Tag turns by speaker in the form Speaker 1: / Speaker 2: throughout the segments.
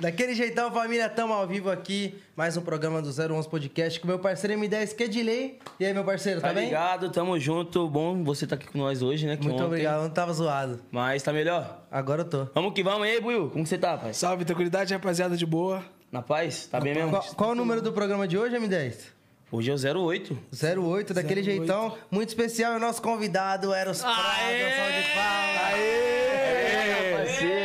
Speaker 1: Daquele jeitão, família, tamo ao vivo aqui. Mais um programa do 011 Podcast com meu parceiro M10 Kedilei. E aí, meu parceiro, tá,
Speaker 2: Tá
Speaker 1: bem?
Speaker 2: ligado, tamo junto. Bom você tá aqui com nós hoje, né? que
Speaker 1: Muito
Speaker 2: ontem.
Speaker 1: obrigado, eu não tava zoado.
Speaker 2: Mas tá melhor?
Speaker 1: Agora eu tô.
Speaker 2: Vamos que vamos aí, Buiu. Como que você tá, pai?
Speaker 3: Salve, tranquilidade, rapaziada, de boa.
Speaker 2: Na paz? Tá bem mesmo?
Speaker 1: Qual, qual o número do programa de hoje, M10?
Speaker 2: Hoje é o 08.
Speaker 1: 08, daquele jeitão. Muito especial, e o nosso convidado era os Prado. um salve de palmas.
Speaker 2: É, parceiro.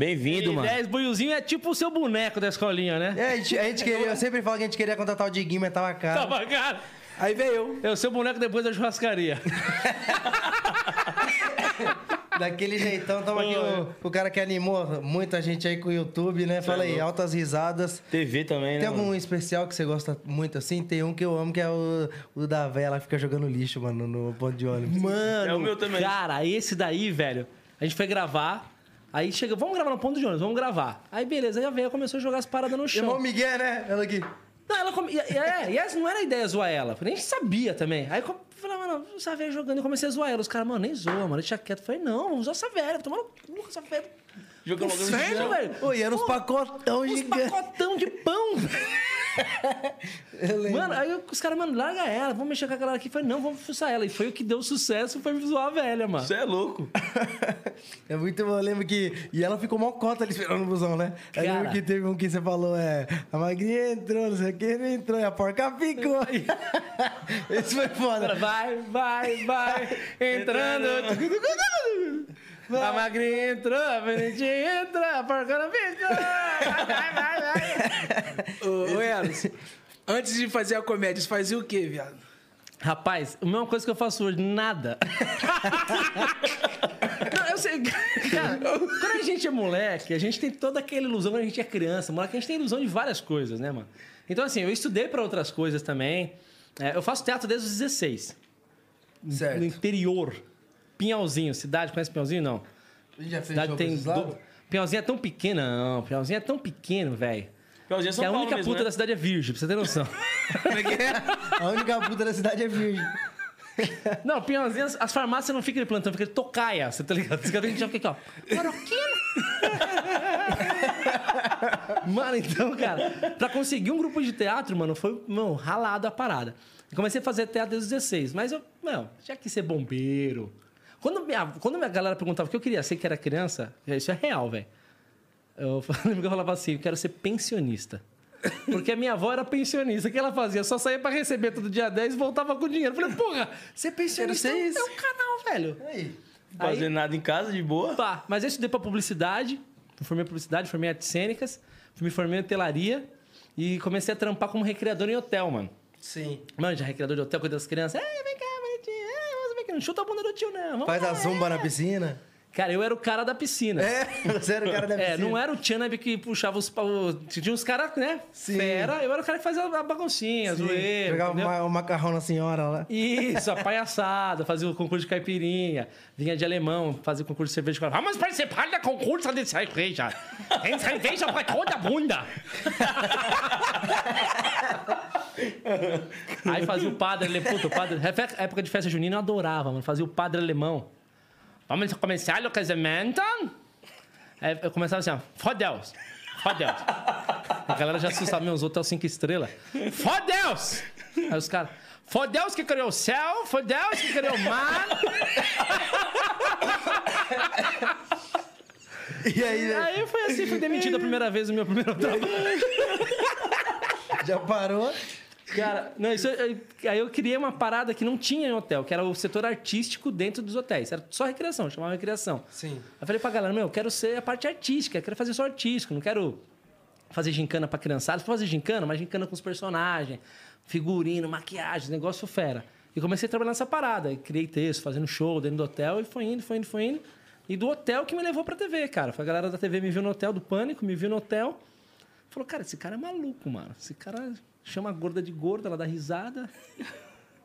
Speaker 2: Bem-vindo, mano.
Speaker 4: 10 buiozinho é tipo o seu boneco da escolinha, né?
Speaker 1: É, a gente, a gente queria, eu sempre falo que a gente queria contratar o Diguinho, mas tava
Speaker 2: É.
Speaker 4: Tá
Speaker 1: caro.
Speaker 4: bacana.
Speaker 3: Aí veio eu.
Speaker 4: É o seu boneco depois da churrascaria.
Speaker 1: Daquele jeitão, tamo aqui o, o cara que animou muita gente aí com o YouTube, né? Fala aí, altas risadas.
Speaker 2: TV também, né?
Speaker 1: Tem algum
Speaker 2: mano?
Speaker 1: especial que você gosta muito assim? Tem um que eu amo que é o, o da vela que fica jogando lixo, mano, no ponto de ônibus.
Speaker 2: É
Speaker 1: Mano!
Speaker 2: o meu também.
Speaker 4: Cara, esse daí, velho, a gente foi gravar. Aí chega, vamos gravar no ponto de ônibus, vamos gravar. Aí beleza, aí a velha começou a jogar as paradas no chão.
Speaker 1: Irmão Miguel, né? Ela aqui.
Speaker 4: Não, ela come... e- e- é, e essa não era a ideia zoar ela. porque Nem sabia também. Aí eu falei, "Ah, mano, essa velha jogando e comecei a zoar ela. Os caras, mano, nem zoa, mano, deixa quieto. Eu falei, não, vamos usar essa velha, tomar no cu essa velha.
Speaker 2: Jogou logo no
Speaker 4: Sério,
Speaker 2: chão.
Speaker 4: velho?
Speaker 1: Oi, era uns
Speaker 4: Porra,
Speaker 1: pacotão
Speaker 4: uns
Speaker 1: gigantes.
Speaker 4: pacotão de pão,
Speaker 1: Eu lembro.
Speaker 4: Mano, aí eu- os caras, mano, larga ela, vamos mexer com a galera aqui. Falei, não, vamos fuçar ela. E foi o que deu sucesso, foi zoar a velha, mano.
Speaker 2: Você é louco.
Speaker 1: É muito bom, eu lembro que. E ela ficou mó cota ali esperando o busão, né? Eu
Speaker 4: Cara.
Speaker 1: lembro que teve um que você falou, é. A magrinha entrou, não sei o que, não entrou, e a porca ficou. Esse foi
Speaker 4: Ela,
Speaker 1: foda.
Speaker 4: Vai, vai, vai, entrando. A magrinha entrou, a bonitinha entra, a porca não fica. Vai, vai, vai.
Speaker 3: Ô, ô Eros, antes de fazer a comédia, você fazia o quê, viado?
Speaker 4: Rapaz, a mesma coisa que eu faço hoje, nada. Não, eu sei. Cara, quando a gente é moleque, a gente tem toda aquela ilusão quando a gente é criança. Moleque, a gente tem ilusão de várias coisas, né, mano? Então, assim, eu estudei pra outras coisas também. É, eu faço teatro desde os 16. No
Speaker 1: Certo.
Speaker 4: interior. Pinhalzinho, cidade, conhece Pinhalzinho? Não.
Speaker 1: A gente já fez
Speaker 4: Cidade
Speaker 1: show
Speaker 4: tem.
Speaker 1: pra esses lados?
Speaker 4: Do... Pinhalzinho é tão pequeno, não. Pinhalzinho é tão pequeno, velho.
Speaker 2: Piauzinho é São
Speaker 4: Que a
Speaker 2: Paulo
Speaker 4: única
Speaker 2: mesmo,
Speaker 4: puta
Speaker 2: né?
Speaker 4: da cidade é virgem, pra você ter noção.
Speaker 1: A única puta da cidade é virgem.
Speaker 4: Não, Pinhalzinho, as, as farmácias não ficam de plantão, ficam de tocaia, você tá ligado? Os caras ficam de tocaia aqui, ó. Maroquina! mano, então, cara, pra conseguir um grupo de teatro, mano, foi, mano, ralado a parada. Eu comecei a fazer teatro desde os 16, mas eu, meu, tinha que ser bombeiro. Quando minha, quando minha galera perguntava o que eu queria ser que era criança, isso é real, velho. Eu lembro que eu falava assim, eu quero ser pensionista. Porque a minha avó era pensionista. O que ela fazia? Só saía pra receber todo dia 10 e voltava com dinheiro. Eu falei, porra, ser pensionista
Speaker 1: Quero ser isso.
Speaker 4: é um canal, velho.
Speaker 1: Aí.
Speaker 4: assim,
Speaker 2: Fazer nada em casa, de boa.
Speaker 4: Pá, mas eu estudei pra publicidade, me formei em publicidade, formei em artes cênicas, me formei em hotelaria e comecei a trampar como recreador em hotel, mano.
Speaker 1: Sim.
Speaker 4: Mano, já recreador de hotel, cuida das crianças. É, vem cá, bonitinho. É, vamos ver aqui. Não chuta a bunda do tio, não. Vamos
Speaker 1: Faz
Speaker 4: lá,
Speaker 1: a zumba na piscina.
Speaker 4: é. Cara, eu era o cara da piscina.
Speaker 1: É, você era o cara da piscina.
Speaker 4: É, não era o Tchanab que puxava os pau. Tinha uns caras, né?
Speaker 1: Sim.
Speaker 4: Fera. Eu era o cara que fazia a baguncinha,
Speaker 1: Sim,
Speaker 4: é zoeira.
Speaker 1: Jogava
Speaker 4: entendeu?
Speaker 1: ma- o macarrão na senhora lá.
Speaker 4: Isso, a palhaçada, fazia o concurso de caipirinha, vinha de alemão, fazia o concurso de cerveja. falava, Vamos participar da concurso de cerveja. Tem cerveja pra toda bunda. Aí fazia o padre alemão. Puta, o padre. é Época de festa junina eu adorava, mano. Fazia o padre alemão. Vamos começar o casamento? Aí eu começava assim, ó. Fodeus. Fodeus. A galera já assustava meus hotel é cinco estrelas. Fodeus! Aí os caras. Fodeus que criou o céu, fodeus que criou o mar.
Speaker 1: E aí,
Speaker 4: E aí foi assim, fui demitido a primeira vez no meu primeiro trabalho.
Speaker 1: já parou.
Speaker 4: Cara, não, isso, eu- aí eu criei uma parada que não tinha em hotel, que era o setor artístico dentro dos hotéis. Era só recreação, chamava recreação.
Speaker 1: Sim.
Speaker 4: Aí eu falei pra galera, meu, eu quero ser a parte artística, eu quero fazer só artístico, não quero fazer gincana pra criançada. Se for fazer gincana, mas gincana com os personagens, figurino, maquiagem, negócio fera. E comecei a trabalhar nessa parada. E criei texto, fazendo show dentro do hotel e foi indo, foi indo, foi indo. E do hotel que me levou pra TV, cara. Foi a galera da TV me viu no hotel, do Pânico, me viu no hotel. Falou, cara, esse cara é maluco, mano. Esse cara chama a gorda de gorda, ela dá risada.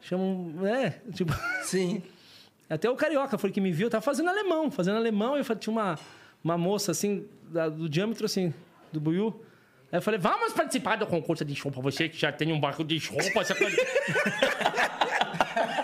Speaker 4: Chama um. É, tipo.
Speaker 1: Sim.
Speaker 4: Até o carioca foi que me viu, tava fazendo alemão, fazendo alemão. Eu fa- tinha uma, uma moça assim, da- do diâmetro assim, do buiú. Aí eu falei, vamos participar do concurso de show pra você que já tem um barco de show pra você.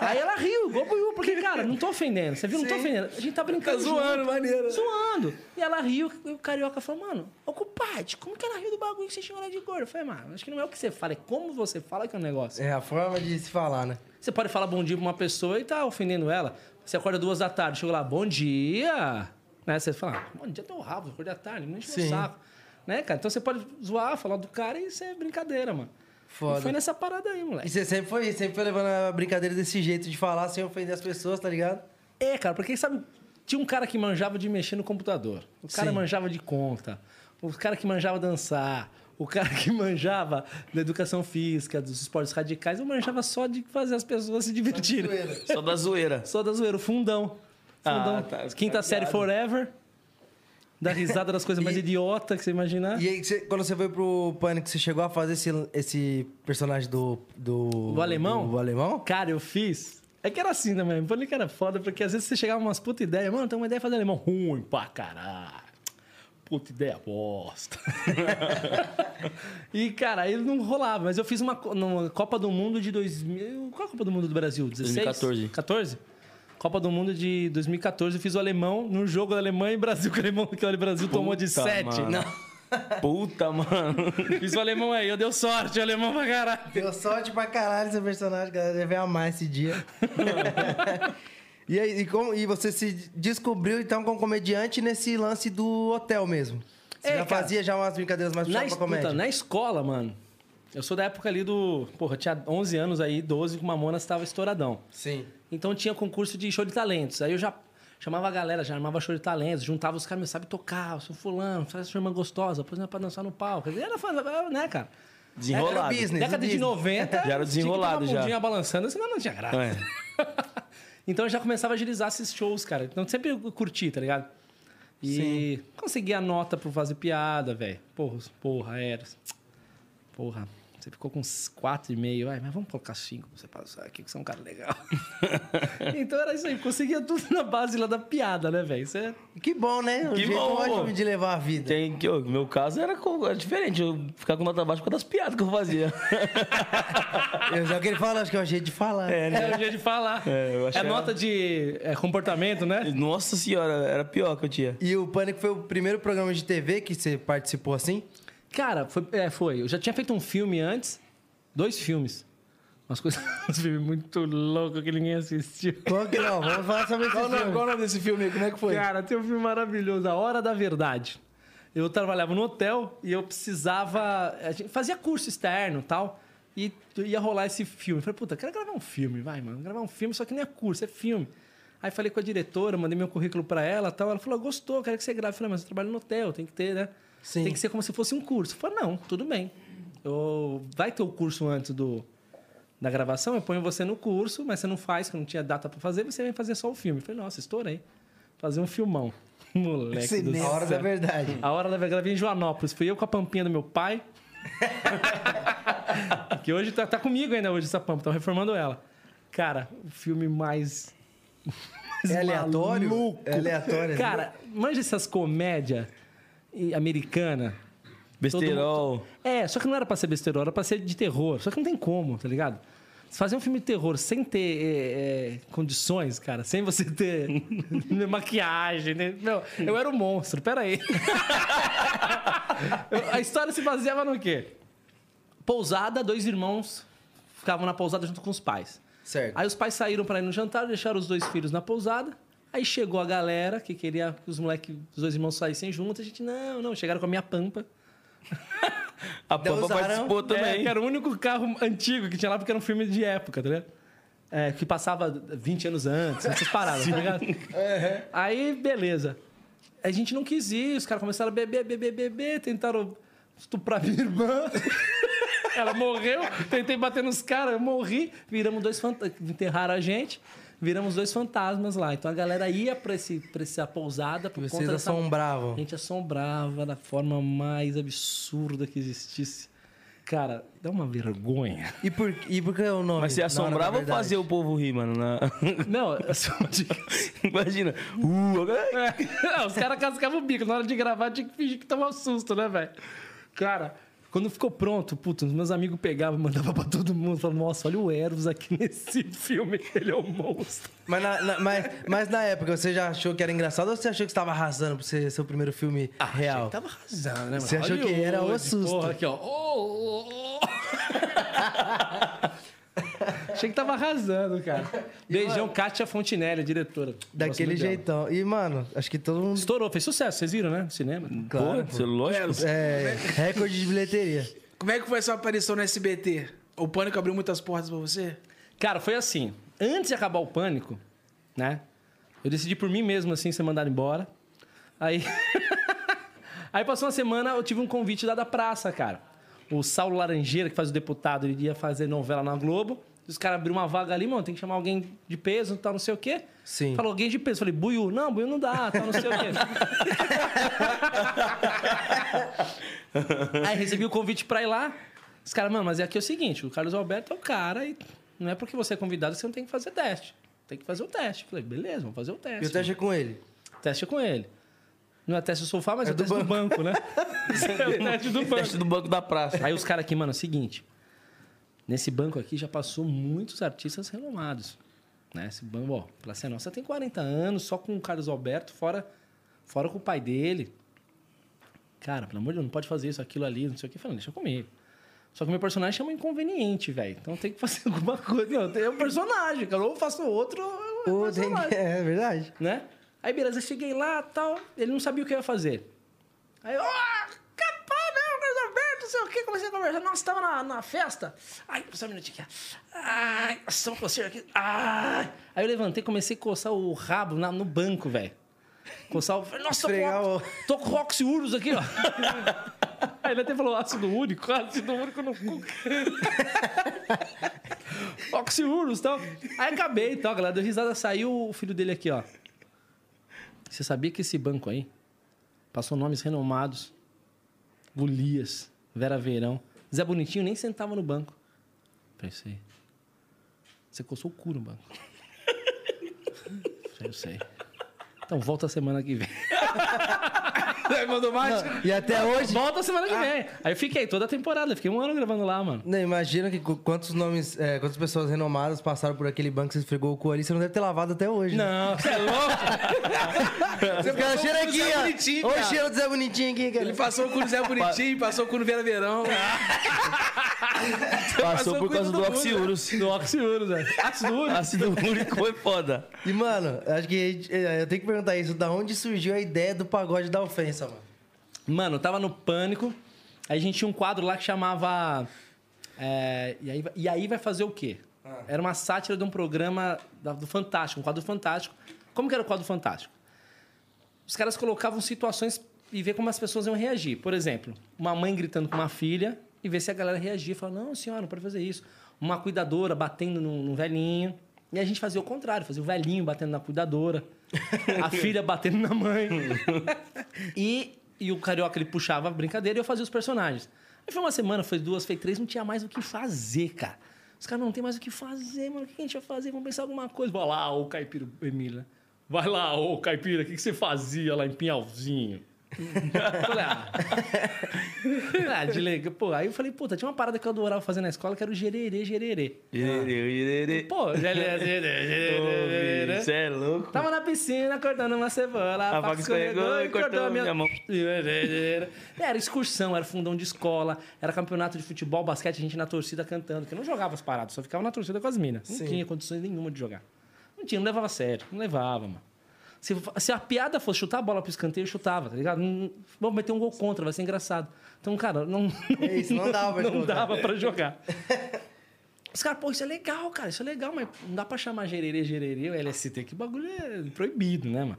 Speaker 4: Aí ela riu, gobuiu, porque, cara, não tô ofendendo, você viu? Não tô ofendendo. A gente tá brincando.
Speaker 3: Tá zoando, maneiro.
Speaker 4: Zoando. E ela riu, e o carioca falou, mano, ô compadre, como que ela riu do bagulho que você chama ela de gordo? Eu falei, mano, acho que não é o que você fala, é como você fala que é o negócio.
Speaker 1: É a forma de se falar, né?
Speaker 4: Você pode falar bom dia pra uma pessoa e tá ofendendo ela. Você acorda duas da tarde, chega lá, bom dia. Né? Você fala, bom dia, tô rabo, acordei à tarde, não enche o
Speaker 1: Sim.
Speaker 4: saco. Né, cara? Então você pode zoar, falar do cara e isso é brincadeira, mano.
Speaker 1: Foda.
Speaker 4: E Foi nessa parada aí, moleque.
Speaker 1: E você sempre foi, sempre foi levando a brincadeira desse jeito de falar sem ofender as pessoas, tá ligado?
Speaker 4: É, cara, porque sabe, tinha um cara que manjava de mexer no computador, o cara
Speaker 1: Sim.
Speaker 4: manjava de conta, o cara que manjava dançar, o cara que manjava da educação física, dos esportes radicais, eu manjava só de fazer as pessoas se divertirem.
Speaker 2: Só da zoeira.
Speaker 4: Só da zoeira, o fundão.
Speaker 2: Ah,
Speaker 4: Fundão.
Speaker 2: tá,
Speaker 4: Quinta
Speaker 2: tá
Speaker 4: série
Speaker 2: ligado.
Speaker 4: Forever. Da risada das coisas mais
Speaker 1: E-
Speaker 4: idiota que você imaginar.
Speaker 1: E aí, você- quando você foi pro Pânico, você chegou a fazer esse, esse personagem do, do.
Speaker 4: Do alemão?
Speaker 1: Do alemão?
Speaker 4: Cara, eu fiz. É que era assim também. O pânico era foda, porque às vezes você chegava umas puta ideia. Mano, tem uma ideia de fazer alemão ruim pra caralho. Puta ideia bosta. e, cara, aí não rolava. Mas eu fiz uma co- numa Copa do Mundo de 2000... Qual é a Copa do Mundo do Brasil? 16?
Speaker 2: 2014.
Speaker 4: 14? Copa do Mundo de 2014, eu fiz o alemão no jogo da Alemanha e Brasil, que o alemão que o Brasil tomou de
Speaker 2: Puta,
Speaker 4: 7.
Speaker 2: mano. Puta, mano.
Speaker 4: Fiz o alemão aí, eu deu sorte, o alemão pra caralho.
Speaker 1: Deu sorte pra caralho seu personagem, galera. Deve amar esse dia. e aí, e, como, e você se descobriu, então, como comediante nesse lance do hotel mesmo? Você
Speaker 4: É,
Speaker 1: já
Speaker 4: cara.
Speaker 1: fazia já umas brincadeiras mais
Speaker 4: na, né?
Speaker 1: puxadas
Speaker 4: es-
Speaker 1: pra comédia?
Speaker 4: puta, na escola, mano. Eu sou da época ali do. Porra, eu tinha 11 anos aí, 12, que o Mamonas tava estouradão.
Speaker 1: Sim.
Speaker 4: Então tinha concurso de show de talentos. Aí eu já chamava a galera, já armava show de talentos, juntava os caras, meu, sabe tocar, "Ah, eu sou fulano, faz sua irmã gostosa, pôs ela pra dançar no palco. Era, foda, né, cara?
Speaker 1: Era o
Speaker 2: Desenrolado.
Speaker 1: business.
Speaker 4: Década de
Speaker 1: business.
Speaker 4: 90.
Speaker 2: Já era desenrolado,
Speaker 4: tinha que ter uma
Speaker 2: já.
Speaker 4: bundinha balançando, senão não tinha graça.
Speaker 2: É.
Speaker 4: então eu já começava a agilizar esses shows, cara. Então sempre eu curti, tá ligado? E consegui a nota por fazer piada, velho. Porra, porra, era. Porra, você ficou com uns quatro e meio. Ai, mas vamos colocar cinco pra você passar aqui, que você é um cara legal. então era isso aí, conseguia tudo na base lá da piada, né, velho? Isso é
Speaker 1: Que bom, né? Um
Speaker 2: Que
Speaker 1: jeito
Speaker 2: bom,
Speaker 1: ótimo
Speaker 2: pô.
Speaker 1: de levar a vida.
Speaker 2: Tem que, ô, meu caso era, co- era diferente. Eu ficar com nota baixa por causa das piadas que eu fazia.
Speaker 1: Eu já que ele fala, acho que é o jeito de falar.
Speaker 4: é o jeito de falar.
Speaker 2: É, eu
Speaker 4: É,
Speaker 2: achava-
Speaker 4: nota de é, comportamento, né?
Speaker 2: Nossa senhora, era pior que eu tinha.
Speaker 1: E o Pânico foi o primeiro programa de TV que você participou assim?
Speaker 4: Cara, foi, é, foi. Eu já tinha feito um filme antes, dois filmes. Umas coisas, uns filmes muito loucos que ninguém assistiu.
Speaker 1: Claro que não, vamos falar sobre esse
Speaker 3: Qual o nome-
Speaker 1: filme.
Speaker 3: qual o nome desse filme aí? Como é que foi?
Speaker 4: Cara, tem um filme maravilhoso, A Hora da Verdade. Eu trabalhava no hotel e eu precisava. A gente fazia curso externo e tal. E ia rolar esse filme. Eu Falei, puta, quero gravar um filme, vai, mano. Gravar um filme, só que não é curso, é filme. Aí falei com a diretora, mandei meu currículo pra ela e tal. Ela falou, gostou, quero que você grave. Eu falei, mas eu trabalho no hotel, tem que ter, né?
Speaker 1: Sim.
Speaker 4: Tem que ser como se fosse um curso. Eu Falei, não, tudo bem. Eu... Vai ter o curso antes do, da gravação, eu ponho você no curso, mas você não faz, que não tinha data pra fazer, você vem fazer só o filme. Eu falei, nossa, estourei. Fazer um filmão. Moleque do
Speaker 1: A hora da
Speaker 4: céu.
Speaker 1: verdade.
Speaker 4: A hora da verdade. Gravei em Joanópolis. Fui eu com a pampinha do meu pai. que hoje tá, tá comigo ainda hoje essa pampa. Estão reformando ela. Cara, o filme mais... mais
Speaker 1: É aleatório?
Speaker 4: maluco.
Speaker 1: É aleatório. né?
Speaker 4: Cara, manja essas comédias americanas.
Speaker 2: Besterol.
Speaker 4: É, só que não era pra ser besteira, era pra ser de terror. Só que não tem como, tá ligado? Se Fazer um filme de terror sem ter é, é, condições, cara, sem você ter maquiagem, né? Meu, eu era um monstro, peraí. Eu- A história se baseava no quê? Pousada, dois irmãos ficavam na pousada junto com os pais.
Speaker 1: Certo.
Speaker 4: Aí os pais saíram pra ir no jantar, deixaram os dois filhos na pousada. Aí chegou a galera que queria que os moleques, os dois irmãos saíssem juntos. A gente, não, não, chegaram com a minha pampa.
Speaker 2: A Pampa
Speaker 1: usaram-
Speaker 2: participou
Speaker 4: É,
Speaker 2: também.
Speaker 4: que era o único carro antigo que tinha lá, porque era um filme de época, tá ligado? É, que passava 20 anos antes, essas paradas, tá ligado? Aí, beleza. A gente não quis ir, os caras começaram a beber, beber, beber, tentaram estuprar minha irmã. Ela morreu, tentei bater nos caras, eu morri, viramos dois fantasmas, enterraram a gente, viramos dois fantasmas lá. Então a galera ia pra, esse, pra essa pousada por
Speaker 1: Vocês
Speaker 4: conta dessa
Speaker 1: assombravam.
Speaker 4: a gente assombrava da forma mais absurda que existisse. Cara, dá uma vergonha.
Speaker 1: E por, e por que é o nome?
Speaker 2: Mas você
Speaker 1: Na Hora da
Speaker 2: assombrava ou
Speaker 1: Verdade?
Speaker 2: fazia o povo rir, mano? na-
Speaker 4: Não, é só de-
Speaker 2: Imagina. Uh, agora-
Speaker 4: um É, não, os caras cascavam o bico. Na hora de gravar, tinha que fingir que tomava susto, né, velho? Cara, Quando ficou pronto, puto, meus amigos pegavam e mandavam pra todo mundo. Falavam, nossa, olha o Eros aqui nesse filme, ele é um monstro.
Speaker 1: Mas na, na- mas, mas na época, você já achou que era engraçado ou você achou que você tava arrasando por ser seu primeiro filme real?
Speaker 4: Tava arrasando, né, mano?
Speaker 1: Você achou que era o
Speaker 4: Hollywood,
Speaker 1: susto.
Speaker 4: Porra, aqui, ó. Oh, oh, oh. Achei que tava arrasando, cara. Beijão, Kátia Fontinelli, diretora.
Speaker 1: Daquele
Speaker 4: Gosto muito dela.
Speaker 1: jeitão. E, mano, acho que todo mundo.
Speaker 4: Estourou, fez sucesso, vocês viram, né? Cinema.
Speaker 1: Claro,
Speaker 2: Pô, lógico.
Speaker 1: É, recorde de bilheteria.
Speaker 3: Como é que foi a sua aparição no SBT? O Pânico abriu muitas portas pra você?
Speaker 4: Cara, foi assim. Antes de acabar o pânico, né? Eu decidi por mim mesmo, assim, ser mandado embora. Aí. Aí passou uma semana, eu tive um convite lá da praça, cara. O Saulo Laranjeira, que faz o deputado, ele ia fazer novela na Globo. Os caras abriram uma vaga ali, mano, tem que chamar alguém de peso, tal, não sei o quê.
Speaker 1: Sim.
Speaker 4: Falou alguém de peso. Falei, Buiu. Não, Buiu não dá, tal, não sei o quê. Aí recebi o convite pra ir lá. Os caras, mano, mas aqui é o seguinte: o Carlos Alberto é o cara e não é porque você é convidado que você não tem que fazer teste. Tem que fazer o teste. Eu Falei, beleza, vamos fazer o teste.
Speaker 1: E o teste é com ele.
Speaker 4: Teste é com ele. Não é teste do sofá, mas é, o
Speaker 1: do
Speaker 4: teste do banco, né? é o teste do banco.
Speaker 2: Teste do banco da praça.
Speaker 4: Aí os caras aqui, mano, é o seguinte. Nesse banco aqui já passou muitos artistas renomados. Né? Esse banco, ó, Praça é Nossa tem 40 anos, só com o Carlos Alberto, fora, fora com o pai dele. Cara, pelo amor de Deus, não pode fazer isso, aquilo ali, não sei o que. Falando, deixa comigo. Só que meu personagem chama inconveniente, velho. Então tem que fazer alguma coisa. Não, é um personagem, cara. Ou eu faço outro, ou é um
Speaker 1: Pô, tem
Speaker 4: personagem
Speaker 1: que- É verdade.
Speaker 4: né? Aí beleza, eu cheguei lá tal, ele não sabia o que eu ia fazer. Aí, ó, capaz, não, Carlos Alberto, não sei o que, comecei a conversar. Nossa, tava na, na festa. Ai, só um minutinho aqui. Ai, só um coceiro aqui. Ai. Aí eu levantei, comecei a coçar o rabo na- no banco, velho. Coçar o. Nossa, tô
Speaker 1: Esfregar
Speaker 4: com,
Speaker 1: o-
Speaker 4: o... tô com óxido urus aqui, ó. Aí ele até falou ácido úrico, ácido úrico no cu. Oxiurus e tal. Aí acabei e tal, galera. Deu risada, saiu o filho dele aqui, ó. Você sabia que esse banco aí passou nomes renomados? Golias, Vera Verão. Zé Bonitinho nem sentava no banco. Pensei. Você coçou o cu no banco. Eu sei. Então volta semana que vem.
Speaker 3: Aí mandou mais?
Speaker 1: E até hoje.
Speaker 4: Volta semana que vem. Aí eu fiquei toda a temporada, fiquei um ano gravando lá, mano.
Speaker 1: Não, né, imagina que qu- quantos nomes, é, quantas pessoas renomadas passaram por aquele banco que você esfregou o cu ali, você não deve ter lavado até hoje. né?
Speaker 4: Não, você é louco?
Speaker 1: Você cara,
Speaker 3: passou
Speaker 1: cheira
Speaker 3: o cu do
Speaker 1: aqui,
Speaker 3: Zé
Speaker 1: ó.
Speaker 3: Bonitinho,
Speaker 1: Olha o
Speaker 3: cara.
Speaker 1: cheiro do Zé Bonitinho aqui, cara.
Speaker 3: Ele passou com o Zé Bonitinho, passou com o Vera Verão.
Speaker 2: Passou por causa do Oxiurus.
Speaker 4: Do Oxiurus, velho. Ácido úrico.
Speaker 2: Ácido úrico foi foda.
Speaker 1: E, mano, acho que é, eu tenho que perguntar isso. Da onde surgiu a ideia do pagode da ofensa, mano?
Speaker 4: Mano, eu tava no pânico. Aí a gente tinha um quadro lá que chamava. é, e, aí, vai- e aí vai fazer o quê? Era uma sátira de um programa da- do Fantástico, um quadro fantástico. Como que era o quadro fantástico? Os caras colocavam situações e ver como as pessoas iam reagir. Por exemplo, uma mãe gritando com uma filha e ver se a galera reagia. Falar, não, senhora, não pode fazer isso. Uma cuidadora batendo num, num velhinho. E a gente fazia o contrário, fazia o velhinho batendo na cuidadora, a filha batendo na mãe. E, e o carioca ele puxava a brincadeira e eu fazia os personagens. Aí foi uma semana, foi duas, foi três, não tinha mais o que fazer, cara. Os caras não tem mais o que fazer, mano. O que a gente vai fazer? Vamos pensar alguma coisa. Vai lá, ô caipira, Emília. Vai lá, ô caipira, o que, que você fazia lá em Pinhalzinho? falei, ah, ah, de legal. Pô, aí eu falei, puta, tinha uma parada que eu adorava fazer na escola que era o gererê, gererê.
Speaker 2: Irerê, irerê.
Speaker 4: Pô, gererê, gererê, gererê.
Speaker 2: Você é louco.
Speaker 4: Tava na piscina cortando uma cebola.
Speaker 2: A vaca escorregou e cortou a minha mão.
Speaker 4: Era excursão, era fundão de escola, era campeonato de futebol, basquete, a gente na torcida cantando, que eu não jogava as paradas, só ficava na torcida com as minas. Não tinha condições nenhuma de jogar. Não tinha, não levava a sério, não levava, mano. Se, se a piada fosse chutar a bola pro escanteio, eu chutava, tá ligado? Não- Vamos meter um gol contra, vai ser engraçado. Então, cara, não.
Speaker 1: É isso, não dava pra
Speaker 4: Não
Speaker 1: jogar.
Speaker 4: dava pra jogar. Os caras, pô, isso é legal, cara, isso é legal, mas não dá pra chamar gererê, gererê, o LST, que bagulho é proibido, né, mano?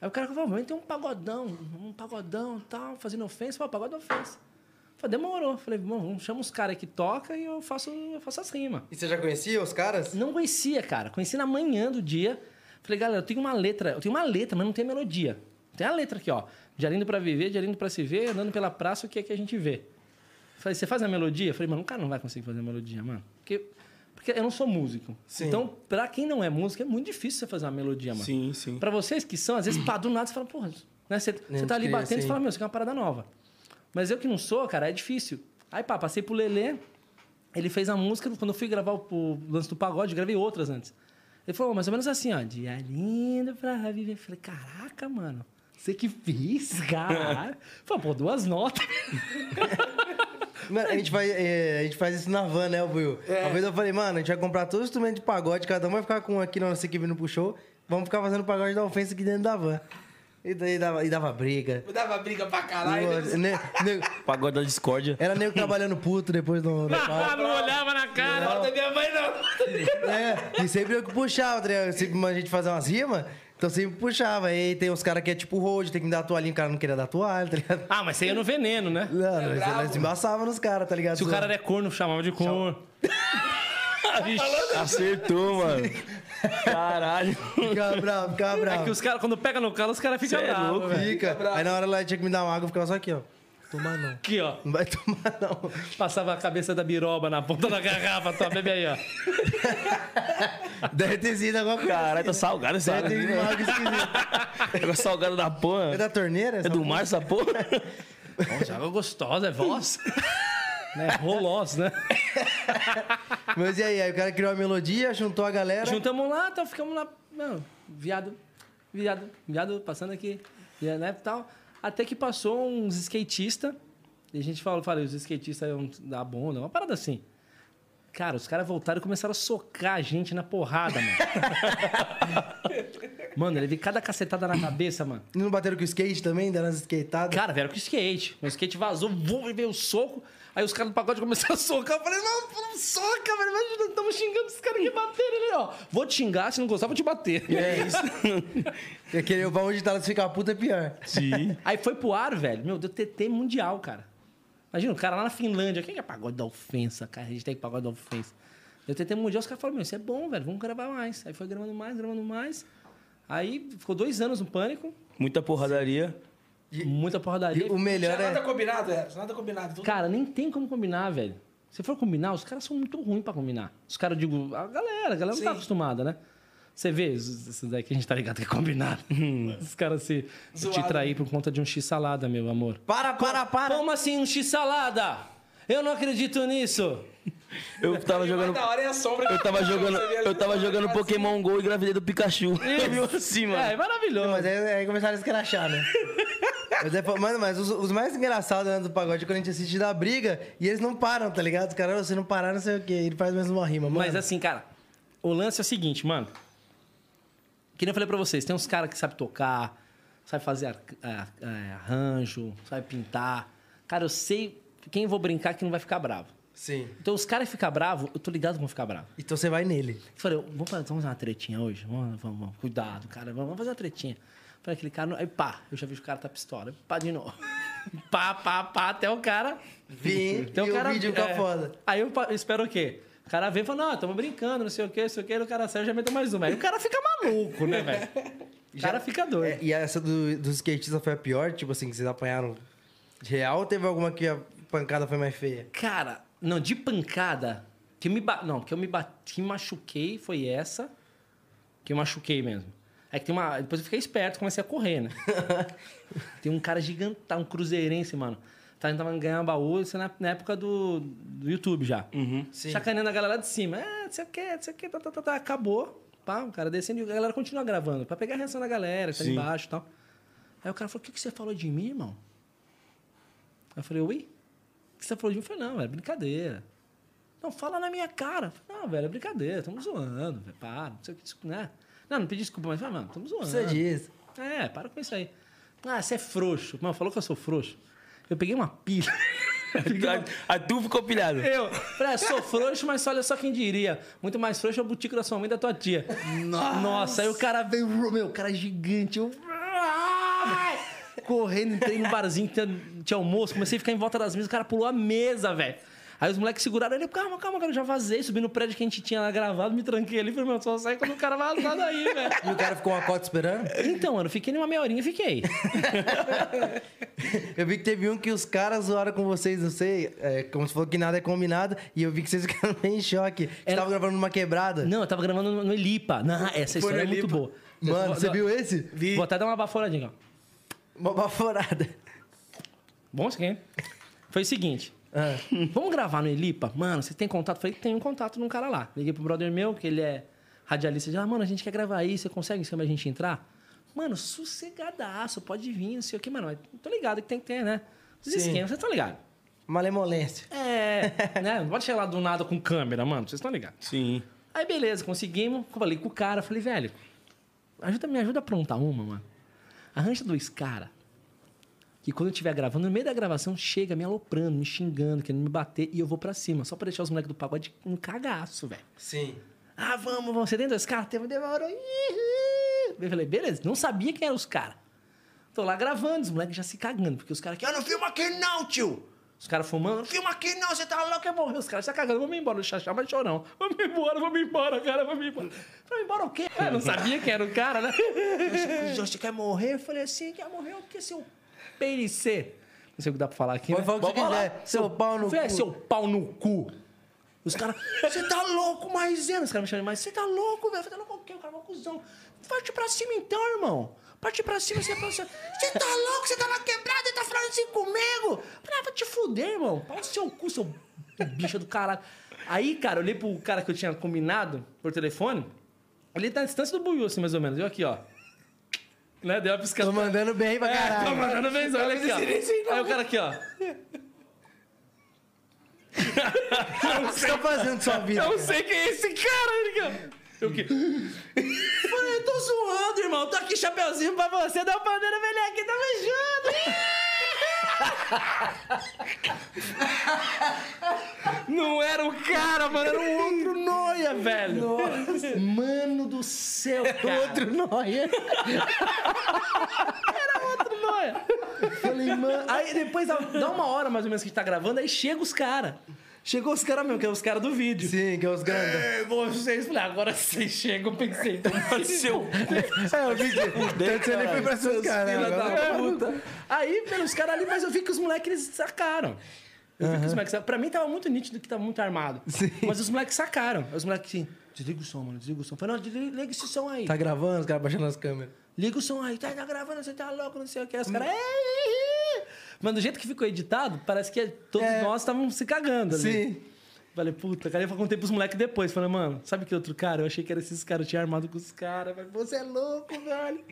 Speaker 4: Aí o cara falou, vamos tem um pagodão, um pagodão e tal, fazendo ofensa, falou, pagode é ofensa. Eu Falei, demorou. Eu Falei, bom, chama os caras que toca e eu faço, eu faço as rimas.
Speaker 1: E você já conhecia os caras?
Speaker 4: Não conhecia, cara. Conheci na manhã do dia. Falei, galera, eu tenho uma letra. Eu tenho uma letra, mas não tem melodia. Tem a letra aqui, ó. De Alindo pra viver, de Alindo pra se ver, andando pela praça, o que é que a gente vê? Falei, você faz a melodia? Falei, mano, o cara não vai conseguir fazer a melodia, mano. Porque, porque eu não sou músico. Então, pra quem não é músico, é muito difícil você fazer uma melodia, mano.
Speaker 2: Sim, sim.
Speaker 4: Pra vocês que são, às vezes, pá, do nada, você fala, porra, né? Você, você tá ali
Speaker 1: cria,
Speaker 2: assim.
Speaker 4: batendo,
Speaker 1: sim.
Speaker 4: você fala, meu, isso aqui é uma parada nova. Mas eu que não sou, cara, é difícil. Aí, pá, passei pro Lelê. Ele fez a música. Quando eu fui gravar o, o lance do pagode, eu gravei outras antes. Ele falou mais ou menos assim, ó. Dia lindo pra viver. Eu falei, caraca, mano. Você que fiz, cara. Falei, pô, duas notas.
Speaker 1: Mano, a gente, vai, é, a gente faz isso na van, né, Will? Uma vez eu falei, mano, a gente vai comprar todos os instrumentos de pagode, cada um vai ficar com um aqui na nossa equipe no puxou, vamos ficar fazendo pagode da ofensa aqui dentro da van. E daí dava, e dava briga.
Speaker 3: Eu dava briga pra caralho.
Speaker 1: Mano,
Speaker 3: né?
Speaker 1: ne- nego-
Speaker 2: Pagode da discórdia.
Speaker 1: era nego trabalhando puto depois do. do palco.
Speaker 4: não olhava na cara.
Speaker 3: Não, da minha mãe não.
Speaker 1: É, e sempre eu que puxava, tá ligado? Sempre a gente fazia umas rimas, então sempre puxava. Aí tem uns caras que é tipo road, tem que me dar a toalhinha, o cara não queria dar toalha, tá ligado?
Speaker 4: Ah, mas você ia no veneno, né?
Speaker 1: Não, nós,
Speaker 3: bravo.
Speaker 1: nós embaçava nos caras, tá ligado?
Speaker 4: Se o cara era corno, chamava de corno.
Speaker 2: Acertou, mano. Caralho.
Speaker 1: Ficava bravo, ficava bravo.
Speaker 4: É que os caras, quando pega no cara, os caras ficam né?
Speaker 2: Cê é
Speaker 4: bravos,
Speaker 2: louco,
Speaker 4: velho.
Speaker 1: Fica. Aí na hora lá tinha que me dar uma água, eu ficava só aqui, ó. Tomar não.
Speaker 4: Aqui, ó.
Speaker 1: Não vai tomar, não.
Speaker 4: Passava a cabeça da biroba na ponta da garrafa, tá? Bebe aí, ó.
Speaker 1: Deve ter sido alguma coisa.
Speaker 2: Caralho, tá salgado essa
Speaker 1: Deve ter sido
Speaker 2: água.
Speaker 1: uma água esquisita.
Speaker 2: Água salgada da
Speaker 1: É
Speaker 2: porra.
Speaker 1: da torneira?
Speaker 2: É do mar essa porra?
Speaker 4: Nossa, água gostosa, é voz. né? Rolós, né?
Speaker 1: Mas e aí? Aí o cara criou a melodia, juntou a galera.
Speaker 4: Juntamos lá, tá, ficamos lá. Mano, viado, viado, viado passando aqui, viado, né, tal. Até que passou uns skatistas. E a gente falou, falei, os skatistas iam dar bunda, uma parada assim. Cara, os caras voltaram e começaram a socar a gente na porrada, mano. mano, ele veio cada cacetada na cabeça, mano.
Speaker 1: Não bateram com o skate também? Deram as skateadas?
Speaker 4: Cara, vieram com skate. Meu skate vazou, vum, e veio o soco. Aí os caras do pagode começaram a socar. Eu falei, não, não soca, velho. Imagina, estamos xingando esses caras que bateram ali, ó. Vou te xingar, se não gostar, vou te bater.
Speaker 1: É isso. E aquele pra onde tá, se ficar puta é pior.
Speaker 2: Sim.
Speaker 4: Aí foi pro ar, velho. Meu, deu TT mundial, cara. Imagina, o cara lá na Finlândia. Quem que é pagode da ofensa, cara? A gente tem pagode da ofensa. Deu TT mundial, os caras falaram, meu, isso é bom, velho. Vamos gravar mais. Aí foi gravando mais, gravando mais. Aí ficou dois anos no pânico.
Speaker 2: Muita porradaria.
Speaker 4: Muita
Speaker 1: E
Speaker 4: porradaria.
Speaker 1: o melhor
Speaker 3: Nada
Speaker 1: é.
Speaker 3: combinado, Eros. Nada combinado. Tudo
Speaker 4: Cara, nem tem como combinar, velho. Se for combinar, os caras são muito ruins pra combinar. Os caras, eu digo, a galera, a galera não tá
Speaker 3: Sim.
Speaker 4: acostumada, né? Você vê, os- esses daí que a gente tá ligado que é combinado. os caras se se te
Speaker 3: Zoado.
Speaker 4: trair por conta de um X-salada, meu amor.
Speaker 1: Para, para, para!
Speaker 4: Como assim um X-salada? Eu não acredito nisso.
Speaker 2: Eu tava
Speaker 3: Mas
Speaker 2: jogando.
Speaker 3: da hora é a sombra.
Speaker 2: Eu tava jogando, eu assim. tava jogando Pokémon GO e gravidei do Pikachu. Viu assim,
Speaker 4: É, é
Speaker 2: mano?
Speaker 4: maravilhoso.
Speaker 1: Mas aí, aí começaram a escrachar, né? Mas é, mano, mas os, os mais engraçados né, do pagode é quando a gente assiste da briga e eles não param, tá ligado? Os caras, você não parar, não sei o quê. Ele faz mais uma rima, mano.
Speaker 4: Mas assim, cara, o lance é o seguinte, mano. Que nem eu falei pra vocês, tem uns caras que sabem tocar, sabe fazer ar- ah, ah, arranjo, sabe pintar. Cara, eu sei quem eu vou brincar que não vai ficar bravo.
Speaker 1: Sim.
Speaker 4: Então os caras que ficam bravos, eu tô ligado que vão ficar bravos.
Speaker 1: Então você vai nele.
Speaker 4: Eu Falei, vamos fazer vamos fazer uma tretinha hoje? Vamos, vamos, vamos. Cuidado, cara, vamos, vamos fazer uma tretinha. Falei, aquele cara, não- aí pá, eu já vi o cara tá pistola, aí pá de novo. pá, pá, pá, até o cara
Speaker 1: Vim,
Speaker 4: então,
Speaker 1: e
Speaker 4: o cara,
Speaker 1: o vídeo fica
Speaker 4: é,
Speaker 1: foda.
Speaker 4: Aí eu pa- eu espero o quê? O cara vem e fala, não, estamos brincando, não sei o quê, não sei o quê. E o cara sai, eu já meto mais uma. Aí o cara fica maluco, né, velho? O cara fica
Speaker 1: É,
Speaker 4: doido.
Speaker 1: e essa do, dos skatistas foi a pior, tipo assim, que vocês apanharam real ou teve alguma que a pancada foi mais feia?
Speaker 4: Cara, não, de pancada, que me ba... não, que eu me bati, machuquei, foi essa. Que eu machuquei mesmo. É que tem uma. Depois eu fiquei esperto, comecei a correr, né? tem um cara gigantão, um cruzeirense, mano. Tá tentando ganhar um baú, isso na, na época do, do YouTube já.
Speaker 1: Sim.
Speaker 4: Chacaneando a galera lá de cima. É, não sei o quê, não sei o quê, tá, tá, tá, tá. Acabou. Pá, o cara descendo e a galera continua gravando. Pra pegar a reação da galera, que tá ali embaixo e tal. Aí o cara falou: o que, que você falou de mim, irmão? Aí eu falei, ui? O que você falou de mim? Eu falei, não, velho, é brincadeira. Não, fala na minha cara. Eu falei, não, velho, é brincadeira, estamos zoando, velho, para, não sei o que, desculpa, né? Não, não pedi desculpa, mas falei, mano, estamos zoando.
Speaker 1: Precisa disso.
Speaker 4: É, para com isso aí. Ah, você é frouxo. Mano, falou que eu sou frouxo. Eu peguei uma pilha. Peguei uma-
Speaker 2: Aí tu ficou pilhado.
Speaker 4: Eu falei, ah, sou frouxo, mas olha só quem diria. Muito mais frouxo é o butico da sua mãe e da tua tia. Nossa, aí o cara veio, meu, o cara é gigante. Eu. Ai! Correndo, entrei no barzinho que tinha, tinha almoço, comecei a ficar em volta das mesas, o cara pulou a mesa, velho. Aí os moleques seguraram ele, calma, calma, cara, eu já vazei, subi no prédio que a gente tinha lá gravado, me tranquei ali, falei, meu, só sai quando o cara vazar daí, velho.
Speaker 1: E o cara ficou uma cota esperando?
Speaker 4: Então, mano, eu fiquei numa meia horinha, fiquei.
Speaker 1: Eu vi que teve um que os caras zoaram com vocês, não sei, é, como se falou que nada é combinado, e eu vi que vocês ficaram bem em choque. Vocês
Speaker 4: Era-
Speaker 1: estavam gravando numa quebrada.
Speaker 4: Não, eu tava gravando no, no Elipa. Não, essa
Speaker 1: Foi
Speaker 4: história é
Speaker 1: no
Speaker 4: muito
Speaker 1: Elipa.
Speaker 4: boa.
Speaker 1: Mano,
Speaker 4: Vou-
Speaker 1: você viu esse?
Speaker 4: Vou até dar uma baforadinha, ó.
Speaker 1: Uma baforada.
Speaker 4: Bom isso aqui, hein? Foi o seguinte.
Speaker 1: Ah.
Speaker 4: Vamos gravar no Elipa? Mano, você tem contato? Falei, tenho um contato num cara lá. Liguei pro brother meu, que ele é radialista. Ele disse, ah, mano, a gente quer gravar aí, você consegue esquema a gente entrar? Mano, sossegadaço, pode vir, não sei o que, mano. Mas tô ligado que tem que ter, né? Os esquemas, vocês estão ligados.
Speaker 1: Malemolência.
Speaker 4: É, né? Não pode chegar lá do nada com câmera, mano. Vocês estão ligados.
Speaker 2: Sim.
Speaker 4: Aí beleza, conseguimos. Falei com o cara, falei, velho, ajuda, me ajuda a aprontar uma, mano. Arranja dois cara que quando eu estiver gravando, no meio da gravação, chega me aloprando, me xingando, querendo me bater, e eu vou pra cima, só pra deixar os moleques do pagode um cagaço, velho.
Speaker 1: Sim.
Speaker 4: Ah, vamos, vamos. Você tem dois caras? Teve, demorou. Ih, Eu falei, beleza. Não sabia quem eram os caras. Tô lá gravando, os moleques já se cagando. Porque os caras aqui, ah, não filma aqui não, tio. Os caras fumando, não filma aqui não, você tá louco, eu morrer. Os caras já cagando, vamos embora. O Xaxá vai chorão. Vamos embora, vamos embora, cara, vamos embora. Vamos embora o quê? Eu não sabia quem era o cara, né? O Jorge quer morrer? Eu falei assim, quer morrer o quê, seu PNC? Não sei o que dá pra falar aqui,
Speaker 1: Pode
Speaker 4: né?
Speaker 1: falar o que você
Speaker 4: Vamos lá.
Speaker 1: quiser. Seu pau no
Speaker 4: Falei,
Speaker 1: cu.
Speaker 4: Seu pau no cu. Os caras, você tá louco, Maisena? Os caras me chamam de Maisena. Você tá louco, velho? Você tá louco o quê? O cara é um cuzão. Parte pra cima então, irmão. Parte pra cima, você é Você tá louco? Você tá na quebrada e tá falando assim comigo? Eu Falei, ah, vai te fuder, irmão. Pau no seu cu, seu bicha do caralho. Aí, cara, eu olhei pro cara que eu tinha combinado por telefone. Ele tá na distância do Buiu, assim, mais ou menos. Eu aqui, ó. Né? Deu uma piscada.
Speaker 1: Tô mandando bem pra
Speaker 4: É, tô
Speaker 1: caralho.
Speaker 4: mandando benzão. Olha aqui, ó. Aí o cara aqui, ó.
Speaker 1: O que você tá fazendo com sua vida?
Speaker 2: Eu sei quem é esse cara, Erika. Eu que...
Speaker 4: Mano, eu tô zoando, irmão. Tô aqui, chapeuzinho pra você. Dá uma bandeira, velho, aqui, tá beijando. Não era o cara, mano. Era um outro noia, velho. Mano do céu, cara.
Speaker 1: Outro nóia.
Speaker 4: outro noia. Falei, mano. Aí depois dá- dá uma hora mais ou menos que a gente tá gravando, aí chega os caras. Chegou os caras mesmo, que é os caras do vídeo.
Speaker 1: Sim, que é os grandes.
Speaker 4: É, Vocês, falei, agora vocês chegam, pensei, então vai ser o
Speaker 1: É, eu vi que tanto você nem foi pra seus caras.
Speaker 4: Filha
Speaker 1: né?
Speaker 4: da
Speaker 1: Agora-
Speaker 4: puta. Aí, pelos caras ali, mas eu vi que os moleques eles sacaram. Eu vi que os moleques sacaram. Pra mim tava muito nítido que tava muito armado.
Speaker 1: Sim.
Speaker 4: Mas os moleques sacaram. Os moleques assim, desliga o som, mano, desliga o som. Eu Falei, não, desliga liga esse som aí.
Speaker 1: Tá gravando, os caras baixando as câmeras.
Speaker 4: Liga o som aí, tá, tá gravando, você tá louco, não sei o que.
Speaker 1: Hum.
Speaker 4: Os caras. "Ei, ei, ei". Mas do jeito que ficou editado, parece que todos
Speaker 1: É.
Speaker 4: nós estavam se cagando ali.
Speaker 1: Sim.
Speaker 4: Falei, puta, cara, eu contei pros moleques depois. Falei, mano, sabe que outro cara? Eu achei que era esses caras, eu tinha armado com os caras. Falei, Você é louco, velho.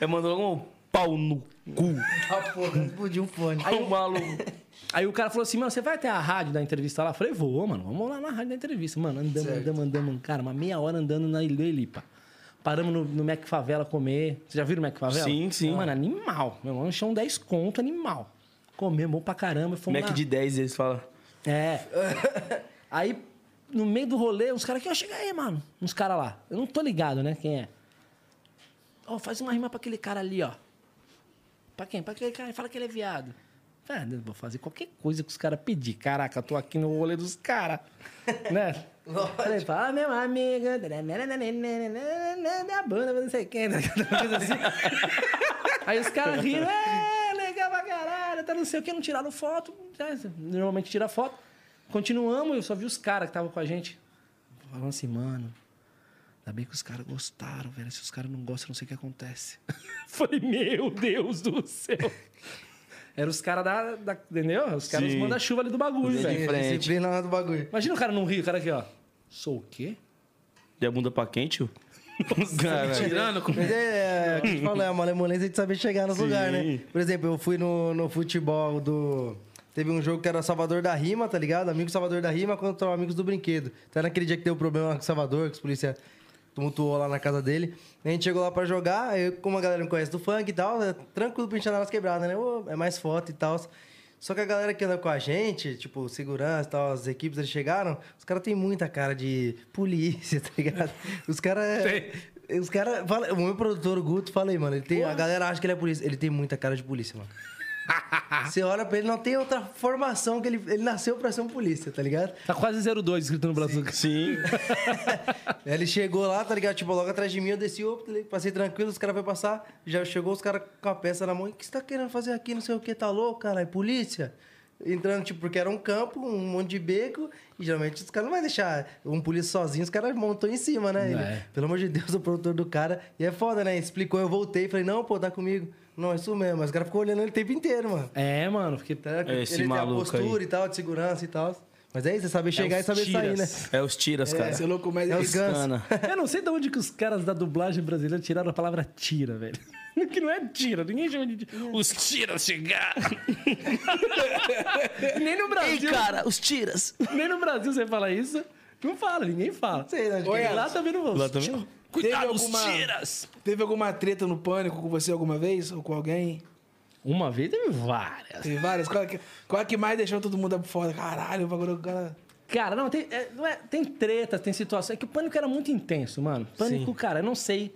Speaker 2: É, mandou um pau no cu.
Speaker 4: Ah,
Speaker 1: Tá porra, explodiu o fone.
Speaker 2: Aí o maluco.
Speaker 4: Aí o cara falou assim, mano, você vai até a rádio da entrevista lá? Eu falei, vou, mano, vamos lá na rádio da entrevista. Mano, andamos, andamos, andamos, cara, uma meia hora andando na Ilha Elipa. Paramos no, no Mac Favela comer. Vocês já viram o Mac Favela?
Speaker 2: Sim, sim.
Speaker 4: Mano, animal. Meu lanchão 10 conto, animal. Comemos bom pra caramba. Fomos
Speaker 2: Mac
Speaker 4: na-
Speaker 2: de 10, eles falam.
Speaker 4: é. aí, no meio do rolê, uns caras aqui, ó, chega aí, mano. Uns caras lá. Eu não tô ligado, né, quem é. Ó, faz uma rima pra aquele cara ali, ó. Pra quem? Pra aquele cara. Fala que ele é viado. Ah, eu vou fazer qualquer coisa que os caras pedir. Caraca, eu tô aqui no rolê dos caras. né? Falei, fala, meu amigo. Da banda, não sei quem. né? Aquela coisa assim. Aí os caras riram. É, legal pra caralho. Tá não sei o que, não tiraram foto. né? Normalmente tira foto. Continuamos, eu só vi os caras que estavam com a gente. Falando assim, mano. Ainda bem que os caras gostaram, velho. Se os caras não gostam, eu não sei o que acontece. Falei, meu Deus do céu. Eram os caras da, da- Entendeu? Os caras
Speaker 2: Sim.
Speaker 4: manda-chuva ali do bagulho,
Speaker 2: Entendi.
Speaker 4: velho.
Speaker 2: frente.
Speaker 1: Disciplina lá do bagulho.
Speaker 4: Imagina o cara não rir, o cara aqui, ó. Sou o quê?
Speaker 2: De a bunda pra quente, tio?
Speaker 3: Tirando com...
Speaker 1: Mas é, é, o que te falou, é uma malemolência de saber chegar nos lugares, né? Por exemplo, eu fui no, no futebol do. Teve um jogo que era Salvador da Rima, tá ligado? Amigos Salvador da Rima contra o Amigos do Brinquedo. Até naquele dia que deu problema com o Salvador, que os policiais tumultuou lá na casa dele. A gente chegou lá pra jogar, aí como a galera não conhece do funk e tal, é tranquilo pra gente andar nas quebradas, né? Ô, É mais foto e tal. Só que a galera que anda com a gente, tipo, segurança e tal, as equipes, eles chegaram, os caras têm muita cara de polícia, tá ligado? Os caras. é Os caras. O meu produtor, o Guto, falei, mano, ele tem, a galera acha que ele é polícia. Ele tem muita cara de polícia, mano. Você olha pra ele, não tem outra formação que ele, ele nasceu pra ser um polícia, tá ligado?
Speaker 4: Tá quase 02 escrito no braço.
Speaker 2: Sim.
Speaker 1: Aí ele chegou lá, tá ligado? Tipo, logo atrás de mim, eu desci, opa, passei tranquilo, os caras foram passar. Já chegou os caras com a peça na mão. O que você tá querendo fazer aqui? Não sei o que, tá louco, caralho? Polícia? Entrando, tipo, porque era um campo, um monte de beco, e geralmente os caras não vai deixar um polícia sozinho, os caras montam em cima, né? Ele,
Speaker 4: É.
Speaker 1: Pelo amor de Deus, o produtor do cara. E é foda, né? Explicou, eu voltei, falei, não, pô, tá comigo. Não, é isso mesmo. Mas o cara ficou olhando ele o tempo inteiro, mano.
Speaker 4: É, mano, porque tá.
Speaker 2: É. Esse
Speaker 1: ele
Speaker 2: maluco
Speaker 1: tem a postura
Speaker 2: aí.
Speaker 1: e tal, de segurança e tal. Mas é isso, é saber chegar e
Speaker 2: os
Speaker 1: saber sair, né?
Speaker 2: tiras. É os tiras, cara.
Speaker 3: Você é louco, mas
Speaker 1: É
Speaker 3: é
Speaker 1: os
Speaker 3: isso.
Speaker 1: gansos.
Speaker 2: Cana.
Speaker 4: Eu não sei de onde que os caras da dublagem brasileira tiraram a palavra tira, velho. Que não é tira, ninguém chama de tira.
Speaker 2: Os tiras chegaram.
Speaker 4: Nem no
Speaker 2: Ei,
Speaker 4: Brasil.
Speaker 2: cara, os tiras.
Speaker 4: Nem no Brasil você fala isso. Não fala, ninguém fala.
Speaker 1: sei de onde
Speaker 3: Oi,
Speaker 1: que
Speaker 3: Alex.
Speaker 4: Lá tá também não vou.
Speaker 2: Lá também.
Speaker 3: Teve
Speaker 2: Cuidado, os
Speaker 3: alguma-
Speaker 2: tiras.
Speaker 3: Teve alguma treta no pânico com você alguma vez? Ou com alguém?
Speaker 4: Uma vez teve várias.
Speaker 3: Teve várias. Qual é que, qual é que mais deixou todo mundo foda? Caralho, o bagulho do cara.
Speaker 4: Cara, não, tem, é, não é- tem treta, tem situação. É que o pânico era muito intenso, mano. Pânico, cara, eu não sei.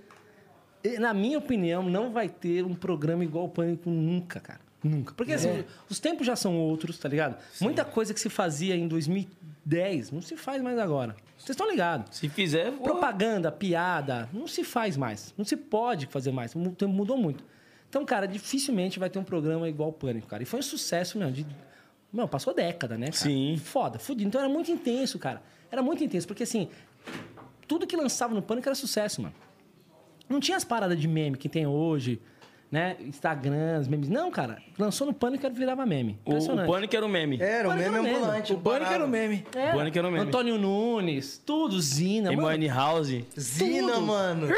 Speaker 4: E, Na minha opinião, não vai ter um programa igual o Pânico nunca, cara. Nunca. Porque assim, os tempos já são outros, tá ligado? Muita coisa que se fazia em 2010 não se faz mais agora. Vocês estão ligados?
Speaker 2: Se fizer, vou-
Speaker 4: Propaganda, piada, não se faz mais. Não se pode fazer mais. O tempo mudou muito. Então, cara, dificilmente vai ter um programa igual o Pânico, cara. E foi um sucesso, meu. De... Meu, passou década, né? cara?
Speaker 2: Sim.
Speaker 4: Foda, fudido. Então era muito intenso, cara. Era muito intenso, porque assim, tudo que lançava no Pânico era sucesso, mano. Não tinha as paradas de meme que tem hoje, né? Instagram, os memes. Não, cara. Lançou no Pânico e virava meme.
Speaker 2: o, o
Speaker 4: Impressionante.
Speaker 2: pânico era o meme.
Speaker 1: Era, o
Speaker 4: Pânico
Speaker 1: meme
Speaker 4: era o
Speaker 1: ambulante.
Speaker 3: O pânico era o meme.
Speaker 4: Era.
Speaker 2: Pânico era o meme.
Speaker 4: Antônio Nunes, tudo, Zina.
Speaker 2: Em
Speaker 4: mano.
Speaker 2: Money House.
Speaker 1: Zina,
Speaker 4: Tudo.
Speaker 1: mano.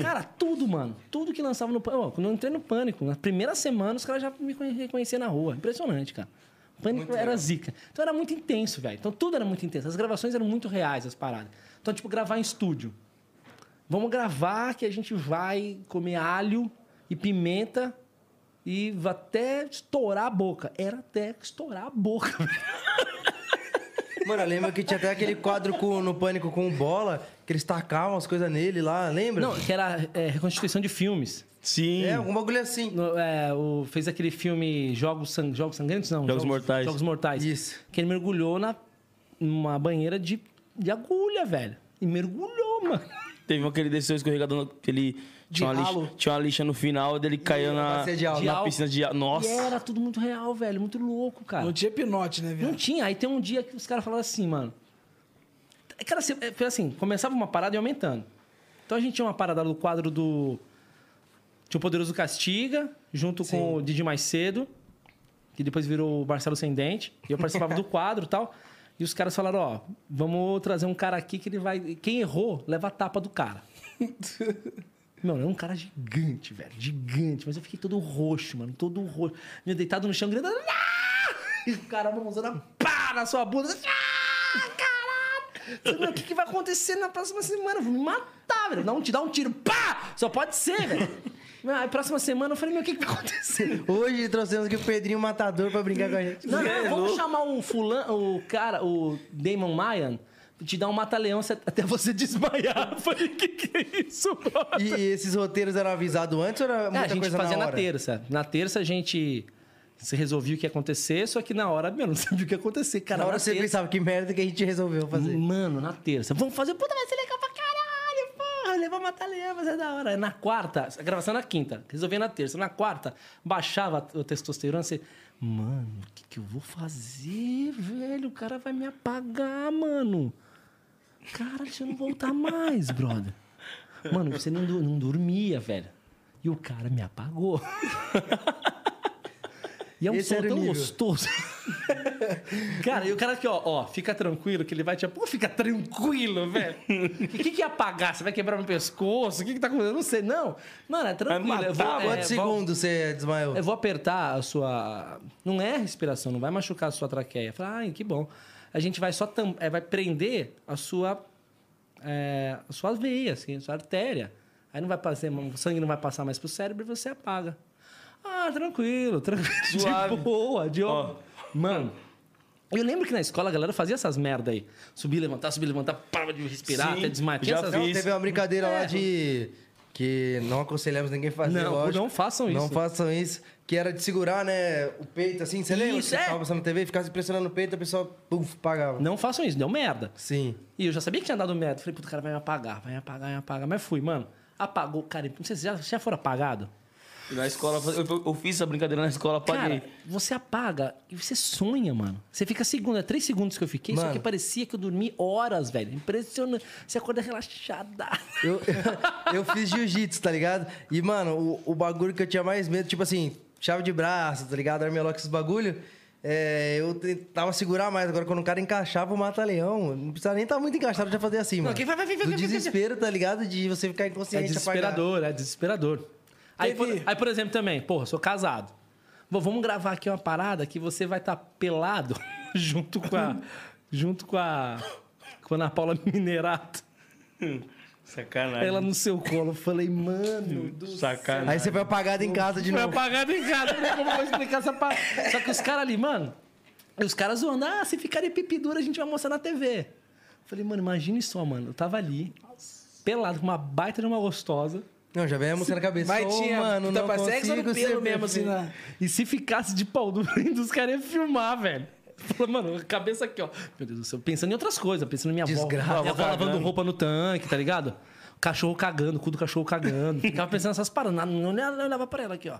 Speaker 4: Cara, tudo, mano. Tudo que lançava no pânico. Quando eu entrei no pânico, na primeira semana, os caras já me conhe- reconheciam na rua. Impressionante, cara. Pânico era zica. Então era muito intenso, velho. Então tudo era muito intenso. As gravações eram muito reais, as paradas. Então, tipo, gravar em estúdio. Vamos gravar que a gente vai comer alho e pimenta e vai até estourar a boca. Era até estourar a boca, velho.
Speaker 1: Mano, eu lembro que tinha até aquele quadro com- no Pânico com o Bola, que eles tacavam as coisas nele lá, lembra?
Speaker 4: Não, que era é, reconstituição de filmes.
Speaker 2: Sim.
Speaker 1: É, algum bagulho assim.
Speaker 4: No- é, o- fez aquele filme Jogos, Sang- Jogos Sangrentos? Não.
Speaker 2: Jogos Mortais.
Speaker 4: Jogos Mortais.
Speaker 1: Isso.
Speaker 4: Que ele mergulhou na, numa banheira de, de agulha, velho. E mergulhou, mano.
Speaker 2: Teve um que ele desceu escorregador, no- que ele
Speaker 4: De
Speaker 2: tinha uma, lixa,
Speaker 4: ralo.
Speaker 2: tinha uma lixa no final, dele caiu na,
Speaker 1: bacia de álcool.
Speaker 2: na
Speaker 4: álcool.
Speaker 2: piscina de álcool. Nossa.
Speaker 4: E era tudo muito real, velho. Muito louco, cara.
Speaker 3: Não tinha pinote, né,
Speaker 4: Não
Speaker 3: viado?
Speaker 4: tinha. Aí tem um dia que os caras falaram assim, mano. Cara, assim, é, foi assim, começava uma parada e ia aumentando. Então a gente tinha uma parada do quadro do. Tinha o Poderoso Castiga, junto com o Didi Mais Cedo, que depois virou o Marcelo Sem Dente. E eu participava do quadro e tal. E os caras falaram, ó, vamos trazer um cara aqui que ele vai. Quem errou, leva a tapa do cara. Meu, era um cara gigante, velho. Gigante. Mas eu fiquei todo roxo, mano. Todo roxo. Meu, deitado no chão, gritando. "Ah!" E o cara mãozona pá na sua bunda. Ah, caralho! Falei, Meu, o que, que vai acontecer na próxima semana? Eu vou me matar, velho. Dá um, te dá um tiro. Pá! Só pode ser, velho. Meu, Aí, próxima semana, eu falei, meu, o que, que vai acontecer?
Speaker 1: Hoje trouxemos aqui o Pedrinho Matador pra brincar com a gente.
Speaker 4: Não, não, vamos chamar o fulano, o cara, o Damon Mayan, te dar um mata-leão se- até você desmaiar. Eu falei, o que, que é isso, brother?
Speaker 1: E esses roteiros eram avisados antes ou era
Speaker 4: É,
Speaker 1: muita
Speaker 4: a gente
Speaker 1: coisa
Speaker 4: fazia
Speaker 1: na
Speaker 4: na,
Speaker 1: hora?
Speaker 4: terça. Na terça a gente se resolvia o que ia acontecer, só que na hora, meu, não sabia o que ia acontecer. Cara,
Speaker 1: Na hora você
Speaker 4: terça-
Speaker 1: pensava que merda que a gente resolveu fazer.
Speaker 4: Mano, na terça. Vamos fazer. Puta, vai ser legal pra caralho, porra. Levar matar leão, vai ser é da hora. Na quarta, a gravação é na quinta. Resolvia na terça. Na quarta, baixava o testosterona. Você, mano, o que, que eu vou fazer, velho? O cara vai me apagar, mano. Cara, deixa eu não voltar mais, brother. Mano, você não, du- não dormia, velho. E o cara me apagou. E é um
Speaker 1: Esse
Speaker 4: som
Speaker 1: era o
Speaker 4: tão
Speaker 1: nível.
Speaker 4: gostoso. Cara, e o cara aqui, ó, ó, fica tranquilo, que ele vai te. Pô, fica tranquilo, velho. O que, que ia apagar? Você vai quebrar meu pescoço? O que, que tá acontecendo? Eu não sei, não. Mano, é tranquilo. Eu vou,
Speaker 2: matar,
Speaker 4: é,
Speaker 1: Quantos
Speaker 4: vou,
Speaker 1: segundos você desmaiou?
Speaker 4: eu vou apertar a sua. Não é respiração, não vai machucar a sua traqueia. Fala, ai, que bom. A gente vai só. Tam... é, vai prender a sua. É, a sua veia, assim, a sua artéria. Aí não vai passar, o sangue não vai passar mais pro cérebro e você apaga. Ah, tranquilo, tranquilo.
Speaker 2: Suave.
Speaker 4: De boa, de
Speaker 2: Ó.
Speaker 4: Mano. Eu lembro que na escola a galera fazia essas merda aí. Subir, levantar, subir, levantar, parava de respirar,
Speaker 2: Sim,
Speaker 4: até desmaiar. Tinha
Speaker 2: já
Speaker 4: essas-
Speaker 1: Não,
Speaker 2: fiz.
Speaker 1: teve uma brincadeira lá
Speaker 4: É.
Speaker 1: de. Que não aconselhamos ninguém a fazer,
Speaker 4: Não,
Speaker 1: lógico.
Speaker 4: não façam
Speaker 1: Não
Speaker 4: isso.
Speaker 1: façam isso. Que era de segurar, né, o peito assim, você lembra?
Speaker 4: Isso,
Speaker 1: que
Speaker 4: é.
Speaker 1: Tava passando na TV, ficava pressionando o peito, a pessoa, puf, pagava.
Speaker 4: Não façam isso, deu merda.
Speaker 1: Sim.
Speaker 4: E eu já sabia que tinha dado merda. Falei, puto, o cara vai me apagar, vai me apagar, vai me apagar. Mas fui, mano. Apagou, cara. Vocês já, já foram apagados?
Speaker 2: E Na escola, eu, eu- eu fiz essa brincadeira na escola, paguei.
Speaker 4: Cara, você apaga e você sonha, mano. Você fica segundo, é três segundos que eu fiquei, só
Speaker 1: Mano.
Speaker 4: que parecia que eu dormi horas, velho. Impressionante. Você acorda relaxada. É
Speaker 1: Eu, eu fiz jiu-jitsu, tá ligado? E, mano, o, o bagulho que eu tinha mais medo, tipo assim, chave de braço, tá ligado? Armelox, esses bagulho. é, eu tentava segurar mais. Agora, quando o cara encaixava o mata-leão, não precisava nem estar muito encaixado, eu já fazia assim, mano.
Speaker 4: quem vai- vai- vai-
Speaker 1: Do
Speaker 4: vai- vai-
Speaker 1: desespero, tá ligado? De você ficar inconsciente.
Speaker 4: É desesperador, é desesperador. Aí por,
Speaker 3: Teve-
Speaker 4: aí, por exemplo, também, porra, sou casado. Vô, vamos gravar aqui uma parada que você vai estar pelado junto com a. junto com a. com a Ana Paula Minerato.
Speaker 2: Sacanagem.
Speaker 4: Ela no seu colo. Eu falei, mano.
Speaker 2: Sacanagem.
Speaker 1: Aí você foi apagado em casa de
Speaker 4: Foi
Speaker 1: novo.
Speaker 4: apagado em casa, não tem como eu vou explicar essa parte. Só que os caras ali, mano, e os caras zoando, ah, se ficar de pipi dura, a gente vai mostrar na TV. Falei, mano, imagine só, mano. Eu tava ali, pelado, com uma baita de uma gostosa.
Speaker 1: Não, já veio a música na cabeça.
Speaker 3: Mas
Speaker 1: Ô,
Speaker 3: tinha
Speaker 1: mano, não
Speaker 3: tapa sexo ou no
Speaker 1: consigo ser
Speaker 3: pelo mesmo, assim,
Speaker 1: perfeito.
Speaker 3: na...
Speaker 4: E se ficasse de pau duro ainda, os caras iam filmar, velho. Falei, mano, cabeça aqui, ó. Meu Deus do céu, pensando em outras coisas, pensando em minha avó.
Speaker 1: Desgraça,
Speaker 4: Minha avó
Speaker 1: cagando.
Speaker 4: lavando roupa no tanque, tá ligado? O cachorro cagando, o cu do cachorro cagando. Ficava pensando nessas paradas. Não, não, não olhava pra ela aqui, ó.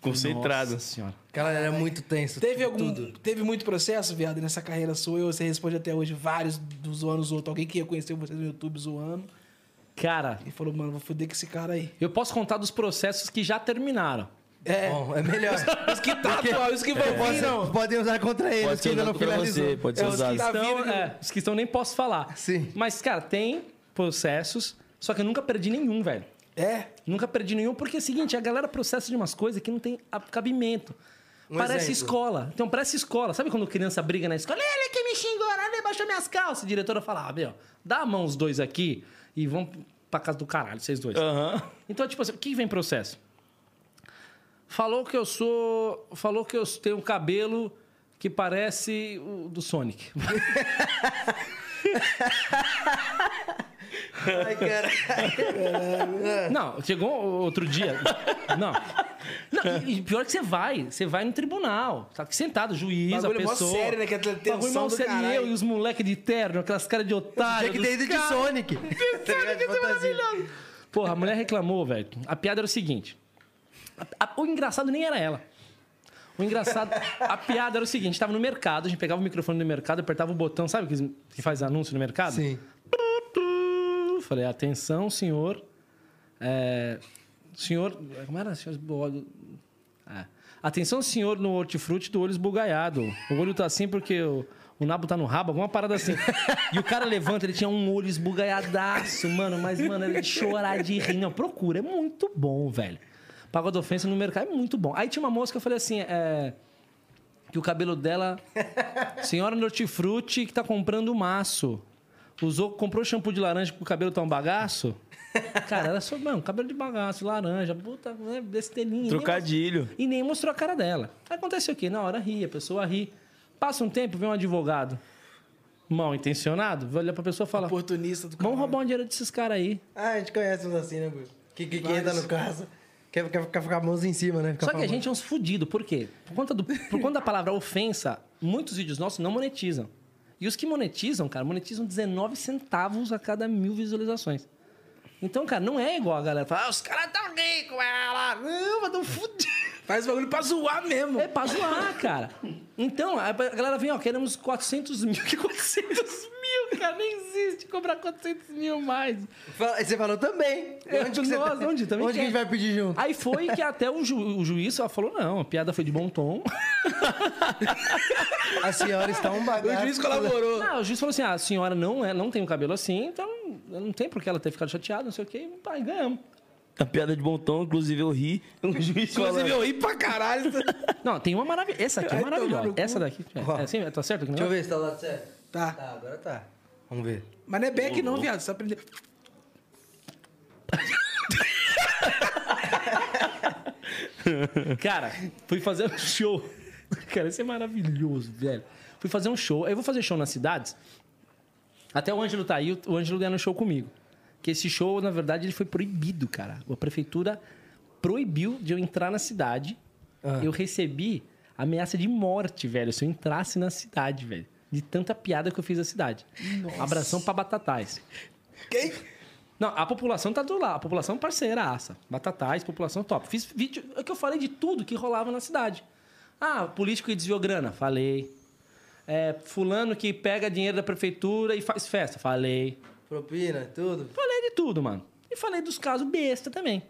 Speaker 2: Concentrado.
Speaker 4: Nossa senhora.
Speaker 1: Cara, era muito tenso. tipo,
Speaker 3: Teve algum. Teve muito processo, viado, nessa carreira sua? Ou você responde até hoje vários dos anos outros? Alguém que reconheceu você no YouTube zoando
Speaker 4: Cara,
Speaker 3: e falou, mano, vou foder com esse cara aí.
Speaker 4: Eu posso contar dos processos que já terminaram.
Speaker 3: É.
Speaker 1: Bom, é melhor.
Speaker 3: Os que tá atual, os que vão vir, não.
Speaker 1: Podem usar contra eles,
Speaker 2: Pode
Speaker 1: que
Speaker 2: ser
Speaker 1: ainda não
Speaker 2: usado pra
Speaker 1: finalizou.
Speaker 2: você, pode ser
Speaker 3: É, os que
Speaker 2: usado.
Speaker 3: tá-
Speaker 4: Então,
Speaker 3: vindo que-
Speaker 4: é, os que estão nem posso falar.
Speaker 1: um- Sim.
Speaker 4: Mas, cara, tem processos, só que eu nunca perdi nenhum, velho.
Speaker 3: É.
Speaker 4: Nunca perdi nenhum, porque é o seguinte, a galera processa de umas coisas que não tem a- cabimento.
Speaker 1: Um
Speaker 4: parece
Speaker 1: exemplo.
Speaker 4: escola. Então, parece escola. Sabe quando criança briga na escola? Ele é que me xingou, né? ele baixou minhas calças. A diretora fala, ah, meu, dá a mão os dois aqui e vão pra casa do caralho, vocês dois.
Speaker 2: Aham.
Speaker 4: Então, tipo assim, o que vem processo? Falou que eu sou. Falou que eu tenho um cabelo que parece o do Sonic.
Speaker 1: Ai, cara.
Speaker 3: É.
Speaker 4: Não, chegou outro dia. Não. Não, e e pior que você vai, você vai no tribunal, tá aqui sentado, o juiz,
Speaker 3: Bagulho
Speaker 4: a
Speaker 3: mó
Speaker 4: pessoa.
Speaker 3: sério, né, que é tensão
Speaker 4: Bagulho mó
Speaker 3: do
Speaker 4: sério,
Speaker 3: caralho.
Speaker 4: e eu e os moleques de terno, aquelas caras de otário.
Speaker 1: Jack
Speaker 4: dos
Speaker 1: David de
Speaker 4: caras.
Speaker 1: Sonic. Tá ligado? De fantasia.
Speaker 4: Porra, a mulher reclamou, velho. A piada era o seguinte. A- a- o engraçado nem era ela. O engraçado, a piada era o seguinte: tava no mercado, a gente pegava o microfone do mercado, apertava o botão, sabe que, que faz anúncio no mercado?
Speaker 1: Sim.
Speaker 4: Tu, Falei, atenção, senhor. É, senhor. Como era? Senhor do olho- é. Atenção, senhor, no hortifruti do olho esbugalhado. O olho tá assim porque o, o nabo tá no rabo, alguma parada assim. E o cara levanta, ele tinha um olho esbugalhadaço, mano. Mas, mano, ele de chorar de rir. Não, procura, é muito bom, velho. Pagode ofensa no mercado é muito bom. Aí tinha uma moça que eu falei assim, é. Que o cabelo dela. Senhora no hortifruti que tá comprando maço. Usou, comprou shampoo de laranja porque o cabelo tá um bagaço? Cara, era só, mano, cabelo de bagaço, laranja, puta, né, besteirinha. nem
Speaker 2: Trocadilho.
Speaker 4: e nem mostrou a cara dela. Acontece o quê? Na hora ri, a pessoa ri. Passa um tempo, vem um advogado mal intencionado, vai olhar pra pessoa e fala:
Speaker 3: Oportunista do cara.
Speaker 4: Vamos roubar um dinheiro desses caras aí.
Speaker 1: Ah, a gente conhece uns assim, né, Bruno? Que, que, que entra no caso. Quer, quer ficar com a mãos em cima, né? Ficar
Speaker 4: Só que a
Speaker 1: famoso.
Speaker 4: gente é uns fudidos. Por quê? Por conta, do, por conta da palavra ofensa, muitos vídeos nossos não monetizam. E os que monetizam, cara, monetizam 19 centavos a cada mil visualizações. Então, cara, não é igual a galera falar, ah, os caras tão ricos, ela. Não, mas tão fudido.
Speaker 3: Faz bagulho pra zoar mesmo.
Speaker 4: É pra zoar, cara. Então, a a galera vem, ó, queremos 400 mil. Que 400 mil, cara? Nem existe cobrar 400 mil mais.
Speaker 1: Fala- Você falou também.
Speaker 4: É,
Speaker 1: que você tá?
Speaker 4: nós, onde? Também
Speaker 1: onde que a gente
Speaker 4: quer.
Speaker 1: vai pedir junto?
Speaker 4: Aí foi que até o, ju- o juiz ó, falou, não, a piada foi de bom tom.
Speaker 1: A senhora está um bagaço.
Speaker 3: O juiz colaborou.
Speaker 4: Ah, o juiz falou assim, ah, a senhora não, é, não tem o cabelo assim, então não tem por que ela ter ficado chateada, não sei o quê. Aí ganhamos.
Speaker 2: A Tá piada de bom tom, inclusive eu ri. O juiz falando.
Speaker 3: Inclusive, eu ri pra caralho.
Speaker 4: Não, tem uma maravilhosa. Essa aqui é
Speaker 3: Vai tomar
Speaker 4: maravilhosa.
Speaker 3: no cu.
Speaker 4: Essa daqui. É, é assim, é, tá certo? aqui, não é?
Speaker 1: Deixa eu ver se tá do lado certo.
Speaker 3: Tá.
Speaker 1: Tá, agora tá. Vamos ver.
Speaker 3: Mas não é back, não, viado. Só aprender.
Speaker 4: Cara, fui fazer um show. Cara, isso é maravilhoso, velho. Fui fazer um show. Eu vou fazer show nas cidades. Até o Ângelo tá aí, o- o Ângelo ganhou um show comigo. Que esse show, na verdade, ele foi proibido, cara. A prefeitura proibiu de eu entrar na cidade. Eu recebi ameaça de morte, velho, se eu entrasse na cidade, velho. De tanta piada que eu fiz na cidade. Abração pra batatais.
Speaker 3: Quem?
Speaker 4: Não, a população tá do lado. A população parceira, aça. Batatais, população top. Fiz vídeo. É que eu falei de tudo que rolava na cidade. Ah, político que desviou grana. Falei. É, fulano que pega dinheiro da prefeitura e faz festa. Falei.
Speaker 1: Propina, tudo.
Speaker 4: Falei de tudo, mano. E falei dos casos besta também.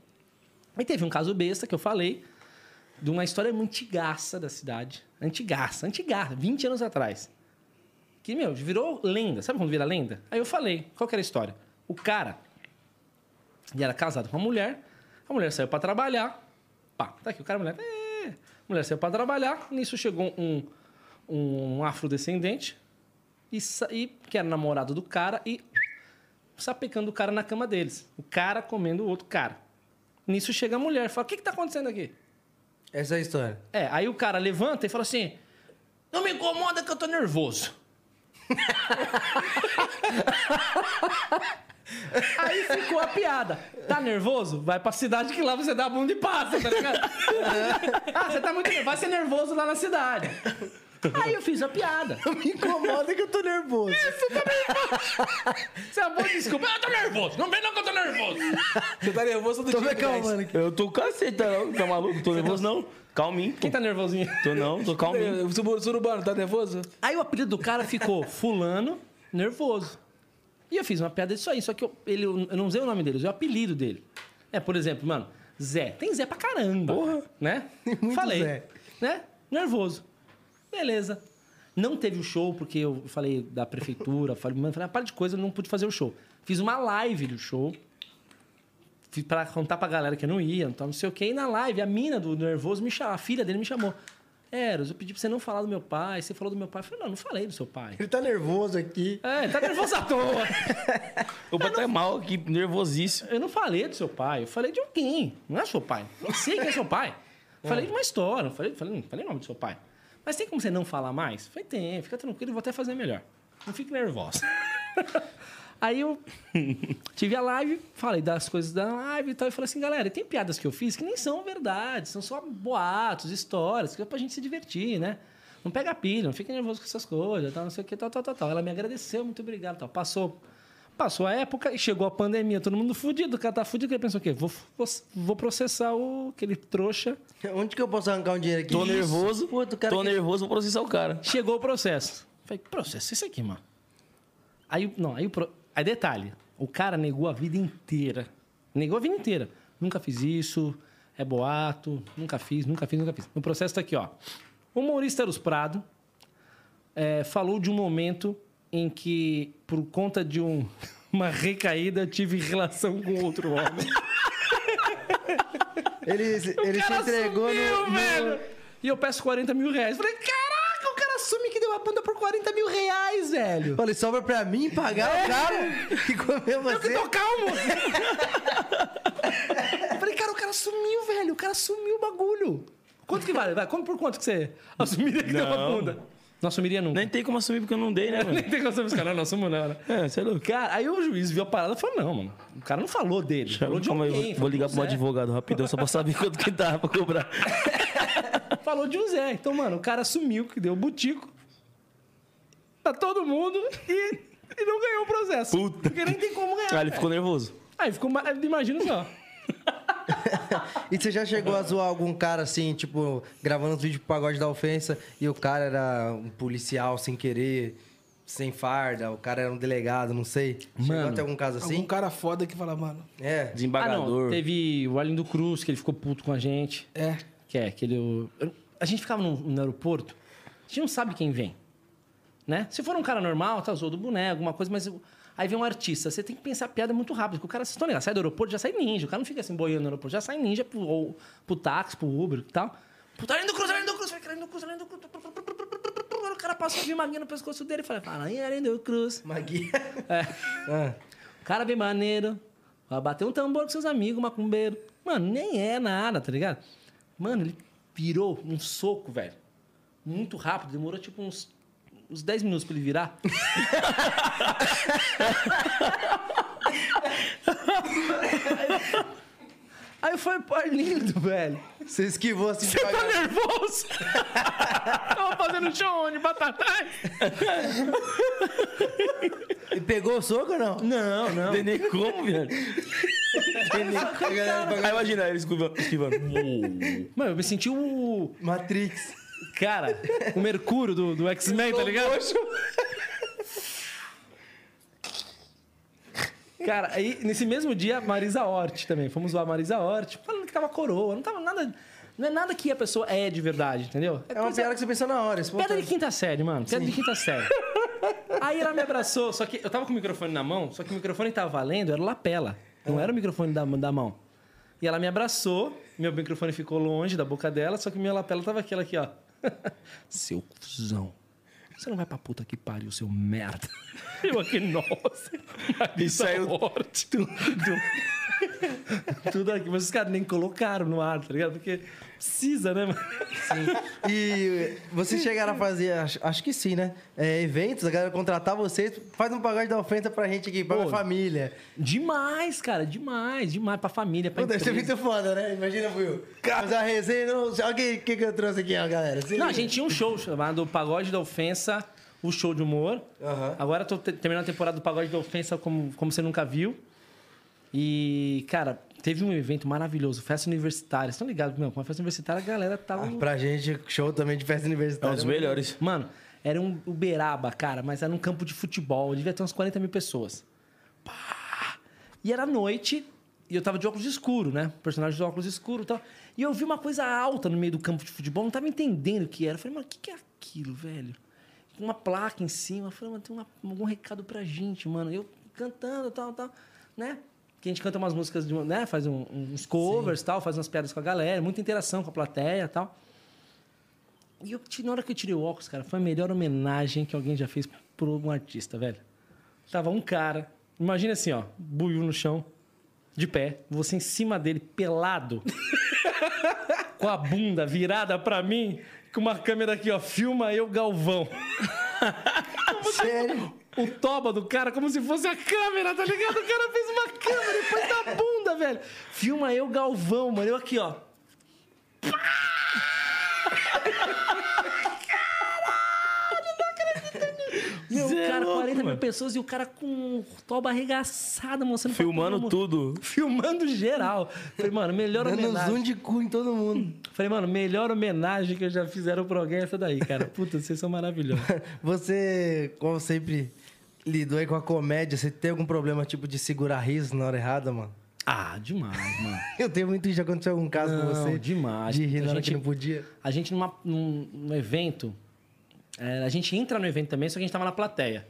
Speaker 4: Aí teve um caso besta que eu falei de uma história antigaça da cidade. Antigaça, antigaça, 20 anos atrás. Que, meu, virou lenda. Sabe quando vira lenda? Aí eu falei, qual que era a história? O cara, ele era casado com uma mulher, a mulher saiu pra trabalhar. Pá, tá aqui o cara, a mulher. É. A mulher saiu pra trabalhar, nisso chegou um, um afrodescendente, e, sa- e- que era namorado do cara, e sapecando o cara na cama deles. O cara comendo o outro cara. Nisso chega a mulher e fala: O que, que tá acontecendo aqui?
Speaker 1: Essa é a história.
Speaker 4: É, aí o cara levanta e fala assim: Não me incomoda que eu tô nervoso. aí ficou a piada. Tá nervoso? Vai pra cidade que lá você dá a bunda e passa, tá ligado? ah, você tá muito nervoso. Vai ser nervoso lá na cidade. Aí eu fiz a piada.
Speaker 1: Me incomoda que eu tô nervoso.
Speaker 4: Você é uma boa desculpa. Eu tô nervoso. Não vem não que eu tô nervoso.
Speaker 3: Você tá nervoso todo
Speaker 1: Tô me
Speaker 3: dia. guys.
Speaker 1: acalmando aqui.
Speaker 2: Eu tô caceta, não. Tá maluco? Tô nervoso, não. Calminho.
Speaker 4: Quem tá nervosinho?
Speaker 2: Tô não, tô calminho.
Speaker 3: O Suru- Surubano, tá nervoso?
Speaker 4: Aí o apelido do cara ficou Fulano Nervoso. E eu fiz uma piada disso aí, só que eu, ele, eu não usei o nome dele, eu usei o apelido dele. É, por exemplo, mano, Zé. Tem Zé pra caramba.
Speaker 2: Porra.
Speaker 4: Né?
Speaker 1: Tem muito
Speaker 4: Falei.
Speaker 1: Zé.
Speaker 4: Né? Nervoso. Beleza. Não teve o show, porque eu falei da prefeitura, falei, mano, falei uma parte de coisa, eu não pude fazer o show. Fiz uma live do show. Fiz pra contar pra galera que eu não ia, não tava, não sei o quê. E na live, a mina do nervoso, me chamou, a filha dele me chamou. Eros, eu pedi pra você não falar do meu pai, você falou do meu pai. Eu falei, não, não falei do seu pai.
Speaker 1: Ele tá nervoso aqui.
Speaker 4: É, tá nervoso à toa.
Speaker 2: Eu vou tá mal aqui, nervosíssimo.
Speaker 4: Eu não falei do seu pai, eu falei de alguém. Não é seu pai. Não sei quem é seu pai. Falei de uma história, não falei, falei, não falei o nome do seu pai. Mas tem como você não falar mais? Falei, tem, fica tranquilo, eu vou até fazer melhor. Não fique nervosa. Aí eu tive a live, falei das coisas da live e tal, e falei assim, galera, tem piadas que eu fiz que nem são verdade, são só boatos, histórias, que é pra gente se divertir, né? Não pega pilha, não fica nervoso com essas coisas, tal, não sei o que, tal, tal, tal, tal. Ela me agradeceu, muito obrigado, tal. Passou, passou a época e chegou a pandemia, todo mundo fudido, o cara tá fudido, ele pensou o quê? Vou, vou, vou processar o, aquele trouxa.
Speaker 1: Onde que eu posso arrancar um dinheiro aqui?
Speaker 2: Tô
Speaker 1: Isso.
Speaker 2: nervoso,
Speaker 1: Puta, o cara
Speaker 2: tô
Speaker 1: que-
Speaker 2: nervoso, vou processar o cara.
Speaker 4: Chegou o processo. Falei, processo isso aqui, mano. Aí, o- não, aí, o pro- aí detalhe, o cara negou a vida inteira. Negou a vida inteira. Nunca fiz isso, é boato, nunca fiz, nunca fiz, nunca fiz. O processo tá aqui, ó. O humorista Eros Prado eh, falou de um momento em que, por conta de um- uma recaída, eu tive relação com outro homem.
Speaker 1: Ele, ele se
Speaker 4: cara
Speaker 1: entregou
Speaker 4: sumiu,
Speaker 1: no, no-
Speaker 4: velho. E eu peço 40 mil reais. Falei, caraca, o cara assume que deu a banda por 40 mil reais, velho.
Speaker 1: Falei, sobra pra mim pagar o cara que comeu
Speaker 4: Eu que
Speaker 1: você.
Speaker 4: tô calmo. Eu falei, cara, o cara sumiu, velho. O cara sumiu o bagulho. Quanto que vale? Vai, quanto por quanto que você assumiria que deu uma
Speaker 2: Não.
Speaker 4: bunda? Não assumiria nunca.
Speaker 2: Nem tem como assumir porque eu não dei, né, mano?
Speaker 4: Nem tem como assumir esse cara, não assumo não, né?
Speaker 2: É, você é louco.
Speaker 4: Cara, aí o juiz viu a parada e falou, não, mano. O cara não falou dele. Falou de
Speaker 2: Calma aí, vou-
Speaker 4: alguém. falou um
Speaker 2: vou
Speaker 4: do
Speaker 2: ligar pro meu
Speaker 4: Zé.
Speaker 2: advogado rapidão só pra saber quanto que dá pra cobrar.
Speaker 4: Falou de um Zé. Então, mano, o cara assumiu que deu butico pra todo mundo e, e não ganhou o processo.
Speaker 2: Puta.
Speaker 4: Porque nem tem como ganhar.
Speaker 2: Aí Ah, ele
Speaker 4: velho.
Speaker 2: ficou nervoso.
Speaker 4: Aí ficou ma- Imagina só.
Speaker 1: E você já chegou a zoar algum cara assim, tipo, gravando os vídeos pro pagode da ofensa e o cara era um policial sem querer, sem farda, o cara era um delegado, não sei. Chegou
Speaker 4: Mano.
Speaker 1: até algum caso
Speaker 3: Algum
Speaker 1: assim?
Speaker 3: cara foda que fala, mano.
Speaker 1: É.
Speaker 2: Desembargador.
Speaker 4: Ah, Teve o Arlindo Cruz, que ele ficou puto com a gente.
Speaker 3: É.
Speaker 4: Que é, que ele. eu- A gente ficava no, no aeroporto, a gente não sabe quem vem. Né? Se for um cara normal, tá zoando do boneco, alguma coisa, mas. o- Aí vem um artista, você tem que pensar a piada muito rápido, porque o cara, vocês estão ligados, sai do aeroporto, já sai ninja. O cara não fica assim boiando no aeroporto, já sai ninja pro, ou, pro táxi, pro Uber e tal. Puta, Arlindo Cruz, Arlindo Cruz, vai, Arlindo Cruz, Arlindo Cruz. O cara passa, viu uma guia no pescoço dele e fala, fala, aí, Arlindo Cruz.
Speaker 1: Maguia.
Speaker 4: É.
Speaker 1: Ah,
Speaker 4: O cara bem maneiro. Vai bater um tambor com seus amigos, macumbeiro. Mano, nem é nada, tá ligado? Mano, ele virou um soco, velho. Muito rápido. Demorou tipo uns, uns 10 minutos pra ele virar. Aí eu falei, pô, é lindo, velho.
Speaker 1: Você esquivou assim.
Speaker 4: Você tá nervoso? Tava fazendo show onde? Batatais?
Speaker 1: E pegou o soco ou não?
Speaker 2: Não, não. Tem nem como, velho.
Speaker 1: A galera do
Speaker 2: Aí
Speaker 1: bagulho-
Speaker 2: imagina ele esquivando. esquivando.
Speaker 4: Mano, eu me senti o.
Speaker 1: Matrix.
Speaker 4: Cara, o Mercúrio do, do X-Men, tá ligado? Cara, aí nesse mesmo dia, Marisa Hort também. Fomos lá, Marisa Hort, falando que tava coroa. Não tava nada. Não é nada que a pessoa é de verdade, entendeu?
Speaker 1: É uma piada que você pensou na hora.
Speaker 4: Pedra de
Speaker 1: espontâneo.
Speaker 4: quinta série, mano. Pedra de quinta série. Aí ela me abraçou, só que eu tava com o microfone na mão, só que o microfone que tava valendo era o lapela. Não era o microfone da, da mão. E ela me abraçou, meu microfone ficou longe da boca dela, só que minha lapela tava aquela aqui, ó. Seu cuzão. Você não vai pra puta que pariu, seu merda. Eu aqui, nossa. Isso aí morte. Tudo, tudo aqui. Mas os caras nem colocaram no ar, tá ligado? Porque precisa, né, mano?
Speaker 1: E vocês chegaram a fazer, acho, acho que sim, né? É, eventos, a galera contratar vocês, faz um pagode da ofensa pra gente aqui, pra
Speaker 4: Pô.
Speaker 1: minha família.
Speaker 4: Demais, cara, demais, demais. Pra família, pra
Speaker 1: Pô, deve ser
Speaker 4: empresa.
Speaker 1: muito foda, né? Imagina, Will. Mas a resenha, não... olha o que, que que eu trouxe aqui, ó, galera. Se
Speaker 4: Não, a
Speaker 1: liga.
Speaker 4: gente tinha um show chamado Pagode da Ofensa, o show de humor.
Speaker 1: Aham.
Speaker 4: Agora eu tô te- terminando a temporada do Pagode da Ofensa como, como você nunca viu. E, cara, teve um evento maravilhoso, festa universitária. Vocês estão ligados, meu? Com a festa universitária a galera tava.
Speaker 1: Ah, pra gente, show também de festa
Speaker 2: É um
Speaker 1: universitária.
Speaker 2: dos melhores.
Speaker 4: Mano, era um Uberaba, cara, mas era um campo de futebol. Devia ter uns 40 mil pessoas. Pá! E era noite e eu tava de óculos escuro, né? Personagem de óculos escuro e tal. E eu vi uma coisa alta no meio do campo de futebol, não tava entendendo o que era. Eu falei, mano, o que, que é aquilo, velho? Uma placa em cima. Eu falei, mano, tem uma- algum recado pra gente, mano. Eu cantando, tal, tal, né? Que a gente canta umas músicas, de, uma- né? Faz um- uns covers, tal, faz umas piadas com a galera, muita interação com a plateia e tal. E eu, ti- na hora que eu tirei o óculos, cara, foi a melhor homenagem que alguém já fez por algum artista, velho. Tava um cara, imagina assim, ó, buiu no chão, de pé, você em cima dele, pelado, com a bunda virada pra mim, com uma câmera aqui, ó, filma eu, Galvão.
Speaker 1: Sério?
Speaker 4: O toba do cara, como se fosse a câmera, tá ligado? O cara fez uma câmera e pôs na bunda, velho. Filma eu, Galvão, mano, eu aqui, ó. Meu,
Speaker 2: Cê é
Speaker 4: cara,
Speaker 2: louco,
Speaker 4: 40 mil
Speaker 2: mano.
Speaker 4: pessoas e o cara com toba arregaçada, mostrando pra
Speaker 2: Filmando
Speaker 4: todo mundo.
Speaker 2: tudo.
Speaker 4: Filmando geral. Falei, mano, melhor
Speaker 1: Dando
Speaker 4: homenagem.
Speaker 1: zoom de cu em todo mundo.
Speaker 4: Falei, mano, melhor homenagem que já fizeram pra alguém é essa daí, cara. Puta, vocês são maravilhosos.
Speaker 1: Você, como sempre, lidou aí com a comédia. Você tem algum problema, tipo, de segurar riso na hora errada, mano?
Speaker 4: Ah, demais, mano.
Speaker 1: Eu tenho muito isso. Já aconteceu algum caso com
Speaker 4: Não,
Speaker 1: você?
Speaker 4: demais.
Speaker 1: De rir
Speaker 4: A
Speaker 1: na hora
Speaker 4: gente-
Speaker 1: que não podia?
Speaker 4: A gente numa, num, num evento. é, a gente entra no evento também, só que a gente tava na plateia.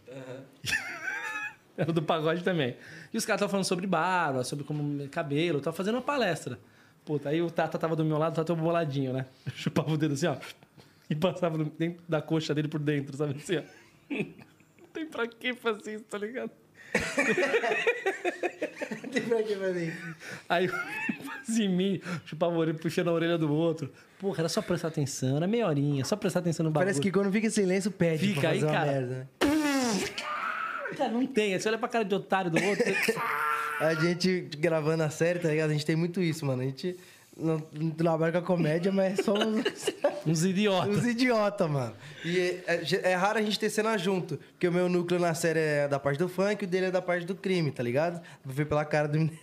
Speaker 4: Era do pagode também. E os caras estavam falando sobre barba, sobre como cabelo, tava fazendo uma palestra. Puta, aí o Tata tava do meu lado, o Tata é um boladinho, né? Eu chupava o dedo assim, ó. E passava no- dentro da coxa dele por dentro, sabe assim, ó. Não tem pra que fazer isso, tá ligado?
Speaker 1: Não tem pra que fazer isso.
Speaker 4: Aí fazia em mim, chupava a orelha, puxando a orelha do outro. Porra, era só prestar atenção, era meia horinha, só prestar atenção no bagulho.
Speaker 1: Parece que quando fica em silêncio, pede
Speaker 4: Fica
Speaker 1: pra
Speaker 4: aí,
Speaker 1: fazer uma
Speaker 4: cara.
Speaker 1: merda, né?
Speaker 4: Cara, não tem. Você olha pra cara de otário do outro.
Speaker 1: A gente gravando a série, tá ligado? A gente tem muito isso, mano. A gente não, não trabalha com a comédia, mas somos
Speaker 4: Uns idiotas.
Speaker 1: uns idiotas, mano. E é, é- é raro a gente ter cena junto, porque o meu núcleo na série é da parte do funk, o dele é da parte do crime, tá ligado? Vou ver pela cara do menino.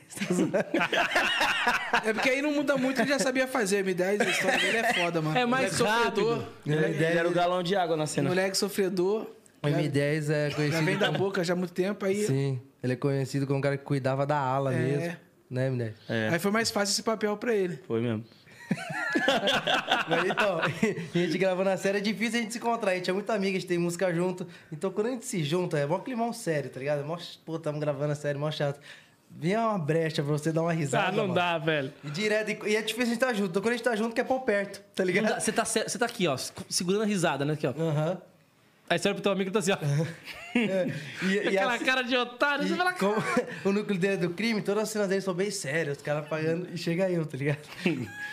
Speaker 3: É porque aí não muda muito, ele já sabia fazer. M10, a história dele é né? foda, mano.
Speaker 4: É mais
Speaker 3: Moleque sofredor,
Speaker 4: rápido.
Speaker 2: Ele é era o galão de água na cena.
Speaker 3: Moleque sofredor.
Speaker 1: O M10 é
Speaker 3: Já vem
Speaker 1: conhecido.
Speaker 3: da boca já há muito tempo, aí...
Speaker 1: Sim, ele é conhecido como o cara que cuidava da ala
Speaker 3: É.
Speaker 1: mesmo. Né, M10?
Speaker 2: É.
Speaker 3: Aí foi mais fácil esse papel pra ele.
Speaker 2: Foi mesmo.
Speaker 1: Mas então, a gente gravando a série é difícil a gente se encontrar. A gente é muito amigo, a gente tem música junto. Então, quando a gente se junta, é mó climão sério, tá ligado? É mó, pô, tamo gravando a série, mó chato. Vem uma brecha pra você dar uma risada.
Speaker 4: Ah, não
Speaker 1: mano.
Speaker 4: dá, velho.
Speaker 1: E Direto, e e é difícil a gente tá junto. Então, quando a gente tá junto, que é pau perto, tá
Speaker 4: Não
Speaker 1: ligado?
Speaker 4: dá. Você tá, se- você tá aqui, ó, segurando a risada, né? Aqui, ó.
Speaker 1: Aham.
Speaker 4: Aí você olha pro teu amigo e tá assim, ó.
Speaker 1: É. E, e
Speaker 4: Aquela
Speaker 1: as-
Speaker 4: cara de otário. Você
Speaker 1: e
Speaker 4: fala, cara.
Speaker 1: como o núcleo dele é do crime, todas as cenas dele são bem sérias, os caras pagando e chega eu, tá ligado?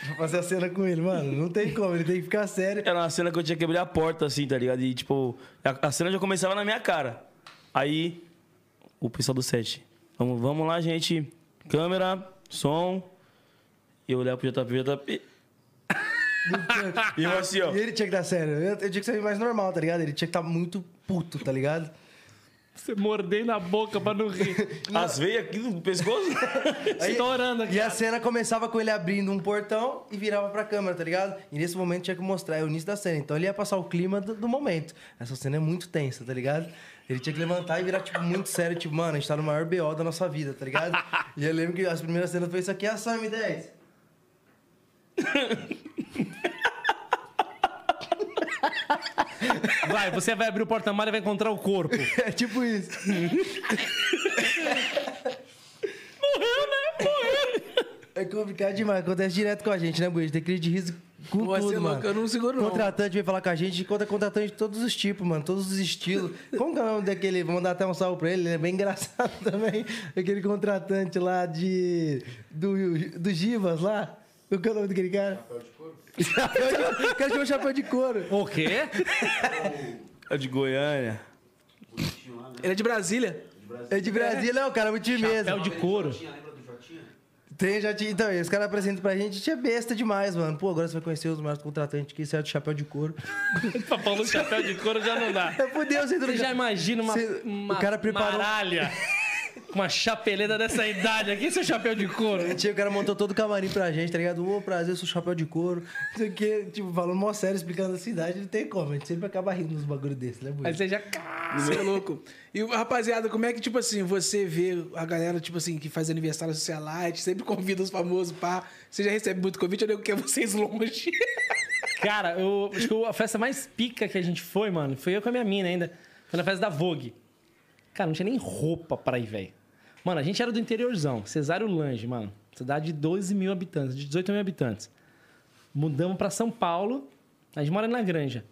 Speaker 1: Vou fazer a cena com ele, mano. Não tem como, ele tem que ficar sério.
Speaker 2: Era uma cena que eu tinha que abrir a porta, assim, tá ligado? E, tipo, a, a cena já começava na minha cara. Aí, o pessoal do set. Vamos, vamos lá, gente. Câmera, som. E eu olhava pro JP, JP. e eu assim, ó.
Speaker 1: E ele tinha que dar sério. Eu, eu tinha que ser mais normal, tá ligado? Ele tinha que estar muito puto, tá ligado?
Speaker 4: Você mordei na boca pra não rir.
Speaker 2: As veias aqui no pescoço?
Speaker 1: Aí-
Speaker 4: Estourando aqui.
Speaker 1: E a cena começava com ele abrindo um portão e virava pra câmera, tá ligado? E nesse momento tinha que mostrar é o início da cena. Então ele ia passar o clima do, do momento. Essa cena é muito tensa, tá ligado? Ele tinha que levantar e virar, tipo, muito sério, tipo, mano, a gente tá no maior BO da nossa vida, tá ligado? E eu lembro que as primeiras cenas foi isso aqui, ah, a Sam 10.
Speaker 4: Vai, você vai abrir o porta-malas e vai encontrar o corpo.
Speaker 1: É tipo isso.
Speaker 4: Morreu, né? Morreu.
Speaker 1: É complicado demais, acontece direto com a gente, né, Buiz? Tem crise de riso com
Speaker 3: Pô, você é
Speaker 1: tudo,
Speaker 3: louco,
Speaker 1: mano.
Speaker 3: eu não seguro não.
Speaker 1: Contratante vem falar com a gente, conta contratante de todos os tipos, mano, todos os estilos. Como que é o nome daquele? Vou mandar até um salve pra ele, ele é bem engraçado também. Aquele contratante lá de. do, do Givas lá. Qual que é o nome daquele cara? Chapéu de couro. o cara chama chapéu de couro.
Speaker 4: O quê?
Speaker 2: É de Goiânia.
Speaker 3: Ele é de Brasília.
Speaker 1: É de Brasília, não, cara, muito
Speaker 4: Pé
Speaker 1: mesmo.
Speaker 4: de couro.
Speaker 1: Tem, já tinha. Então, os caras apresentam pra gente, tinha besta demais, mano. Pô, agora você vai conhecer os maiores contratantes que saiu de chapéu de couro.
Speaker 4: Pra Paulo chapéu de couro já não dá.
Speaker 1: Eu fudeu, você
Speaker 4: Você já imagina uma,
Speaker 1: Cê-
Speaker 4: uma
Speaker 1: o cara preparou. um
Speaker 4: maralha com uma chapeleta dessa idade aqui, seu chapéu de couro.
Speaker 1: Tinha- O cara montou todo o camarim pra gente, tá ligado? Ô, prazer, eu sou chapéu de couro. Não sei o quê. Tipo, falando mó sério, explicando a cidade, não tem como. A gente sempre acaba rindo nos bagulho desse, né,
Speaker 4: Aí
Speaker 1: Buiu?
Speaker 4: você já...
Speaker 3: Você é louco. E, rapaziada, como é que, tipo assim, você vê a galera, tipo assim, que faz aniversário socialite, sempre convida os famosos, pá. Você já recebe muito convite, eu digo que é vocês longe.
Speaker 4: Cara, eu acho que a festa mais pica que a gente foi, mano, foi eu com a minha mina ainda. Foi na festa da Vogue. Cara, não tinha nem roupa pra ir, velho. Mano, a gente era do interiorzão, Cesário Lange, mano. Cidade de 12 mil habitantes, de 18 mil habitantes. Mudamos pra São Paulo, a gente mora na Granja.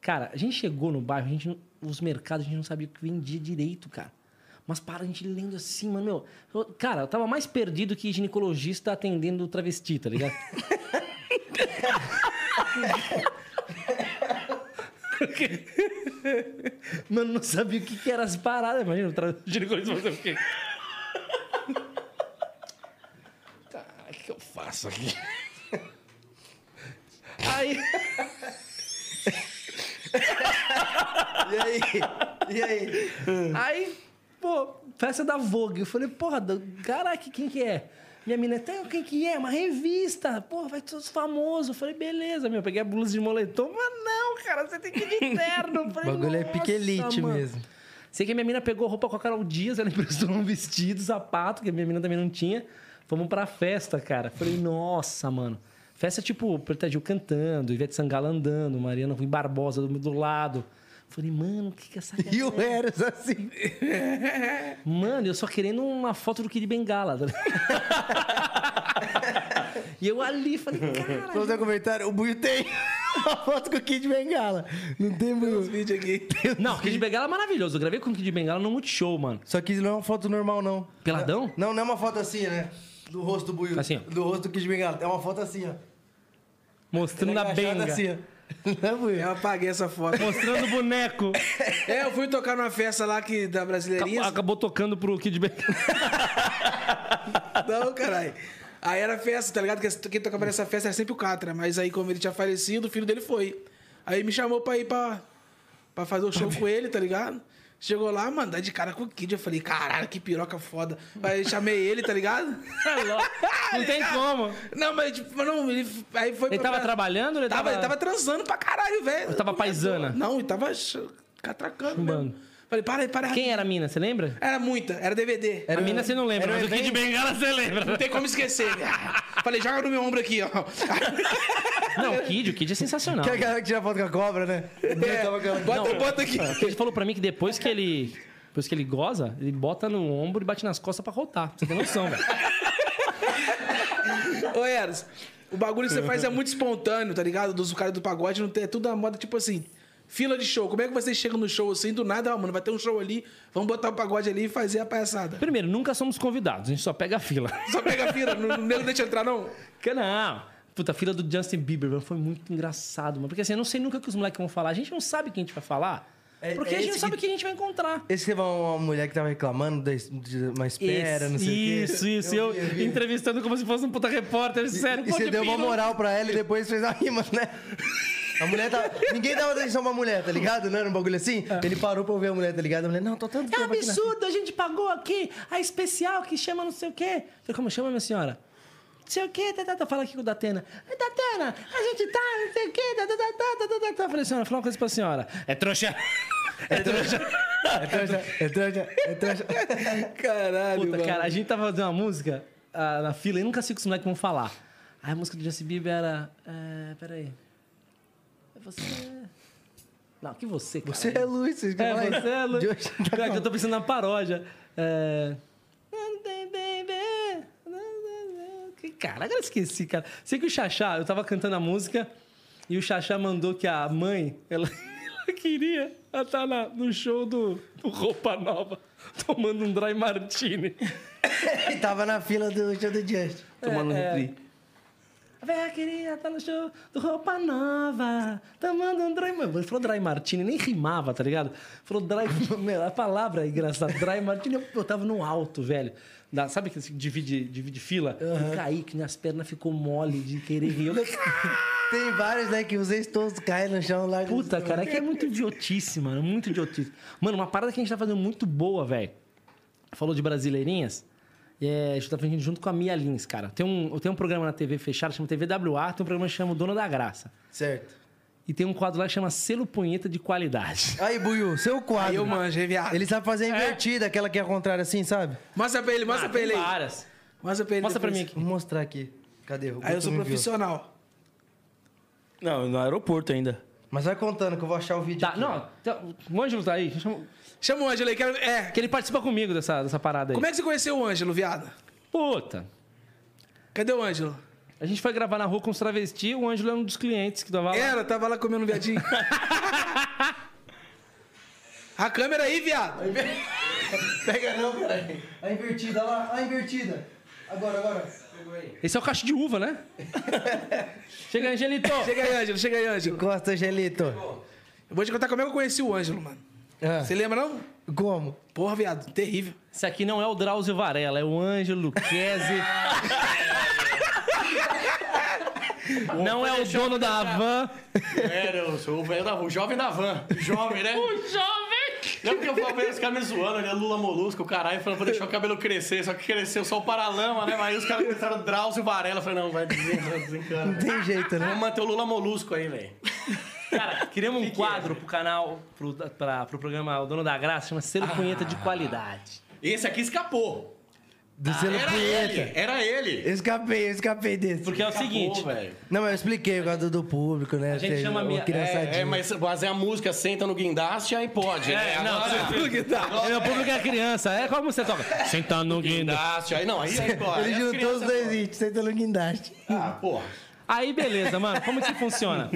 Speaker 4: Cara, a gente chegou no bairro, a gente, não- os mercados, a gente não sabia o que vendia direito, cara. Mas para, a gente lendo assim, mano, meu. eu- Cara, eu tava mais perdido que ginecologista atendendo travesti, tá ligado? Mano, não sabia o que, que eram as paradas. Imagina, tra... ginecologista fazer o quê? Cara, o que que eu faço aqui? Aí, é-
Speaker 1: E aí? E aí?
Speaker 4: aí, pô, festa da Vogue. Eu falei, porra, do- caraca, quem que é? Minha mina, até quem que é? Uma revista. Pô, vai todos famosos. Eu falei, beleza, meu. Peguei a blusa de moletom. Mas não, cara, você tem que ir de terno. Eu
Speaker 1: O
Speaker 4: Falei,
Speaker 1: bagulho é
Speaker 4: "Nossa,
Speaker 1: piquelite
Speaker 4: mano."
Speaker 1: mesmo.
Speaker 4: Sei que a minha mina pegou roupa com a Carol Dias, ela emprestou um vestido, sapato, que a minha mina também não tinha. Fomos pra festa, cara. Falei, nossa, mano. Festa tipo Preta Gil cantando, Ivete Sangalo andando, Mariana Rui Barbosa do, do lado. Falei, mano, o que que é essa
Speaker 1: E o Eros assim.
Speaker 4: Mano, eu só querendo uma foto do Kid Bengala. tá ligado? e eu ali, falei, cara...
Speaker 1: Vamos dar um comentário. O Buiu tem uma foto com o Kid Bengala. Não tem,
Speaker 3: Os
Speaker 1: Buiu.
Speaker 3: vídeos aqui.
Speaker 4: Não, Kid Bengala é maravilhoso. Eu gravei com o Kid Bengala no Multishow, mano.
Speaker 1: Só que não é uma foto normal, não.
Speaker 4: Peladão?
Speaker 1: Não, não é uma foto assim, né? Do rosto do Buiu.
Speaker 4: Assim, ó.
Speaker 1: Do rosto do Kid Bengala. É uma foto assim, ó.
Speaker 4: Mostrando a
Speaker 1: Agachado
Speaker 4: benga.
Speaker 1: assim, ó. Não é, Buiu?
Speaker 3: Eu apaguei essa foto.
Speaker 4: Mostrando o boneco.
Speaker 3: É, eu fui tocar numa festa lá que, da
Speaker 4: Acabou,
Speaker 3: Brasileirinha.
Speaker 4: acabou tocando pro Kid Bengala.
Speaker 3: Não, caralho. Aí era festa, tá ligado? Que Quem tocava nessa festa era sempre o Catra. Mas aí, como ele tinha falecido, o filho dele foi. Aí me chamou pra ir pra, pra fazer o show com ele, tá ligado? Chegou lá, mano, dá de cara com o Kid. Eu falei, caralho, que piroca foda. Aí eu chamei ele, tá ligado?
Speaker 4: É
Speaker 3: Tá
Speaker 4: Não tem como.
Speaker 3: Não, mas tipo, não, ele aí foi
Speaker 4: Ele tava trabalhando, ele
Speaker 3: Tava,
Speaker 4: tava.
Speaker 3: ele tava transando pra caralho, velho.
Speaker 4: tava paisana.
Speaker 3: Não, ele tava ch- catracando
Speaker 4: Chumbando.
Speaker 3: mesmo. Falei, para aí, para aí.
Speaker 4: Quem era a mina, você lembra?
Speaker 3: Era muita, era DVD.
Speaker 4: a mina você não lembra,
Speaker 1: era um
Speaker 4: mas o Kid
Speaker 1: evento.
Speaker 4: Bengala você
Speaker 3: Não
Speaker 4: lembra.
Speaker 3: tem como esquecer, velho. Falei, joga no meu ombro aqui, ó.
Speaker 4: Não, o Kid, o Kid é sensacional.
Speaker 1: Que é a galera que tira foto com a cobra, né? Eu tava com ela.
Speaker 3: É, Bota, bota aqui.
Speaker 4: O Kid falou pra mim que depois que ele. Depois que ele goza, ele bota no ombro e bate nas costas pra rotar. Você tem noção, velho.
Speaker 3: Ô, Eros, o bagulho que você faz é muito espontâneo, tá ligado? Dos caras do pagode, não tem, é tudo na moda, tipo assim, fila de show. Como é que vocês chegam no show assim, do nada, ó, mano, vai ter um show ali, vamos botar o pagode ali e fazer a palhaçada.
Speaker 4: Primeiro, nunca somos convidados, a gente só pega a fila.
Speaker 3: Só pega a fila, não, não deixa entrar, não.
Speaker 4: Que não. Puta, a fila do Justin Bieber, mano, foi muito engraçado, mano. Porque assim, eu não sei nunca o que os moleques vão falar. A gente não sabe o que a gente vai falar.
Speaker 1: É-
Speaker 4: Porque
Speaker 1: é
Speaker 4: a gente
Speaker 1: esse
Speaker 4: não sabe o
Speaker 1: que-
Speaker 4: que a gente vai encontrar.
Speaker 1: Esse teve uma, uma mulher que tava reclamando da, de uma espera, não sei o quê.
Speaker 4: isso, isso. Eu,
Speaker 1: vi, eu vi.
Speaker 4: entrevistando como se fosse um puta repórter, sério.
Speaker 1: E
Speaker 4: pô,
Speaker 1: você
Speaker 4: de
Speaker 1: deu uma
Speaker 4: pino.
Speaker 1: moral pra ela e depois fez a rima, né? A mulher tava. Ninguém dava atenção pra mulher, tá ligado? Não era um bagulho assim? Ele parou pra ouvir a mulher, tá ligado? A mulher, não, tô tanto
Speaker 4: É um
Speaker 1: tempo aqui na-
Speaker 4: absurdo, a gente pagou aqui a especial que chama não sei o quê. Eu Falei, como chama, minha senhora? Não sei o quê, tá, tá, tá. fala aqui com o Datena. "Ai, Datena, a gente tá, não sei o quê, tá, tá, tá, tá, tá, tá, tá. Eu Falei, senhora, fala uma coisa pra senhora. É trouxa. É trouxa.
Speaker 1: É trouxa, é trouxa, é trouxa.
Speaker 3: Caralho,
Speaker 4: Puta,
Speaker 3: mano.
Speaker 4: cara, a gente tava fazendo uma música ah, na fila e nunca sei o que os moleques vão falar. Aí a música do Justin Bieber era. É, peraí. É Você. Não, que você, cara.
Speaker 1: Você é luz, vocês querem
Speaker 4: É,
Speaker 1: falar isso?
Speaker 4: Marcelo.
Speaker 1: De hoje-
Speaker 4: Pior que eu tô pensando na paródia. É... Que Cara, agora eu esqueci, cara. Sei que o Xaxá, eu tava cantando a música e o Xaxá mandou que a mãe, ela, ela queria ela tá na- no show do, do Roupa Nova, tomando um dry martini.
Speaker 1: E tava na fila do show do Just.
Speaker 2: Tomando um
Speaker 4: É, é.
Speaker 2: refri.
Speaker 4: A velha queria tá no show do Roupa Nova, tomando um dry... Mano, ele falou dry martini, nem rimava, tá ligado? Falou dry... Meu, a palavra é engraçada, dry martini, eu, eu tava no alto, velho. Da- sabe que se divide, divide fila? Eu caí, que minhas pernas ficou mole de querer rir. Eu,
Speaker 1: Tem vários, né, que vocês todos caem no chão lá.
Speaker 4: puta, cara, é que é muito idiotice, mano, muito idiotice. Mano, uma parada que a gente tá fazendo muito boa, velho. Falou de brasileirinhas. É, a gente tá fazendo junto com a Mia Lins, cara. Tem um, eu tenho um programa na TV fechada, chama TVWA, tem um programa que chama O Dono da Graça.
Speaker 1: Certo.
Speaker 4: E tem um quadro lá que chama Selo Punheta de Qualidade.
Speaker 1: Aí, Buiu, seu quadro.
Speaker 3: Aí eu manjo, hein, viado?
Speaker 1: Ele sabe fazer invertida, aquela que é ao contrário assim, sabe?
Speaker 3: Mostra pra ele, mostra
Speaker 4: Ah,
Speaker 3: pra
Speaker 4: tem
Speaker 3: ele aí.
Speaker 4: várias.
Speaker 3: Mostra pra ele.
Speaker 4: Mostra pra
Speaker 3: depois.
Speaker 4: mim aqui.
Speaker 1: Vou mostrar aqui. Cadê? O
Speaker 3: Aí eu
Speaker 1: Guto
Speaker 3: sou
Speaker 1: me enviou.
Speaker 3: profissional.
Speaker 2: Não, no aeroporto ainda.
Speaker 1: Mas vai contando que eu vou achar o vídeo.
Speaker 4: Tá,
Speaker 1: aqui.
Speaker 4: não, tá, o Ângelo tá aí. chama-
Speaker 3: Chama o Ângelo aí, quero. É.
Speaker 4: que ele participa comigo dessa, dessa parada aí.
Speaker 3: Como é que você conheceu o Ângelo, viado?
Speaker 4: Puta.
Speaker 3: Cadê o Ângelo?
Speaker 4: A gente foi gravar na rua com os travestis, o Ângelo é um dos clientes que tava lá.
Speaker 3: Era, tava lá comendo um viadinho. A câmera aí, viado.
Speaker 1: Pega não, caralho. A invertida, olha lá, a invertida. Agora, agora.
Speaker 4: Esse é o cacho de uva, né? Chega, Angelito.
Speaker 3: Chega aí, Ângelo, chega aí, Ângelo.
Speaker 1: Costa, Angelito.
Speaker 3: Eu vou te contar como é que eu conheci o Ângelo, mano.
Speaker 1: Ah,
Speaker 3: Você lembra, não?
Speaker 1: Como?
Speaker 3: Porra, viado, terrível.
Speaker 4: Esse aqui não é o Drauzio Varela, é o Ângelo Luquezzi. não é o dono da Havan.
Speaker 5: Era, eu sou É, né, o velho da rua, jovem da van. Jovem, né?
Speaker 4: Jovem!
Speaker 5: Lembra que eu falei, os caras me zoando, né? Lula Molusco, o caralho, falando pra deixar o cabelo crescer, só que cresceu só o paralama, né? Mas aí os caras começaram Drauzio Varela. Eu falei, não, vai desencana,
Speaker 1: Não
Speaker 5: desencana.
Speaker 1: tem jeito, né?
Speaker 5: Vamos manter o Lula Molusco aí, velho.
Speaker 4: Cara, criamos um
Speaker 5: é?
Speaker 4: quadro pro canal, pro, pra, pro programa O Dono da Graça, chama Selo
Speaker 5: Ah.
Speaker 4: Punheta de Qualidade.
Speaker 5: Esse aqui escapou.
Speaker 1: Do selo
Speaker 5: Era
Speaker 1: punheta.
Speaker 5: ele, era ele.
Speaker 1: Eu escapei, eu escapei desse.
Speaker 4: Porque é o seguinte,
Speaker 5: velho.
Speaker 1: Não, mas eu expliquei o causa do público, né? A
Speaker 4: gente chama a minha-
Speaker 5: É, é, mas fazer a música senta no guindaste, aí pode.
Speaker 4: É,
Speaker 5: né?
Speaker 4: não,
Speaker 5: Agora-
Speaker 4: não. meu público é criança, é como você toca. Sentando no guinda.
Speaker 5: guindaste, aí não, aí, aí pode.
Speaker 1: Ele
Speaker 5: Aí as
Speaker 1: juntou os
Speaker 5: crianças-
Speaker 1: dois hits, senta no guindaste.
Speaker 5: Ah, porra.
Speaker 4: Aí, beleza, mano, como que funciona?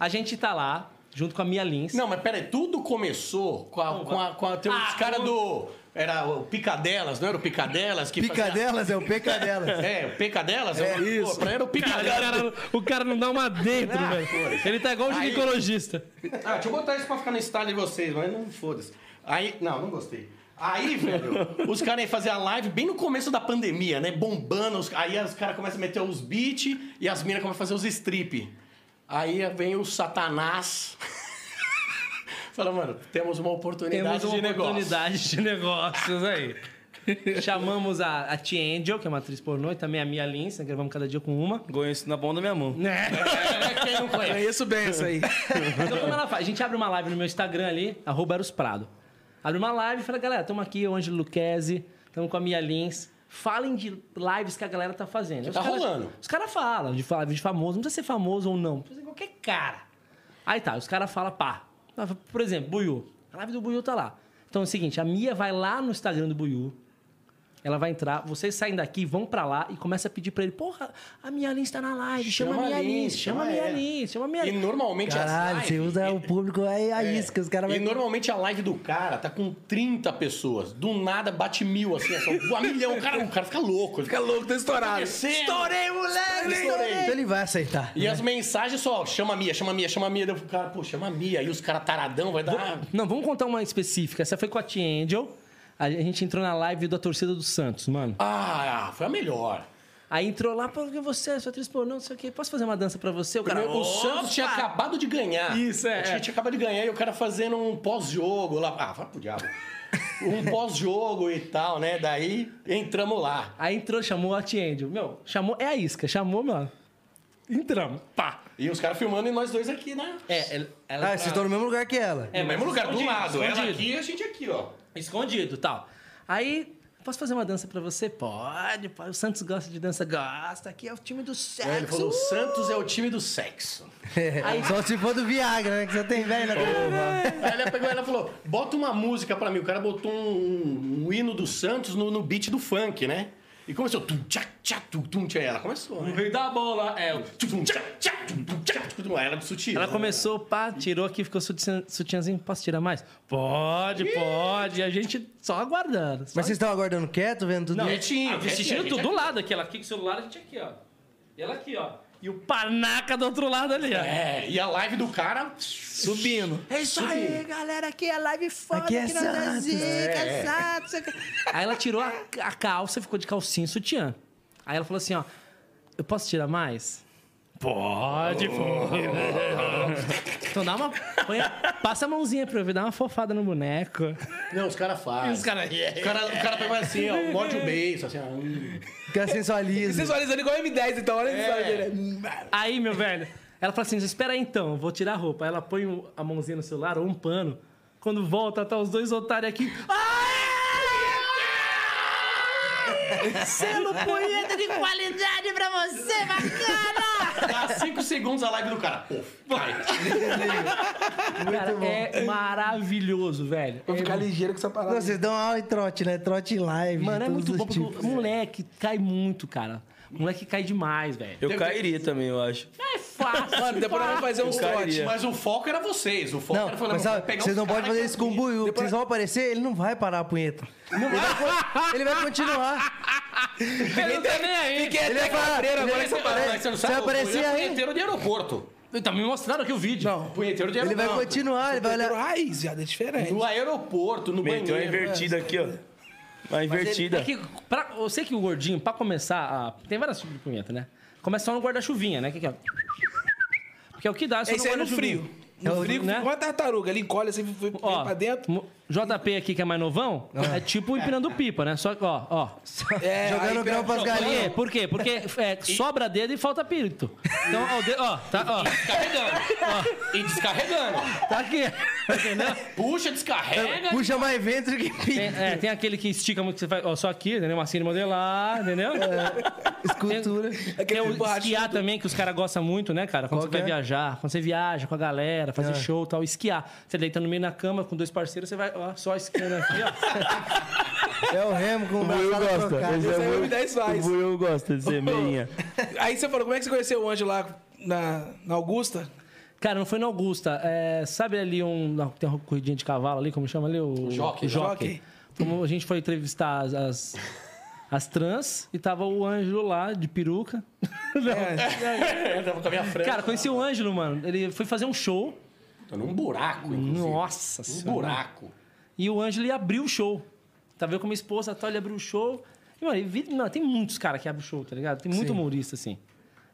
Speaker 4: A gente tá lá, junto com a Mia Lins.
Speaker 5: Não, mas peraí, tudo começou com a. Com a, com a tem uns
Speaker 4: Ah,
Speaker 5: caras
Speaker 4: com-
Speaker 5: do. Era o Picadelas, não era o Picadelas? Que fazia-
Speaker 1: Picadelas é o pecadelas.
Speaker 5: É, o Picadelas? É, isso. Pô,
Speaker 4: Cara,
Speaker 5: era o
Speaker 4: o,
Speaker 5: Picadelas.
Speaker 4: cara, o cara não dá uma dentro, velho. Ele tá igual o
Speaker 5: Ah, Aí-
Speaker 4: ginecologista.
Speaker 5: Ah, deixa eu botar isso pra ficar no style de vocês, mas não foda-se. Aí, não, não gostei. Aí, velho, os caras iam fazer a live bem no começo da pandemia, né? Bombando. os- aí os caras começam a meter os beats e as minas começam a fazer os strip. Aí vem o Satanás. Fala, mano, temos uma oportunidade
Speaker 4: Temos uma
Speaker 5: de negócio.
Speaker 4: oportunidade de negócios aí. Chamamos a, a Tia Angel, que é uma atriz pornô, e também a Mia Lins, né, gravamos cada dia com uma.
Speaker 2: Conheço na ponta da minha mão.
Speaker 4: Né?
Speaker 5: Quem não conhece?
Speaker 3: Conheço bem essa aí.
Speaker 4: Então, como ela faz? A gente abre uma live no meu Instagram ali, arroba Eros Prado. Abre uma live e fala, galera, estamos aqui, eu, Ângelo Luquezzi, estamos com a Mia Lins. Falem de lives que a galera tá fazendo. Aí os
Speaker 5: tá
Speaker 4: caras-
Speaker 5: rolando.
Speaker 4: Os caras falam de live de famoso, não precisa ser famoso ou não, precisa ser qualquer cara. Aí tá, os caras falam, pá. Por exemplo, Buiu. A live do Buiu tá lá. Então é o seguinte, a Mia vai lá no Instagram do Buiu, Ela vai entrar, vocês saem daqui, vão pra lá e começa a pedir pra ele: Porra, a minha Alice tá na live, chama, a minha Alice, chama a minha
Speaker 5: ela.
Speaker 4: Alice, chama a minha
Speaker 5: E
Speaker 4: Alice.
Speaker 5: normalmente
Speaker 1: Caralho,
Speaker 5: as
Speaker 1: você
Speaker 5: lives...
Speaker 1: usa o público, aí a isca, os caras
Speaker 5: É. E
Speaker 1: vai...
Speaker 5: normalmente a live do cara tá com 30 pessoas. Do nada bate mil, assim, é só um milhão. O cara, o cara fica louco. Ele fica
Speaker 3: Fica louco, tá estourado.
Speaker 5: descendo.
Speaker 1: moleque! Então ele vai aceitar.
Speaker 5: E as mensagens só, chama a Mia, chama a Mia, chama a Mia. Daí o cara, pô, chama a Mia. Aí os caras taradão, vai dar...
Speaker 4: Não, vamos contar uma específica. Essa foi com a Tia Angel. A gente entrou na live da torcida do Santos, mano.
Speaker 5: Ah, foi a melhor.
Speaker 4: Aí entrou lá, pô, porque você é sua atriz pornô, não sei o quê. Posso fazer uma dança pra você? O cara,
Speaker 5: Primeiro, o Santos tinha acabado de ganhar.
Speaker 3: Tá, Isso, é.
Speaker 5: A gente tinha acabado de ganhar e o cara fazendo um pós-jogo lá. Ah, vai pro diabo. um pós-jogo e tal, né? Daí entramos lá.
Speaker 4: Aí entrou, chamou a Tia Angel. Meu, chamou, é a isca, chamou, mano. Entramos, pá.
Speaker 5: E os caras filmando e nós dois aqui, né?
Speaker 4: É, ela. ela-
Speaker 1: Ah, vocês estão no mesmo lugar que ela.
Speaker 5: É, no mesmo lugar, do
Speaker 4: escondido,
Speaker 5: lado. Ela
Speaker 4: escondido.
Speaker 5: aqui e a gente aqui, ó.
Speaker 4: Escondido tal. Aí, posso fazer uma dança pra você? Pode, pode. O Santos gosta de dança, gosta. Aqui é o time do sexo.
Speaker 5: Ele falou, Santos é o time do sexo.
Speaker 4: Aí-
Speaker 1: Só se for do Viagra, né? Que você tem velho na cabeça.
Speaker 5: Aí ela pegou ela falou, bota uma música pra mim. O cara botou um, um hino do Santos no, no beat do funk, né? E começou, tum, tchá, tchá, tum, tum, tchá. Ela começou, né?
Speaker 4: Rei da bola é o...
Speaker 5: Tum, tchá, tchá, tum, tum, tchá, tum, tum. Ela do sutiã.
Speaker 4: Ela
Speaker 5: né?
Speaker 4: começou, pá, tirou aqui, ficou sutiã- sutiãzinho. Posso tirar mais? Pode, pode. E a gente só aguardando. Só
Speaker 1: Mas vocês estão aguardando quieto, vendo tudo? isso?
Speaker 5: Quietinho,
Speaker 4: Ah,
Speaker 5: quietinho,
Speaker 4: vestindo
Speaker 5: a
Speaker 4: tudo
Speaker 5: gente
Speaker 4: do lado aqui, ela aqui com o celular, a gente aqui, ó. E ela aqui, ó. E o panaca do outro lado ali, ó.
Speaker 5: É, e a live do cara.
Speaker 4: Subindo. É isso aí, galera. Aqui é live foda,
Speaker 1: Aqui é
Speaker 4: nós é
Speaker 1: Santos.
Speaker 4: zica, é Santos, sei o quê. Aí ela tirou a, a calça, ficou de calcinha e sutiã. Aí ela falou assim, ó. Eu posso tirar mais? Pode, pode. então dá uma. põe- passa a mãozinha pra eu ver, dá uma fofada no boneco.
Speaker 5: Não, os caras fazem. Os
Speaker 4: cara-
Speaker 5: O cara, o cara pegou assim, ó, morde o beijo, assim, ó. hum.
Speaker 1: Fica sensualiza.
Speaker 3: Vocês olham igual M10, então olha
Speaker 5: É.
Speaker 3: isso aí.
Speaker 4: Aí, meu velho, ela fala assim: espera aí então, eu vou tirar a roupa. Aí ela põe o- a mãozinha no celular ou um pano. Quando volta, tá os dois otários aqui. Ai! Selo punheta de qualidade pra você, bacana!
Speaker 5: Dá Tá cinco segundos a live do cara. Pô, vai.
Speaker 4: Cara, é maravilhoso, velho.
Speaker 3: Vou ficar ligeiro com essa
Speaker 1: Não,
Speaker 3: parada.
Speaker 1: vocês dão aula em trote, né? Trote em live. tipo.
Speaker 4: Mano, é
Speaker 1: de todos
Speaker 4: muito
Speaker 1: os
Speaker 4: bom porque
Speaker 1: tipos.
Speaker 4: o moleque cai muito, cara. O moleque cai demais, velho.
Speaker 2: Eu cairia também, eu acho.
Speaker 4: É fácil.
Speaker 3: Mano, depois nós vamos fazer um
Speaker 2: cairia.
Speaker 3: trote.
Speaker 5: Mas o foco era vocês. O foco
Speaker 1: Então, Não,
Speaker 5: era falar,
Speaker 1: mas
Speaker 5: vou
Speaker 1: sabe,
Speaker 5: pegar
Speaker 1: vocês
Speaker 5: os
Speaker 1: não podem
Speaker 5: caras
Speaker 1: fazer
Speaker 5: que- é
Speaker 1: isso com o Buiu. porque Vocês vão aparecer, ele não vai parar a punheta. Ele vai, con- ele vai continuar.
Speaker 4: ele não tá nem aí.
Speaker 3: Fiquei
Speaker 1: Ele vai
Speaker 3: até com a
Speaker 1: falar.
Speaker 3: cabreira
Speaker 1: Ele
Speaker 3: agora
Speaker 1: vai
Speaker 3: que essa parada.
Speaker 1: aparecer, você vai aparecer
Speaker 5: Eu era
Speaker 1: aí.
Speaker 5: punheteiro de aeroporto.
Speaker 4: Então, me mostraram aqui o vídeo.
Speaker 3: Não,
Speaker 5: Punheteiro de
Speaker 1: Ele
Speaker 5: aeroporto.
Speaker 1: vai continuar, ele vai
Speaker 3: Olha...
Speaker 1: olhar.
Speaker 3: raiz, viado, é diferente.
Speaker 5: No aeroporto,
Speaker 4: um
Speaker 5: no
Speaker 2: Meteu uma
Speaker 5: banheiro.
Speaker 2: invertida aqui, ó. Uma invertida.
Speaker 4: né? É que pra- eu sei que o gordinho, pra começar, a- tem vários tipos de punheta, né? Começa só no guarda-chuvinha, né? Que que é? Porque é o que dá, só
Speaker 3: Esse aí é no
Speaker 4: guarda-chuvinha.
Speaker 3: frio.
Speaker 4: É
Speaker 3: No
Speaker 4: o-
Speaker 3: frio,
Speaker 4: né?
Speaker 3: igual a tartaruga. Ele encolhe assim, vem
Speaker 4: Ó,
Speaker 3: pra dentro. Ah.
Speaker 4: mo- JP aqui, que é mais novão, é tipo o empinando pipa, né? Só que, ó, ó.
Speaker 3: É,
Speaker 1: Jogando
Speaker 3: aí
Speaker 1: grão
Speaker 3: pega-
Speaker 1: pras
Speaker 4: Por quê?
Speaker 1: galinhas.
Speaker 4: Por quê? Porque é, sobra dedo e falta pirito. Então, ó, o dedo- ó, tá, ó,
Speaker 5: Descarregando. E descarregando.
Speaker 4: tá aqui. Entendeu?
Speaker 5: Puxa, descarrega.
Speaker 1: Puxa mais vento do que
Speaker 4: Tem,
Speaker 1: pica.
Speaker 4: é, tem aquele que estica muito, que você faz, ó, só aqui, entendeu? Massinha de modelar, entendeu?
Speaker 3: É.
Speaker 1: Escultura.
Speaker 4: Tem É o
Speaker 3: Aquele borrachudo.
Speaker 4: esquiar também, que os caras gostam muito, né, cara? Quando
Speaker 1: Qual
Speaker 4: você
Speaker 1: que
Speaker 4: vai
Speaker 1: é?
Speaker 4: viajar, quando você viaja com a galera, fazer show e tal, esquiar. Você deita no meio na cama com dois parceiros, você vai, ó, só esquiando aqui, ó.
Speaker 1: É o remo com o braço
Speaker 2: Buiu
Speaker 1: trocado.
Speaker 2: esse é
Speaker 3: Esse aí
Speaker 2: o
Speaker 3: o
Speaker 2: Buiu-
Speaker 3: M10 faz.
Speaker 2: O Buiu gosta de ser meinha.
Speaker 3: Aí você falou, como é que você conheceu o Anjo lá na, na Augusta?
Speaker 4: Cara, não foi na Augusta. é, sabe ali um. não, Tem uma corridinha de cavalo ali, como chama ali? O
Speaker 5: Jockey. né?
Speaker 4: o jockey.
Speaker 3: Jockey.
Speaker 4: Fomos- a gente foi entrevistar as, as, as trans e tava o Ângelo lá, de peruca.
Speaker 1: É.
Speaker 5: Eu tava com a minha frente.
Speaker 4: Cara, conheci o Ângelo, mano. Ele foi fazer um show.
Speaker 5: Tô num buraco, inclusive.
Speaker 4: Nossa
Speaker 5: Um
Speaker 4: senhora.
Speaker 5: buraco.
Speaker 4: E o Ângelo ele abriu o show. Tá Tava eu com minha esposa, tal, ele abriu o show. E, mano, ele vi- não, tem muitos caras que abrem o show, tá ligado? Tem muito humorista, assim.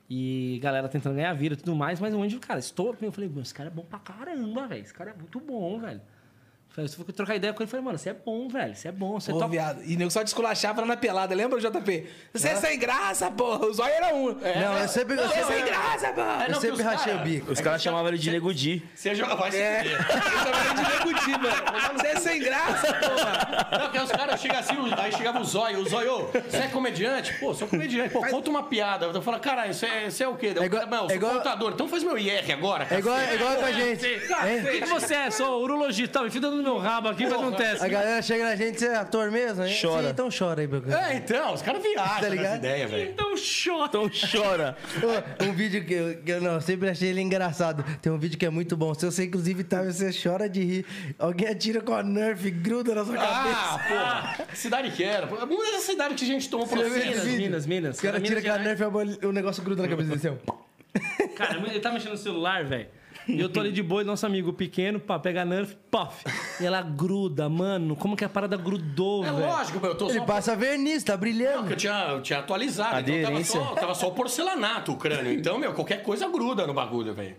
Speaker 4: E galera tentando ganhar vida e tudo mais, mas o Ângelo, cara, estourou. Eu falei, mano, esse cara é bom pra caramba, velho. Esse cara é muito bom, velho. Eu falei, Se eu for trocar ideia com ele, eu falei, mano, você é bom, velho. Você é bom, você
Speaker 3: Ô,
Speaker 4: toca.
Speaker 3: viado. E o nego só desculachava lá na pelada, lembra, JP? Você é sem graça, porra. O zóio era um.
Speaker 1: É. Não, eu sempre
Speaker 3: Você é sem
Speaker 1: gostei.
Speaker 3: graça, porra.
Speaker 1: Eu
Speaker 5: não,
Speaker 1: sempre
Speaker 5: que os
Speaker 1: rachei o
Speaker 5: cara-
Speaker 1: bico. É.
Speaker 2: Os caras chamavam ele de Nego Di.
Speaker 5: Você joga, vai se
Speaker 3: É.
Speaker 5: fuder.
Speaker 3: Eu tava querendo te discutir, mano. Você é sem graça, porra.
Speaker 5: Não, porque os caras chegam assim, aí chegava o zóio, o zóio, ô, você é comediante? Pô, sou comediante. Pô, conta uma piada. Eu falo, caralho, você é, você é o quê? Eu,
Speaker 1: É igual-
Speaker 5: não, eu sou
Speaker 1: é igual-
Speaker 5: contador, então faz meu IR agora.
Speaker 1: É
Speaker 5: cara."
Speaker 1: igual, é igual com a gente.
Speaker 4: O
Speaker 1: hein?
Speaker 4: que, que você é? Sou urologista. Tá, me fio dando no meu rabo aqui faz um teste.
Speaker 1: A galera chega na gente, você é ator mesmo? né?
Speaker 2: Chora.
Speaker 1: Sim, então chora aí, meu cara.
Speaker 5: É, então, os caras viajam
Speaker 1: Tá
Speaker 5: tá
Speaker 1: ligado?
Speaker 5: nessa ideia, velho.
Speaker 4: Então chora.
Speaker 2: Então chora.
Speaker 1: Ô, Um vídeo que eu, que eu não, eu sempre achei ele engraçado. Tem um vídeo que é muito bom. Se você, inclusive, tá, você chora de rir. Alguém atira com a Nerf, gruda na sua cabeça.
Speaker 5: Ah, porra. Que Cidade que era. pô. Muda essa cidade que a gente tomou por
Speaker 1: Você vê
Speaker 5: cima.
Speaker 1: esse vídeo?
Speaker 4: Minas, Minas.
Speaker 1: Os caras
Speaker 4: Cara,
Speaker 1: atiram
Speaker 4: Minas
Speaker 1: com a
Speaker 4: Gerais.
Speaker 1: Nerf e o negócio gruda na cabeça dele. assim, ó.
Speaker 4: Cara, ele tá mexendo no celular, velho. E eu tô ali de boi, nosso amigo pequeno, pá, pega a Nerf, puff. E ela gruda, mano. Como que a parada grudou,
Speaker 5: É
Speaker 4: velho?
Speaker 5: lógico, meu. Eu tô
Speaker 1: Ele
Speaker 5: só...
Speaker 1: passa verniz, tá brilhando.
Speaker 5: Porque eu tinha, eu tinha atualizado,
Speaker 2: Aderência.
Speaker 5: então tava só, tava só o porcelanato o crânio. Então, meu, qualquer coisa gruda no bagulho, velho.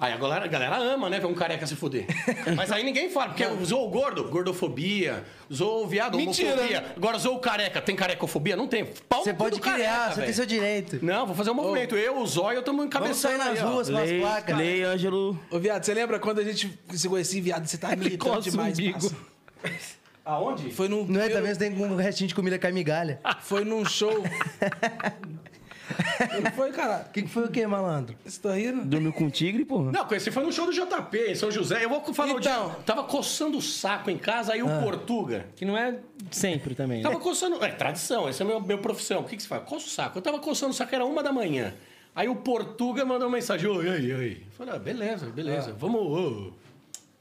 Speaker 5: Aí a galera, a galera ama, né? Ver um careca se fuder. Mas aí ninguém fala, porque usou o gordo, gordofobia, usou o viado,
Speaker 3: Mentira.
Speaker 5: homofobia. Agora usou o careca, tem carecofobia? Não tem.
Speaker 1: né?
Speaker 5: Pau no
Speaker 1: Você
Speaker 5: cu
Speaker 1: pode
Speaker 5: do
Speaker 1: criar,
Speaker 5: careca,
Speaker 1: você tem
Speaker 5: velho.
Speaker 1: seu direito.
Speaker 5: Não, vou fazer um movimento. Eu, o zóio, estamos
Speaker 1: Vamos sair
Speaker 5: encabeçando
Speaker 1: nas
Speaker 5: aí, ó.
Speaker 1: ruas com as
Speaker 2: Lei,
Speaker 1: placas.
Speaker 2: lei, Ângelo.
Speaker 3: Ô, viado, você lembra quando a gente se conhecia, viado? Você tá
Speaker 2: coça
Speaker 3: militante
Speaker 2: o
Speaker 3: demais,
Speaker 2: umbigo.
Speaker 3: parça.
Speaker 5: Aonde?
Speaker 3: Foi num,
Speaker 1: Não é?
Speaker 3: eu-
Speaker 1: Também você tem um restinho de comida com a migalha.
Speaker 3: foi num show. Não foi, cara?
Speaker 1: O que, que foi o que, malandro?
Speaker 3: Você tá rindo?
Speaker 2: Dormiu com o tigre, porra.
Speaker 5: Não, conheci foi no show do JP, em São José. Eu vou falar o
Speaker 3: Então.
Speaker 5: dia. Tava coçando o saco em casa, aí o Portuga.
Speaker 4: Que não é sempre também, né?
Speaker 5: Tava coçando. É tradição, essa é a minha, minha profissão. O que, que você faz? Coça o saco. Eu tava coçando o saco, era uma da manhã. Aí o Portuga mandou uma mensagem: oi, oi, oi. Eu falei: ah, beleza, beleza. Vamos. ô.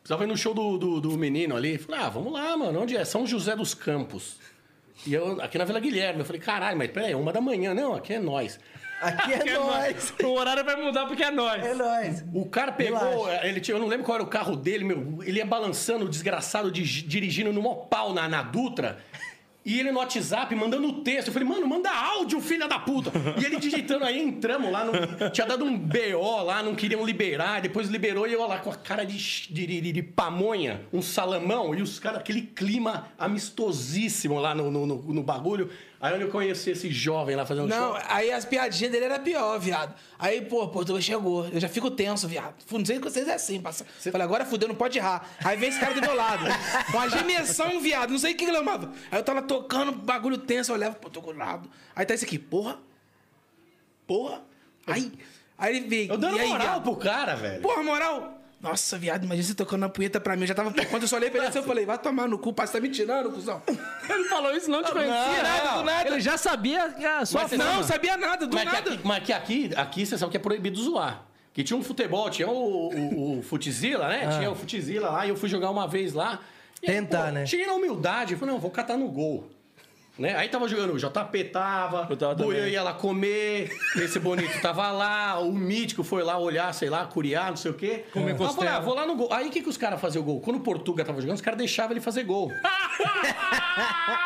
Speaker 5: Precisava ir no show do, do, do menino ali. Eu Falei: ah, vamos lá, mano. Onde é? São José dos Campos. E eu, aqui na Vila Guilherme. Eu falei: caralho, mas peraí, é uma da manhã. Não, aqui é nós.
Speaker 1: Aqui é nóis.
Speaker 4: O horário vai mudar porque é nós.
Speaker 1: É nóis.
Speaker 5: O cara pegou, ele tinha, eu não lembro qual era o carro dele, meu. Ele ia balançando, o desgraçado, de- dirigindo no mó pau na, na Dutra. E ele no WhatsApp mandando o texto. Eu falei, mano, manda áudio, filha da puta. E ele digitando aí, entramos lá. no- tinha dado um BO lá, não queriam liberar. Depois liberou e eu lá com a cara de, ch- de, de- de pamonha, um salamão. E os caras, aquele clima amistosíssimo lá no, no, no- no bagulho. Aí onde eu conheci esse jovem lá fazendo
Speaker 3: Não,
Speaker 5: show.
Speaker 3: aí as piadinhas dele era pior, viado. Aí, pô, Portugal chegou. Eu já fico tenso, viado. Fu- Não sei que vocês é assim, passa. Falei, agora fudeu, não pode errar. Aí vem esse cara do meu lado. Com a gemessão, viado. Não sei o que ele amava. Aí eu tava tocando, bagulho tenso, eu olhava, pô, tô com o lado. Aí tá esse aqui, porra. Porra. Aí. Aí ele vem.
Speaker 5: Eu dando
Speaker 3: e aí,
Speaker 5: moral
Speaker 3: viado?
Speaker 5: pro cara, velho.
Speaker 3: Porra, moral! Nossa, viado, imagina você tocando na punheta pra mim. Eu já tava. Quando eu só olhei pra ele, assim, eu falei, vai tomar no cu, parça, tá me tirando, cuzão.
Speaker 4: Ele falou isso, não te conhecia.
Speaker 5: não.
Speaker 4: do nada. Ele já sabia que a sua
Speaker 5: Mas você
Speaker 3: Não,
Speaker 4: fama.
Speaker 3: sabia nada, do
Speaker 5: mas que
Speaker 3: nada.
Speaker 5: aqui, mas que aqui, aqui você sabe que é proibido zoar. Que tinha um futebol, tinha o, o, o Futizila, né?
Speaker 3: Ah.
Speaker 5: Tinha o Futizila lá, e eu fui jogar uma vez lá. E aí,
Speaker 1: Tentar, né?
Speaker 5: Cheguei na humildade, falei, não, vou catar no gol. Né? Aí tava jogando, o JP tava,
Speaker 2: Eu tava
Speaker 5: o Boia
Speaker 2: também.
Speaker 5: ia lá comer, esse bonito tava lá, o Mítico foi lá olhar, sei lá, curiar, não sei o quê. Comer ah, falei, ah, vou lá no gol. Aí o que, que os caras faziam o gol? Quando o Portuga tava jogando, os caras deixavam ele fazer gol. Aí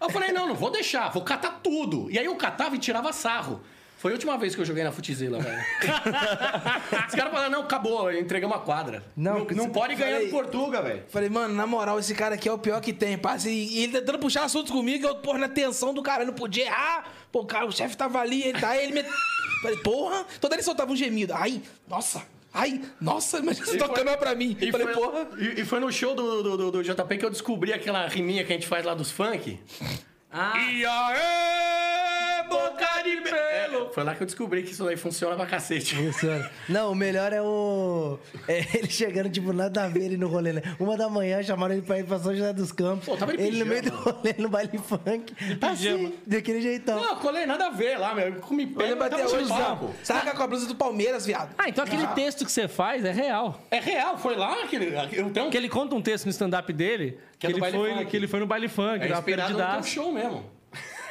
Speaker 5: Eu falei, não, não vou deixar, vou catar tudo. E aí eu catava e tirava sarro. Foi a última vez que eu joguei na futizila, velho. Os caras falaram, não, acabou, entregamos a quadra.
Speaker 1: Não,
Speaker 5: não,
Speaker 1: que
Speaker 5: não
Speaker 1: você-
Speaker 5: pode ganhar
Speaker 3: Falei-
Speaker 5: do Portuga, velho.
Speaker 3: Falei, mano, na moral, esse cara aqui é o pior que tem, parça. E, e ele tá tentando puxar assuntos comigo, eu, porra, na tensão do cara, eu não podia errar. Pô, cara, o chefe tava ali, ele tá, ele me. Falei, porra. Toda ele soltava um gemido. Ai, nossa, ai, nossa, imagina você
Speaker 5: E
Speaker 3: tocando
Speaker 5: foi-
Speaker 3: uma pra mim.
Speaker 5: E
Speaker 3: Falei,
Speaker 5: foi,
Speaker 3: porra.
Speaker 5: e, e foi no show do, do, do- do JP que eu descobri aquela riminha que a gente faz lá dos funk.
Speaker 4: Ah.
Speaker 5: E aê, boca de pelo! É, foi lá que eu descobri que isso daí funciona pra cacete.
Speaker 1: Funciona. Não, o melhor é o. é ele chegando, tipo, nada a ver ele no rolê, né? Uma da manhã chamaram ele pra ir pra São José dos Campos.
Speaker 5: Pô, tava de
Speaker 1: ele no
Speaker 5: pijama.
Speaker 1: meio do rolê, no baile funk. Assim, daquele jeitão.
Speaker 5: Não, colei nada a ver lá, meu. Eu Comi
Speaker 3: Ele
Speaker 5: pelo,
Speaker 3: bateu hoje,
Speaker 5: papo.
Speaker 3: Saca com a blusa do Palmeiras, viado.
Speaker 4: Ah, então aquele texto que você faz é real.
Speaker 5: É real, foi lá que eu tenho um
Speaker 4: Porque ele conta um texto no stand-up dele que,
Speaker 5: é do
Speaker 4: ele,
Speaker 5: baile
Speaker 4: foi,
Speaker 5: funk.
Speaker 4: que ele foi no baile funk,
Speaker 5: É
Speaker 4: dá uma
Speaker 5: inspirado no teu
Speaker 4: perdidaça.
Speaker 5: show mesmo.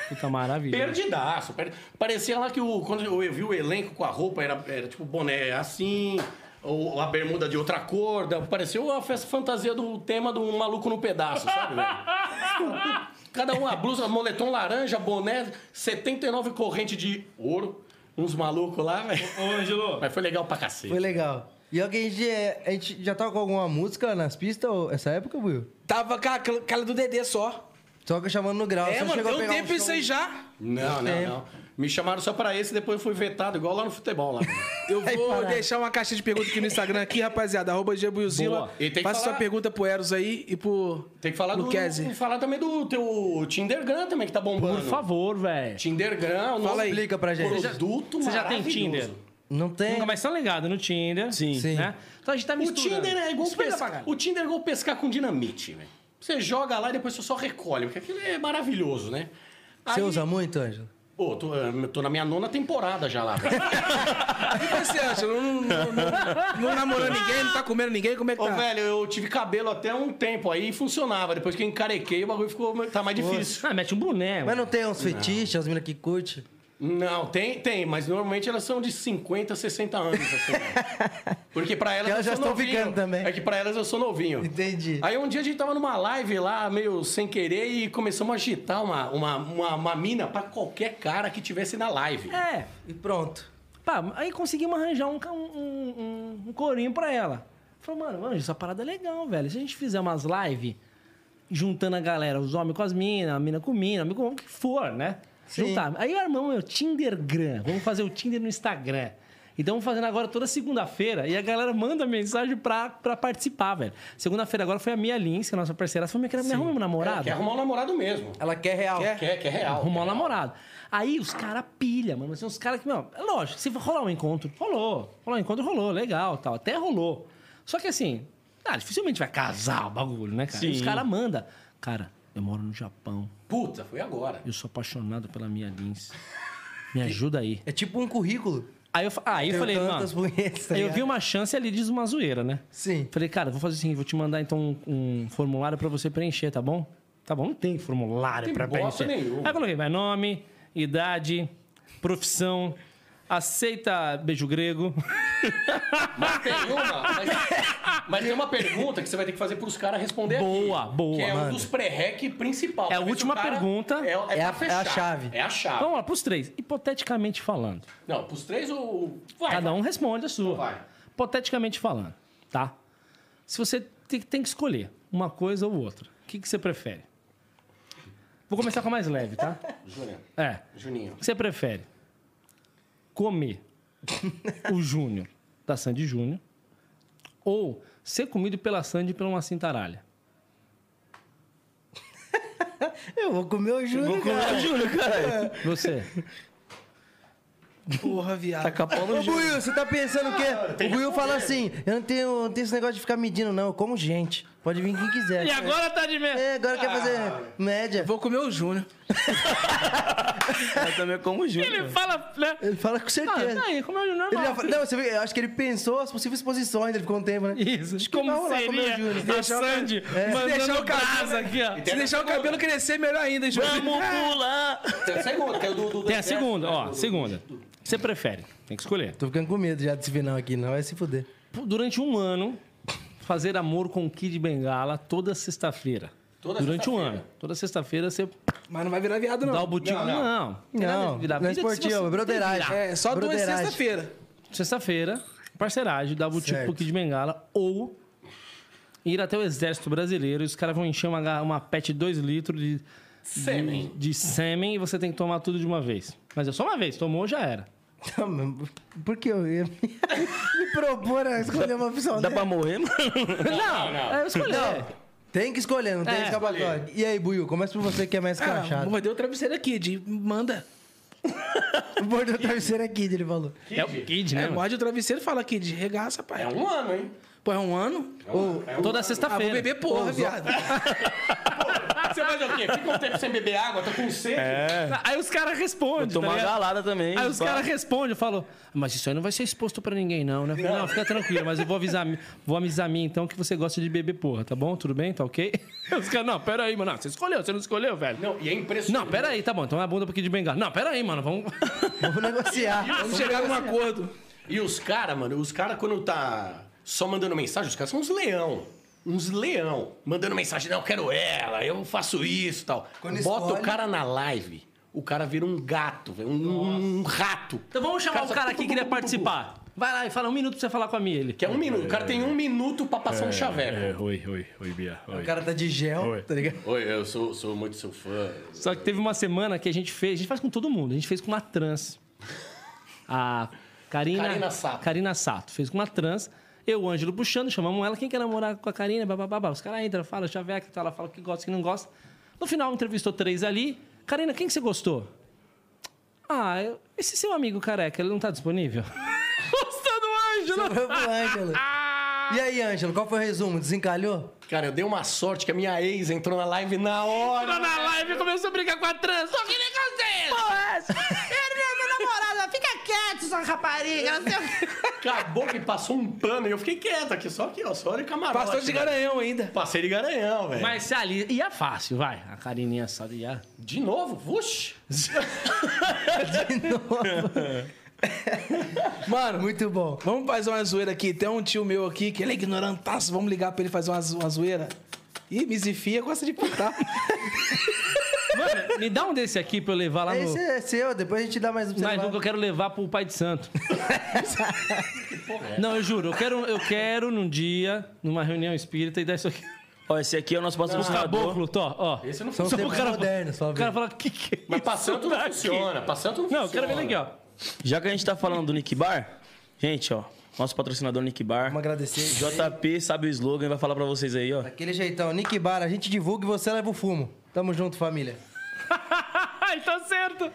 Speaker 4: Puta maravilha.
Speaker 5: Perdidaço. per- Parecia lá que o, quando eu vi o elenco com a roupa, era, era tipo boné assim, ou a bermuda de outra cor. da- Pareceu a festa fantasia do tema do Maluco no Pedaço, sabe, velho? Cada um a blusa, moletom laranja, boné, 79 corrente de ouro. Uns malucos lá, velho.
Speaker 4: Ô, Angelo.
Speaker 5: Mas foi legal pra
Speaker 1: Foi
Speaker 5: cacete.
Speaker 1: legal. E alguém já, a gente já tava com alguma música nas pistas ou- essa época, Will?
Speaker 3: Tava com a cara do Dedê só.
Speaker 1: Só que eu chamando no grau.
Speaker 3: é,
Speaker 1: só
Speaker 3: mano,
Speaker 1: chegou a
Speaker 3: deu um
Speaker 1: pegar
Speaker 3: tempo
Speaker 1: um
Speaker 3: isso aí
Speaker 1: som.
Speaker 3: já.
Speaker 5: Não, não, não. Me chamaram só pra esse, depois eu fui vetado, igual lá no futebol lá.
Speaker 3: Eu
Speaker 1: Vai
Speaker 3: vou
Speaker 1: parar.
Speaker 3: deixar uma caixinha de perguntas aqui no Instagram, aqui, rapaziada. Arroba Gebuilzila.
Speaker 5: Boa. E tem que
Speaker 3: Faça
Speaker 5: falar-
Speaker 3: sua pergunta pro Eros aí e pro.
Speaker 5: Tem que falar do,
Speaker 3: Luquezzi.
Speaker 5: falar também do teu Tindergram também que tá bombando.
Speaker 4: Por favor, velho.
Speaker 5: Tindergram,
Speaker 3: Fala aí.
Speaker 1: Explica pra gente.
Speaker 5: Produto
Speaker 4: Você já tem
Speaker 5: maravilhoso.
Speaker 4: Tinder?
Speaker 1: Não tem.
Speaker 4: Nunca mais estão ligados no Tinder.
Speaker 2: Sim.
Speaker 1: Sim.
Speaker 4: Né? Então a gente tá
Speaker 5: O
Speaker 4: misturando.
Speaker 5: Tinder é igual
Speaker 4: Explica pra
Speaker 5: pescar.
Speaker 4: galera.
Speaker 5: O Tinder é igual pescar com dinamite, velho. Você joga lá e depois você só recolhe, porque aquilo é maravilhoso, né?
Speaker 1: Você
Speaker 5: Aí-
Speaker 1: usa muito, Ângelo?
Speaker 5: Pô, tô, eh, tô na minha nona temporada já lá, velho.
Speaker 3: E você, Ângelo? Não, não, não- não namorou ninguém, não tá comendo ninguém? Como é que
Speaker 5: Ô,
Speaker 3: tá?
Speaker 5: velho, eu tive cabelo até um tempo aí funcionava. Depois que eu encarequei, o bagulho ficou, tá mais difícil.
Speaker 4: Ah, mete um boné.
Speaker 1: Mas
Speaker 4: mano.
Speaker 1: não tem uns fetiches, as minas que curte?
Speaker 5: Não, tem, tem, mas normalmente elas são de 50, 60 anos, assim. né? Porque pra elas
Speaker 1: Porque elas
Speaker 5: eu
Speaker 1: já
Speaker 5: sou
Speaker 1: estão
Speaker 5: novinho.
Speaker 1: ficando também. Então,
Speaker 5: É que pra elas eu sou novinho.
Speaker 1: Entendi.
Speaker 5: Aí um dia a gente tava numa live lá, meio sem querer, e começamos a agitar uma, uma, uma, uma mina pra qualquer cara que tivesse na live.
Speaker 4: É.
Speaker 1: E pronto.
Speaker 4: Pá, aí conseguimos arranjar um, ca- um, um, um corinho pra ela. Falou, mano, Anjo, essa parada é legal, velho. Se a gente fizer umas lives juntando a galera, os homens com as minas, a mina com mina, amigo com o que for, né?
Speaker 1: Sim.
Speaker 4: Juntar. Aí armamos o Tindergram. Vamos fazer o Tinder no Instagram. E estamos fazendo agora toda segunda-feira e a galera manda mensagem pra, pra participar, velho. Segunda-feira agora foi a Mia Lins, que é a nossa parceira. Ela falou, minha, me arruma um namorado.
Speaker 5: Quer arrumar um namorado mesmo.
Speaker 1: Ela quer real.
Speaker 5: Quer, quer real.
Speaker 4: Arrumar um namorado. Aí os caras pilha, mano. Mas tem uns caras que, meu, é lógico, se rolar um encontro, rolou. Rolar um encontro, rolou, legal tal. Até rolou. Só que assim, ah, dificilmente vai casar o bagulho, né, cara?
Speaker 2: Sim.
Speaker 4: Os caras mandam. Cara, eu moro no Japão,
Speaker 5: Puta, foi agora.
Speaker 4: eu sou apaixonado pela minha Lins. Me ajuda aí.
Speaker 1: É tipo um currículo.
Speaker 4: Aí eu, fa- ah, aí eu
Speaker 1: Tem
Speaker 4: falei, mano.
Speaker 1: tantas punhetas, tá
Speaker 4: eu vi um-
Speaker 1: ligado?
Speaker 4: uma chance ali de uma zoeira, né?
Speaker 1: Sim.
Speaker 4: Falei, cara, vou fazer assim, vou te mandar então um, um formulário pra você preencher, tá bom? Tá bom, não tem formulário
Speaker 5: Não tem
Speaker 4: pra
Speaker 5: bosta
Speaker 4: preencher.
Speaker 5: nenhuma.
Speaker 4: Aí coloquei meu nome, idade, profissão, aceita beijo grego.
Speaker 5: Ah. Mas tem uma, mas, mas tem uma pergunta que você vai ter que fazer pros caras responder
Speaker 4: Boa,
Speaker 5: aqui,
Speaker 4: boa,
Speaker 5: Que é um
Speaker 1: manda.
Speaker 5: dos pré-rec principal.
Speaker 4: É a
Speaker 5: Pra ver se
Speaker 4: última
Speaker 5: o cara-
Speaker 4: pergunta.
Speaker 5: É, é,
Speaker 1: É
Speaker 5: pra
Speaker 1: a-
Speaker 5: fechar.
Speaker 1: é a chave.
Speaker 5: É a chave.
Speaker 4: Vamos lá, Então, pros três. Hipoteticamente falando.
Speaker 5: Não, pros três ou. Vai.
Speaker 4: Cada
Speaker 5: vai.
Speaker 4: um responde a sua.
Speaker 5: vai.
Speaker 4: Hipoteticamente falando, tá? Se você tem, tem que escolher uma coisa ou outra, o que, que você prefere? Vou começar com a mais leve, tá?
Speaker 5: Júnior.
Speaker 4: É.
Speaker 5: Juninho.
Speaker 4: O que você prefere? Comer o Júnior da Sandy Júnior ou ser comido pela Sandy por uma cintaralha?
Speaker 1: Eu vou comer o Júlio,
Speaker 2: Vou comer o Júlio, cara.
Speaker 4: Você.
Speaker 3: Porra, viado.
Speaker 2: Tacar pau
Speaker 1: Ô,
Speaker 2: no Júlio.
Speaker 1: Buiu, você tá pensando o quê? O Buiu fala assim, eu não tenho, não tenho esse negócio de ficar medindo, não. Eu como gente. Pode vir quem quiser.
Speaker 4: E agora tá de merda.
Speaker 1: É, agora quer fazer média.
Speaker 3: Vou comer o Júnior.
Speaker 2: É, Eu também como o
Speaker 4: Ele
Speaker 2: Júlio.
Speaker 4: fala, né?
Speaker 1: Ele fala com
Speaker 4: Ah,
Speaker 1: certeza.
Speaker 4: tá aí, como é o normal.
Speaker 1: Ele já fa- não, você vê, eu acho que ele pensou as possíveis posições, ele ficou um tempo, né?
Speaker 4: Isso.
Speaker 1: Acho que vai
Speaker 4: Como
Speaker 1: rolar comer o é,
Speaker 4: seria
Speaker 1: Júnior.
Speaker 4: a Sandy
Speaker 3: Deixar
Speaker 4: mandando
Speaker 3: o cabelo-
Speaker 4: brasa aqui, ó.
Speaker 3: Se deixar o cabelo crescer, melhor ainda, hein, Júnior.
Speaker 2: Vamos
Speaker 1: é.
Speaker 2: pular.
Speaker 5: Tem a segunda. Tem, o do, do
Speaker 4: Tem a
Speaker 5: deserto,
Speaker 4: segunda,
Speaker 5: né?
Speaker 4: ó,
Speaker 5: Do-
Speaker 4: segunda. O que você prefere? Tem que escolher.
Speaker 1: Tô ficando com medo já desse final aqui, não vai se fuder.
Speaker 4: Durante um ano, fazer amor com o Kid Bengala toda sexta-feira.
Speaker 5: Toda
Speaker 4: Durante um
Speaker 5: sexta-feira.
Speaker 4: ano. Toda sexta-feira você
Speaker 3: Mas não vai virar viado, não.
Speaker 4: Dá o né? botico.
Speaker 5: Não,
Speaker 4: Não,
Speaker 5: não.
Speaker 4: não. Tem nada
Speaker 1: Não,
Speaker 4: de virar.
Speaker 1: não é
Speaker 4: Vida que se
Speaker 1: esportivo,
Speaker 4: você
Speaker 1: é broderagem.
Speaker 4: virar.
Speaker 3: É, só duas
Speaker 1: Broderagem.
Speaker 3: sexta-feira.
Speaker 4: Sexta-feira, parceragem, dá o botico
Speaker 1: Certo.
Speaker 4: pro Kid Bengala ou ir até o Exército Brasileiro e os caras vão encher uma, garra- uma pet de 2 litros de, de,
Speaker 5: Sêmen.
Speaker 4: de sêmen e você tem que tomar tudo de uma vez. Mas é só uma vez, tomou, já era.
Speaker 1: Tá, mas por que eu ia me, me propor a escolher uma opção
Speaker 2: Dá pra
Speaker 1: dessa?
Speaker 2: morrer,
Speaker 4: Tá
Speaker 2: mano?
Speaker 5: Não, não. não.
Speaker 4: É, eu escolhi.
Speaker 1: Tem que escolher, não tem
Speaker 4: É.
Speaker 1: escapatória. E aí, Buiu, começa por você que é mais
Speaker 3: Ah,
Speaker 1: escrachado.
Speaker 3: mordeu o travesseiro aqui, de manda.
Speaker 1: O bordo do travesseiro é Kid, ele falou.
Speaker 4: É o Kid, né?
Speaker 3: É,
Speaker 4: mano?
Speaker 3: morde o travesseiro e fala aqui, de regaça, pai.
Speaker 5: É um ano, hein?
Speaker 3: Pô, é um ano?
Speaker 5: É um- é um-
Speaker 4: Toda
Speaker 3: Ah, vou
Speaker 4: sexta-feira.
Speaker 3: beber porra, viado.
Speaker 5: Você faz o quê? Fica um tempo sem beber água, tá com sede.
Speaker 4: Aí os caras respondem. tá
Speaker 2: Tomar uma
Speaker 4: ligado?
Speaker 2: galada também.
Speaker 4: Aí os
Speaker 2: pá.
Speaker 4: caras respondem, eu falo, mas isso aí não vai ser exposto pra ninguém, não, né? Eu falo, Não, fica tranquilo, mas eu vou avisar, vou avisar a mim então que você gosta de beber porra, tá bom? Tudo bem? Tá ok? Os caras, não, pera aí, mano, não, você escolheu, você não escolheu, velho.
Speaker 5: Não, e é impressionante.
Speaker 4: Não, pera aí, tá bom, então é a bunda porque de bengala. Não, pera aí, mano, vamos.
Speaker 1: Vamos negociar.
Speaker 3: Vamos chegar num acordo.
Speaker 5: E os caras, mano, os caras quando tá só mandando mensagem, os caras são uns leão. Uns leão. Mandando mensagem, não, eu quero ela, eu faço isso e tal.
Speaker 1: Quando
Speaker 5: Bota
Speaker 1: escolhe-
Speaker 5: o cara na live, o cara vira um gato, velho, um, um rato.
Speaker 4: Então vamos chamar o
Speaker 5: só-
Speaker 4: cara aqui que queria participar. Vai lá e fala um minuto pra você falar com a minha ele.
Speaker 5: Que é um minuto. O cara tem um minuto pra passar um chaveco.
Speaker 2: Oi, oi, oi, Bia.
Speaker 1: O cara tá de gel, tá ligado?
Speaker 5: Oi, eu sou, sou muito seu fã.
Speaker 4: Só que teve uma semana que a gente fez, a gente faz com todo mundo, a gente fez com uma trans. A Karina,
Speaker 5: Karina Sato.
Speaker 4: Karina Sato fez com uma trans. Eu, Ângelo, puxando, chamamos ela, quem quer namorar com a Karina, bababá. Os caras entram, falam, chaveca, tal, ela fala o que gosta, o que não gosta. No final, entrevistou três ali. Karina, quem que você gostou? Ah, eu- esse seu amigo careca, ele não tá disponível? Gostando do Ângelo!
Speaker 1: Sobrou pro Ângelo. E aí, Ângelo, qual foi o resumo? Desencalhou?
Speaker 5: Cara, eu dei uma sorte que a minha ex entrou na live na hora.
Speaker 4: Entrou na live e começou a brigar com a trans. Só que nem consigo! Porra, essa!
Speaker 5: Acabou que passou um pano e eu fiquei quieto aqui, só aqui, ó, só olha o camarote.
Speaker 3: Passou de
Speaker 5: velho.
Speaker 3: garanhão ainda.
Speaker 5: Passei de garanhão, velho.
Speaker 4: Mas se ali ia fácil, vai. A Carininha sabe ia.
Speaker 5: De novo? Vuxi.
Speaker 3: Mano,
Speaker 1: Muito bom.
Speaker 3: vamos fazer uma zoeira aqui. Tem um tio meu aqui que ele é ignorantaço. Vamos ligar pra ele fazer uma, zo- uma zoeira. Ih, misifia, gosta de putar.
Speaker 4: Mano, me dá um desse aqui pra eu levar lá
Speaker 1: Esse
Speaker 4: no.
Speaker 1: é seu, depois a gente dá mais um pra você
Speaker 4: Mais um
Speaker 1: levar.
Speaker 4: que eu quero levar pro pai de santo. Não, eu juro, eu quero, eu quero num dia, numa reunião espírita, e dar isso aqui.
Speaker 2: Ó, esse aqui é o nosso próximo buscador.
Speaker 4: Caboclo, tó, ó.
Speaker 5: Ah, Esse eu não
Speaker 1: São
Speaker 5: funciona.
Speaker 1: os tempos
Speaker 4: o cara-
Speaker 1: modernos, só
Speaker 4: O cara fala, que que é
Speaker 5: Mas
Speaker 4: isso
Speaker 5: passando não
Speaker 4: daqui?"
Speaker 5: funciona. Passando
Speaker 4: Não,
Speaker 5: não,
Speaker 4: eu quero
Speaker 5: funciona.
Speaker 4: ver ele aqui, ó.
Speaker 2: Já que a gente tá falando do Nick Bar, gente, ó, nosso patrocinador Nick Bar.
Speaker 1: Vamos agradecer.
Speaker 2: JP sabe o slogan, vai falar pra vocês aí, ó.
Speaker 1: Aquele jeitão, Nick Bar, a gente divulga e você leva o fumo. Tamo junto, família.
Speaker 4: Ai, tá certo.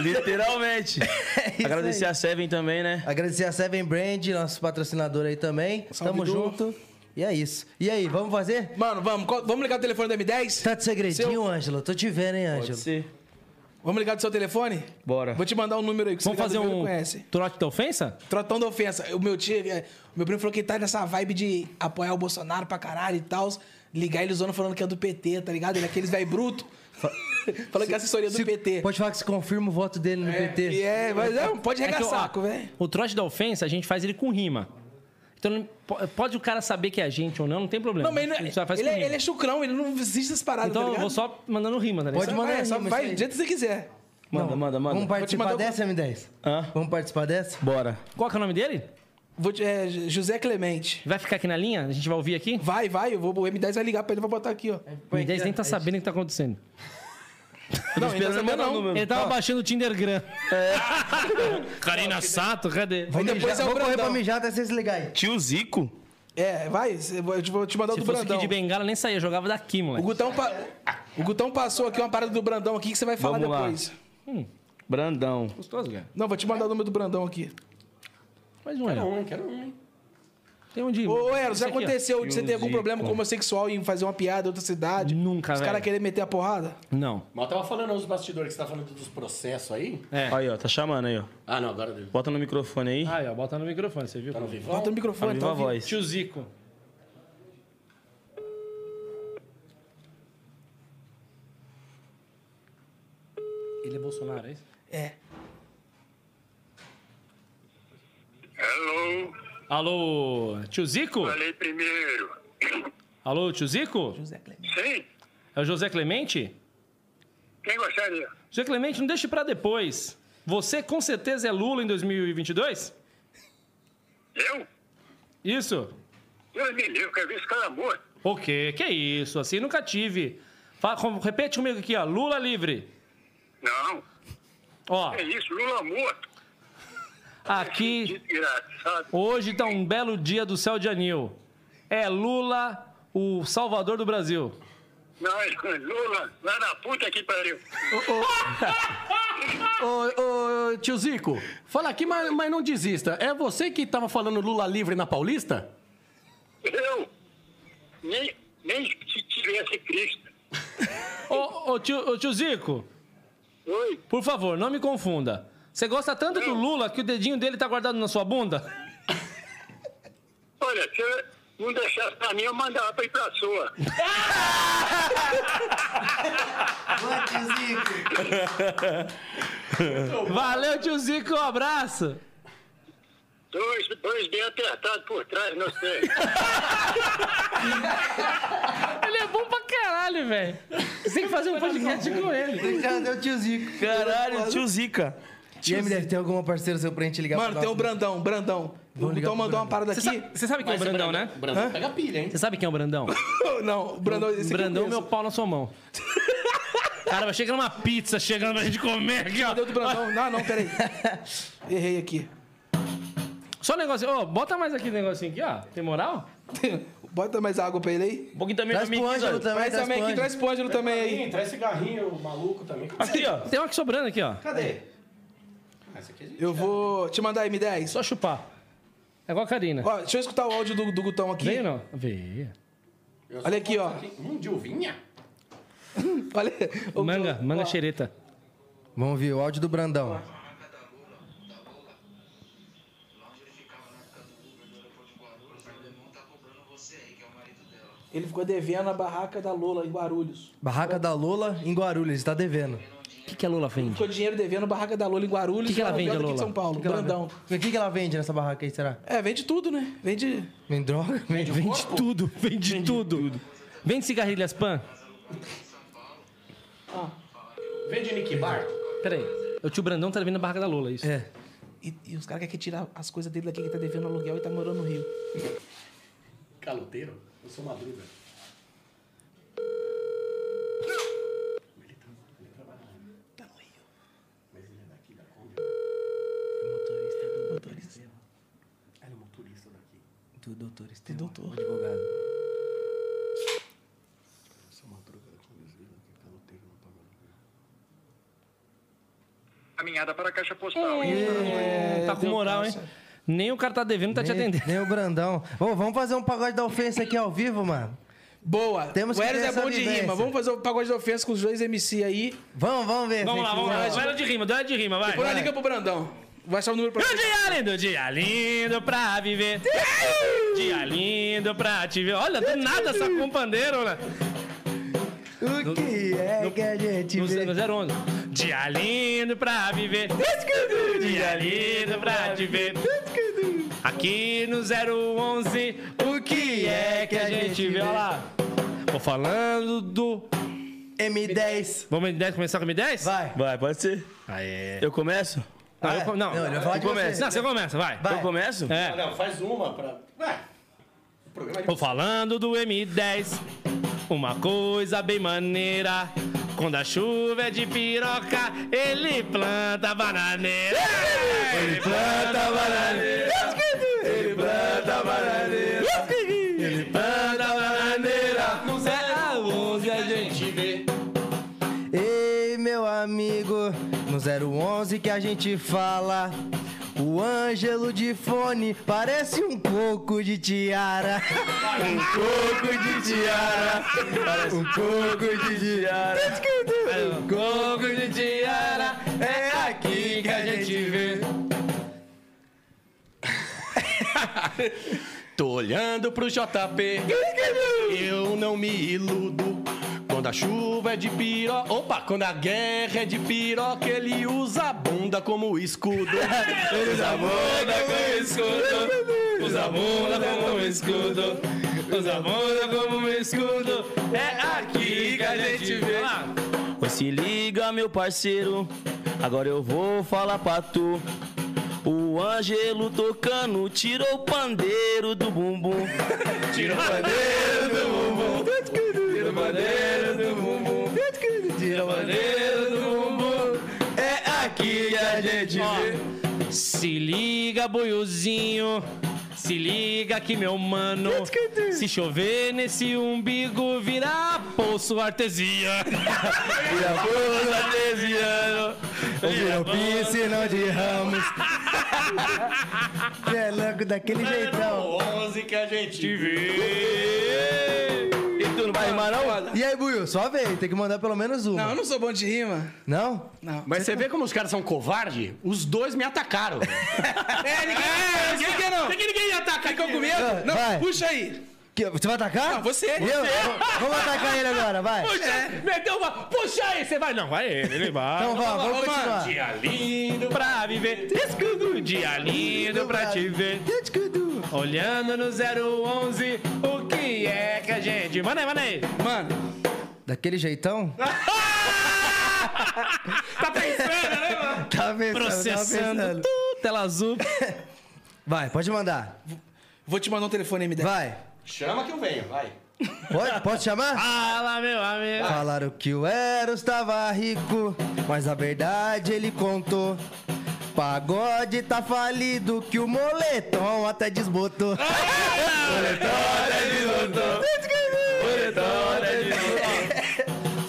Speaker 2: Literalmente.
Speaker 1: É isso
Speaker 2: Agradecer
Speaker 1: aí.
Speaker 2: a Seven também, né?
Speaker 1: Agradecer a Seven Brand, nosso patrocinador aí também.
Speaker 3: Salve,
Speaker 1: Tamo
Speaker 3: Du.
Speaker 1: junto. E é isso. E aí, vamos fazer?
Speaker 3: Mano, vamos. qual- Vamos ligar o telefone do M10?
Speaker 1: Tá de segredinho, Ângelo? Tô te vendo, hein,
Speaker 2: Pode
Speaker 1: Ângelo?
Speaker 2: ser.
Speaker 3: Vamos ligar do seu telefone?
Speaker 2: Bora.
Speaker 3: Vou te mandar um número aí que
Speaker 4: Vamos
Speaker 3: seu
Speaker 4: fazer
Speaker 3: ligador
Speaker 4: um
Speaker 3: conhece.
Speaker 4: trote da ofensa?
Speaker 3: Trotão da ofensa. O meu tio, é, o meu primo falou que ele tá nessa vibe de apoiar o Bolsonaro pra caralho e tal. Ligar ele zoando falando que é do PT, tá ligado? Ele é aqueles velho bruto. falando que é assessoria do
Speaker 1: Se-
Speaker 3: PT.
Speaker 1: Pode falar que se confirma o voto dele no
Speaker 3: É,
Speaker 1: PT.
Speaker 3: e é, mas é, pode
Speaker 4: É que,
Speaker 3: regar
Speaker 4: ó,
Speaker 3: saco, velho.
Speaker 4: O trote da ofensa, a gente faz ele com rima. Então, não- po- pode o cara saber que é a gente ou não, não tem problema.
Speaker 3: Não, mas ele,
Speaker 4: A gente só faz
Speaker 3: ele,
Speaker 4: com
Speaker 3: é,
Speaker 4: rima.
Speaker 3: ele é chucrão, ele não existe essas paradas,
Speaker 4: Então,
Speaker 3: tá
Speaker 4: eu
Speaker 3: ligado?
Speaker 4: vou só mandando rima, tá ligado?
Speaker 1: Pode
Speaker 3: Vai, é
Speaker 1: mandar
Speaker 3: só
Speaker 1: rima,
Speaker 3: vai
Speaker 1: isso
Speaker 3: do
Speaker 1: aí.
Speaker 3: jeito que você quiser.
Speaker 2: Manda,
Speaker 1: Não,
Speaker 2: manda, manda.
Speaker 1: Então, Vamos participar
Speaker 3: mandar um
Speaker 1: dessa, M10?
Speaker 2: Hã?
Speaker 1: Vamos participar dessa?
Speaker 2: Bora.
Speaker 4: Qual que é o nome dele?
Speaker 3: Vou te- é, José Clemente.
Speaker 4: Vai ficar aqui na linha? A gente vai ouvir aqui?
Speaker 3: Vai, vai, eu vou, o M10 vai ligar pra ele, vai é botar aqui, ó.
Speaker 4: O M10 nem tá sabendo o que tá acontecendo.
Speaker 3: Não, ele
Speaker 2: esperando
Speaker 3: sabendo,
Speaker 2: mandar o número.
Speaker 4: Ele tava baixando o Tindergram. Tá. É. Karina Sato, cadê?
Speaker 1: Vou,
Speaker 3: depois
Speaker 1: mijar,
Speaker 3: é o
Speaker 1: vou correr
Speaker 3: Brandão.
Speaker 1: pra mijar até vocês ligarem.
Speaker 2: Tio Zico?
Speaker 3: É, vai, cê- eu te vou te mandar o
Speaker 4: Se
Speaker 3: do
Speaker 4: fosse
Speaker 3: Brandão.
Speaker 4: aqui de Bengala, nem saía, jogava daqui,
Speaker 3: O
Speaker 4: moleque.
Speaker 3: Gutão, pa- o Gutão passou aqui uma parada do Brandão aqui que você vai falar
Speaker 2: Vamos lá.
Speaker 3: depois.
Speaker 2: Brandão.
Speaker 4: Gostoso, cara.
Speaker 3: Não, vou te mandar o número do Brandão aqui.
Speaker 4: Mas não é.
Speaker 5: Quero um, hein? Quero um, hein?
Speaker 4: Tem um de.
Speaker 3: Tá Ô, Eros, já
Speaker 4: Isso aqui, ó.
Speaker 3: aconteceu de você ter algum
Speaker 2: Tiozico.
Speaker 3: problema com homossexual e fazer uma piada em outra cidade?
Speaker 4: Nunca,
Speaker 3: Os caras
Speaker 4: velho.
Speaker 3: querem meter a porrada?
Speaker 4: Não.
Speaker 5: Mas eu tava falando nos bastidores que você tá falando dos processos aí.
Speaker 4: É.
Speaker 2: Aí, ó, tá chamando aí, ó.
Speaker 5: Ah, não, agora deu.
Speaker 2: Bota no microfone aí.
Speaker 4: Aí, ó, bota no microfone, você viu?
Speaker 5: Tá no vivão?
Speaker 3: Bota
Speaker 2: Tá
Speaker 3: no microfone,
Speaker 2: viva
Speaker 3: tá
Speaker 2: a
Speaker 3: ouvindo?
Speaker 2: voz.
Speaker 4: Tio Zico. Ele é Bolsonaro, é isso?
Speaker 3: É.
Speaker 6: Hello,
Speaker 4: Alô, tio Zico?
Speaker 6: falei primeiro.
Speaker 4: Alô, tio Zico?
Speaker 3: José Clemente.
Speaker 6: Sim?
Speaker 4: É o José Clemente?
Speaker 6: Quem gostaria?
Speaker 4: José Clemente, não deixe pra depois. Você com certeza é Lula em 2022?
Speaker 6: Eu?
Speaker 4: Isso?
Speaker 6: Deus me livre, quero ver esse cara morto.
Speaker 4: O quê? Que isso? Assim nunca tive. Fala, com- repete comigo aqui, ó. Lula livre.
Speaker 6: Não,
Speaker 4: Ó,
Speaker 6: é isso, Lula morto.
Speaker 4: aqui
Speaker 6: Desgraçado.
Speaker 4: hoje tá um belo dia do céu de anil. É Lula, o salvador do Brasil.
Speaker 6: Não, é Lula, lá na puta que pariu.
Speaker 5: Ô, ô, tio Zico, fala aqui, mas, mas não desista. É você que tava falando Lula livre na Paulista?
Speaker 6: Eu? Nem, nem se tivesse Cristo.
Speaker 4: Ô, ô, tio, ô, tio Zico,
Speaker 6: Oi?
Speaker 4: por favor, não me confunda. Você gosta tanto do Lula que o dedinho dele tá guardado na sua bunda?
Speaker 6: Olha, se eu não deixasse pra mim, eu mandava pra ir pra sua.
Speaker 4: Valeu, tio Zico, um abraço.
Speaker 6: Dois, dois bem apertados por trás, não sei.
Speaker 4: Ele é bom pra caralho, velho. Você tem que fazer um podcast com ele.
Speaker 1: Já deu tio Zico.
Speaker 2: Caralho, tio Zica.
Speaker 1: E aí, M10, tem alguma parceira seu pra gente ligar
Speaker 3: Mano,
Speaker 1: pra
Speaker 3: tem o
Speaker 1: nós?
Speaker 3: Brandão, Brandão. O
Speaker 1: ligar
Speaker 3: Gutão
Speaker 1: pro
Speaker 3: mandou uma parada
Speaker 4: Você
Speaker 3: aqui.
Speaker 4: sabe, você sabe quem é o Brandão, né?
Speaker 5: Brandão pega pilha, hein?
Speaker 4: Você sabe quem é o Brandão?
Speaker 3: Não, é o Brandão, esse aqui eu
Speaker 4: Brandão, é
Speaker 3: conheço.
Speaker 4: meu pau na sua mão. Cara, vai chegando uma pizza chegando pra gente comer aqui, ó.
Speaker 3: Cadê o do Brandão? Não, não, peraí. Errei aqui.
Speaker 4: Só um negocinho, ô, bota mais aqui o negocinho aqui, ó. Tem moral?
Speaker 3: Bota mais água pra ele aí.
Speaker 2: Um pouquinho também
Speaker 1: Traz
Speaker 2: pra mim
Speaker 1: pro
Speaker 2: aqui,
Speaker 1: Ângelo
Speaker 2: ó.
Speaker 1: também, traz
Speaker 3: Traz
Speaker 1: pro
Speaker 3: também aqui,
Speaker 1: Ângelo.
Speaker 3: traz pro Ângelo também aí.
Speaker 5: Traz cigarrinho maluco também.
Speaker 2: Aqui, ó.
Speaker 4: Tem uma aqui sobrando aqui, ó.
Speaker 5: Cadê? isso aqui a gente-
Speaker 3: Eu vou te mandar M10.
Speaker 4: Só chupar. É igual a Karina.
Speaker 3: Ó, deixa eu escutar o áudio do, do Gutão aqui.
Speaker 4: Veio ou não? Veio.
Speaker 5: eu só
Speaker 3: Olha aqui, ó.
Speaker 5: Hum, de uvinha?
Speaker 3: Olha. o-
Speaker 4: Manga,
Speaker 3: o-
Speaker 4: manga
Speaker 3: ó.
Speaker 4: xereta.
Speaker 1: Vamos ouvir o áudio do Brandão.
Speaker 3: Ele ficou devendo a barraca da Lola em Guarulhos.
Speaker 1: Barraca da Lola em Guarulhos, está devendo.
Speaker 4: O que, que a Lula vende?
Speaker 3: Ficou dinheiro devendo a barraca da Lola em Guarulhos.
Speaker 4: Que que ela
Speaker 3: uma
Speaker 4: vende,
Speaker 3: novela
Speaker 4: a
Speaker 3: aqui de
Speaker 4: Lola?
Speaker 3: São Paulo,
Speaker 4: Que que ela
Speaker 3: um Brandão.
Speaker 1: O que, que ela vende nessa barraca aí, será?
Speaker 3: É, vende tudo, né? Vende.
Speaker 1: Vende droga?
Speaker 4: Vende, tudo, vende, tudo. Vende cigarrilhas pan?
Speaker 5: Vende Nick Bar?
Speaker 4: Peraí. O tio Brandão tá devendo a barraca da Lula, isso.
Speaker 1: É.
Speaker 3: E, e os caras querem tirar as coisas dele daqui que tá devendo aluguel e tá morando no Rio.
Speaker 5: Caloteiro? Eu sou madruga.
Speaker 3: Motorista.
Speaker 5: Era o motorista daqui.
Speaker 1: Do doutor
Speaker 3: Tem doutor.
Speaker 1: Advogado.
Speaker 6: Caminhada para a caixa postal.
Speaker 4: tá com
Speaker 3: deu
Speaker 4: moral, hein?
Speaker 3: câncer.
Speaker 4: Nem o cara tá devendo, tá te
Speaker 1: Nem,
Speaker 4: atendendo.
Speaker 1: nem o Brandão. Ô, vamos fazer um pagode da ofensa aqui ao vivo, mano.
Speaker 3: Boa.
Speaker 1: Temos
Speaker 3: o
Speaker 1: que
Speaker 3: Eros
Speaker 1: ter
Speaker 3: é
Speaker 1: essa
Speaker 3: bom de
Speaker 1: vivência.
Speaker 3: rima. Vamos fazer o pagode da ofensa com os dois MC aí.
Speaker 1: Vamos, vamos ver.
Speaker 4: Vamos
Speaker 1: se
Speaker 4: lá,
Speaker 1: a gente
Speaker 4: vamos lá.
Speaker 1: vai.
Speaker 4: Duelo de rima, duelo de rima, vai.
Speaker 3: Por
Speaker 4: vai.
Speaker 3: liga pro Brandão. Vai achar o número pra
Speaker 4: Um
Speaker 3: você.
Speaker 4: dia lindo, dia lindo pra viver. Dia lindo pra te ver. Olha, do nada essa compandeira, né?
Speaker 1: O que é que a gente
Speaker 4: No,
Speaker 1: vê?
Speaker 4: no 011. Dia lindo pra viver. Dia lindo pra te ver. Aqui no 011, o que é que a gente vê? Olha lá. Tô falando do.
Speaker 1: M10.
Speaker 4: Vamos M10 começar com M10?
Speaker 1: Vai.
Speaker 2: Vai, pode ser.
Speaker 4: Aê.
Speaker 2: Eu começo?
Speaker 4: Não, eu, com- não.
Speaker 1: Não, ele vai falar de
Speaker 4: começa.
Speaker 1: você.
Speaker 4: Não, você começa, vai.
Speaker 1: Vai.
Speaker 2: Eu começo?
Speaker 4: É.
Speaker 5: Olha, faz uma pra... Ah, o programa é de...
Speaker 4: Tô falando do M10, uma coisa bem maneira. Quando a chuva é de piroca, ele planta bananeira. Ele planta bananeira. Ele planta bananeira. Ele planta bananeira. Não sei aonde a gente vê.
Speaker 1: Ei, meu amigo, no 011 que a gente fala. O Ângelo de fone parece um coco de tiara. Um coco de tiara. Parece um coco de tiara. Um coco de tiara. É aqui que a gente vê.
Speaker 5: Tô olhando pro JP, eu não me iludo. Quando a chuva é de piroca. Opa, quando a guerra é de piroca, ele usa a bunda como escudo. ele usa a bunda como escudo.
Speaker 4: Usa a bunda como um escudo. Usa a bunda como um escudo. É aqui que a gente vê.
Speaker 2: Pois se liga, meu parceiro. Agora eu vou falar pra tu. O Ângelo tocando tirou o pandeiro do bumbum.
Speaker 5: Tira o bandeira.
Speaker 2: É aqui que a gente vê.
Speaker 4: Se liga, boiozinho. Se liga que meu mano. Se chover nesse umbigo, vira poço artesiano.
Speaker 2: Os artesianos.
Speaker 1: Ouviram o um piscinão de ramos. Cê é louco daquele jeitão.
Speaker 5: 11 Então, que a gente vê.
Speaker 2: E tu não vai rimar, não?
Speaker 1: E aí, Buiu, só veio, tem que mandar pelo menos
Speaker 3: Não, eu
Speaker 1: uma.
Speaker 3: não sou bom de rima.
Speaker 1: Não?
Speaker 3: Não.
Speaker 5: Mas você vê como os caras são covardes? Os dois me atacaram.
Speaker 3: É, ninguém. É, ninguém, ninguém não.
Speaker 4: Por que ninguém tá? ataca
Speaker 3: Ficou com medo?
Speaker 2: Ah,
Speaker 1: Vai.
Speaker 3: Não,
Speaker 1: Vai.
Speaker 3: puxa aí.
Speaker 1: Que- Você vai atacar?
Speaker 3: Não, você.
Speaker 1: Eu? V- Vamos atacar ele agora, vai.
Speaker 4: Puxa,
Speaker 2: É.
Speaker 4: meteu uma. Puxa aí, você vai. Não, vai ele, ele vai.
Speaker 1: Então vamos, vamos
Speaker 3: Ô, mano,
Speaker 1: continuar.
Speaker 4: Dia lindo pra viver. Escudo. Dia lindo pra te ver. Olhando no 011, o que é que a gente. Manda aí, manda aí.
Speaker 3: Mano,
Speaker 1: Daquele jeitão?
Speaker 4: Tá pensando, né, mano?
Speaker 1: Tá pensando,
Speaker 4: Processando.
Speaker 1: Tá pensando.
Speaker 4: Tu, tela azul.
Speaker 1: Vai, pode mandar.
Speaker 3: vou te mandar um telefone M10.
Speaker 1: Vai.
Speaker 5: Chama que eu venho, vai.
Speaker 1: Pode, pode chamar?
Speaker 4: Fala, Ah, meu amigo.
Speaker 1: Falaram que o Eros tava rico, mas a verdade ele contou. Pagode tá falido, que o moletom até desbotou.
Speaker 3: Ah!
Speaker 1: Ah,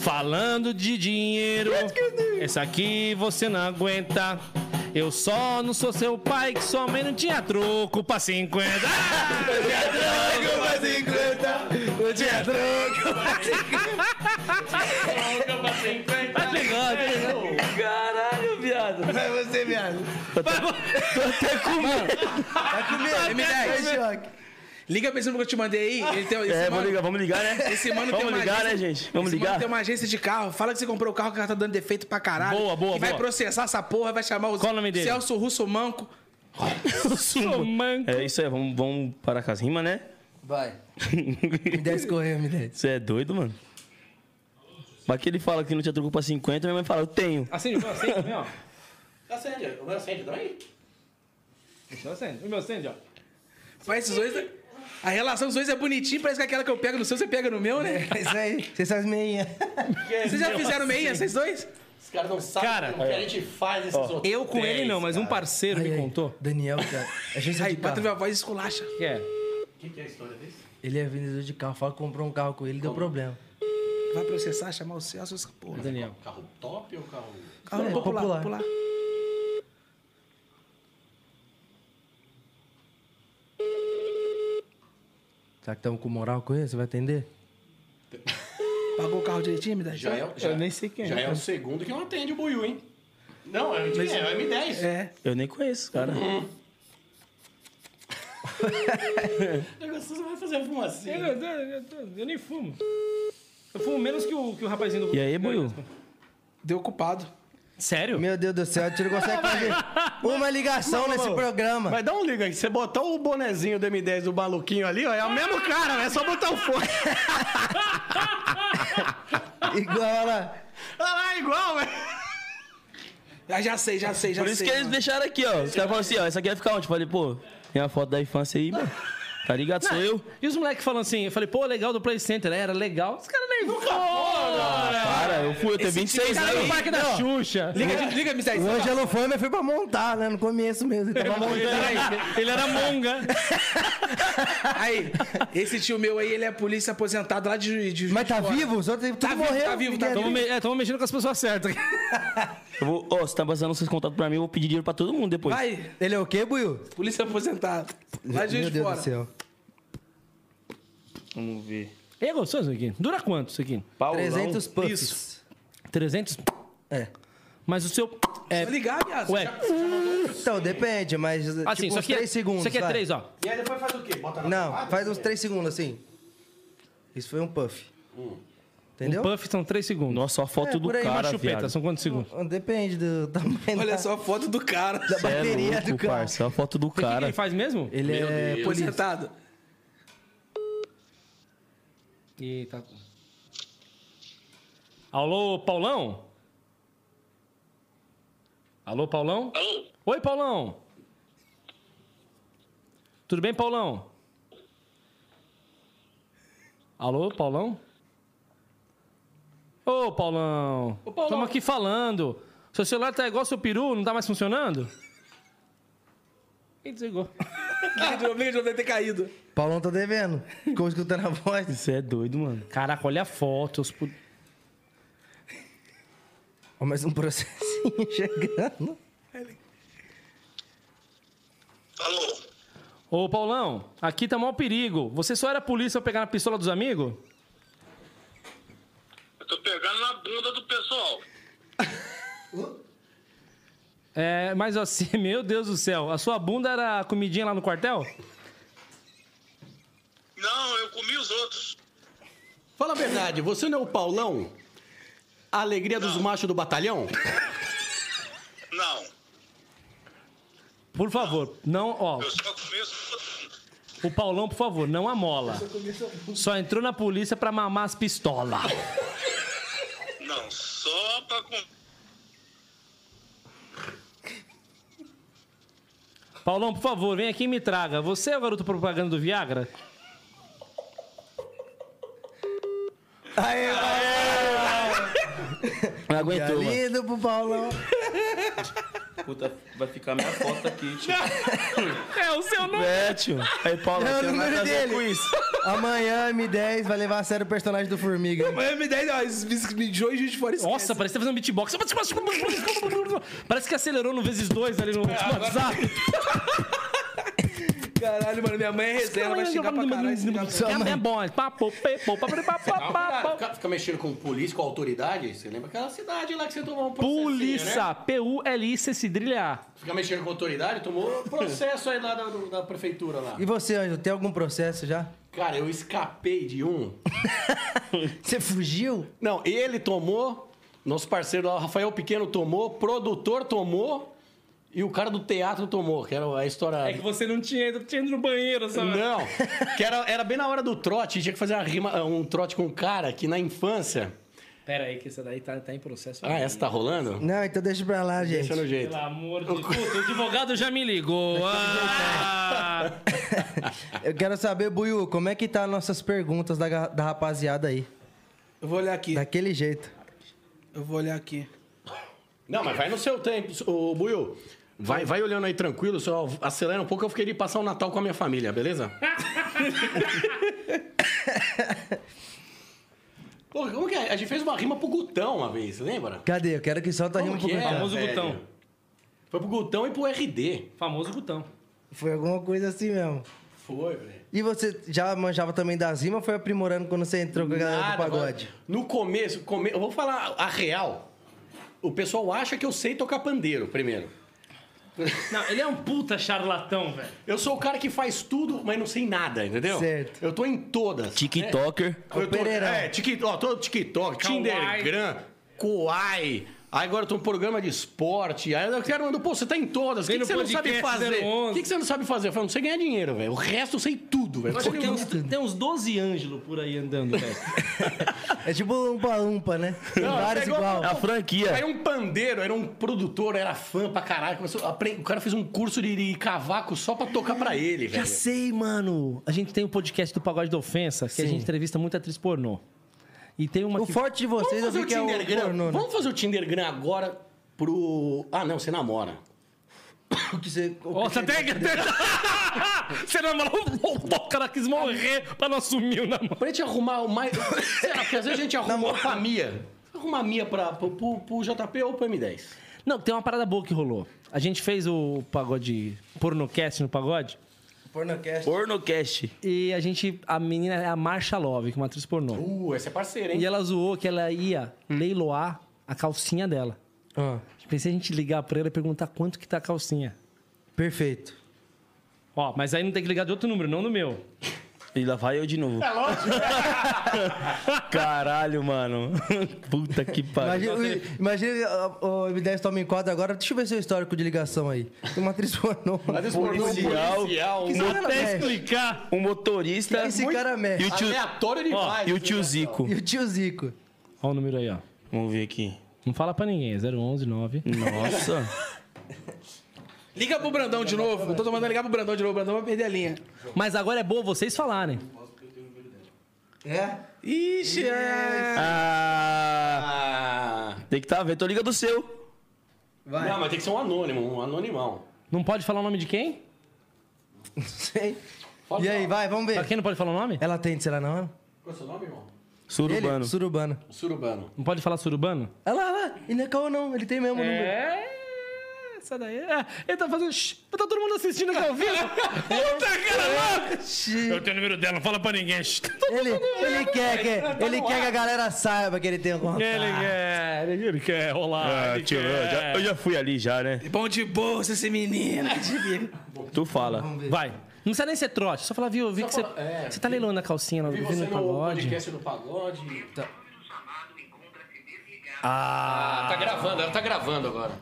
Speaker 4: Falando de dinheiro, essa aqui você não aguenta. Eu só não sou seu pai, que sua mãe não tinha troco pra Ah! 50. Tá ligado, tá ligado? Caralho, viado.
Speaker 1: Vai você, viado.
Speaker 4: Tô até com medo.
Speaker 1: Vai comer.
Speaker 3: M10. Liga pra esse número que eu te mandei aí. Ele tem, esse
Speaker 2: É, vamos
Speaker 3: mano-
Speaker 2: ligar, vamos ligar, né?
Speaker 3: Esse mano tem
Speaker 2: vamos
Speaker 3: uma
Speaker 2: ligar,
Speaker 3: agência,
Speaker 2: né, gente? Vamos
Speaker 3: esse
Speaker 2: ligar.
Speaker 3: Mano tem uma agência de carro. Fala que você comprou o carro que ela tá dando defeito pra caralho.
Speaker 2: Boa, boa,
Speaker 3: E vai
Speaker 2: boa.
Speaker 3: processar essa porra, vai chamar o
Speaker 4: Qual o nome dele?
Speaker 3: Celso Russo Manco.
Speaker 4: Sou manco.
Speaker 2: É isso aí, vamos, vamos parar com as rimas, né?
Speaker 1: Vai. M10 correu, M10.
Speaker 2: Você é doido, mano? Mas que ele fala que não tinha truco pra 50, minha mãe fala, eu tenho.
Speaker 4: Acende o meu, acende o meu.
Speaker 5: Acende, o meu acende é? também?
Speaker 4: Deixa eu acende. O meu acende, ó.
Speaker 3: Mas esses dois. né? A relação dos dois é bonitinha, parece que aquela que eu pego no seu, você pega no meu, né?
Speaker 1: É isso aí. Você sabe as meinhas.
Speaker 2: É,
Speaker 3: Vocês já fizeram meia, vocês dois?
Speaker 5: Os caras não sabem
Speaker 4: Cara,
Speaker 5: como que a gente faz esses outros.
Speaker 4: Eu com ele não, mas um parceiro
Speaker 1: Ai,
Speaker 4: me
Speaker 1: ai,
Speaker 4: contou.
Speaker 1: Daniel, cara.
Speaker 2: é
Speaker 1: Agência
Speaker 3: Aí,
Speaker 1: de
Speaker 3: bate minha
Speaker 1: carro.
Speaker 3: voz e esculacha.
Speaker 4: Que é?
Speaker 5: O que, que é a história desse?
Speaker 1: Ele é vendedor de carro. Fala que comprou um carro com ele, deu problema.
Speaker 3: Vai processar, chamar o Celso, essa porra. Ah,
Speaker 4: Daniel.
Speaker 5: Carro top ou carro.
Speaker 3: Carro
Speaker 1: É,
Speaker 3: não, popular,
Speaker 1: popular.
Speaker 3: popular.
Speaker 1: Será que estamos com moral com ele? Você vai atender?
Speaker 3: Pagou o carro direitinho, me dá
Speaker 5: Já é, já,
Speaker 4: Eu nem sei quem é.
Speaker 5: já é o segundo que não atende o Buiu, hein? Não, é, o- é, o M10.
Speaker 3: É.
Speaker 2: Eu nem conheço, cara.
Speaker 5: O negócio não vai Então fazer um assim. fumacinha.
Speaker 4: Eu, nem fumo. Eu fumo menos que o, que o rapazinho do.
Speaker 2: E aí, Buiu?
Speaker 3: Deu culpado.
Speaker 4: Sério?
Speaker 1: Meu Deus do céu, a gente não consegue fazer uma ligação nesse programa.
Speaker 5: Mas dá um liga aí. Você botou o bonezinho do M10 do maluquinho ali, ó. É o mesmo cara, é só botar o fone.
Speaker 1: Igual ela.
Speaker 5: Olha lá, igual, velho.
Speaker 3: Ah, já sei, já sei, já
Speaker 2: Por isso
Speaker 3: sei.
Speaker 2: que eles
Speaker 3: mano.
Speaker 2: deixaram aqui, ó. Os caras falaram assim, ó, essa aqui vai ficar onde? Eu Falei, pô, tem uma foto da infância aí, mano. Tá ligado? Sou eu.
Speaker 4: E os moleques falando assim, eu falei, pô, legal do Play Center, era legal. Os caras nem
Speaker 2: Para, eu fui, eu
Speaker 3: tipo
Speaker 2: tenho 26
Speaker 4: Cara,
Speaker 2: anos.
Speaker 4: no parque da Xuxa.
Speaker 3: Liga, liga, me dá
Speaker 1: O Angelo foi, mas foi pra montar, né? No começo mesmo. Ele tava
Speaker 4: né?
Speaker 1: montando.
Speaker 4: Ele era monga.
Speaker 3: Aí, esse tio meu aí, ele é polícia aposentado lá de. de
Speaker 1: Mas tá
Speaker 3: de fora.
Speaker 1: vivo? Só tem, tudo
Speaker 3: Tá vivo,
Speaker 1: morreu.
Speaker 3: tá vivo, tá
Speaker 1: ninguém-
Speaker 4: Tamo, me- é, tamo mexendo com as pessoas certas.
Speaker 2: Eu vou, ó, você tá passando seus contatos pra mim, eu vou pedir dinheiro pra todo mundo depois.
Speaker 3: Vai,
Speaker 1: Ele é o quê, Buiu?
Speaker 3: polícia aposentado. Lá de
Speaker 1: Meu
Speaker 3: Juiz de
Speaker 1: Deus
Speaker 3: fora.
Speaker 1: do céu.
Speaker 2: Vamos ver.
Speaker 4: E aí, gostou isso aqui? é Dura quanto isso aqui?
Speaker 2: Paulão.
Speaker 1: 300 puffs.
Speaker 4: 300?
Speaker 1: É.
Speaker 4: Mas o seu...
Speaker 3: Só
Speaker 4: É,
Speaker 3: ligar, viado.
Speaker 4: ué,
Speaker 1: Então, depende, mas tipo
Speaker 4: assim, isso
Speaker 1: uns
Speaker 4: aqui
Speaker 1: 3
Speaker 4: é,
Speaker 1: segundos.
Speaker 4: Isso aqui é
Speaker 1: vai.
Speaker 4: 3, ó.
Speaker 5: E aí depois faz o quê? Bota na
Speaker 1: Não,
Speaker 5: tomada?
Speaker 1: faz uns 3 segundos, assim. Isso foi um puff.
Speaker 2: Hum.
Speaker 1: Entendeu?
Speaker 4: O
Speaker 2: Um
Speaker 4: puff são 3 segundos.
Speaker 2: Nossa, a foto
Speaker 1: É,
Speaker 2: do
Speaker 1: por aí,
Speaker 4: E uma
Speaker 2: cara,
Speaker 4: chupeta,
Speaker 2: viado.
Speaker 4: são quantos segundos?
Speaker 1: Depende do tamanho
Speaker 3: Olha
Speaker 1: da,
Speaker 3: só a foto do cara.
Speaker 1: da
Speaker 2: Cê
Speaker 1: bateria
Speaker 2: é
Speaker 1: do
Speaker 2: louco,
Speaker 1: carro.
Speaker 2: parça. A foto do
Speaker 4: O que, que ele
Speaker 2: cara.
Speaker 4: faz mesmo?
Speaker 1: Ele é polícia.
Speaker 3: Aposentado.
Speaker 4: E tá... Alô, Paulão? Alô, Paulão?
Speaker 6: Alô?
Speaker 4: Oi, Paulão. Tudo bem, Paulão? Alô, Paulão? Ô, Paulão. Estamos aqui falando. Seu celular tá igual seu peru, não tá mais funcionando? E desligou.
Speaker 3: Liga de novo, liga de novo, deve ter caído.
Speaker 1: Paulão tá devendo. Ficou escutando a voz.
Speaker 2: Você é doido, mano.
Speaker 4: Caraca, olha a foto. os pu-
Speaker 1: Ó, Mais um processinho chegando.
Speaker 6: Alô?
Speaker 4: Ô, Paulão, aqui tá maior perigo. Você só era polícia pra pegar na pistola dos amigos?
Speaker 6: Eu tô pegando na bunda do pessoal.
Speaker 4: É, mas assim, meu Deus do céu. A sua bunda era comidinha lá no quartel?
Speaker 6: Não, eu comi os outros.
Speaker 5: Fala a verdade, você não é o Paulão? A alegria dos machos do batalhão?
Speaker 6: Não,
Speaker 4: Por favor, não, ó,
Speaker 6: eu só comi os outros.
Speaker 4: o Paulão, por favor, não amola. Só entrou na polícia pra mamar as pistolas.
Speaker 6: Não, só pra comer.
Speaker 4: Paulão, por favor, vem aqui e me traga. Você é o garoto propaganda do Viagra?
Speaker 1: Aê, vai.
Speaker 2: Não aguentou, mano.
Speaker 1: Lindo pro Paulão.
Speaker 2: Puta, vai ficar minha foto aqui, tio.
Speaker 4: É o seu nome.
Speaker 2: É, tio. Aí, Paulo,
Speaker 1: É o
Speaker 2: você não vai
Speaker 1: número
Speaker 2: fazer
Speaker 1: dele.
Speaker 2: com isso.
Speaker 1: Amanhã M10 vai levar a sério o personagem do Formiga. hein?
Speaker 3: Mas M10, ó, esses bichos me enjoam e juiz de fora esquece.
Speaker 4: Nossa, parece que tá fazendo beatbox. Parece que acelerou no vezes dois ali no WhatsApp.
Speaker 3: Caralho, mano, minha mãe é resenha, ela vai xingar pra caralho. esse cara.
Speaker 4: É, é bom, é papo, pepo, papo, papo,
Speaker 5: Calma, cara.
Speaker 4: papo.
Speaker 5: Fica, fica mexendo com polícia, com autoridade, você lembra aquela cidade lá que você tomou um processo?
Speaker 4: Polícia, P-U-L-I-C, cedrilha A.
Speaker 5: Fica mexendo com autoridade, tomou um processo aí lá da, do- da prefeitura lá.
Speaker 1: E você, Anjo, tem algum processo já?
Speaker 5: Cara, eu escapei de um.
Speaker 1: Você fugiu?
Speaker 5: Não, ele tomou, nosso parceiro lá, o Rafael Pequeno tomou, produtor tomou e o cara do teatro tomou, que era a história.
Speaker 4: É que você não tinha ido, tinha ido no banheiro, sabe?
Speaker 5: Não, que era, era bem na hora do trote, tinha que fazer uma rima- um trote com um cara que na infância.
Speaker 4: Pera aí, que essa daí tá, tá em processo.
Speaker 5: Ah,
Speaker 4: ainda.
Speaker 5: essa tá rolando?
Speaker 1: Não, então deixa pra lá, gente.
Speaker 5: Deixa no jeito.
Speaker 4: Pelo amor de Deus, o advogado já me ligou. Ah!
Speaker 1: Eu quero saber, Buiu, como é que tá nossas perguntas da, ga- da rapaziada aí?
Speaker 3: Eu vou olhar aqui.
Speaker 1: Daquele jeito.
Speaker 3: Eu vou olhar aqui.
Speaker 5: Não, mas vai no seu tempo, ô Buiu. Vai, vai olhando aí tranquilo, só acelera um pouco, eu fiquei de passar o Natal com a minha família, beleza? Pô, como que é? A gente fez uma rima pro Gutão uma vez, lembra?
Speaker 1: Cadê? Eu quero que solta a
Speaker 5: Como
Speaker 1: rima pro
Speaker 5: que é? era,
Speaker 1: Gutão.
Speaker 4: Famoso
Speaker 5: velho?
Speaker 4: Gutão.
Speaker 5: Foi pro Gutão e pro RD.
Speaker 4: Famoso Gutão.
Speaker 1: Foi alguma coisa assim mesmo.
Speaker 5: Foi, velho.
Speaker 1: E você já manjava também das rimas ou foi aprimorando quando você entrou com a galera do
Speaker 5: Nada,
Speaker 1: pagode?
Speaker 5: mano. No começo, come- eu vou falar a real. O pessoal acha que eu sei tocar pandeiro primeiro.
Speaker 4: Não, ele é um puta charlatão, velho.
Speaker 5: Eu sou o cara que faz tudo, mas não sei nada, entendeu?
Speaker 1: Certo.
Speaker 5: Eu tô em todas.
Speaker 2: TikToker.
Speaker 5: Eu
Speaker 1: O
Speaker 5: tô-
Speaker 1: Pereirão.
Speaker 5: É, TikTok, ó, todo TikTok,
Speaker 4: Kawaii.
Speaker 5: Tindergram, Kuai. Aí agora eu tô no programa de esporte. Aí eu quero mandar, pô, você tá em todas. O
Speaker 4: Vem
Speaker 5: que, que
Speaker 4: no
Speaker 5: você não sabe
Speaker 4: podcast
Speaker 5: fazer? O
Speaker 4: 011.
Speaker 5: que, que você não sabe fazer? Eu falei, não sei ganhar dinheiro, velho. O resto eu sei tudo, velho.
Speaker 4: Acho que tem um uns, tem uns 12 Ângelo por aí andando, velho.
Speaker 1: É tipo um palumpa, né?
Speaker 5: Não,
Speaker 1: Vários
Speaker 5: pegou-
Speaker 1: igual.
Speaker 2: A franquia.
Speaker 5: Era um pandeiro, era um produtor, era fã pra caralho. Começou a apre- O cara fez um curso de, de cavaco só pra tocar pra ele,
Speaker 4: Já
Speaker 5: velho.
Speaker 4: sei, mano. A gente tem o podcast do Pagode da Ofensa, que a gente entrevista muita atriz pornô. E tem uma
Speaker 1: O
Speaker 4: que...
Speaker 1: forte de vocês eu vi que é o pornô, né?
Speaker 5: Vamos fazer o Tindergram agora pro. Ah, não, você namora.
Speaker 1: O que você- o que você-
Speaker 4: Nossa, até que... Você não o cara quis morrer pra não assumir o namoro.
Speaker 5: Pra gente arrumar o mais. Será que às vezes a gente arruma uma Mia? Arruma a Mia pra, pro, pro- pro JP ou pro M10?
Speaker 4: Não, tem uma parada boa que rolou. A gente fez o pagode pornocast no pagode
Speaker 1: Pornocast.
Speaker 2: Pornocast.
Speaker 4: e a gente a menina é a Marsha Love, que é uma atriz pornô.
Speaker 5: Uh, essa é parceira,
Speaker 4: E ela zoou que ela ia leiloar a calcinha dela.
Speaker 1: Ah,
Speaker 4: Pensei a gente ligar pra ela e perguntar quanto que tá a calcinha.
Speaker 1: perfeito.
Speaker 4: Ó, mas aí não tem que ligar de outro número, não do meu.
Speaker 2: E lá vai eu de novo. É lógico. Caralho, mano. Puta que pariu.
Speaker 1: Imagina, imagina ah, o M10 toma em quadro agora. Deixa eu ver seu histórico de ligação aí. Tem uma atriz pornô.
Speaker 5: Mas esse pornô
Speaker 2: policial.
Speaker 5: policial.
Speaker 1: Que
Speaker 5: Não,
Speaker 1: cara mexe?
Speaker 4: explicar.
Speaker 2: Um motorista.
Speaker 1: Esse
Speaker 2: Muito-
Speaker 1: cara é mexe.
Speaker 2: E o tio,
Speaker 5: Aleatório
Speaker 2: ó,
Speaker 5: demais.
Speaker 2: e o tio Zico.
Speaker 1: E o tio Zico.
Speaker 4: Ó o número aí, ó.
Speaker 2: Vamos ver aqui.
Speaker 4: Não fala pra ninguém, é 011 9.
Speaker 2: Nossa.
Speaker 3: Liga pro Brandão de novo. Eu tô mandando ligar pro Brandão de novo. O Brandão vai perder a linha.
Speaker 4: Mas agora é bom vocês falarem.
Speaker 1: É?
Speaker 3: Ixi, é.
Speaker 2: Ah,
Speaker 5: Ah.
Speaker 2: tem que tá vendo. Tô ligado do seu.
Speaker 1: Vai.
Speaker 5: Não, mas tem que ser um anônimo, um anonimão.
Speaker 4: Não pode falar o nome de quem?
Speaker 1: Sei.
Speaker 5: Pode
Speaker 1: E aí,
Speaker 5: falar.
Speaker 1: vai, vamos
Speaker 4: Pra
Speaker 1: ver.
Speaker 4: quem não pode falar o nome?
Speaker 1: Ela atende, será não?
Speaker 5: Qual é o seu nome, irmão?
Speaker 2: Surubano.
Speaker 1: Ele? Surubano.
Speaker 5: O Surubano.
Speaker 4: Não pode falar surubano?
Speaker 1: Olha lá, olha lá. E não é caô, não. Ele tem mesmo o número.
Speaker 4: É. Essa daí. É. Ele tá fazendo. shh, Tá todo mundo assistindo que eu vi.
Speaker 1: Xi.
Speaker 4: tenho o número dela, não fala pra ninguém.
Speaker 1: Ele, ele quer, que, ele quer que a galera saiba que ele tem alguma coisa.
Speaker 4: Ele quer, ele quer rolar.
Speaker 2: Ah,
Speaker 4: ele
Speaker 2: tio, eu
Speaker 4: quer.
Speaker 2: já, eu já fui ali já, né?
Speaker 3: Bom de bolsa esse menino. que devia.
Speaker 2: Tu fala.
Speaker 4: Vai. Não precisa nem ser trote, só falar, viu? Eu vi que
Speaker 5: fala-
Speaker 4: você.
Speaker 5: é,
Speaker 4: você tá leilando a calcinha lá
Speaker 5: Vi
Speaker 4: vindo
Speaker 5: você
Speaker 4: no
Speaker 5: no
Speaker 4: pagode.
Speaker 5: podcast do Pagode. Ah, tá gravando, ela tá gravando agora.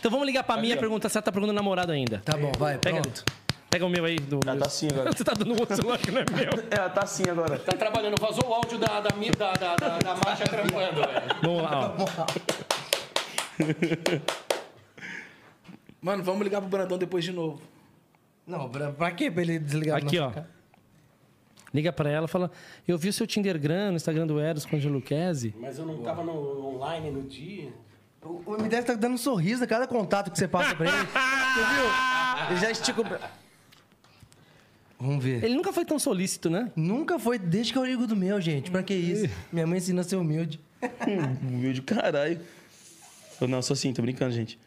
Speaker 4: Então vamos ligar pra minha e perguntar se ela tá perguntando namorado ainda.
Speaker 1: Tá bom, vai,
Speaker 4: Pega,
Speaker 1: pronto.
Speaker 4: pega o meu aí do.
Speaker 2: Ah, tá assim agora.
Speaker 4: Você tá dando outro celular que não é meu.
Speaker 2: Ela tá assim agora.
Speaker 5: Tá trabalhando, vazou o áudio da, da, mi- da, da, da, da marcha trampando, velho.
Speaker 4: Vamos
Speaker 5: Tá
Speaker 4: lá, ó.
Speaker 3: Mano, vamos ligar pro Brandão depois de novo.
Speaker 1: Não, pra, pra quê? Pra ele desligar
Speaker 4: Aqui,
Speaker 1: a
Speaker 4: ó.
Speaker 1: nossa cara?
Speaker 4: Liga pra ela e fala: Eu vi o seu Tindergram no Instagram do Eros com o Angelo Lucchese.
Speaker 5: Mas eu não tava no, online no dia.
Speaker 1: O, o M10 tá dando um sorriso a cada contato que você passa pra ele. Você viu? Ele já estica o. bra- Vamos ver.
Speaker 4: Ele nunca foi tão solícito, né?
Speaker 1: Nunca foi desde que eu ligo do meu, gente. Pra que isso? Minha mãe ensina a ser humilde.
Speaker 2: Humilde, caralho. Eu não, sou assim, tô brincando, gente.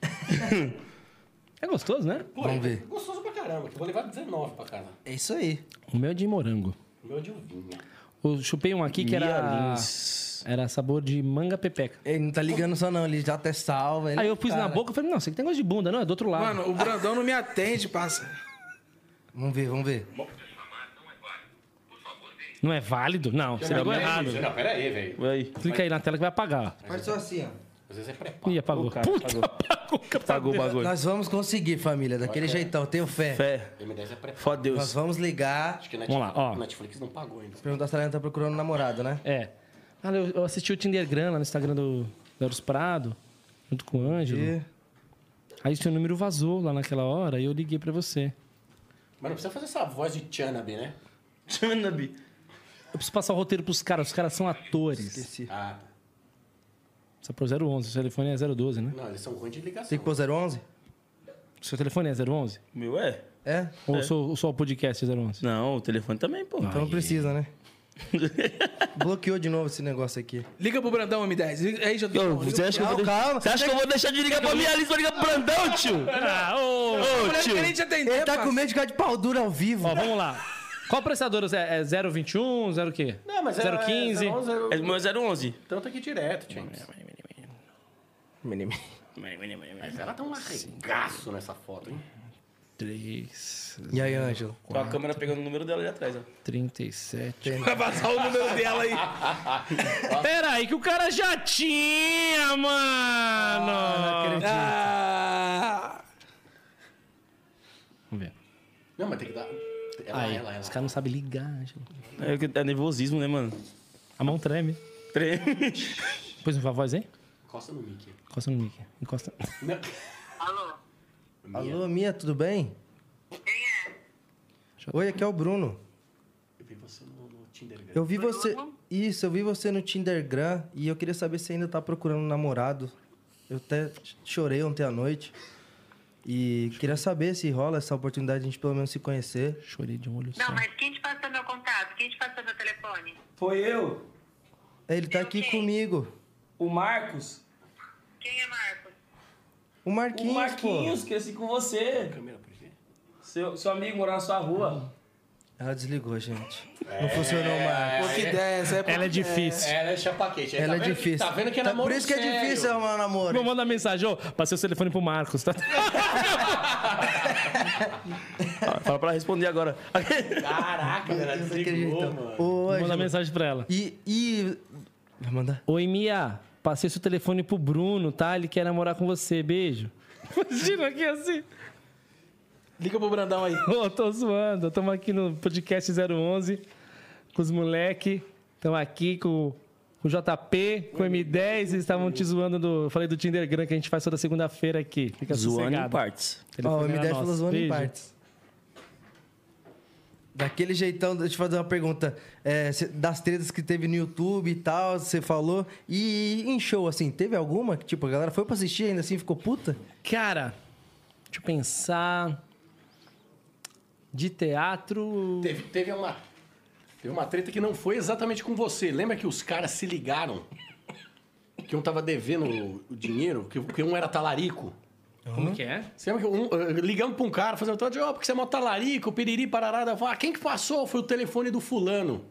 Speaker 4: É gostoso, né?
Speaker 5: Pô,
Speaker 1: Vamos ver.
Speaker 5: Gostoso pra caramba. que eu Vou levar 19 pra casa.
Speaker 1: É isso aí.
Speaker 4: O meu é de morango.
Speaker 5: O meu é de uvinha.
Speaker 4: Eu chupei um aqui que
Speaker 2: Mia
Speaker 4: era.
Speaker 2: Lins.
Speaker 4: Era sabor de manga pepeca.
Speaker 1: Ele não tá ligando só, não. Ele já até salva. ele-
Speaker 4: Aí eu pus na
Speaker 1: Cara,
Speaker 4: boca e falei, não, você que tem gosto de bunda, não, é do outro lado.
Speaker 3: Mano, o Brandão não me atende, parça.
Speaker 1: Vamos ver, vamos ver.
Speaker 4: Não é válido? Não, você
Speaker 5: Não,
Speaker 4: pegou
Speaker 5: peraí,
Speaker 4: errado.
Speaker 5: bicho. Não, pera aí, velho.
Speaker 2: Aí.
Speaker 4: Clica aí na tela que vai apagar.
Speaker 1: Faz só assim, ó.
Speaker 5: Às vezes é
Speaker 4: ó.
Speaker 5: preparo.
Speaker 4: Ih, apagou.
Speaker 2: O cara
Speaker 4: Puta,
Speaker 2: apagou.
Speaker 4: apagou.
Speaker 2: Pagou o bagulho.
Speaker 1: Nós vamos conseguir, família, daquele jeitão, tenho fé.
Speaker 2: Fé.
Speaker 5: M10 é preparo.
Speaker 2: Foda
Speaker 1: Nós
Speaker 2: Deus.
Speaker 1: vamos ligar.
Speaker 5: Acho que a
Speaker 4: Vamos lá, ó.
Speaker 5: Netflix não pagou ainda.
Speaker 1: Perguntar se ela ainda tá procurando um namorado, né?
Speaker 4: É. Ah, eu, eu assisti o Tinder Gran lá no Instagram do Eros Prado, junto com o Ângelo.
Speaker 1: E...
Speaker 4: Aí o seu número vazou lá naquela hora e eu liguei pra você.
Speaker 5: Mas não precisa fazer essa voz de Chanabi, né?
Speaker 2: Chanabi.
Speaker 4: Eu preciso passar o roteiro pros caras, os caras são atores.
Speaker 1: Esqueci.
Speaker 5: Ah,
Speaker 4: Você por 011, seu telefone é 012, né?
Speaker 5: não, eles são ruins de ligação.
Speaker 1: Tem que pôr 011?
Speaker 4: Seu telefone é 011?
Speaker 2: Meu é?
Speaker 1: É?
Speaker 4: Ou só- ou só o podcast é 011?
Speaker 2: Não, o telefone também, pô.
Speaker 1: Então não precisa, né? Bloqueou de novo esse negócio aqui.
Speaker 3: Liga pro Brandão, M10. Liga- Aí, já
Speaker 2: Ô, você acha que eu vou,
Speaker 1: Calma,
Speaker 2: de-
Speaker 1: calma.
Speaker 2: Você acha que eu vou deixar de ligar pra minha lista pra ligar pro Brandão, tio?
Speaker 4: Ah, ô!
Speaker 2: Ô,
Speaker 3: Mulher
Speaker 2: tio.
Speaker 3: que nem te atender,
Speaker 1: Ele tá
Speaker 3: parça.
Speaker 1: com medo de ficar de pau dura ao vivo.
Speaker 4: Ó, vamos lá. Qual prestador? É, é 021, 0 o quê?
Speaker 5: Não, mas é-
Speaker 4: 015?
Speaker 5: é 011,
Speaker 2: É o meu 011.
Speaker 5: Então tá aqui direto, James.
Speaker 1: Menino.
Speaker 5: Mas ela tá um arregaço nessa foto, hein?
Speaker 4: 3,
Speaker 1: E aí, Ângelo?
Speaker 2: Com a câmera pegando o número dela ali atrás, ó.
Speaker 4: 37...
Speaker 3: Vai passar o número dela aí.
Speaker 4: Pera aí, que o cara já tinha, mano!
Speaker 3: Ah,
Speaker 4: Vamos ver.
Speaker 5: Não, mas tem que dar. Ela,
Speaker 4: Aí,
Speaker 5: ela, ela.
Speaker 4: os caras não sabem ligar, Ângelo.
Speaker 2: É, que- é nervosismo, né, mano?
Speaker 4: A mão treme.
Speaker 2: Treme.
Speaker 4: Pois não, a voz aí?
Speaker 5: Encosta no Mickey.
Speaker 4: Encosta no mic. Encosta.
Speaker 5: Não.
Speaker 6: Alô?
Speaker 1: Alô, Mia, tudo bem?
Speaker 6: Quem é?
Speaker 1: Oi, aqui é o Bruno.
Speaker 5: Eu vi você no, no Tinder. né?
Speaker 1: Eu vi você. Isso, eu vi você no Tindergram e eu queria saber se ainda tá procurando um namorado. Eu até chorei ontem à noite. E queria saber se rola essa oportunidade de a gente pelo menos se conhecer.
Speaker 4: Chorei de um olho só.
Speaker 6: Não, mas quem te passou meu contato? Quem te passou meu telefone?
Speaker 7: Foi eu,
Speaker 1: Ele tá aqui comigo.
Speaker 7: o Marcos,
Speaker 6: Quem é Marcos?
Speaker 1: O Marquinhos,
Speaker 7: o
Speaker 1: pô.
Speaker 7: Um Marquinhos, cresci com você. Seu, seu amigo morava na sua rua.
Speaker 1: Ela desligou, gente.
Speaker 5: É.
Speaker 1: Não funcionou mais.
Speaker 3: que ideia. Essa é
Speaker 4: Ela é difícil.
Speaker 5: Ela é chapaquete.
Speaker 1: Ela é
Speaker 5: tá vendo que-
Speaker 1: difícil.
Speaker 5: Tá vendo que é namoro
Speaker 1: Por isso que é
Speaker 5: sério.
Speaker 1: difícil arrumar um namoro.
Speaker 4: Vou mandar mensagem, ô, passei o telefone pro Marcos, tá?
Speaker 2: Ah, Fala pra ela responder agora.
Speaker 5: Caraca, ela
Speaker 1: Deus, daquele
Speaker 5: desligou,
Speaker 1: jeitão.
Speaker 5: mano.
Speaker 1: Ô,
Speaker 4: Vou mandar
Speaker 1: Ângelo.
Speaker 4: mensagem pra ela.
Speaker 1: E, e. Vai mandar?
Speaker 4: Oi, Mia. Passei seu telefone pro Bruno, tá? Ele quer namorar com você. Beijo. Imagina aqui assim.
Speaker 3: Liga pro Brandão aí.
Speaker 4: Ô, tô zoando. Tamo aqui no podcast 011 com os moleque. Tamo aqui com o JP, com o M10. Eles estavam te zoando do. eu Falei do Tinder Gran que a gente faz toda segunda-feira aqui. Fica
Speaker 2: Zoando em
Speaker 4: sossegado.
Speaker 2: partes.
Speaker 1: Ó, o
Speaker 4: Telefone
Speaker 1: M10
Speaker 4: era
Speaker 1: falou
Speaker 4: nosso.
Speaker 1: zoando em
Speaker 4: Beijo.
Speaker 1: partes. Daquele jeitão, deixa eu fazer uma pergunta. É, cê- das tretas que teve no YouTube e tal, você falou. E em show, assim, teve alguma? que Tipo, a galera foi pra assistir ainda assim ficou puta?
Speaker 4: Cara, deixa eu pensar. De teatro.
Speaker 5: Teve, teve uma. Teve uma treta que não foi exatamente com você. Lembra que os caras se ligaram? Que um tava devendo o- o dinheiro, que, que um era talarico.
Speaker 4: Como que é?
Speaker 5: Você lembra que um, eh, ligamos pra um cara, fazendo tal de, ó, porque você é mó talarico, piriri, parará. daí eu falei, Ah, quem que passou? Foi o telefone do fulano.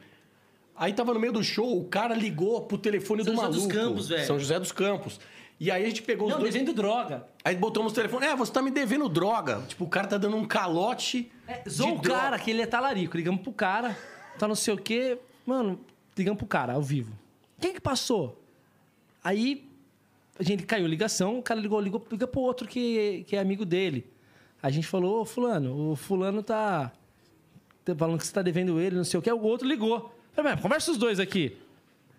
Speaker 5: Aí tava no meio do show, o cara ligou pro telefone
Speaker 7: São
Speaker 5: do
Speaker 7: José
Speaker 5: maluco.
Speaker 7: dos Campos, velho.
Speaker 5: São José dos Campos. E aí a gente pegou os
Speaker 7: Não,
Speaker 5: dois.
Speaker 7: devendo droga.
Speaker 5: Aí botamos o telefone. É, você tá me devendo droga. Tipo, o cara tá dando um calote.
Speaker 4: É,
Speaker 5: de
Speaker 4: Zoou o
Speaker 5: droga.
Speaker 4: cara, que ele é talarico. Ligamos pro cara, tá não sei o quê. Mano, ligamos pro cara, ao vivo. Quem que passou? Aí, a gente caiu a ligação, o cara ligou, ligou, liga pro outro que, que é amigo dele. A gente falou, ô fulano, o fulano tá, tá falando que você tá devendo ele, não sei o quê. O outro ligou. Falei, "Mas conversa os dois aqui.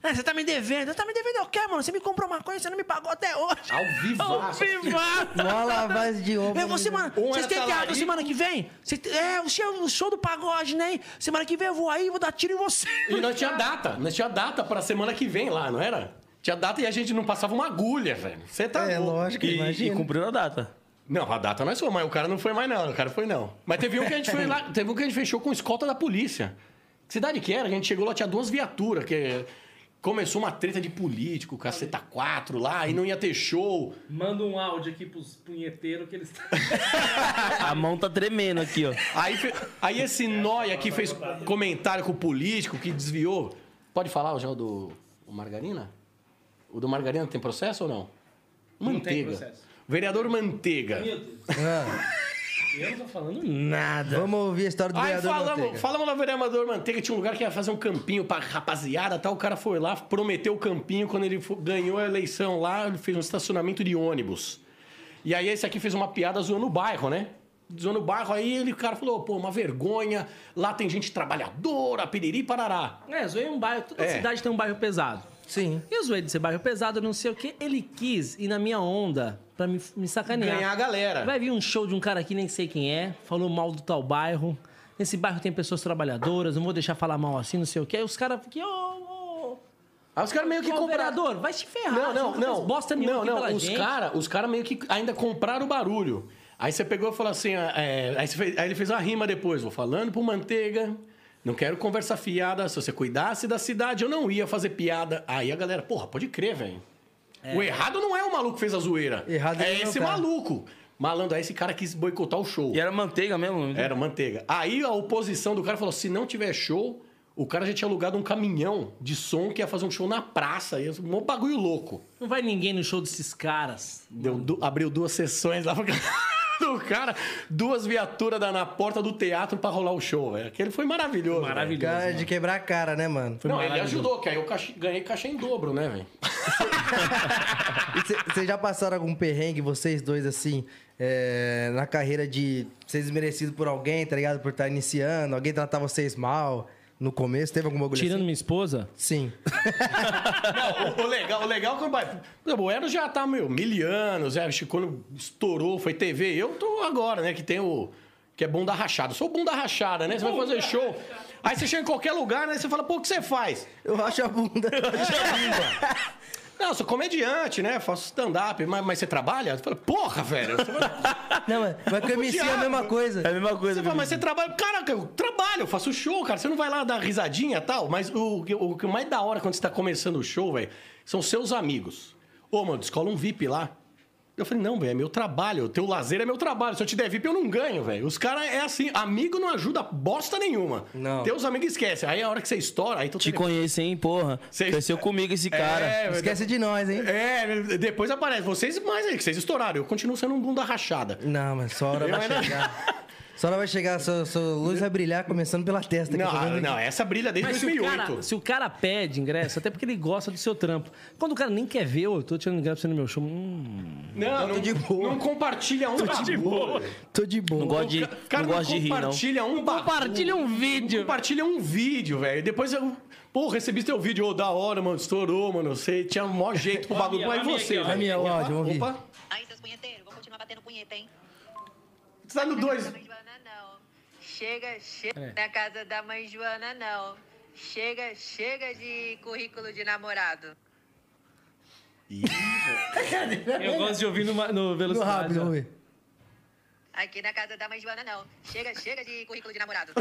Speaker 4: É, você tá me devendo. Você tá me devendo o quê, mano? Você me comprou uma coisa, você não me pagou até hoje.
Speaker 5: Ao vivaço.
Speaker 4: Ao vivaço.
Speaker 1: Uma lavagem de ombro.
Speaker 4: É, você, mano,
Speaker 5: Um
Speaker 4: vocês
Speaker 5: era
Speaker 4: têm teatro
Speaker 5: talarico.
Speaker 4: semana que vem? Cê- é, o show, o show do pagode, né? Semana que vem eu vou aí, vou dar tiro em você.
Speaker 5: E nós tinha data. Nós tinha data pra semana que vem lá, não era? Tinha data e a gente não passava uma agulha, velho. Você tá
Speaker 1: É,
Speaker 5: louco.
Speaker 1: lógico,
Speaker 2: E, e
Speaker 1: imagina.
Speaker 2: cumpriu a data.
Speaker 5: Não, a data nós fomos, mas o cara não foi mais, não. O cara foi, não. Mas teve um que a gente foi lá, teve um que a gente fechou com escolta da polícia. Que cidade que era? A gente chegou lá, tinha duas viaturas, que começou uma treta de político, caceta 4 lá, e não ia ter show.
Speaker 7: Manda um áudio aqui pros punheteiros que eles.
Speaker 2: A mão tá tremendo aqui, ó.
Speaker 5: Aí, fe- aí esse nóia que fez comentário com o político, que desviou. Pode falar já o do o Margarina? O do Margarina tem processo ou não? Manteiga.
Speaker 7: processo.
Speaker 5: Vereador Manteiga.
Speaker 1: Ah,
Speaker 7: Eu não tô falando
Speaker 2: Nada.
Speaker 1: vamos ouvir a história do
Speaker 5: Aí
Speaker 1: vereador
Speaker 5: falamos,
Speaker 1: Manteiga.
Speaker 5: falamos lá, vereador Manteiga, tinha um lugar que ia fazer um campinho pra rapaziada tal. O cara foi lá, prometeu o campinho. Quando ele fo- ganhou a eleição lá, ele fez um estacionamento de ônibus. E aí esse aqui fez uma piada zoando o bairro, né? Zoando o bairro, aí ele, o cara falou, pô, uma vergonha, lá tem gente trabalhadora, piriri, parará.
Speaker 4: É, zoei um bairro. Toda
Speaker 5: É.
Speaker 4: cidade tem um bairro pesado.
Speaker 1: Sim.
Speaker 4: E eu zoei de ser bairro pesado, não sei o quê. Ele quis ir na minha onda pra me, me sacanear.
Speaker 5: Ganhar a galera.
Speaker 4: Vai vir um show de um cara que nem sei quem é, falou mal do tal bairro. Nesse bairro tem pessoas trabalhadoras, não vou deixar falar mal assim, não sei o quê. Aí os caras ficam, ô, ô,
Speaker 5: Aí os caras meio que
Speaker 4: ô,
Speaker 5: compraram...
Speaker 4: vereador, vai se ferrar. Ah,
Speaker 5: Não,
Speaker 4: você
Speaker 5: não,
Speaker 4: nunca fez
Speaker 5: não.
Speaker 4: bosta nenhuma
Speaker 5: não,
Speaker 4: aqui
Speaker 5: não.
Speaker 4: pela
Speaker 5: os
Speaker 4: gente.
Speaker 5: caras os cara meio que ainda compraram o barulho. Aí você pegou e falou assim... ah, é, aí, você fez- aí ele fez uma rima depois. Vou falando pro Manteiga, não quero conversa fiada. Se você cuidasse da cidade, eu não ia fazer piada. Aí a galera, porra, pode crer, velho. O errado não é o maluco que fez a zoeira.
Speaker 1: Errado
Speaker 5: é
Speaker 1: ele não
Speaker 5: esse
Speaker 1: tá.
Speaker 5: maluco. Malandro, aí esse cara quis boicotar o show.
Speaker 2: E era manteiga mesmo?
Speaker 5: Era manteiga. Aí a oposição do cara falou: se não tiver show, o cara já tinha alugado um caminhão de som que ia fazer um show na praça. Ia- Um bagulho louco.
Speaker 4: Não vai ninguém no show desses caras.
Speaker 5: Deu du- abriu duas sessões lá pro cara- do cara, duas viaturas da- na porta do teatro pra rolar o show. velho. Aquele foi maravilhoso. Maravilhoso.
Speaker 1: Cara, de quebrar a cara, né, mano?
Speaker 5: Não, ele ajudou, que aí eu caixa- ganhei caixa em dobro, né, velho?
Speaker 1: Vocês já passaram algum perrengue, vocês dois, assim, é, na carreira de ser desmerecido por alguém, tá ligado? Por estar iniciando, alguém tratar vocês mal no começo? Teve algum bagulho
Speaker 4: Tirando
Speaker 1: assim?
Speaker 4: minha esposa,
Speaker 1: Sim.
Speaker 5: Não, o, o legal, o legal é que o Bahia- Por exemplo, o Eros já tá, meu, mil anos, é, acho que quando estourou, foi TV. Eu tô agora, né, que tem o. Que é bunda rachada. Eu sou bunda rachada, né? Você vai fazer show. Aí você chega em qualquer lugar, né? Você fala, pô, o que você faz?
Speaker 1: Eu acho a bunda.
Speaker 5: Não, eu sou comediante, né? Faço stand-up, mas, mas você trabalha? Você fala, porra, velho. Você fala,
Speaker 1: Não, mas, mas com MC é a mesma
Speaker 2: É a
Speaker 1: coisa.
Speaker 2: mesma coisa.
Speaker 5: Você fala, mas você trabalha. Caraca, eu trabalho, eu faço show, cara. Você não vai lá dar risadinha e tal. Mas o, que- o que mais da hora quando você tá começando o show, velho, são seus amigos. Ô, mano, descola um VIP lá. Eu falei, não, velho, é meu trabalho. O teu lazer é meu trabalho. Se eu te der VIP, eu não ganho, velho. Os caras é assim, amigo não ajuda bosta nenhuma.
Speaker 1: Não.
Speaker 5: Teus amigos esquecem. Aí a hora que você estoura, aí tu
Speaker 2: Te conheço, hein, porra.
Speaker 5: Cê-
Speaker 2: Cresceu comigo esse cara.
Speaker 5: É, velho.
Speaker 1: Esquece de nós, hein?
Speaker 5: É, depois aparece. Vocês mais aí, que vocês estouraram. Eu continuo sendo um bunda rachada.
Speaker 1: Não, mas só hora
Speaker 5: Eu ainda-
Speaker 1: vai chegar. Só hora vai chegar, sua, sua luz vai brilhar começando pela testa. que eu tô
Speaker 5: Não,
Speaker 1: vendo
Speaker 5: não, essa brilha desde
Speaker 4: Mas se o,
Speaker 5: 2008.
Speaker 4: cara, se o cara pede ingresso, até porque ele gosta do seu trampo. Quando o cara nem quer ver, eu tô tirando ingresso pra você no meu show. Hum,
Speaker 5: Não, não,
Speaker 1: de boa.
Speaker 5: não compartilha um bagulho.
Speaker 1: aqui. Tô de boa.
Speaker 2: Não gosto de,
Speaker 5: Ca- Cara,
Speaker 2: não
Speaker 5: não
Speaker 2: gosto de rir, não.
Speaker 5: compartilha um bagulho.
Speaker 4: Compartilha um vídeo.
Speaker 5: Não Compartilha um vídeo, velho. Depois eu. Pô, recebi teu vídeo, ô, da hora, mano. Estourou, mano. Você tinha o maior jeito pro bagulho. Mas você, velho.
Speaker 1: Damião, ó,
Speaker 5: Opa,
Speaker 1: vamos ouvir.
Speaker 5: Opa,
Speaker 8: Aí, seus punheteiros, vou continuar batendo punheta, hein?
Speaker 5: você tá no dois.
Speaker 8: Mãe Joana, não. Chega, chega na casa da mãe Joana, não. Chega, chega de currículo de namorado.
Speaker 7: Eu gosto de ouvir numa- no,
Speaker 1: No
Speaker 7: velocidade.
Speaker 1: rápido,
Speaker 7: ó.
Speaker 1: vamos ver.
Speaker 8: Aqui na casa da mãe Joana, não. Chega, chega de currículo de namorado.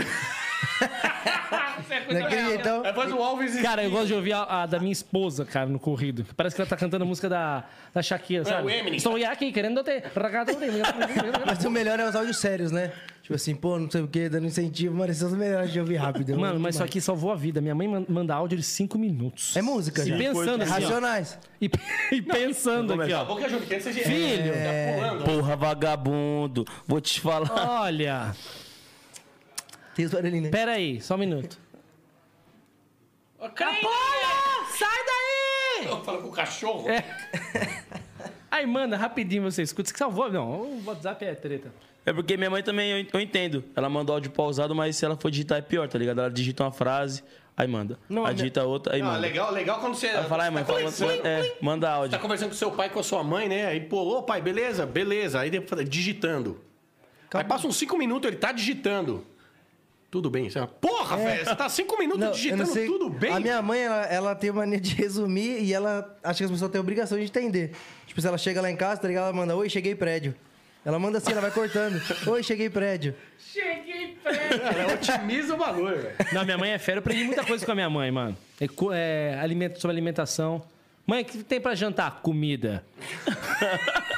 Speaker 1: Naquele jeitão.
Speaker 5: É, faz o Alves e.
Speaker 4: Cara, eu gosto de ouvir a, a da minha esposa, cara, no corrido. Parece que ela tá cantando a música da, da
Speaker 7: É,
Speaker 4: Shakira, sabe?
Speaker 5: o Eminem.
Speaker 4: Estou aqui querendo ter.
Speaker 1: Mas o melhor é os áudios sérios, né? Tipo assim, pô, não sei o quê, dando incentivo, mano, esses são os melhores de ouvir rápido.
Speaker 4: Mano, mas isso aqui salvou a vida. Minha mãe man- manda áudio de 5 minutos.
Speaker 1: É música,
Speaker 4: E
Speaker 1: já.
Speaker 4: pensando assim, ó.
Speaker 1: Racionais.
Speaker 4: E, e pensando aqui, ó.
Speaker 5: Boca Júnior, que você já-
Speaker 4: Filho.
Speaker 5: Tá pulando.
Speaker 2: Porra, vagabundo. Vou te falar.
Speaker 4: Olha,
Speaker 1: Tem os barulhinhos, né?
Speaker 4: pera aí, só um minuto. Porra, sai daí!
Speaker 5: Fala com o cachorro.
Speaker 4: É. Aí manda rapidinho você escuta, isso que salvou. Não, o WhatsApp é treta.
Speaker 2: É porque minha mãe também, eu, eu entendo. Ela mandou áudio pausado, mas se ela for digitar é pior, tá ligado? Ela digita uma frase, aí manda.
Speaker 1: Não,
Speaker 2: aí
Speaker 1: a
Speaker 2: digita outra, aí
Speaker 5: Não, é
Speaker 2: manda.
Speaker 5: legal, legal quando você.
Speaker 2: Ela fala, ai, mãe,
Speaker 5: Tá
Speaker 2: fala,
Speaker 5: conversando-
Speaker 2: manda, é, manda
Speaker 5: Tá
Speaker 2: áudio.
Speaker 5: conversando com seu pai, com a sua mãe, né? Aí, pô, ô pai, beleza? Beleza. Aí depois, digitando. Aí passa uns cinco minutos, ele tá digitando. Tudo bem. Você fala, Porra, velho, você tá cinco minutos
Speaker 1: É. Não, eu
Speaker 5: digitando
Speaker 1: não sei.
Speaker 5: tudo bem?
Speaker 1: A minha mãe, ela, ela tem mania de resumir e ela acha que as pessoas têm a obrigação de entender. Tipo, se ela chega lá em casa, tá ligado? Ela manda, oi, cheguei prédio. Ela manda assim, ela vai cortando. Oi, cheguei prédio.
Speaker 5: Cara, otimiza o bagulho, velho.
Speaker 4: Não, minha mãe é fera. Eu aprendi muita coisa com a minha mãe, mano. É, co- é, alimento, sobre alimentação. Mãe, o que tem pra jantar? Comida.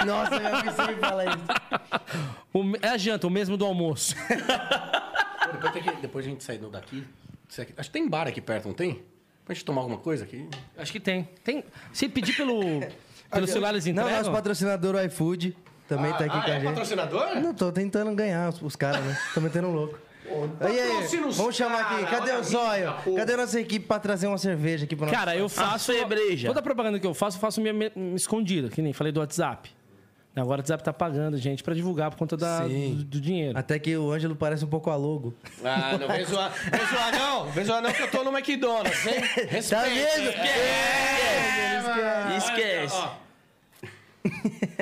Speaker 1: Nossa, minha mãe sempre fala isso.
Speaker 4: O me- é a janta, o mesmo do almoço.
Speaker 5: Pô, Depois, tem que- depois a gente saindo daqui. isso aqui- Acho que tem bar aqui perto, não tem? Pra gente tomar alguma coisa aqui?
Speaker 4: Acho que tem. tem se pedir pelo, pelo celular, eles
Speaker 1: Não, nosso
Speaker 4: entregam?
Speaker 1: patrocinador o iFood também
Speaker 3: Ah,
Speaker 1: tá
Speaker 7: Ah,
Speaker 1: aqui com
Speaker 7: é
Speaker 3: é
Speaker 1: a gente.
Speaker 5: patrocinador?
Speaker 1: Não, tô tentando ganhar os, os caras, né? Tô metendo um louco. Aí, aí,
Speaker 5: patrocina tá os
Speaker 1: vamos chamar aqui.
Speaker 5: cara,
Speaker 1: Cadê
Speaker 5: olha
Speaker 1: o
Speaker 5: a
Speaker 1: zóio?
Speaker 5: vida, porra.
Speaker 1: Cadê a nossa equipe pra trazer uma cerveja aqui pra nós?
Speaker 4: Cara, eu faço.
Speaker 2: cerveja.
Speaker 4: Toda a propaganda que eu faço, eu faço minha me- me escondida, que nem falei do WhatsApp. Agora o WhatsApp tá pagando, gente, pra divulgar por conta da,
Speaker 1: Sim.
Speaker 4: do, do dinheiro.
Speaker 1: Até que o Ângelo parece um pouco a logo.
Speaker 5: Ah, não vem zoar. Vem zoar não. Vem zoar não que eu tô no McDonald's, hein? Respeita. é,
Speaker 1: Tá vendo? é,
Speaker 2: Esquece.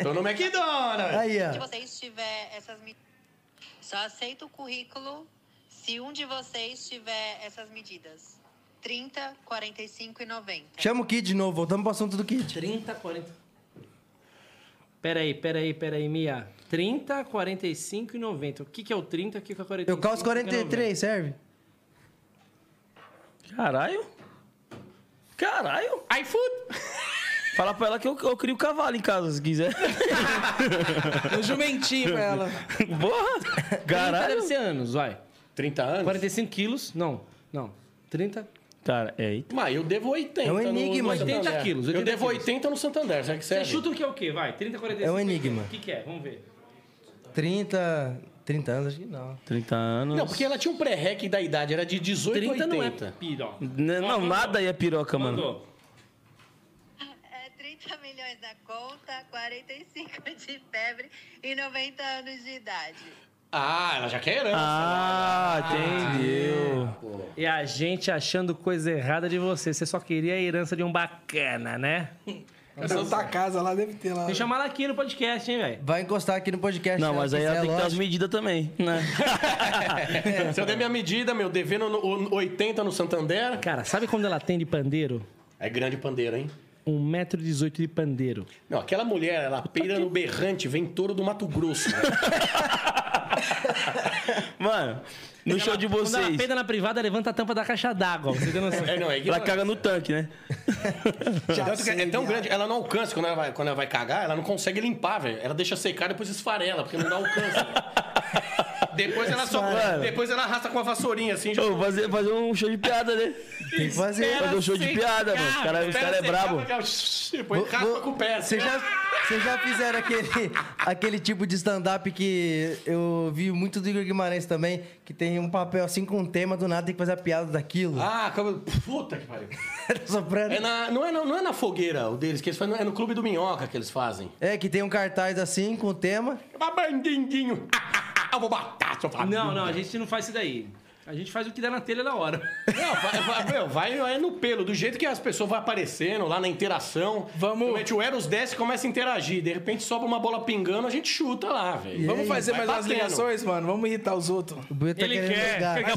Speaker 5: Tô no McDonald's.
Speaker 1: é. Aí,
Speaker 8: Se
Speaker 1: ó.
Speaker 8: vocês tiver essas me- só aceita o currículo se um de vocês tiver essas medidas. 30, 45 e 90.
Speaker 1: Chama o Kid de novo, voltamos pro assunto do Kid.
Speaker 4: 30, 40. Peraí, peraí, peraí, Mia. 30, 45 e 90. O que, que é o 30? O que, que é o
Speaker 1: Eu
Speaker 4: 45?
Speaker 1: calço
Speaker 4: O que que é
Speaker 1: 43, serve?
Speaker 2: Caralho. Caralho. iFood. Fala pra ela que eu, eu crio cavalo em casa, se quiser.
Speaker 3: Um jumentinho pra ela.
Speaker 2: Porra.
Speaker 4: 90? 30 deve
Speaker 2: Caralho.
Speaker 4: ser anos, vai.
Speaker 5: 30 anos?
Speaker 4: 45 quilos? Não, não. 30?
Speaker 2: Cara, é eita.
Speaker 5: Mas eu devo 80.
Speaker 1: É um enigma.
Speaker 5: no- no
Speaker 4: 80
Speaker 5: Santander.
Speaker 4: quilos, 80
Speaker 5: eu devo
Speaker 4: quilos.
Speaker 5: 80 no Santander, será que
Speaker 4: Você
Speaker 5: serve?
Speaker 4: chuta o que é o quê? Vai, 30, 45.
Speaker 1: É um enigma.
Speaker 4: O que, que é? Vamos ver.
Speaker 1: 30. 30 anos, acho que não.
Speaker 2: 30 anos.
Speaker 5: Não, porque ela tinha um pré-rec da idade, era de 18 a
Speaker 4: 30
Speaker 5: 80.
Speaker 4: não é piro.
Speaker 2: N- Não, nada aí é piroca, mano.
Speaker 4: Mandou.
Speaker 8: É 30 milhões na conta, 45 de febre e 90 anos de idade.
Speaker 5: Ah, ela já quer herança.
Speaker 2: Ah, entendeu.
Speaker 4: E É a gente achando coisa errada de você. Você só queria a herança de um bacana, né?
Speaker 3: Santa Casa lá deve ter lá.
Speaker 4: Tem que chamar ela aqui no podcast, hein, velho?
Speaker 1: Vai encostar aqui no podcast. né?
Speaker 2: Não,
Speaker 1: se
Speaker 2: mas aí ela
Speaker 1: quiser,
Speaker 2: tem que é ter as
Speaker 1: é lógico.
Speaker 2: medidas também, né?
Speaker 5: Se eu der minha medida, meu, devendo no- o- 80 no Santander.
Speaker 4: Cara, sabe quando ela tem de pandeiro?
Speaker 5: É grande pandeiro, hein?
Speaker 4: 1,18m de pandeiro.
Speaker 5: Não, aquela mulher, ela peira no berrante, vem touro do Mato Grosso. né?
Speaker 2: Mano, no show de
Speaker 4: Quando ela
Speaker 2: vocês.
Speaker 4: peida na privada, levanta a tampa da caixa d'água. Você Assim. tem noção?
Speaker 5: É, não, é
Speaker 2: Ela
Speaker 5: ignorante.
Speaker 2: caga no tanque, né?
Speaker 3: Já
Speaker 5: Tanto que
Speaker 3: sei,
Speaker 5: é tão
Speaker 3: viado.
Speaker 5: grande, ela não alcança quando ela vai, quando ela vai cagar, ela não consegue limpar, velho. Ela deixa secar e depois esfarela, porque não dá alcance. velho. depois ela só.
Speaker 2: Esfarela.
Speaker 5: Depois ela arrasta com a vassourinha assim. Já...
Speaker 2: Ô, fazer, fazer um show de piada, né?
Speaker 1: Tem que fazer.
Speaker 2: Fazer um show de piada, mano. Os caras cara é
Speaker 5: Espera
Speaker 2: brabo.
Speaker 5: secar, porque ela- Depois
Speaker 1: Vou-
Speaker 5: raspa
Speaker 1: vou-
Speaker 5: com o pé. assim.
Speaker 1: Vocês já, vocês já fizeram aquele, aquele tipo de stand-up que eu vi muito do Igor Guimarães também, que tem um papel assim com um tema, do nada tem que fazer a piada daquilo.
Speaker 5: Ah, como... puta que pariu.
Speaker 1: Tá soprando.
Speaker 5: É
Speaker 1: É,
Speaker 5: na- não, é na, não é na fogueira o deles, que eles fazem, é no Clube do Minhoca que eles fazem.
Speaker 1: que tem um cartaz assim com o tema.
Speaker 5: É Bandindinho. Eu vou matar seu família.
Speaker 4: Não, não, a gente não faz isso daí. A gente faz o que dá na telha na hora.
Speaker 5: Não, vai, vai, meu, vai é no pelo, do jeito que as pessoas vão aparecendo lá na interação.
Speaker 3: Vamos-
Speaker 5: Realmente, o Eros desce e começa a interagir. De repente sobra uma bola pingando, a gente chuta lá, velho.
Speaker 3: Vamos fazer
Speaker 5: Vai
Speaker 3: mais umas
Speaker 5: batendo.
Speaker 3: ligações, mano. Vamos irritar os outros.
Speaker 1: O Buio tá querendo jogar.
Speaker 2: Pega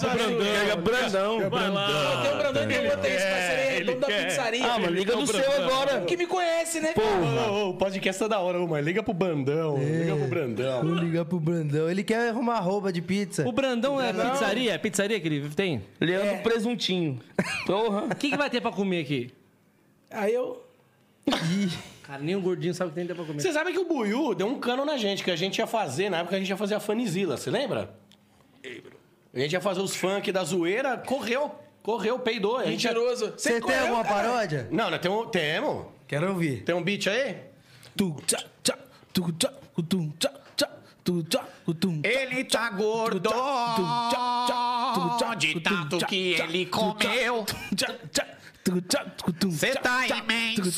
Speaker 2: Brandão.
Speaker 3: Tem um Brandão e tem outro
Speaker 5: É,
Speaker 3: aí, esse parceiro aí, dono da pizzaria.
Speaker 2: Ah, mano, liga do seu agora.
Speaker 3: Que me conhece, né?
Speaker 5: Ô, ô, ô, o podcast é da hora, ô, mas liga pro Bandão. Liga pro Brandão.
Speaker 1: Vou ligar pro Brandão. Ele quer arrumar roupa de pizza.
Speaker 4: O Brandão é pizzaria? É pizzaria que ele tem?
Speaker 2: Leandro Presuntinho. Porra.
Speaker 4: O que, que vai ter pra comer aqui?
Speaker 3: Aí eu.
Speaker 4: Cara, nem um gordinho sabe o que tem pra comer.
Speaker 5: Você sabe que o Buiu deu um cano na gente, que a gente ia fazer, na época a gente ia fazer a fanizila, você lembra? A gente ia fazer os funk da zoeira, correu, correu, peidou. A gente ia...
Speaker 3: Mentiroso.
Speaker 1: Você tem alguma paródia?
Speaker 5: Não, nós temos. Temos.
Speaker 1: Quero ouvir.
Speaker 5: Tem um beat aí?
Speaker 3: Tu, tchá, tchá, tu, tchá, cutum, tchá, tchá, tu, tchá, cutum.
Speaker 5: Ele tá gordo de tanto que ele comeu. Cê tá imenso.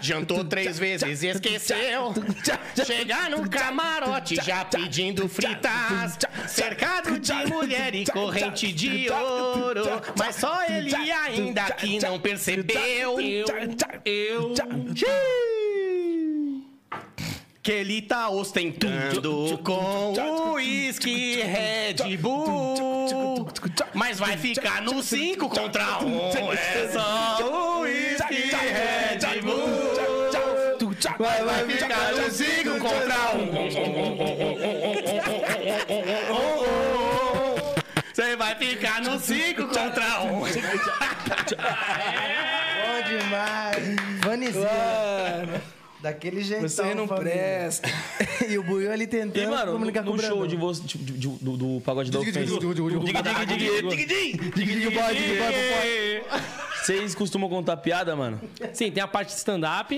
Speaker 5: Jantou três vezes e esqueceu. Chegar no camarote já pedindo fritas. Cercado de mulher e corrente de ouro. Mas só ele ainda que não percebeu.
Speaker 4: Eu.
Speaker 5: Que ele tá ostentando com uísque Red Bull. Mas vai ficar no 5 contra 1. Um. É só uísque Red Bull.
Speaker 3: Vai,
Speaker 5: Vai ficar no 5 contra Você vai ficar no 5 contra 1.
Speaker 1: Bom demais. Vanizinha. Daquele jeitão,
Speaker 3: Você não
Speaker 1: família.
Speaker 3: presta.
Speaker 1: e o Buiu ali tentando
Speaker 2: E, mano, no,
Speaker 1: comunicar com
Speaker 2: no
Speaker 1: o
Speaker 2: show
Speaker 1: Brandão.
Speaker 2: de você, tipo, de- de- do, do pagode da ofensa. Vocês costumam contar piada, mano?
Speaker 4: Sim, tem a parte de stand-up,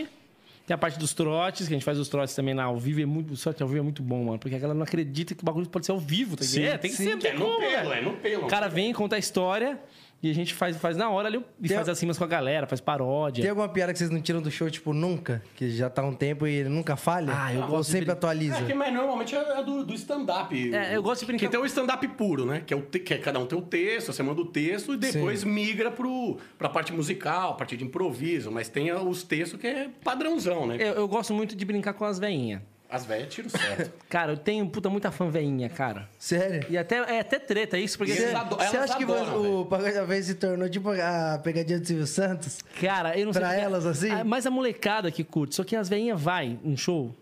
Speaker 4: tem a parte dos trotes, que a gente faz os trotes também lá ao vivo. É muito, o trote ao vivo é muito bom, mano, porque a galera não acredita que o bagulho pode ser ao vivo, tá ligado? É, tem que ser, não tem
Speaker 5: É no
Speaker 4: como,
Speaker 5: pelo,
Speaker 4: velho.
Speaker 5: é no pelo.
Speaker 4: O cara vem, conta a história e a gente faz, faz na hora ali e faz as rimas com a galera, faz paródia.
Speaker 1: Tem alguma piada que vocês não tiram do show, tipo, nunca? Que já tá há um tempo e nunca falha?
Speaker 4: Ah, eu
Speaker 1: Ou
Speaker 4: gosto de
Speaker 1: sempre
Speaker 4: brin-
Speaker 1: atualiza?
Speaker 5: É que, mas normalmente é é do, do stand-up.
Speaker 4: É, eu gosto de brincar
Speaker 5: Porque tem o stand-up puro, né? Que é, o te- que é cada um tem o texto, você manda o texto e depois migra pro, pra parte musical, a parte de improviso. Mas tem os textos que é padrãozão, né?
Speaker 4: Eu, eu gosto muito de brincar com as veinhas.
Speaker 5: As velhas tiram certo.
Speaker 4: Cara, eu tenho puta muita fã veinha, cara.
Speaker 1: Sério?
Speaker 4: E até, é até treta isso, porque.
Speaker 5: Eles
Speaker 1: Você
Speaker 5: ado-
Speaker 1: você
Speaker 5: elas
Speaker 1: acha que
Speaker 5: adoram,
Speaker 1: o- o Pagode da Vez se tornou tipo a pegadinha do Silvio Santos?
Speaker 4: Cara, eu não
Speaker 1: Pra
Speaker 4: sei. porque-
Speaker 1: elas, assim?
Speaker 4: Ah, Mas a molecada que curte. Só que as veinhas vai num show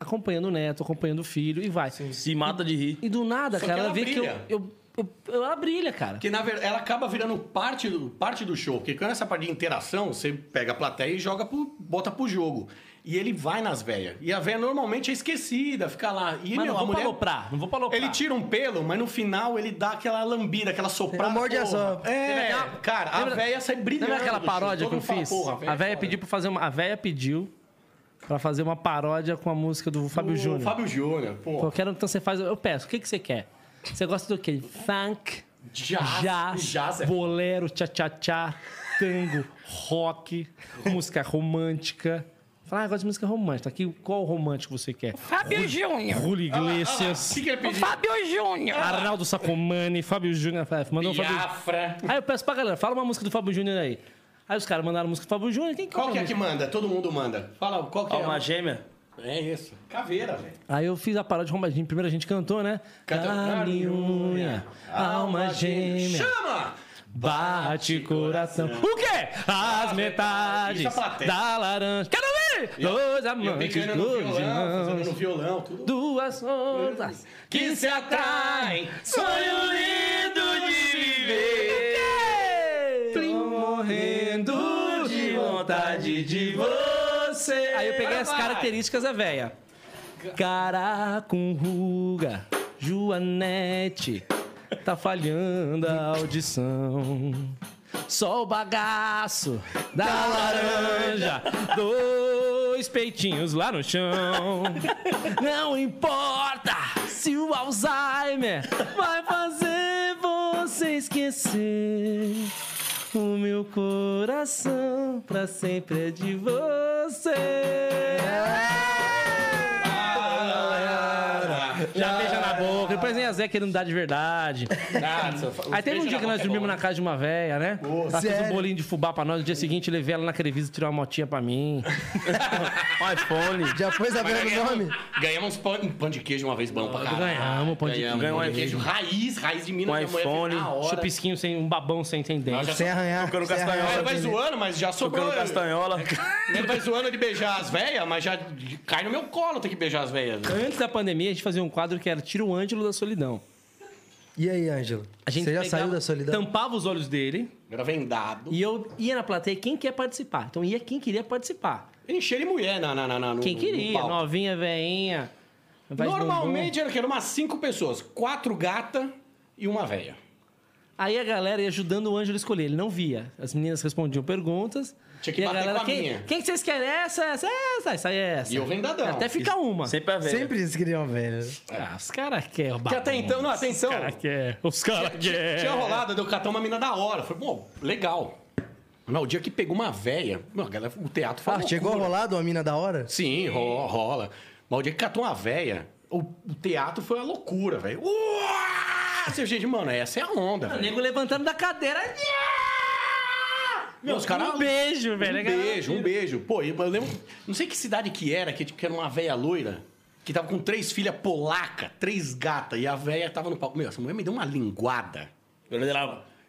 Speaker 4: acompanhando o neto, acompanhando o filho e vai.
Speaker 2: Se mata de rir.
Speaker 4: E do nada,
Speaker 5: Só
Speaker 4: cara,
Speaker 5: que
Speaker 4: ela,
Speaker 5: ela
Speaker 4: vê que eu,
Speaker 5: brilha.
Speaker 4: eu, eu, eu- Ela brilha, cara.
Speaker 5: Porque na verdade ela acaba virando parte do, parte do show. Porque quando essa parte de interação, você pega a plateia e joga pro, bota pro jogo. E ele vai nas velhas. E a velha normalmente é esquecida, fica lá. E
Speaker 4: Mas não
Speaker 5: meu, a
Speaker 4: vou
Speaker 5: mulher.
Speaker 4: paloprar, não vou paloprar.
Speaker 5: Ele tira um pelo, mas no final ele dá aquela lambida, aquela soprada.
Speaker 1: Ele morde a
Speaker 5: porra.
Speaker 1: sopa.
Speaker 5: É,
Speaker 4: Lembra-
Speaker 5: cara, a
Speaker 4: lembra-
Speaker 5: véia sai brilhando.
Speaker 4: Lembra aquela
Speaker 5: do show.
Speaker 4: paródia
Speaker 5: Todo
Speaker 4: que eu
Speaker 5: mundo fala,
Speaker 4: fiz?
Speaker 5: porra,
Speaker 4: a véia
Speaker 5: é
Speaker 4: pediu
Speaker 5: foda.
Speaker 4: pra fazer uma. A véia pediu pra fazer uma paródia com a música do Fábio
Speaker 5: O
Speaker 4: Júnior.
Speaker 5: Fábio Júnior, pô.
Speaker 4: Eu quero, então você faz. Eu peço, o que, que você quer? Você gosta do quê? Funk,
Speaker 5: Jazz,
Speaker 4: jazz,
Speaker 5: jazz é
Speaker 4: bolero, tchá-tchá-tchá, tango, rock, música romântica. Fala, ah, eu gosto de música romântica. Aqui, qual romântico você quer?
Speaker 9: Fábio Júnior.
Speaker 4: Julio
Speaker 5: O
Speaker 4: Iglesias,
Speaker 5: que, que ele pediu?
Speaker 9: Fábio Júnior.
Speaker 4: Arnaldo Sacomani, Fábio Júnior. Fala, Mandou o Fábio...
Speaker 5: Biafra.
Speaker 4: Aí eu peço pra galera, fala uma música do Fábio Júnior aí. Aí os caras mandaram a música do Fábio Júnior. Quem
Speaker 5: Qual que é
Speaker 4: a
Speaker 5: que manda? Todo mundo manda. Fala, qual que é?
Speaker 2: Alma gêmea?
Speaker 5: É isso. Caveira, velho.
Speaker 4: Aí eu fiz a paródia romântica. Primeiro a gente cantou, né?
Speaker 5: Cantou.
Speaker 4: Caminhunha, alma gêmea.
Speaker 5: Chama!
Speaker 4: Bate coração. O quê? As metades
Speaker 5: Isso é plateia.
Speaker 4: da laranja. Quero ver! Dois
Speaker 5: Eu
Speaker 4: amantes,
Speaker 5: pegando no
Speaker 4: dois
Speaker 5: violão,
Speaker 4: irmãos,
Speaker 5: fazendo no violão, tudo.
Speaker 4: duas ondas que se atraem. Sonho lindo de viver. Tô morrendo de vontade de você. Aí eu peguei as características da véia. Cara com ruga, Joanete, tá falhando a audição. Só o bagaço da laranja, dois peitinhos lá no chão. Não importa se o Alzheimer vai fazer você esquecer. O meu coração pra sempre é de você. Já beija na boca. Depois vem a Zé querendo dar de verdade. Aí teve um dia que nós dormimos na casa de uma véia, né? Ela fez um
Speaker 1: sério?
Speaker 4: bolinho de fubá pra nós. No dia seguinte, levei ela na Crevisa e tirou uma motinha pra mim. um iPhone.
Speaker 1: Já foi sabendo o nome?
Speaker 5: Ganhamos pão, um pão de queijo uma vez bom pra caralho.
Speaker 4: Ganhamos, pão de
Speaker 5: Ganhamos
Speaker 4: queijo.
Speaker 5: pão de queijo. Raiz, raiz de Minas.
Speaker 2: Um
Speaker 5: minha mulher fez
Speaker 2: iPhone,
Speaker 5: na hora.
Speaker 4: Chupisquinho sem... Um babão sem sem dente.
Speaker 5: já-
Speaker 1: Sem arranhar.
Speaker 2: Tocando
Speaker 1: sem
Speaker 2: castanhola.
Speaker 1: arranhar.
Speaker 5: Ela é, vai zoando, mas já sobrou.
Speaker 2: Tocando castanhola.
Speaker 4: É
Speaker 5: Ele vai zoando de beijar as velhas, mas já cai no meu colo tem que beijar as velhas.
Speaker 4: Antes da pandemia, a gente fazia um quadro que era Tira o Ângelo da Solidão.
Speaker 1: E aí, Ângelo?
Speaker 4: A gente
Speaker 1: Você já
Speaker 4: pegava-
Speaker 1: saiu da solidão?
Speaker 4: Tampava os olhos dele
Speaker 5: Era vendado.
Speaker 4: e eu ia na plateia quem quer participar. Então ia quem queria participar.
Speaker 5: Encher de mulher na, na, na, na- no-
Speaker 4: Quem
Speaker 5: no
Speaker 4: queria,
Speaker 5: palco.
Speaker 4: novinha, veinha. faz
Speaker 1: um
Speaker 4: bumbum.
Speaker 5: Normalmente era que eram umas cinco pessoas. Quatro gata e uma velha.
Speaker 4: Aí a galera ia ajudando o Ângelo a escolher. Ele não via. As meninas respondiam perguntas.
Speaker 5: Tinha que
Speaker 4: e a
Speaker 5: bater
Speaker 4: galera,
Speaker 5: com a
Speaker 4: quem,
Speaker 5: minha."
Speaker 4: quem que vocês querem? Essa, essa, essa, essa, é essa.
Speaker 5: E eu vendadão.
Speaker 4: Até ficar uma.
Speaker 2: Sempre a né? velha.
Speaker 1: Sempre eles queriam, velho.
Speaker 4: Ah, os caras querem.
Speaker 5: Que até então, não, atenção.
Speaker 4: Os caras querem. Os caras
Speaker 5: Tinha,
Speaker 4: querem.
Speaker 5: tinha rolado, deu catar uma mina da hora. Foi, bom, legal. Não, o dia que pegou uma véia, meu, a galera, o teatro foi
Speaker 1: Ah,
Speaker 5: uma
Speaker 1: chegou
Speaker 5: loucura.
Speaker 1: rolado uma mina da hora?
Speaker 5: Sim, rola, rola. Mas o dia que catou uma véia, o, o teatro foi uma loucura, velho. Uá! Seu gente, mano, essa é a onda,
Speaker 4: O
Speaker 5: velho.
Speaker 4: nego levantando da cadeira.
Speaker 5: Meu, os caras-
Speaker 4: Um beijo, velho.
Speaker 5: Um beijo, um beijo. Pô, eu lembro. Não sei que cidade que era, que, tipo, que era uma véia loira, que tava com três filhas polaca, três gatas, e a véia tava no palco. Meu, essa mulher me deu uma linguada.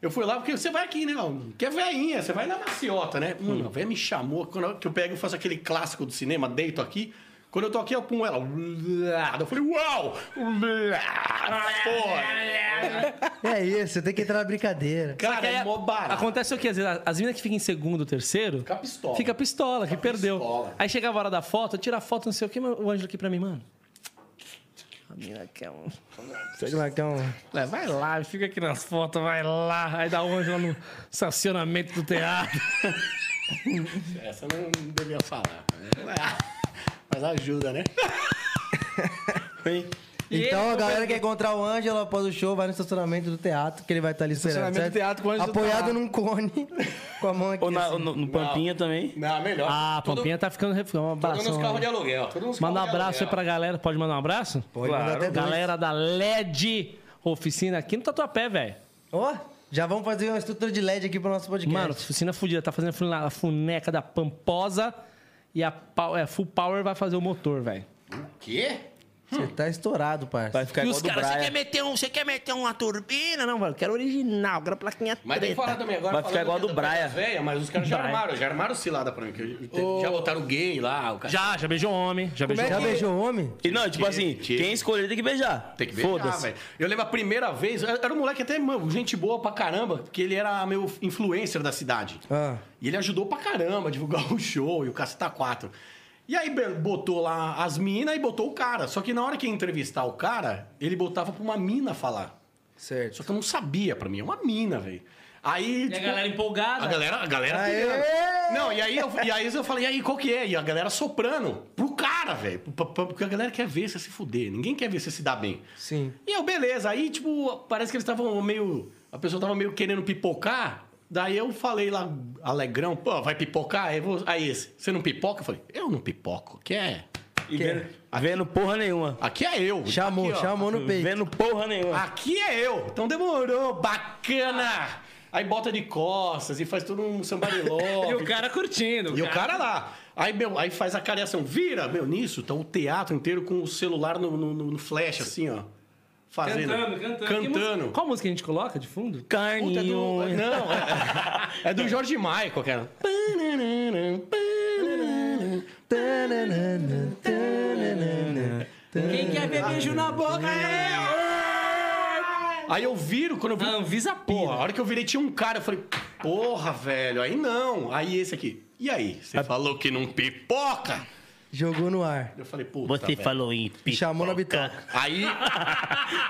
Speaker 5: Eu fui lá porque você vai aqui, né? ó, Que é veinha, você vai na maciota, né? Mano, a véia me chamou. Quando eu- que eu pego, eu faço aquele clássico do cinema, deito aqui. Quando eu toquei, eu pum, ela. Eu falei, uau! Porra!
Speaker 1: É isso, você tem que entrar na brincadeira.
Speaker 5: Cara,
Speaker 4: aí
Speaker 5: é mó barato.
Speaker 4: Acontece o que? Às vezes, as meninas que ficam em segundo, terceiro.
Speaker 5: Fica pistola.
Speaker 4: Fica pistola, que perdeu.
Speaker 5: pistola.
Speaker 4: Aí chegava a hora da foto, tira a foto, não sei o que, mas o Ângelo aqui pra mim, mano. A menina quer um.
Speaker 1: Sei lá, que é um-
Speaker 4: Ué, vai lá, fica aqui nas fotos, vai lá. Aí dá o Ângelo no estacionamento do teatro.
Speaker 5: Essa eu não devia falar. Mas ajuda, né? Hein?
Speaker 1: Então a galera quer encontrar o Ângelo após o show, vai no estacionamento do teatro, que ele vai estar ali esperando.
Speaker 3: Estacionamento do teatro com o Ângelo
Speaker 1: Apoiado
Speaker 3: tá lá.
Speaker 1: num cone, com a mão aqui.
Speaker 2: Ou na-
Speaker 1: assim.
Speaker 2: no, no Pampinha também.
Speaker 5: Não, melhor.
Speaker 4: Ah, a Pampinha tá ficando refugio. Um
Speaker 5: Tudo nos
Speaker 4: abraço.
Speaker 5: carros de aluguel. tudo nos
Speaker 4: Manda um
Speaker 5: carros de
Speaker 4: abraço aí
Speaker 5: aluguel.
Speaker 4: pra galera. Pode mandar um abraço?
Speaker 1: Pode mandar até dois.
Speaker 4: Galera da LED Oficina aqui no Tatuapé, velho.
Speaker 1: Ó, já vamos fazer uma estrutura de LED aqui pro nosso podcast.
Speaker 4: Mano, oficina fudida. Tá fazendo a fune- a funeca da Pamposa e a pau- é, Full Power vai fazer o motor, velho.
Speaker 5: Quê?
Speaker 1: você tá estourado, parça.
Speaker 2: Vai ficar
Speaker 4: E
Speaker 2: igual
Speaker 4: os
Speaker 2: do
Speaker 4: caras, você
Speaker 2: Brian.
Speaker 4: quer, meter um, você quer meter uma turbina? Não, mano, quero original, quero plaquinha
Speaker 5: Mas tem que falar também agora.
Speaker 2: Vai ficar
Speaker 5: falando
Speaker 2: igual do
Speaker 5: da
Speaker 2: Braia.
Speaker 5: Pedra tá Velha, mas os caras já
Speaker 4: Braia.
Speaker 5: armaram, já armaram cilada pra mim. que eu- eu- Já botaram gay lá, o cara.
Speaker 4: Já, já beijou homem, já beijou
Speaker 1: Já
Speaker 4: homem.
Speaker 1: beijou homem?
Speaker 2: E não, tipo assim,
Speaker 4: é?
Speaker 5: que-
Speaker 2: quem escolher tem que beijar.
Speaker 5: Tem que beijar,
Speaker 2: Foda-se.
Speaker 5: velho. Eu lembro a primeira vez, era era um moleque até, mano, gente boa pra caramba, porque ele era meu influencer da cidade.
Speaker 1: Ah.
Speaker 5: E ele ajudou pra caramba a divulgar o show e o Caceta 4. E aí be- botou lá as minas e botou o cara. Só que na hora que ia entrevistar o cara, ele botava pra uma mina falar. Só
Speaker 1: Certo.
Speaker 5: que eu não sabia pra mim, é uma mina, velho. Aí,
Speaker 7: E a
Speaker 4: É
Speaker 5: tipo,
Speaker 7: galera empolgada.
Speaker 5: a galera, a galera
Speaker 1: Aê!
Speaker 5: pirando. Não, e aí, eu, e aí eu falei, e aí, qual que é? E a galera soprando pro cara, velho. pro- pro- Porque a galera quer ver você se fuder. Ninguém quer ver você se dar bem.
Speaker 1: Sim.
Speaker 5: E eu, beleza. Aí, tipo, parece que eles estavam meio. A pessoa tava meio querendo pipocar. Daí eu falei lá, alegrão, pô, vai pipocar? Aí, vou- aí esse, você não pipoca? Eu falei, eu não pipoco. Aqui é.
Speaker 2: E vendo,
Speaker 4: é?
Speaker 2: vendo porra nenhuma.
Speaker 5: Aqui é eu.
Speaker 1: Chamou,
Speaker 5: Aqui, ó.
Speaker 1: chamou no peito. Ah,
Speaker 2: Vendo porra nenhuma.
Speaker 5: Aqui é eu. Então demorou, bacana. Aí bota de costas e faz todo um sambariló.
Speaker 7: E o cara curtindo.
Speaker 5: E o cara lá. Aí, meu, aí faz a careação. Vira, meu, nisso, tá o teatro inteiro com o celular no, no, no- no flash, assim, ó. Fazendo.
Speaker 7: Cantando, cantando.
Speaker 5: Cantando.
Speaker 4: Qual música a gente coloca de fundo?
Speaker 5: Puta, é
Speaker 2: Carninho.
Speaker 5: do- Não, é, é do Jorge Michael, cara.
Speaker 1: Tananana, tananana.
Speaker 7: Quem quer ver beijo na boca é...
Speaker 5: Aí eu viro, quando eu vi.
Speaker 7: A Anvisa
Speaker 5: Porra,
Speaker 7: porra.
Speaker 5: a hora que eu virei tinha um cara, eu falei, porra, velho, aí não. Aí esse aqui. E aí? Você falou que não pipoca?
Speaker 1: Jogou no ar.
Speaker 5: Eu falei, puta.
Speaker 2: Você
Speaker 5: velho.
Speaker 2: falou em pipoca.
Speaker 1: Chamou na bitoca.
Speaker 5: Aí,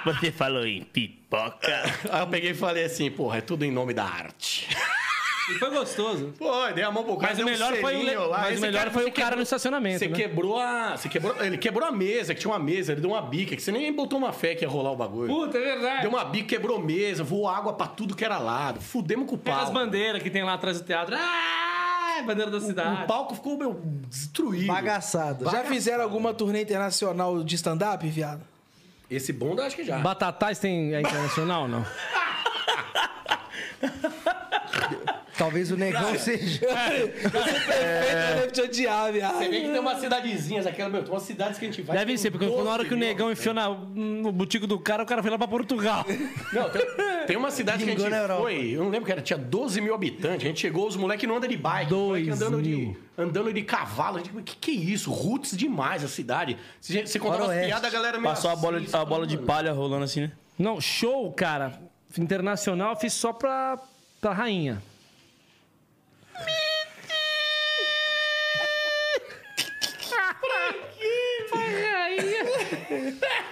Speaker 2: Você falou em pipoca.
Speaker 5: aí eu peguei e falei assim, porra, é tudo em nome da arte.
Speaker 7: E foi gostoso.
Speaker 5: Pô, dei a mão pro cara.
Speaker 4: Mas é o
Speaker 5: deu um
Speaker 4: melhor foi o,
Speaker 5: selinho
Speaker 4: le-
Speaker 5: lá.
Speaker 4: mas o
Speaker 5: Esse
Speaker 4: melhor foi
Speaker 5: você
Speaker 4: o cara no
Speaker 5: quebrou-
Speaker 4: estacionamento,
Speaker 5: Você
Speaker 4: né?
Speaker 5: quebrou a. Você quebrou. Ele quebrou a mesa, que tinha uma mesa, ele deu uma bica, que você nem botou uma fé que ia rolar o bagulho.
Speaker 7: Puta, é verdade.
Speaker 5: Deu uma bica, quebrou mesa, voou água pra tudo que era lado. Fudemos com o
Speaker 7: Pega
Speaker 5: pau.
Speaker 7: as bandeiras que tem lá atrás do teatro. Ah, bandeira
Speaker 4: Um-
Speaker 7: da cidade.
Speaker 5: O palco ficou, meu, destruído.
Speaker 1: Bagaçado.
Speaker 3: Já fizeram alguma turnê internacional de stand-up, viado?
Speaker 5: Esse bonde eu acho que já.
Speaker 4: Batatais tem é internacional ou não?
Speaker 1: Talvez o negão seja.
Speaker 3: Eu devo te odiar,
Speaker 5: Você
Speaker 3: viado.
Speaker 5: vê que tem umas cidadezinhas, aquela, meu, tem umas cidades que a gente vai.
Speaker 4: Deve
Speaker 5: tem
Speaker 4: ser, porque na hora que o
Speaker 5: 12 mil.
Speaker 4: negão enfiou na- no butico do cara, o cara foi lá pra Portugal.
Speaker 5: Não, tem, tem uma cidade que a
Speaker 1: Gingou na
Speaker 5: gente
Speaker 1: Europa.
Speaker 5: foi, eu não lembro que era, tinha 12 mil habitantes. A gente chegou, os moleques não andam de bike, os moleque
Speaker 4: Dois
Speaker 5: andando,
Speaker 4: mil.
Speaker 5: De, andando de cavalo. A gente, mas que que é isso? Roots demais a cidade. Você, você contava as
Speaker 1: Faroeste.
Speaker 5: piadas, a galera meio
Speaker 2: Passou a bola,
Speaker 5: assim,
Speaker 2: a bola de
Speaker 5: mano.
Speaker 2: palha rolando assim, né?
Speaker 4: Não, show, cara, internacional, eu fiz só pra, pra rainha.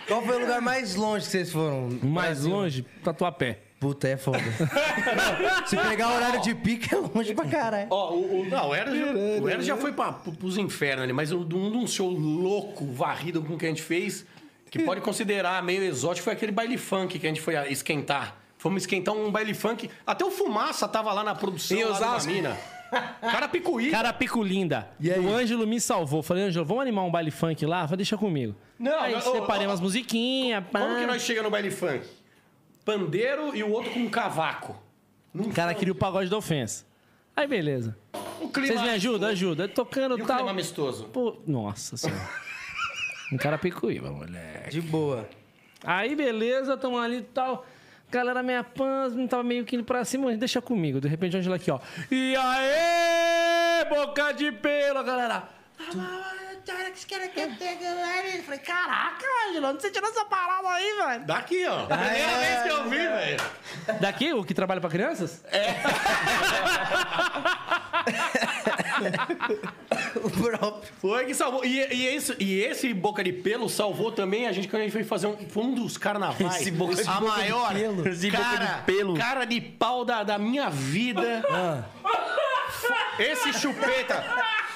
Speaker 1: Qual foi o lugar mais longe que vocês foram?
Speaker 4: Mais longe, tatuapé.
Speaker 1: Puta, é foda. Se pegar o horário de pique, é longe pra caralho.
Speaker 5: Ó, o, o- não, o Eros já, o Eros
Speaker 4: né?
Speaker 5: já foi pra, pro- pros infernos ali, mas um, um um show louco, varrido com que a gente fez, que pode considerar meio exótico, foi aquele baile funk que a gente foi a- esquentar. Fomos esquentar um baile funk. Até o Fumaça tava lá na produção,
Speaker 3: Em
Speaker 5: lá numa
Speaker 3: Osasco.
Speaker 5: mina. Cara picuí.
Speaker 4: Cara, pico linda. O Ângelo me salvou. Falei, Ângelo, vamos animar um baile funk lá? Falei, deixa comigo.
Speaker 5: Não,
Speaker 4: Aí
Speaker 5: não, ô,
Speaker 4: separei
Speaker 5: ô,
Speaker 4: umas musiquinhas, pá.
Speaker 5: Como que nós chega no baile funk? Pandeiro e o outro com um cavaco. Num
Speaker 4: O cara queria o pagode da ofensa. Aí, beleza.
Speaker 5: O clima
Speaker 4: Vocês me ajudam? tá? Ajuda. Eu Tocando
Speaker 5: E o
Speaker 4: tal.
Speaker 5: clima amistoso.
Speaker 4: Pô, nossa senhora. um cara picuíba, moleque.
Speaker 1: De boa.
Speaker 4: Aí, beleza, tamo ali e tal. Galera, minha pans, não tava meio que indo pra cima, mas deixa comigo. De repente, Angela aqui, ó. E aê, boca de pelo, galera. Eu falei, caraca, Ângelo, onde você tirou essa parada aí, velho?
Speaker 5: Daqui, ó. Primeira
Speaker 4: É.
Speaker 5: vez que eu vi, velho.
Speaker 4: Daqui, o que trabalha pra crianças?
Speaker 1: O próprio.
Speaker 5: Foi que salvou. E, e esse, e esse Boca de Pelo salvou também a gente quando a gente foi fazer um, foi um dos carnavais.
Speaker 1: Esse Boca de
Speaker 5: a
Speaker 1: Boca de
Speaker 5: maior
Speaker 1: Pelo.
Speaker 2: Esse Boca de
Speaker 5: cara,
Speaker 2: Pelo.
Speaker 5: cara de pau da, da minha vida. Esse chupeta.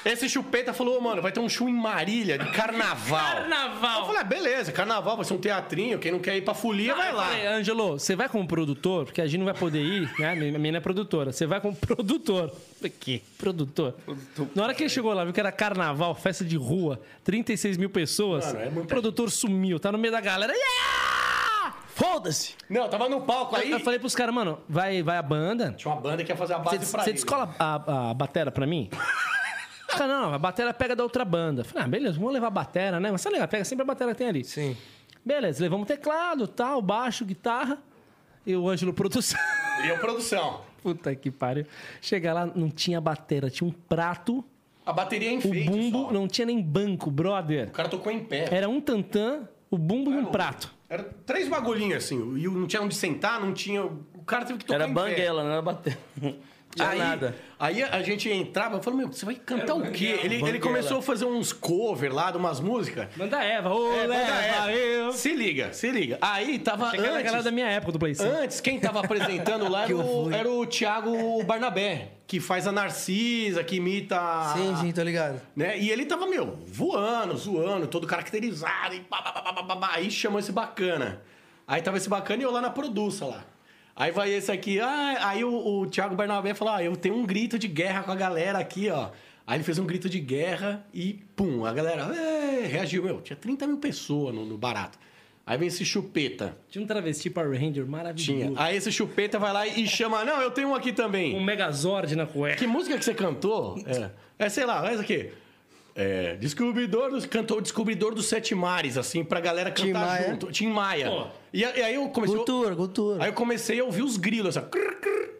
Speaker 5: Esse chupeta falou, "Ô, mano, vai ter um show em Marília de carnaval.
Speaker 4: Carnaval.
Speaker 5: Eu falei, ah, beleza, carnaval, vai ser um teatrinho, quem não quer ir pra folia, vai lá.
Speaker 4: Falei, Ângelo, você vai como produtor? Porque a gente não vai poder ir, né? Minha menina é produtora. Você vai como produtor. Falei, Que? Produtor. Na hora que ele chegou lá, viu que era carnaval, festa de rua, 36 mil pessoas.
Speaker 5: Mano, é
Speaker 4: o
Speaker 5: muita
Speaker 4: produtor sumiu, tá no meio da galera. Yeah! Foda-se!
Speaker 5: Não, tava no palco aí.
Speaker 4: Eu falei pros caras, mano, vai, vai a banda.
Speaker 5: Tinha uma banda que ia fazer a base pra
Speaker 4: Você
Speaker 5: ele.
Speaker 4: descola a, a batera pra mim? Os caras, não, a batera pega da outra banda. Eu Falei, ah, beleza, vamos levar a batera, né? Mas tá legal, pega sempre a batera que tem ali.
Speaker 1: Sim.
Speaker 4: Beleza, levamos teclado, tal, baixo, guitarra. E o Ângelo produção.
Speaker 5: E a produção.
Speaker 4: Puta que pariu. Chegar lá, não tinha batera, tinha um prato,
Speaker 5: A bateria é
Speaker 4: o
Speaker 5: enfeite
Speaker 4: bumbo,
Speaker 5: só.
Speaker 4: não tinha nem banco, brother.
Speaker 5: O cara tocou em pé.
Speaker 4: Era um tantã, o bumbo e um prato.
Speaker 5: Era três bagulhinhos assim. E não tinha onde sentar, não tinha. O cara teve que tocar
Speaker 2: Era
Speaker 5: em pé.
Speaker 2: banguela, não era bater. Não tinha
Speaker 5: Aí,
Speaker 2: nada.
Speaker 5: aí a gente entrava e falou, meu, você vai cantar o quê? Ele, ele começou a fazer uns cover lá de umas músicas.
Speaker 4: Manda Eva, ô,
Speaker 5: É,
Speaker 4: leva
Speaker 5: banda Eva.
Speaker 4: eu.
Speaker 5: Se liga, se liga. Aí tava
Speaker 4: Cheguei na galera
Speaker 5: antes,
Speaker 4: da minha época do Play Center.
Speaker 5: antes, quem tava apresentando lá era o, era o Thiago Barnabé, que faz a Narcisa, que imita... a-
Speaker 1: Sim, sim, tô ligado.
Speaker 5: né? E ele tava, meu, voando, zoando, todo caracterizado, e pá, pá, pá, pá, pá, pá, pá. aí chamou esse bacana. Aí tava esse bacana e eu lá na produça lá. Aí vai esse aqui, ah, aí o, o Thiago Bernabé falou: ah, eu tenho um grito de guerra com a galera aqui, ó. Aí ele fez um grito de guerra e pum, a galera "É", reagiu, meu. Tinha 30 mil pessoas no, no barato. Aí vem esse chupeta.
Speaker 4: Tinha um travesti Power Ranger
Speaker 5: Tinha.
Speaker 4: maravilhoso.
Speaker 5: Aí esse chupeta vai lá e chama: não, eu tenho um aqui também.
Speaker 4: Um Megazord na cueca.
Speaker 5: Que música que você cantou? É, é, sei lá, essa aqui. É, descobridor dos, cantou Descobridor dos Sete Mares, assim, pra galera
Speaker 1: Tim
Speaker 5: cantar
Speaker 1: Maia.
Speaker 5: junto. Tim Maia. E, a- e aí eu comecei.
Speaker 1: Cultura, cultura.
Speaker 5: Aí eu comecei a ouvir os grilos, assim. ó, crr, crr,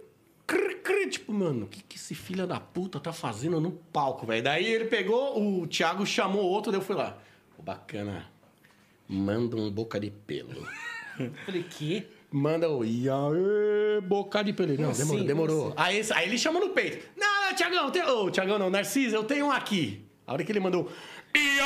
Speaker 5: crr, crr. Tipo, mano, o que, que esse filho da puta tá fazendo no palco, velho? Daí ele pegou, o Thiago chamou outro, daí eu fui lá. Ô, bacana. Manda um boca de pelo.
Speaker 4: Falei, que?
Speaker 5: Manda o e aê, boca de pelo. Não, demorou,
Speaker 4: assim?
Speaker 5: demorou. Aí, esse- aí ele chamou no peito. Não, não, Tiagão, tem... ô, Tiagão não, Narciso, eu tenho um aqui. A hora que ele mandou e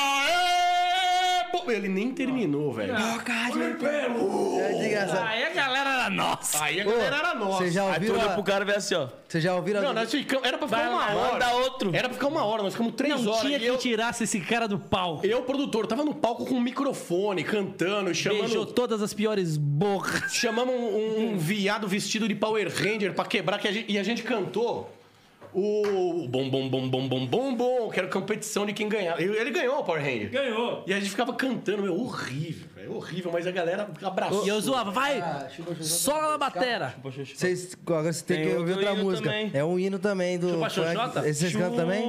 Speaker 5: aê, bo-" ele nem terminou, velho. Boca de pelo.
Speaker 1: É desgraçado.
Speaker 4: Aí a galera era nossa.
Speaker 5: Aí a galera era nossa.
Speaker 1: Vocês já
Speaker 2: Aí tu
Speaker 1: ouviram?
Speaker 2: olha pro
Speaker 1: a-
Speaker 2: cara e vê assim, ó.
Speaker 1: Vocês já ouviram? a-
Speaker 5: Não, nós ficamos... Era pra ficar
Speaker 4: Vai,
Speaker 5: uma
Speaker 4: vai,
Speaker 5: hora.
Speaker 2: Manda outro.
Speaker 5: Era pra ficar uma hora, nós ficamos três
Speaker 4: Não
Speaker 5: horas.
Speaker 4: tinha
Speaker 5: e
Speaker 4: que
Speaker 5: eu...
Speaker 4: tirasse esse cara do palco.
Speaker 5: eu, produtor, tava no palco com um microfone, cantando, chamando...
Speaker 4: Beijou todas as piores bocas.
Speaker 5: Chamamos um, um- um viado vestido de Power Ranger pra quebrar, que a gente- e a gente cantou o bom, bom, bom, bom, bom, bom, bom, que era competição de quem ganhava. E Ele ganhou o Power Ranger.
Speaker 4: Ganhou.
Speaker 5: E a gente ficava cantando, meu, horrível, velho, horrível, mas a galera abraçou.
Speaker 4: E eu zoava, vai,
Speaker 1: chupa, chupa,
Speaker 4: sola na batera.
Speaker 1: Vocês, agora você tem,
Speaker 2: Tem
Speaker 1: que ouvir
Speaker 2: outro
Speaker 1: outra
Speaker 2: hino
Speaker 1: música.
Speaker 2: também.
Speaker 1: É um hino também do.
Speaker 4: Chupa
Speaker 1: funk.
Speaker 4: Xoxota?
Speaker 1: Esse vocês cantam também?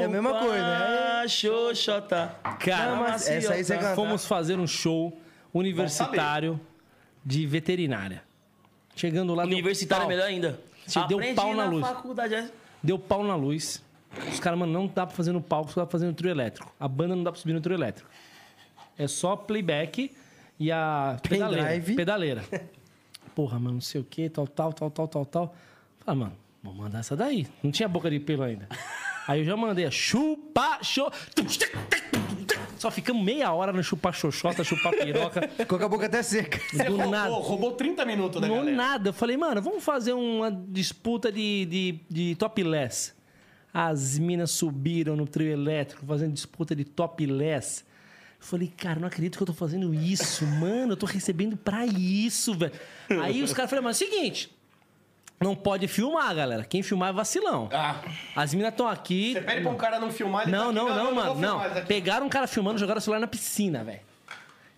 Speaker 1: É a mesma coisa, né?
Speaker 2: Ah, Xoxota.
Speaker 4: Cara,
Speaker 1: Não, mas essa aí você canta.
Speaker 4: fomos fazer um show universitário de veterinária. Chegando lá, deu
Speaker 2: Universitário é
Speaker 4: pau.
Speaker 2: melhor ainda.
Speaker 4: Te deu
Speaker 2: Aprendi
Speaker 4: pau na luz.
Speaker 2: faculdade. é.
Speaker 4: Deu pau na luz. Os caras, mano, não dá pra fazer no palco, só dá pra fazer no trio elétrico. A banda não dá pra subir no trio elétrico. É só playback e a pedaleira.
Speaker 1: Pendrive.
Speaker 4: Pedaleira. Porra, mano, não sei o que, tal, tal, tal, tal, tal, tal. Falei, mano, vou mandar essa daí. Não tinha boca de pelo ainda. Aí eu já mandei a chupa, xô. Só ficamos meia hora no chupar xoxota, chupar piroca.
Speaker 1: Ficou com a boca até seca.
Speaker 5: Você é
Speaker 4: Do
Speaker 5: roubou,
Speaker 4: nada.
Speaker 5: roubou 30 minutos da
Speaker 4: Não
Speaker 5: galera.
Speaker 4: nada. Eu falei, mano, vamos fazer uma disputa de, de, de topless. As minas subiram no trio elétrico fazendo disputa de topless. Eu falei, cara, não acredito que eu tô fazendo isso, mano. Eu tô recebendo pra isso, velho. Aí os caras falaram, mas é o seguinte. Não pode filmar, galera. Quem filmar é vacilão.
Speaker 5: Ah.
Speaker 4: As minas estão aqui.
Speaker 5: Você pede pra um cara não filmar, ele tá
Speaker 4: Não,
Speaker 5: aqui,
Speaker 4: não, não,
Speaker 5: eu
Speaker 4: mano.
Speaker 5: vou
Speaker 4: Não.
Speaker 5: filmar isso aqui.
Speaker 4: Pegaram um cara filmando, jogaram o celular na piscina, velho.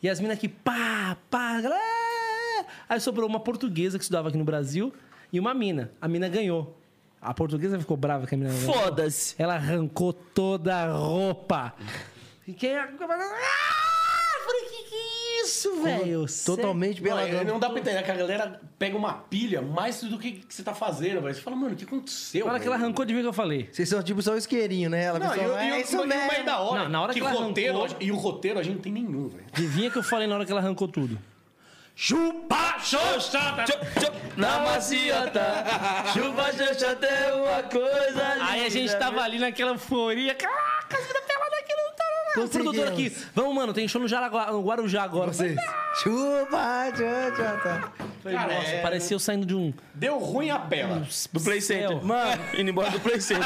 Speaker 4: E as minas aqui, pá, pá, galera. é. Aí sobrou uma portuguesa que estudava aqui no Brasil e uma mina. A mina ganhou. A portuguesa ficou brava que a mina ganhou.
Speaker 2: Foda-se.
Speaker 4: Ela arrancou toda a roupa. Fiquei. Ah! Falei, que que é isso, velho?
Speaker 1: Totalmente
Speaker 5: Não, é,
Speaker 1: peladão.
Speaker 5: não dá pra entender que a galera pega uma pilha mais do que que você tá fazendo, velho. Você fala, mano, o que aconteceu?
Speaker 4: Fala
Speaker 5: velho?
Speaker 4: que ela arrancou de mim que eu falei.
Speaker 1: Vocês são tipo só isqueirinho, né? Ela
Speaker 5: Não, e,
Speaker 1: pensou,
Speaker 5: o- e,
Speaker 1: é
Speaker 5: o- e
Speaker 1: isso
Speaker 5: o mais
Speaker 1: mesmo.
Speaker 5: da hora.
Speaker 4: Não, na hora que ela
Speaker 5: roteiro,
Speaker 4: arrancou-
Speaker 5: E o roteiro a gente não tem nenhum, velho.
Speaker 4: Adivinha que eu falei na hora que ela arrancou tudo.
Speaker 2: Chupa, xoxota, chup, chup, na maciota. Chupa, xoxota é uma coisa linda.
Speaker 4: Aí a gente tava ali naquela euforia. Caraca, vida pelada aqui não tá. O produtor aqui. Vamos, mano, tem show no, Jaraguá, no Guarujá agora.
Speaker 1: Vocês. Chupa, tchau, tchau, tchau.
Speaker 4: Falei,
Speaker 5: Cara,
Speaker 4: Nossa,
Speaker 5: é-
Speaker 4: parecia eu saindo de um.
Speaker 5: Deu ruim a bela.
Speaker 2: Do Play Center.
Speaker 4: Céu.
Speaker 2: Mano, indo embora do Play Center.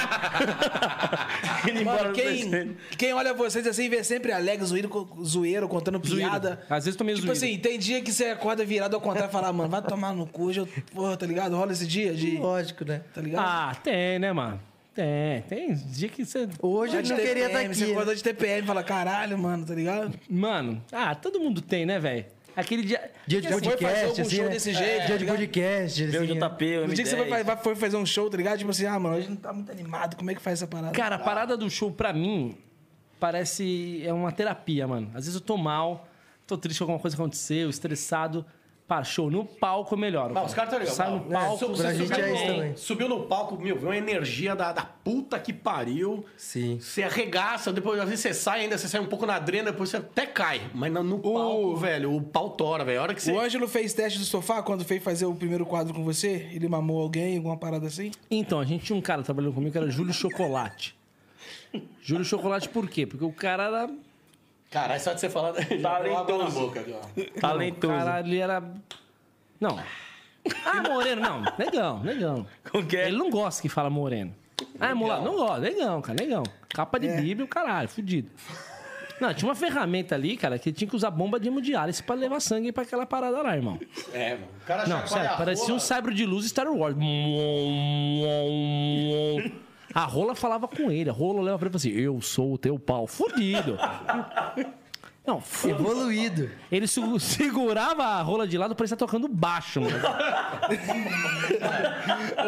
Speaker 2: indo embora
Speaker 3: Mano,
Speaker 2: do Play Center.
Speaker 3: quem, quem olha vocês assim vê sempre alegre, zoeiro, co- zoeiro contando piada.
Speaker 4: Às vezes tô meio
Speaker 3: Tipo
Speaker 4: zoeiro.
Speaker 3: assim, tem dia que você acorda virado ao contrário e fala, mano, vai tomar no cu, hoje eu, porra, tá ligado? Rola esse dia de.
Speaker 1: Lógico, né?
Speaker 3: Tá ligado?
Speaker 4: Ah, tem, né, mano? Tem, tem dia que você.
Speaker 1: Hoje
Speaker 3: Tá
Speaker 1: eu
Speaker 3: de
Speaker 1: não queria estar
Speaker 3: TPM, Você
Speaker 1: aqui.
Speaker 3: acorda
Speaker 1: né?
Speaker 3: de TPM e fala, caralho, mano, tá ligado?
Speaker 4: Mano, ah, todo mundo tem, né, velho? Aquele dia.
Speaker 1: Dia de
Speaker 3: Você foi fazer
Speaker 1: podcast,
Speaker 3: algum
Speaker 1: assim,
Speaker 3: show
Speaker 1: né?
Speaker 3: desse jeito,
Speaker 1: Dia
Speaker 3: tá
Speaker 1: de
Speaker 3: ligado? tá-
Speaker 1: podcast,
Speaker 2: Vê tá o
Speaker 1: assim,
Speaker 2: JP,
Speaker 1: né?
Speaker 2: o
Speaker 3: No
Speaker 2: M10.
Speaker 3: dia que você foi, fa- foi fazer um show, tá ligado? Tipo assim, ah, mano, hoje não tá muito animado, como é que faz essa parada?
Speaker 4: Cara, a parada do show, pra mim, parece. É uma terapia, mano. Às vezes eu tô mal, tô triste, alguma coisa aconteceu, estressado. Pá, show no palco é melhor.
Speaker 5: Ah, os caras tão ligado.
Speaker 4: Sai no palco,
Speaker 5: Su-
Speaker 1: pra
Speaker 5: su-
Speaker 1: gente
Speaker 5: subiu
Speaker 1: é
Speaker 5: no-
Speaker 1: isso também.
Speaker 5: Subiu no palco, meu, viu uma energia da, da puta que pariu.
Speaker 1: Sim.
Speaker 5: Você arregaça, depois às vezes você sai ainda, você sai um pouco na drena, depois você até cai. Mas no, no palco, velho, o pau tora, velho. A hora que você.
Speaker 3: O Ângelo fez teste do sofá quando fez fazer o primeiro quadro com você? Ele mamou alguém, alguma parada assim?
Speaker 4: Então, a gente tinha um cara trabalhando comigo que era Júlio Chocolate. Júlio Chocolate por quê? Porque o cara era.
Speaker 5: Caralho, só de você falar. já deu água na boca aqui, ó.
Speaker 4: O
Speaker 2: Talentoso.
Speaker 4: cara ele era. Não. Ah, moreno, não. Negão, negão.
Speaker 2: Como que é?
Speaker 4: Ele não gosta que fala moreno. Ah, mulá, não gosta. Negão, cara, negão. Capa de bíblia, o caralho, fudido. Não, tinha uma ferramenta ali, cara, que tinha que usar bomba de hemodiálise pra levar sangue pra aquela parada lá, irmão.
Speaker 5: É, mano. O cara
Speaker 4: Não, sério, parecia um sabre de luz Star Wars. A rola falava com ele, a rola olhava pra ele e falava assim: Eu sou o teu pau. Fudido. Não, fudido.
Speaker 1: Evoluído.
Speaker 4: Ele segu- segurava a rola de lado, parecia tocando baixo, mano.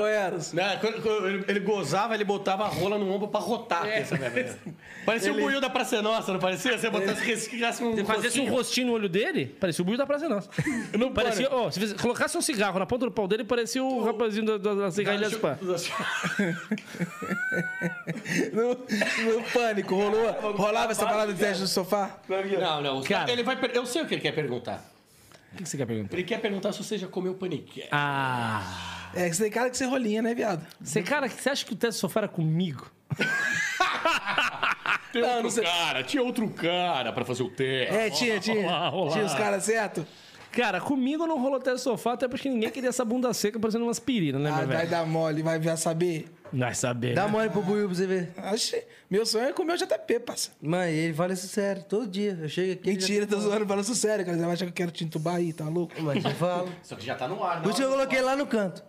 Speaker 3: Ô, Eros.
Speaker 5: Né, quando- quando ele, ele gozava, ele botava a rola no ombro pra rotar. pensa, velho. Parecia o Buiu da Praça Nossa, não parecia? Você botasse riscasse um.
Speaker 4: Se fazesse um
Speaker 5: rostinho.
Speaker 4: rostinho no olho dele, parecia o Buio da Praça Nossa. Não parecia, ó, se fiz- colocasse um cigarro na ponta do pau dele, parecia o rapazinho da, da, da cigarrilha
Speaker 5: Deixa eu-
Speaker 4: Spa.
Speaker 3: No, no pânico, rolou. Rolava essa parada do teste do sofá?
Speaker 5: Não, não.
Speaker 4: Cara.
Speaker 5: Ele vai, per- eu sei o que ele quer perguntar.
Speaker 4: O que que você quer perguntar?
Speaker 5: Ele quer perguntar se você já comeu paniquete.
Speaker 4: Ah.
Speaker 3: É, que você tem cara que você rolinha, né, viado?
Speaker 4: Você, cara, você acha que o teste do sofá era comigo?
Speaker 5: Tem outro cara, tinha outro cara pra fazer o teste.
Speaker 3: É, tinha, tinha.
Speaker 4: Olá, olá.
Speaker 3: Tinha os caras certo?
Speaker 4: Cara, comigo não rolou teste do sofá, até porque ninguém queria essa bunda seca parecendo uma aspirina, né,
Speaker 3: Ah,
Speaker 4: meu
Speaker 3: vai
Speaker 4: velho?
Speaker 3: dar mole, vai já saber.
Speaker 4: Nós sabemos.
Speaker 1: Dá mole pro Buiu pra você ver.
Speaker 3: Oxi, meu sonho é comer o JP, parça.
Speaker 1: Mãe, ele fala isso sério. Todo dia. Eu chego aqui.
Speaker 3: Mentira,
Speaker 1: já-
Speaker 3: tô zoando, falando isso sério, cara. Você vai achar que eu quero te entubar aí, tá louco?
Speaker 1: Mas eu falo.
Speaker 5: Só que já tá no ar,
Speaker 1: Por isso que eu coloquei lá no canto.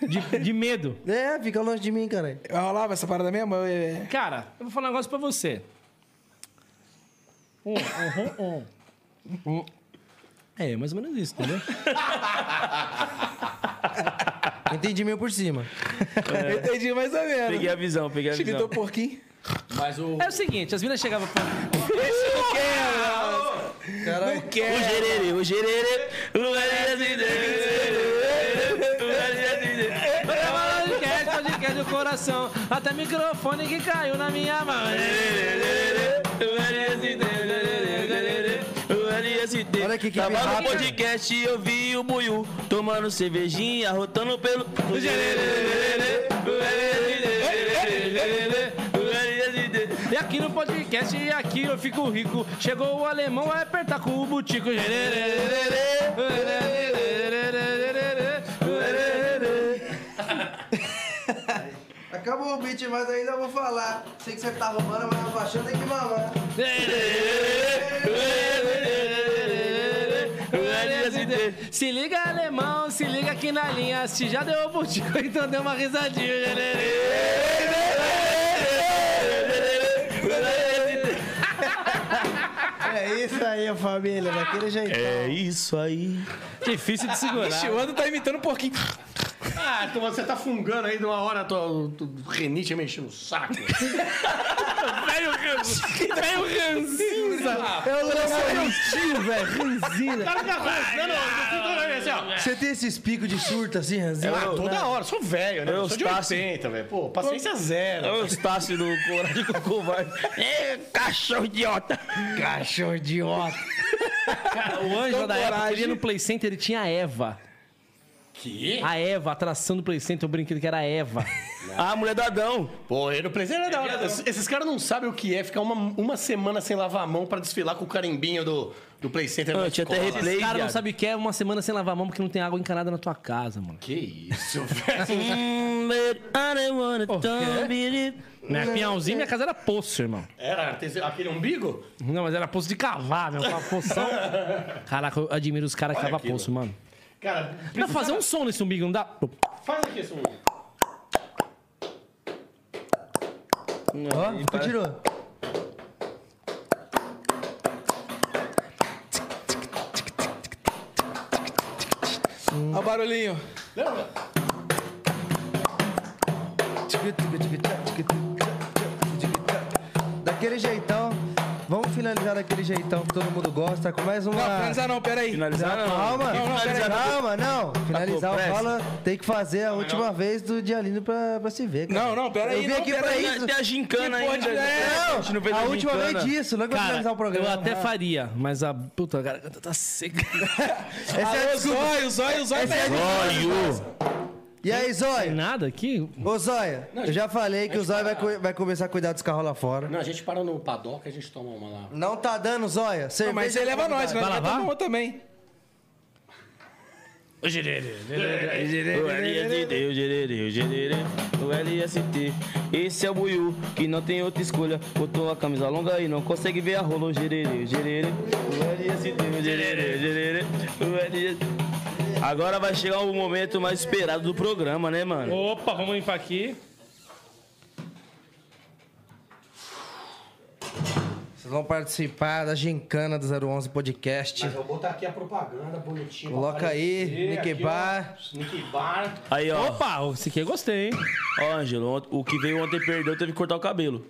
Speaker 4: De, de medo.
Speaker 1: É, fica longe de mim, caralho.
Speaker 3: Rolava essa parada mesmo? Eu- é, eu-
Speaker 4: Cara, eu vou falar um negócio pra você. Hum, hum, hum, hum. É, mais ou menos isso, entendeu?
Speaker 1: Entendi meio por cima.
Speaker 3: eu Entendi mais ou menos.
Speaker 2: Peguei a visão, peguei a
Speaker 3: Te
Speaker 2: visão.
Speaker 3: imitou porquinho.
Speaker 5: Mas o.
Speaker 4: É o seguinte, as minas chegavam pra...
Speaker 1: Caralho.
Speaker 2: O gererê, o gererê, o
Speaker 4: É Podcast, podcast do coração, até microfone que caiu na minha mão.
Speaker 1: Olha aqui que
Speaker 2: Tava
Speaker 1: vem
Speaker 2: no
Speaker 1: rápido.
Speaker 2: podcast e eu vi o Buiu tomando cervejinha, rotando pelo. O gererê, o gererê, o
Speaker 4: E aqui no podcast, e aqui eu fico rico. Chegou o alemão, vai apertar com o butico.
Speaker 1: Acabou o beat, mas ainda vou falar. Sei que você tá roubando, mas abaixando tem que mamar.
Speaker 4: Se liga, alemão, se liga aqui na linha. Se já deu o butico, então deu uma risadinha. né?
Speaker 1: É isso aí, família. Daquele jeitão.
Speaker 2: É isso aí.
Speaker 4: Difícil de
Speaker 3: Ixi,
Speaker 4: segurar.
Speaker 3: o Ando tá imitando porquinho.
Speaker 5: Ah, tu- você tá fungando aí de uma hora, tua, tu, renite mexendo o saco.
Speaker 2: Velho ranzinho.
Speaker 5: lá.
Speaker 1: É o Leonardo velho. Ranzina.
Speaker 5: cara fica rosnando, assim, ó.
Speaker 1: Você tem esses picos de surto assim, Ranzina?
Speaker 5: Ah, toda hora, sou velho, né?
Speaker 2: Eu
Speaker 5: Eu sou de
Speaker 2: Eustácio.
Speaker 5: 80, velho. Pô, paciência zero.
Speaker 2: É o Estácio do É, Coragem com Covarde.
Speaker 9: Ê, cachorro idiota.
Speaker 1: Cachorro idiota.
Speaker 4: Cara, o Ângelo da época ele ia no Play Center, ele tinha a Eva.
Speaker 5: Que?
Speaker 4: A Eva, a atração do Play Center, o brinquedo que era a Eva.
Speaker 2: Ah, mulher do Adão.
Speaker 5: Pô, eu não preciso era é da hora. Es- Esses caras não sabem o que é ficar uma, uma semana sem lavar a mão pra desfilar com o carimbinho do, do Play Center.
Speaker 2: Ah,
Speaker 5: na
Speaker 2: tinha até
Speaker 5: escola.
Speaker 2: replay.
Speaker 4: Os caras não
Speaker 2: viado.
Speaker 4: sabem o que é uma semana sem lavar a mão porque não tem água encanada na tua casa, mano.
Speaker 5: Que isso, velho.
Speaker 2: Hum, but I don't wanna
Speaker 4: Oh,
Speaker 2: don't believe-
Speaker 4: Minha pinhãozinha, Né, minha casa era poço, irmão.
Speaker 5: Era artesão- aquele umbigo?
Speaker 4: Não, mas era poço de cavar, meu. Aquela poção. Caraca, eu admiro os caras que
Speaker 5: Olha
Speaker 4: cavam
Speaker 5: aquilo.
Speaker 4: poço, mano.
Speaker 5: Cara,
Speaker 4: Dá pra fazer um som nesse umbigo, não dá?
Speaker 5: faz aqui esse umbigo.
Speaker 1: Ó, continua.
Speaker 3: Olha o barulhinho.
Speaker 5: Lembra?
Speaker 1: Daquele jeitão. Vamos finalizar daquele jeitão que todo mundo gosta com mais uma.
Speaker 3: Não, finalizar não, peraí.
Speaker 2: Finalizar não.
Speaker 1: Calma,
Speaker 2: Tem que
Speaker 1: não,
Speaker 2: finalizar não. Tá
Speaker 1: calma, não. Finalizar o
Speaker 2: pressa.
Speaker 1: fala tem que fazer a última vez do Dialino pra, pra se ver. cara.
Speaker 3: Não, não, peraí,
Speaker 1: Eu vim
Speaker 3: não,
Speaker 1: aqui pra
Speaker 3: peraí.
Speaker 1: isso.
Speaker 2: Tem a gincana
Speaker 3: Que porra de
Speaker 2: ainda.
Speaker 3: ideia?
Speaker 2: A gente não fez
Speaker 1: é. a última
Speaker 2: gincana.
Speaker 1: vez disso, não é que eu
Speaker 4: Cara,
Speaker 1: finalizar o programa. Ah.
Speaker 4: eu até faria, mas a... Puta, a garganta tá seca.
Speaker 1: Essa é a
Speaker 3: Alô,
Speaker 1: desculpa.
Speaker 3: zóio, zóio, zóio.
Speaker 2: Zóio.
Speaker 1: E aí,
Speaker 4: Tem
Speaker 1: Zóia?
Speaker 4: nada aqui?
Speaker 1: Ô, Zóia, eu já falei que o Zóia vai, cu- vai começar a cuidar dos carros lá fora.
Speaker 5: Não, a gente para no paddock e a gente toma uma lá.
Speaker 1: Não tá dando, Zóia. Cerveja é
Speaker 3: Mas você leva nós,
Speaker 1: convidada.
Speaker 3: nós
Speaker 4: Vai lavar?
Speaker 3: levamos outro também.
Speaker 2: O é LST, o gererê, o gererê, o LST. Esse é o Buiu, que não tem outra escolha. Botou a camisa longa e não consegue ver a rola. O gererê, o gererê, o LST, o gererê, o gererê, o LST. Agora vai chegar o momento mais esperado do programa, né, mano?
Speaker 7: Opa, vamos limpar aqui.
Speaker 1: Vocês vão participar da gincana do 011 Podcast.
Speaker 5: Mas eu vou botar aqui a propaganda bonitinha. pra
Speaker 1: Coloca aí,
Speaker 5: aparecer.
Speaker 1: Nick
Speaker 5: Aqui, ó,
Speaker 1: Bar.
Speaker 5: Nick Bar.
Speaker 2: Aí, ó.
Speaker 4: Opa, esse aqui eu gostei, hein?
Speaker 2: Ó, Ângelo, ont- o que veio ontem perdeu, teve que cortar o cabelo.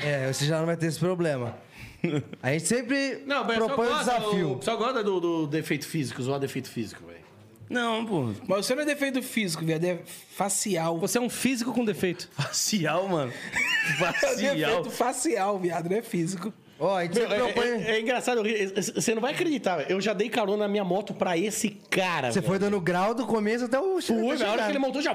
Speaker 1: É, você já não vai ter esse problema. A gente sempre
Speaker 5: Não, mas
Speaker 1: propõe
Speaker 5: só
Speaker 1: um
Speaker 5: gosta,
Speaker 1: desafio.
Speaker 5: o- Só gosta do, do defeito físico, zoar defeito físico, velho.
Speaker 2: Não, pô.
Speaker 3: Mas você não é defeito físico, viado, é facial.
Speaker 4: Você é um físico com defeito.
Speaker 2: Facial, mano.
Speaker 3: É
Speaker 2: Facial.
Speaker 3: defeito facial, viado, não é físico.
Speaker 1: Ó, a gente
Speaker 5: Meu,
Speaker 1: sempre
Speaker 5: é,
Speaker 1: propõe.
Speaker 5: é- é engraçado, você não vai acreditar, velho. Eu já dei carona na minha moto pra esse cara.
Speaker 1: Você
Speaker 5: velho.
Speaker 1: foi dando grau do começo até o até
Speaker 5: Fui, velho, a hora
Speaker 1: chegar.
Speaker 5: que ele montou já.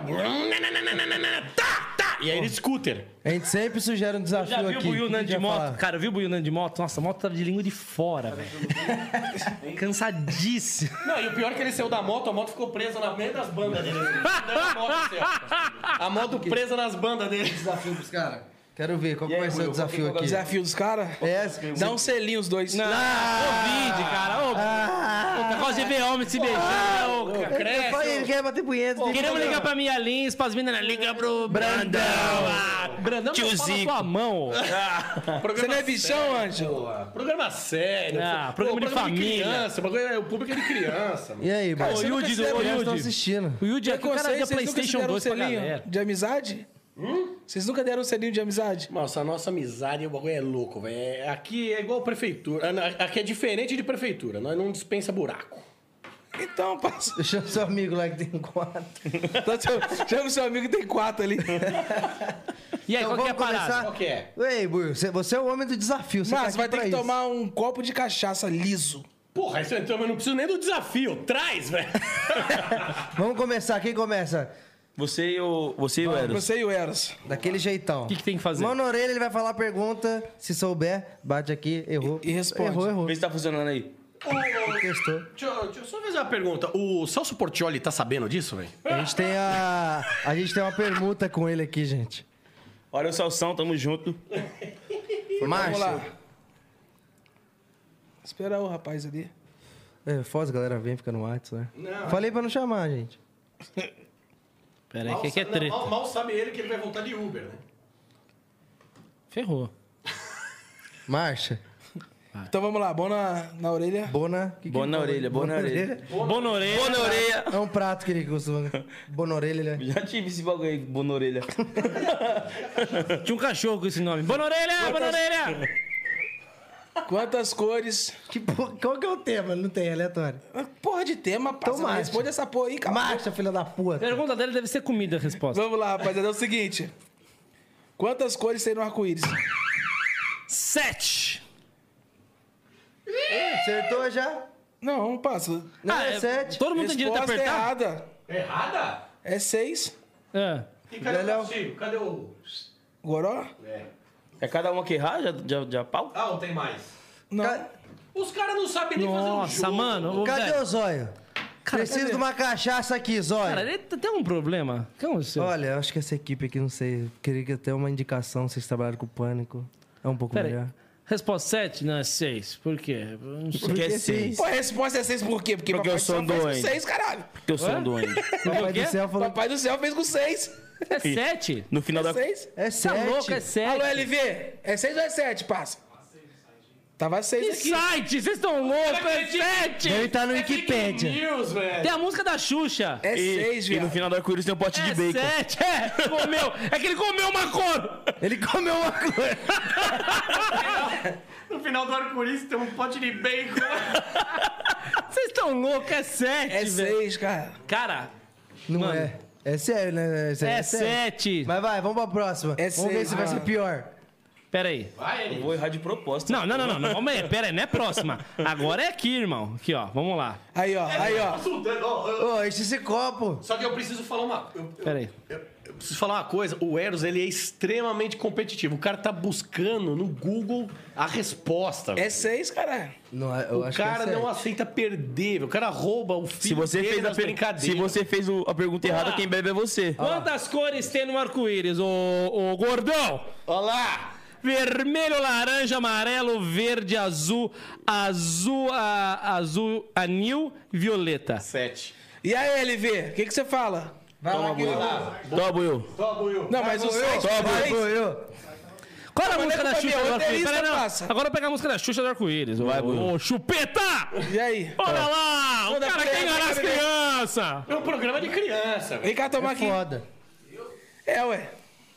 Speaker 5: Tá, tá! E aí ele scooter.
Speaker 1: A gente sempre sugere um desafio
Speaker 4: Já viu o
Speaker 1: aqui.
Speaker 4: Buiu
Speaker 1: que
Speaker 4: andando
Speaker 1: que a
Speaker 4: de
Speaker 1: gente
Speaker 4: moto?
Speaker 1: vai falar?
Speaker 4: Cara, viu o Buiu andando de moto? Nossa, a moto tava de língua de fora, velho. Cansadíssimo.
Speaker 5: Não, e o pior é que ele saiu da moto, a moto ficou presa na meio das bandas dele. é a, moto, assim, ó. A moto presa nas bandas dele.
Speaker 1: Desafio pros caras. Quero ver qual que vai ser o desafio aqui.
Speaker 3: é Desafio dos caras?
Speaker 1: É,
Speaker 3: Dá um selinho os dois. Não,
Speaker 4: Covid, cara. Ô, Por causa de ver homem se beijando. Ah. ô, cara.
Speaker 1: eu falei, ele quer bater punheta.
Speaker 4: Queremos ligar pra minha Lins, pras meninas, liga pro Brandão. Ah, Brandão, não fala
Speaker 2: Tiozinho.
Speaker 4: com a mão.
Speaker 3: você não é bichão, Ângelo?
Speaker 5: Programa sério.
Speaker 4: Ah,
Speaker 5: Pô,
Speaker 4: programa de família.
Speaker 5: criança, bagulho- o público é de criança. mano.
Speaker 1: E aí, mano?
Speaker 4: Ô, Yudi,
Speaker 1: As
Speaker 4: ô,
Speaker 1: crianças estão
Speaker 4: Yudi.
Speaker 1: assistindo.
Speaker 4: O Yudi aqui, o cara
Speaker 3: Vocês nunca
Speaker 4: liga
Speaker 3: se
Speaker 4: Playstation
Speaker 3: deram
Speaker 4: 2 pra
Speaker 3: selinho
Speaker 4: galera.
Speaker 3: de amizade? Vocês nunca deram um selinho de amizade?
Speaker 5: Nossa, a nossa amizade, o bagulho é louco, velho. É- Aqui é igual prefeitura. Ah, Aqui é diferente de prefeitura. Nós não dispensa buraco.
Speaker 3: Então, parceiro.
Speaker 1: Chama seu amigo lá que tem quatro.
Speaker 3: Então, chama- Chama o seu amigo que tem quatro ali.
Speaker 4: E aí,
Speaker 1: Então
Speaker 4: qual que é
Speaker 1: vamos
Speaker 4: a
Speaker 1: começar?
Speaker 4: parada?
Speaker 5: Qual que é?
Speaker 1: Ei, Buiu, você, você é o homem do desafio. Você tá
Speaker 3: Mas
Speaker 1: aqui
Speaker 3: vai ter
Speaker 1: pra
Speaker 3: que
Speaker 1: isso.
Speaker 3: tomar um copo de cachaça liso.
Speaker 5: Porra, isso então eu não preciso nem do desafio. Traz, velho.
Speaker 1: Vamos começar. Quem começa?
Speaker 2: Você e o. Você e o Eros.
Speaker 3: Você e o Eros.
Speaker 1: Daquele jeitão. O
Speaker 4: que que tem que fazer?
Speaker 1: Mão na orelha, ele vai falar a pergunta. Se souber, bate aqui, errou.
Speaker 3: E- e responde.
Speaker 1: Errou, errou.
Speaker 2: Vê se tá funcionando aí.
Speaker 1: Testou.
Speaker 5: Deixa, eu- deixa eu só fazer uma pergunta. O Celso Portioli tá sabendo disso, velho?
Speaker 1: A gente tem a... A gente tem uma permuta com ele aqui, gente.
Speaker 2: Olha o Salsão, tamo junto.
Speaker 1: Márcio.
Speaker 3: Vamos lá. Espera o rapaz ali.
Speaker 1: É, Foz, galera, vem, fica no WhatsApp, né? Falei pra não chamar, gente.
Speaker 4: Pera aí, que aqui é treta.
Speaker 5: mal, sabe ele que ele vai voltar de Uber, né?
Speaker 4: Ferrou.
Speaker 1: Marcha.
Speaker 3: Então vamos lá, bom na, na orelha.
Speaker 1: Bona. que que
Speaker 2: Bona
Speaker 1: ele falou?
Speaker 2: orelha, bona orelha.
Speaker 4: Bonorê.
Speaker 2: Bonorelha.
Speaker 1: É um prato que ele costuma. Bona orelha, né?
Speaker 2: Já tive esse bagulho aí, Bonorelha.
Speaker 4: Tinha um cachorro com esse nome. Bonorelha, Bonorelha.
Speaker 3: Quantas cores?
Speaker 1: Que porra, qual que é o tema? Não tem, aleatório.
Speaker 3: Porra de tema, passa.
Speaker 1: Então, macho.
Speaker 3: responde essa porra aí, cara.
Speaker 1: Marcha, filha da puta.
Speaker 4: Pergunta dele deve ser comida a resposta.
Speaker 3: Vamos lá, rapaziada. É o seguinte. Quantas cores tem no arco-íris?
Speaker 4: Sete.
Speaker 1: Acertou já?
Speaker 3: Não, passa.
Speaker 1: Não,
Speaker 4: Ah,
Speaker 1: é
Speaker 4: é-
Speaker 1: sete.
Speaker 4: Todo mundo tem direito a
Speaker 3: Resposta
Speaker 4: apertar?
Speaker 3: errada.
Speaker 5: Errada?
Speaker 3: É seis.
Speaker 4: É.
Speaker 5: E cadê
Speaker 1: Velhão.
Speaker 5: o castigo? Cadê o.
Speaker 3: Goró?
Speaker 2: É cada uma que errar, já, já, já pau?
Speaker 5: Ah, não tem mais.
Speaker 3: Não.
Speaker 1: Ca-
Speaker 5: Os caras não sabem nem fazer um
Speaker 4: Nossa,
Speaker 5: jogo.
Speaker 4: mano. ô,
Speaker 1: Cadê
Speaker 4: velho.
Speaker 1: o zóio? Preciso de uma cachaça aqui, zóio.
Speaker 4: Cara, ele t- tem um problema. Calma, seu.
Speaker 1: Olha, eu acho que essa equipe aqui, não sei, queria que até uma indicação, vocês trabalharam com pânico. É um pouco
Speaker 4: Pera aí.
Speaker 1: melhor.
Speaker 4: Resposta sete? Não, é seis. Por quê? Eu Não sei.
Speaker 2: Porque é seis.
Speaker 3: Pô, a resposta é seis por quê? Porque,
Speaker 2: Porque
Speaker 3: Papai
Speaker 2: eu sou
Speaker 3: do Céu fez
Speaker 2: doente.
Speaker 3: com seis, caralho.
Speaker 2: Porque eu sou um doente.
Speaker 1: Papai do céu
Speaker 4: Tá
Speaker 1: falou
Speaker 3: Papai do Céu fez com seis.
Speaker 4: É sete?
Speaker 2: No final da.
Speaker 3: Seis?
Speaker 1: que é
Speaker 4: Tá louco, é
Speaker 1: sete.
Speaker 4: sete.
Speaker 3: Alô, LV. É seis ou é sete, parça? Tava seis aqui.
Speaker 4: Que site? Vocês estão loucos? É sete!
Speaker 1: Ele tá no Wikipédia.
Speaker 5: News, velho.
Speaker 4: Tem a música da Xuxa.
Speaker 3: É
Speaker 2: E,
Speaker 3: seis,
Speaker 2: e no
Speaker 3: viado.
Speaker 2: final da arco-íris tem um pote de
Speaker 4: É
Speaker 2: bacon.
Speaker 4: sete, é. Comeu. É que ele comeu uma cor.
Speaker 1: Ele comeu uma coisa.
Speaker 5: No final do arco-íris tem um pote de bacon.
Speaker 4: Vocês estão loucos, é sete,
Speaker 3: É
Speaker 4: velho.
Speaker 3: seis, cara.
Speaker 4: Cara,
Speaker 1: Não é. É sério, né? É, sério,
Speaker 4: é
Speaker 1: é sério.
Speaker 4: sete.
Speaker 1: Mas vai, vamos pra próxima.
Speaker 3: É
Speaker 1: vamos ver
Speaker 3: seis,
Speaker 1: se vai
Speaker 3: mano.
Speaker 1: ser pior.
Speaker 4: Pera aí.
Speaker 5: Vai,
Speaker 2: Eu
Speaker 5: ele.
Speaker 2: Vou errar de propósito.
Speaker 4: Não, não, não, não, não. Calma aí, pera aí, não é próxima. Agora é aqui, irmão. Aqui, ó, vamos lá.
Speaker 3: Aí, ó. Aí, ó.
Speaker 5: Assuntando, é, ó, ó.
Speaker 1: Ô, enche esse copo.
Speaker 5: Só que eu preciso falar uma. Eu, eu-
Speaker 4: Pera aí.
Speaker 5: eu- eu preciso falar uma coisa. O Eros, ele é extremamente competitivo. O cara tá buscando no Google a resposta.
Speaker 3: É seis, caralho.
Speaker 1: Não, eu
Speaker 5: o
Speaker 1: acho
Speaker 5: cara
Speaker 1: que é
Speaker 5: não
Speaker 1: sério.
Speaker 5: aceita perder. velho. O cara rouba o filho
Speaker 2: Se você,
Speaker 5: dele
Speaker 2: fez a
Speaker 5: nas
Speaker 2: per- se
Speaker 5: brincadeiras.
Speaker 2: você fez o- a pergunta errada, quem bebe é você.
Speaker 4: Quantas cores tem no arco-íris, ô, ô gordão?
Speaker 5: Olha lá!
Speaker 4: Vermelho, laranja, amarelo, verde, azul, azul, a, azul, anil, violeta.
Speaker 5: Sete.
Speaker 3: E aí, LV? O que que você fala?
Speaker 1: Vai lá, Guilherme.
Speaker 2: Toma, Buiu.
Speaker 3: Não, mas o seis...
Speaker 1: Vai,
Speaker 3: mas-
Speaker 1: vou eu.
Speaker 4: Qual era a
Speaker 3: Não, mas
Speaker 4: música
Speaker 3: é
Speaker 4: da
Speaker 3: culpa
Speaker 4: Xuxa
Speaker 3: minha,
Speaker 4: do arco-íris?
Speaker 3: roteirista
Speaker 4: Pera aí, não.
Speaker 3: passa.
Speaker 4: Agora pega a música da Xuxa do arco-íris. Vai, Ô, chupeta!
Speaker 3: E aí?
Speaker 4: Olha lá! O
Speaker 3: Manda
Speaker 4: cara
Speaker 3: pra
Speaker 4: quer
Speaker 3: ele,
Speaker 4: enganar
Speaker 3: manda
Speaker 4: as
Speaker 3: pra ele.
Speaker 4: crianças!
Speaker 5: É um programa de criança, velho.
Speaker 3: Vem cá tomar aqui.
Speaker 1: Foda.
Speaker 3: É, ué.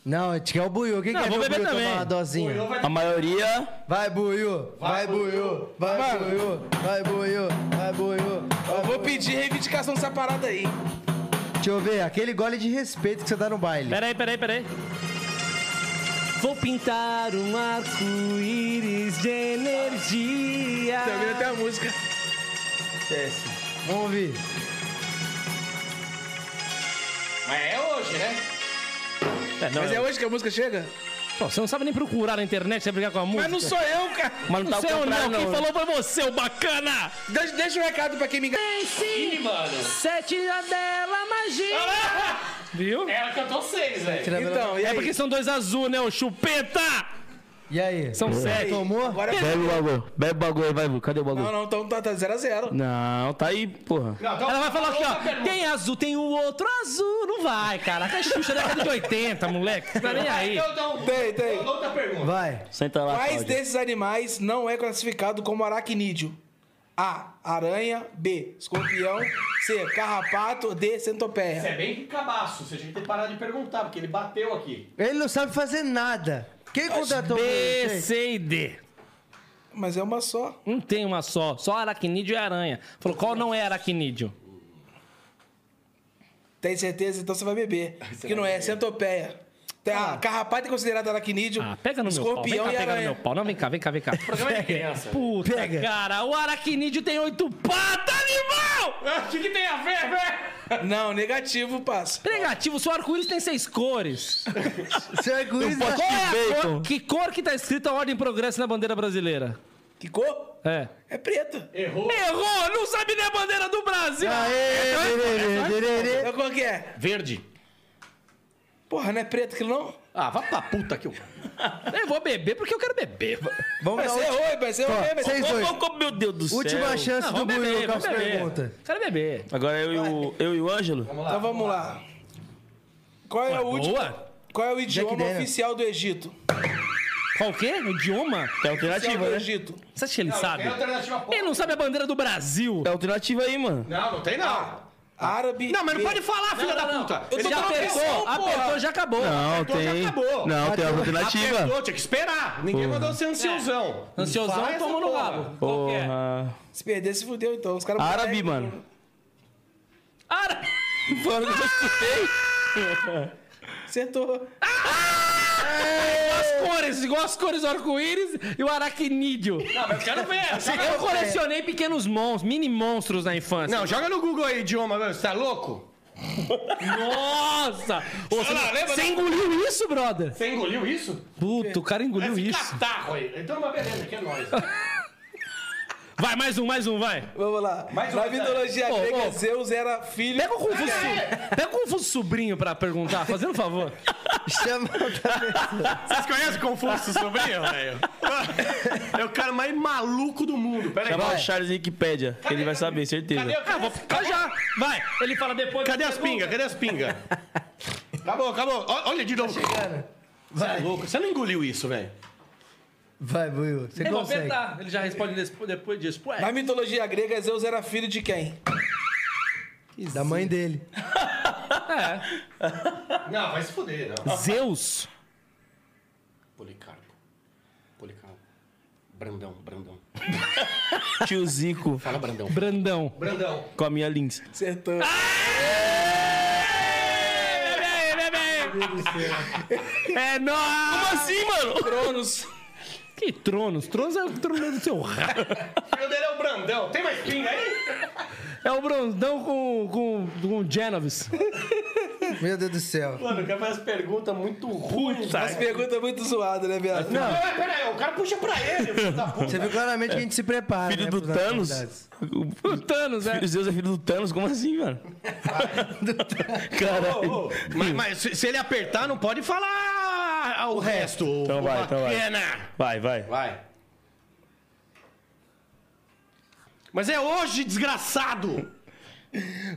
Speaker 1: Não, a gente quer o Buiu. Quem
Speaker 4: Não,
Speaker 1: quer
Speaker 4: vou
Speaker 1: ver o
Speaker 4: beber
Speaker 1: Buiu
Speaker 4: também.
Speaker 1: tomar uma dosinha?
Speaker 2: A maioria.
Speaker 1: Vai, Buiu. Vai, Buiu. Vai,
Speaker 3: Mano.
Speaker 1: Buiu. Vai, Buiu. Vai, Buiu. Vai,
Speaker 3: Eu vou
Speaker 1: Buiu.
Speaker 3: pedir reivindicação dessa parada aí.
Speaker 1: Deixa eu ver. Aquele gole de respeito que você dá no baile.
Speaker 4: Peraí, peraí, peraí. Vou pintar um arco-íris de energia.
Speaker 3: Tá ouvindo até a música.
Speaker 1: Vamos ouvir.
Speaker 5: Mas é hoje, né?
Speaker 4: É, não,
Speaker 3: Mas é hoje que a música chega?
Speaker 4: Pô, você não sabe nem procurar na internet, você vai brigar com a música.
Speaker 3: Mas não sou eu, cara.
Speaker 2: Mas não tá
Speaker 4: sei
Speaker 2: ao
Speaker 4: ou
Speaker 2: contrário,
Speaker 4: não,
Speaker 2: não.
Speaker 4: quem falou foi você, o bacana!
Speaker 3: Deixa, deixa um recado pra quem me engana.
Speaker 5: Ih, mano. Ah,
Speaker 4: Sete dela magia! Viu?
Speaker 5: Ela cantou seis, velho.
Speaker 1: Tira a vela-
Speaker 3: Então, e
Speaker 4: É
Speaker 3: aí?
Speaker 4: porque são dois azul, né, ô chupeta!
Speaker 1: E aí?
Speaker 4: São sete.
Speaker 1: Tomou?
Speaker 3: Agora...
Speaker 2: Bebe o bagulho. Bebe o bagulho, vai, Buiu. Cadê o
Speaker 3: Não,
Speaker 2: bagulho?
Speaker 3: não, então tá 0x0. Tá zero a zero.
Speaker 2: Não, tá aí, porra.
Speaker 5: Não, então-
Speaker 4: Ela vai falar aqui,
Speaker 5: Outra
Speaker 4: ó.
Speaker 5: pergunta.
Speaker 4: Tem azul, tem o outro azul. Não vai, cara. Até Xuxa da década de 80, moleque. Não tá nem aí.
Speaker 5: Então, então,
Speaker 3: Tem, tem.
Speaker 5: então, outra pergunta.
Speaker 1: Vai.
Speaker 2: Senta lá,
Speaker 3: Quais
Speaker 2: Cláudia.
Speaker 3: desses animais não é classificado como aracnídeo? A. Aranha. B. Escorpião. C. Carrapato. D.
Speaker 5: Você
Speaker 3: Centopeia.
Speaker 5: é bem cabaço. Você tinha que ter parado de perguntar, porque ele bateu aqui.
Speaker 1: Ele não sabe fazer nada. Quem contratou ele?
Speaker 4: B,
Speaker 1: gente?
Speaker 4: C e D.
Speaker 3: Mas é uma só.
Speaker 4: Não tem uma só. Só aracnídeo e aranha. Falou, qual não é aracnídeo?
Speaker 3: Tem certeza? Então você vai beber. que não é. Centopeia. Tem- ah, carrapato é considerado aracnídeo.
Speaker 4: Ah, pega no meu pau. Vem
Speaker 3: Escorpião
Speaker 4: cá,
Speaker 3: e é
Speaker 4: pega no
Speaker 3: aranha.
Speaker 4: meu pau. Não, vem cá, vem cá, vem cá.
Speaker 5: programa é de criança.
Speaker 4: Puta,
Speaker 1: Pega.
Speaker 4: cara. O aracnídeo tem oito patas, animal!
Speaker 5: O que, que tem a ver, velho?
Speaker 3: Não, negativo, passa.
Speaker 4: Negativo, seu arco-íris tem seis cores.
Speaker 1: Seu arco-íris
Speaker 2: posso-
Speaker 4: Qual é a
Speaker 2: Bacon.
Speaker 4: cor? Que cor que tá escrita a Ordem e Progresso na bandeira brasileira?
Speaker 3: Que cor?
Speaker 4: É.
Speaker 3: É preta.
Speaker 5: Errou.
Speaker 4: Errou! Não sabe nem a bandeira do Brasil!
Speaker 1: Aê, dererê, dererê.
Speaker 3: Então qual que é?
Speaker 5: Verde.
Speaker 3: Porra, não é preto aquilo não?
Speaker 5: Ah, vá pra puta que eu.
Speaker 4: Eu vou beber porque eu quero beber.
Speaker 1: Vamos dar
Speaker 3: Mas você
Speaker 1: ulti-
Speaker 3: errou, mas você errou
Speaker 1: Ó,
Speaker 3: mesmo.
Speaker 1: vocês
Speaker 2: Ô,
Speaker 1: dois.
Speaker 2: ô, ô, meu Deus do céu.
Speaker 1: Última chance
Speaker 4: Não,
Speaker 1: do
Speaker 4: vamos
Speaker 1: Buiu
Speaker 4: beber,
Speaker 1: com as
Speaker 4: vamos beber.
Speaker 1: perguntas.
Speaker 4: Quero beber.
Speaker 2: Agora eu e o, eu e o Ângelo.
Speaker 3: Então vamos lá. Qual é, o último,
Speaker 4: Boa!
Speaker 3: qual é o idioma
Speaker 1: Daniel.
Speaker 3: oficial do Egito?
Speaker 4: Qual que é? O Idioma?
Speaker 2: É
Speaker 3: Oficial
Speaker 2: alternativa,
Speaker 3: do
Speaker 2: né?
Speaker 3: Egito.
Speaker 4: Você
Speaker 5: é
Speaker 4: acha que ele sabe?
Speaker 5: Tem alternativa porra.
Speaker 4: Ele não sabe a bandeira do Brasil.
Speaker 2: É alternativa aí, mano.
Speaker 5: Não, não tem não.
Speaker 4: Ah.
Speaker 3: Árabe.
Speaker 5: Não, mas não
Speaker 3: be-
Speaker 5: pode falar, filha da puta. Ele já
Speaker 4: apertou,
Speaker 5: apertou.
Speaker 4: apertou, já acabou.
Speaker 10: Não,
Speaker 5: Então já
Speaker 10: tem.
Speaker 5: acabou.
Speaker 10: Não, tem alternativa.
Speaker 5: Apertou, tinha que esperar. Ninguém mandou ser ansiosão. Fala
Speaker 4: Ansiosão
Speaker 5: essa
Speaker 4: tomou no
Speaker 5: porra.
Speaker 4: rabo. Qual que é?
Speaker 10: Porra.
Speaker 3: Se perder, se fudeu, então. Os caras
Speaker 10: Árabe, mano.
Speaker 4: Árabe!
Speaker 10: Mano, eu escutei.
Speaker 3: Sentou.
Speaker 4: As cores, igual as cores do arco-íris e o aracnídeo.
Speaker 7: Não, mas eu quero ver.
Speaker 4: Eu colecionei pequenos monstros, mini monstros na infância.
Speaker 5: É. Não, joga no Google aí, idioma, velho. Você tá louco?
Speaker 4: Nossa! Ô, você,
Speaker 5: Olha lá, lembra né?
Speaker 4: você
Speaker 5: da-
Speaker 4: engoliu isso, brother?
Speaker 5: Você engoliu isso?
Speaker 4: Puta, o cara engoliu
Speaker 5: Esse
Speaker 4: isso.
Speaker 5: catarro aí. Então, uma beleza, que é nóis.
Speaker 4: Vai, mais um, mais um, vai.
Speaker 3: Vamos lá.
Speaker 5: Mais
Speaker 3: Na
Speaker 5: uma, tá?
Speaker 3: mitologia
Speaker 4: Ô,
Speaker 3: grega,
Speaker 4: ô.
Speaker 3: Zeus era filho. Ah,
Speaker 4: Pega o Confuso, pega o Confuso sobrinho pra perguntar, fazendo um favor.
Speaker 1: Chama outra pessoa.
Speaker 5: Vocês conhecem o Confúcio, sobrinho, velho? É o cara mais maluco do mundo. Pera aí.
Speaker 10: Chama o Charles Wikipedia, que ele vai saber, certeza.
Speaker 5: Cadê, cadê,
Speaker 4: Ah, já, vai.
Speaker 7: Ele fala depois.
Speaker 5: cadê as pingas? Cadê as pingas? Acabou, acabou. Ó, Olha de novo. Você é
Speaker 1: Vai,
Speaker 5: louco. Você não engoliu isso, velho.
Speaker 1: vai, Buiu. Você
Speaker 4: Eu vou
Speaker 1: consegue.
Speaker 4: apertar. Ele já responde despo- depois disso. Pô,
Speaker 3: Na
Speaker 4: é.
Speaker 3: mitologia grega, Zeus era filho de quem?
Speaker 1: Da mãe dele.
Speaker 5: Não, vai se fuder, não.
Speaker 4: Zeus?
Speaker 5: Policarpo. Policarpo. Brandão, Brandão.
Speaker 10: Tio Zico
Speaker 5: Fala Brandão.
Speaker 4: Brandão.
Speaker 5: Brandão.
Speaker 10: com a minha Lins.
Speaker 3: Sentou.
Speaker 4: É nóis!
Speaker 2: Ah,
Speaker 10: Como assim, mano?
Speaker 3: Cronos.
Speaker 4: Que tronos? Tronos é o trono do seu rabo.
Speaker 5: O filho dele é o Brandão. Tem mais pinga aí?
Speaker 4: É o Brandão com, com, com o Genovis.
Speaker 1: Meu Deus do céu.
Speaker 5: Mano, o cara faz pergunta muito ruim.
Speaker 3: As perguntas muito zoadas, né, viado?
Speaker 5: Não, é, pera aí, o cara puxa pra ele, filho da puta.
Speaker 1: Você viu claramente que a gente se prepara.
Speaker 10: Filho
Speaker 1: né,
Speaker 10: do
Speaker 1: pros
Speaker 10: Thanos?
Speaker 1: atividades.
Speaker 10: O Thanos, é. Filho Zeus é filho do Thanos? Como assim, mano? Caralho.
Speaker 5: Ô, ô, Mas, mas se, se ele apertar, não pode falar o resto.
Speaker 10: Então vai, então vai. Vai, vai.
Speaker 5: Vai. Mas é hoje, desgraçado!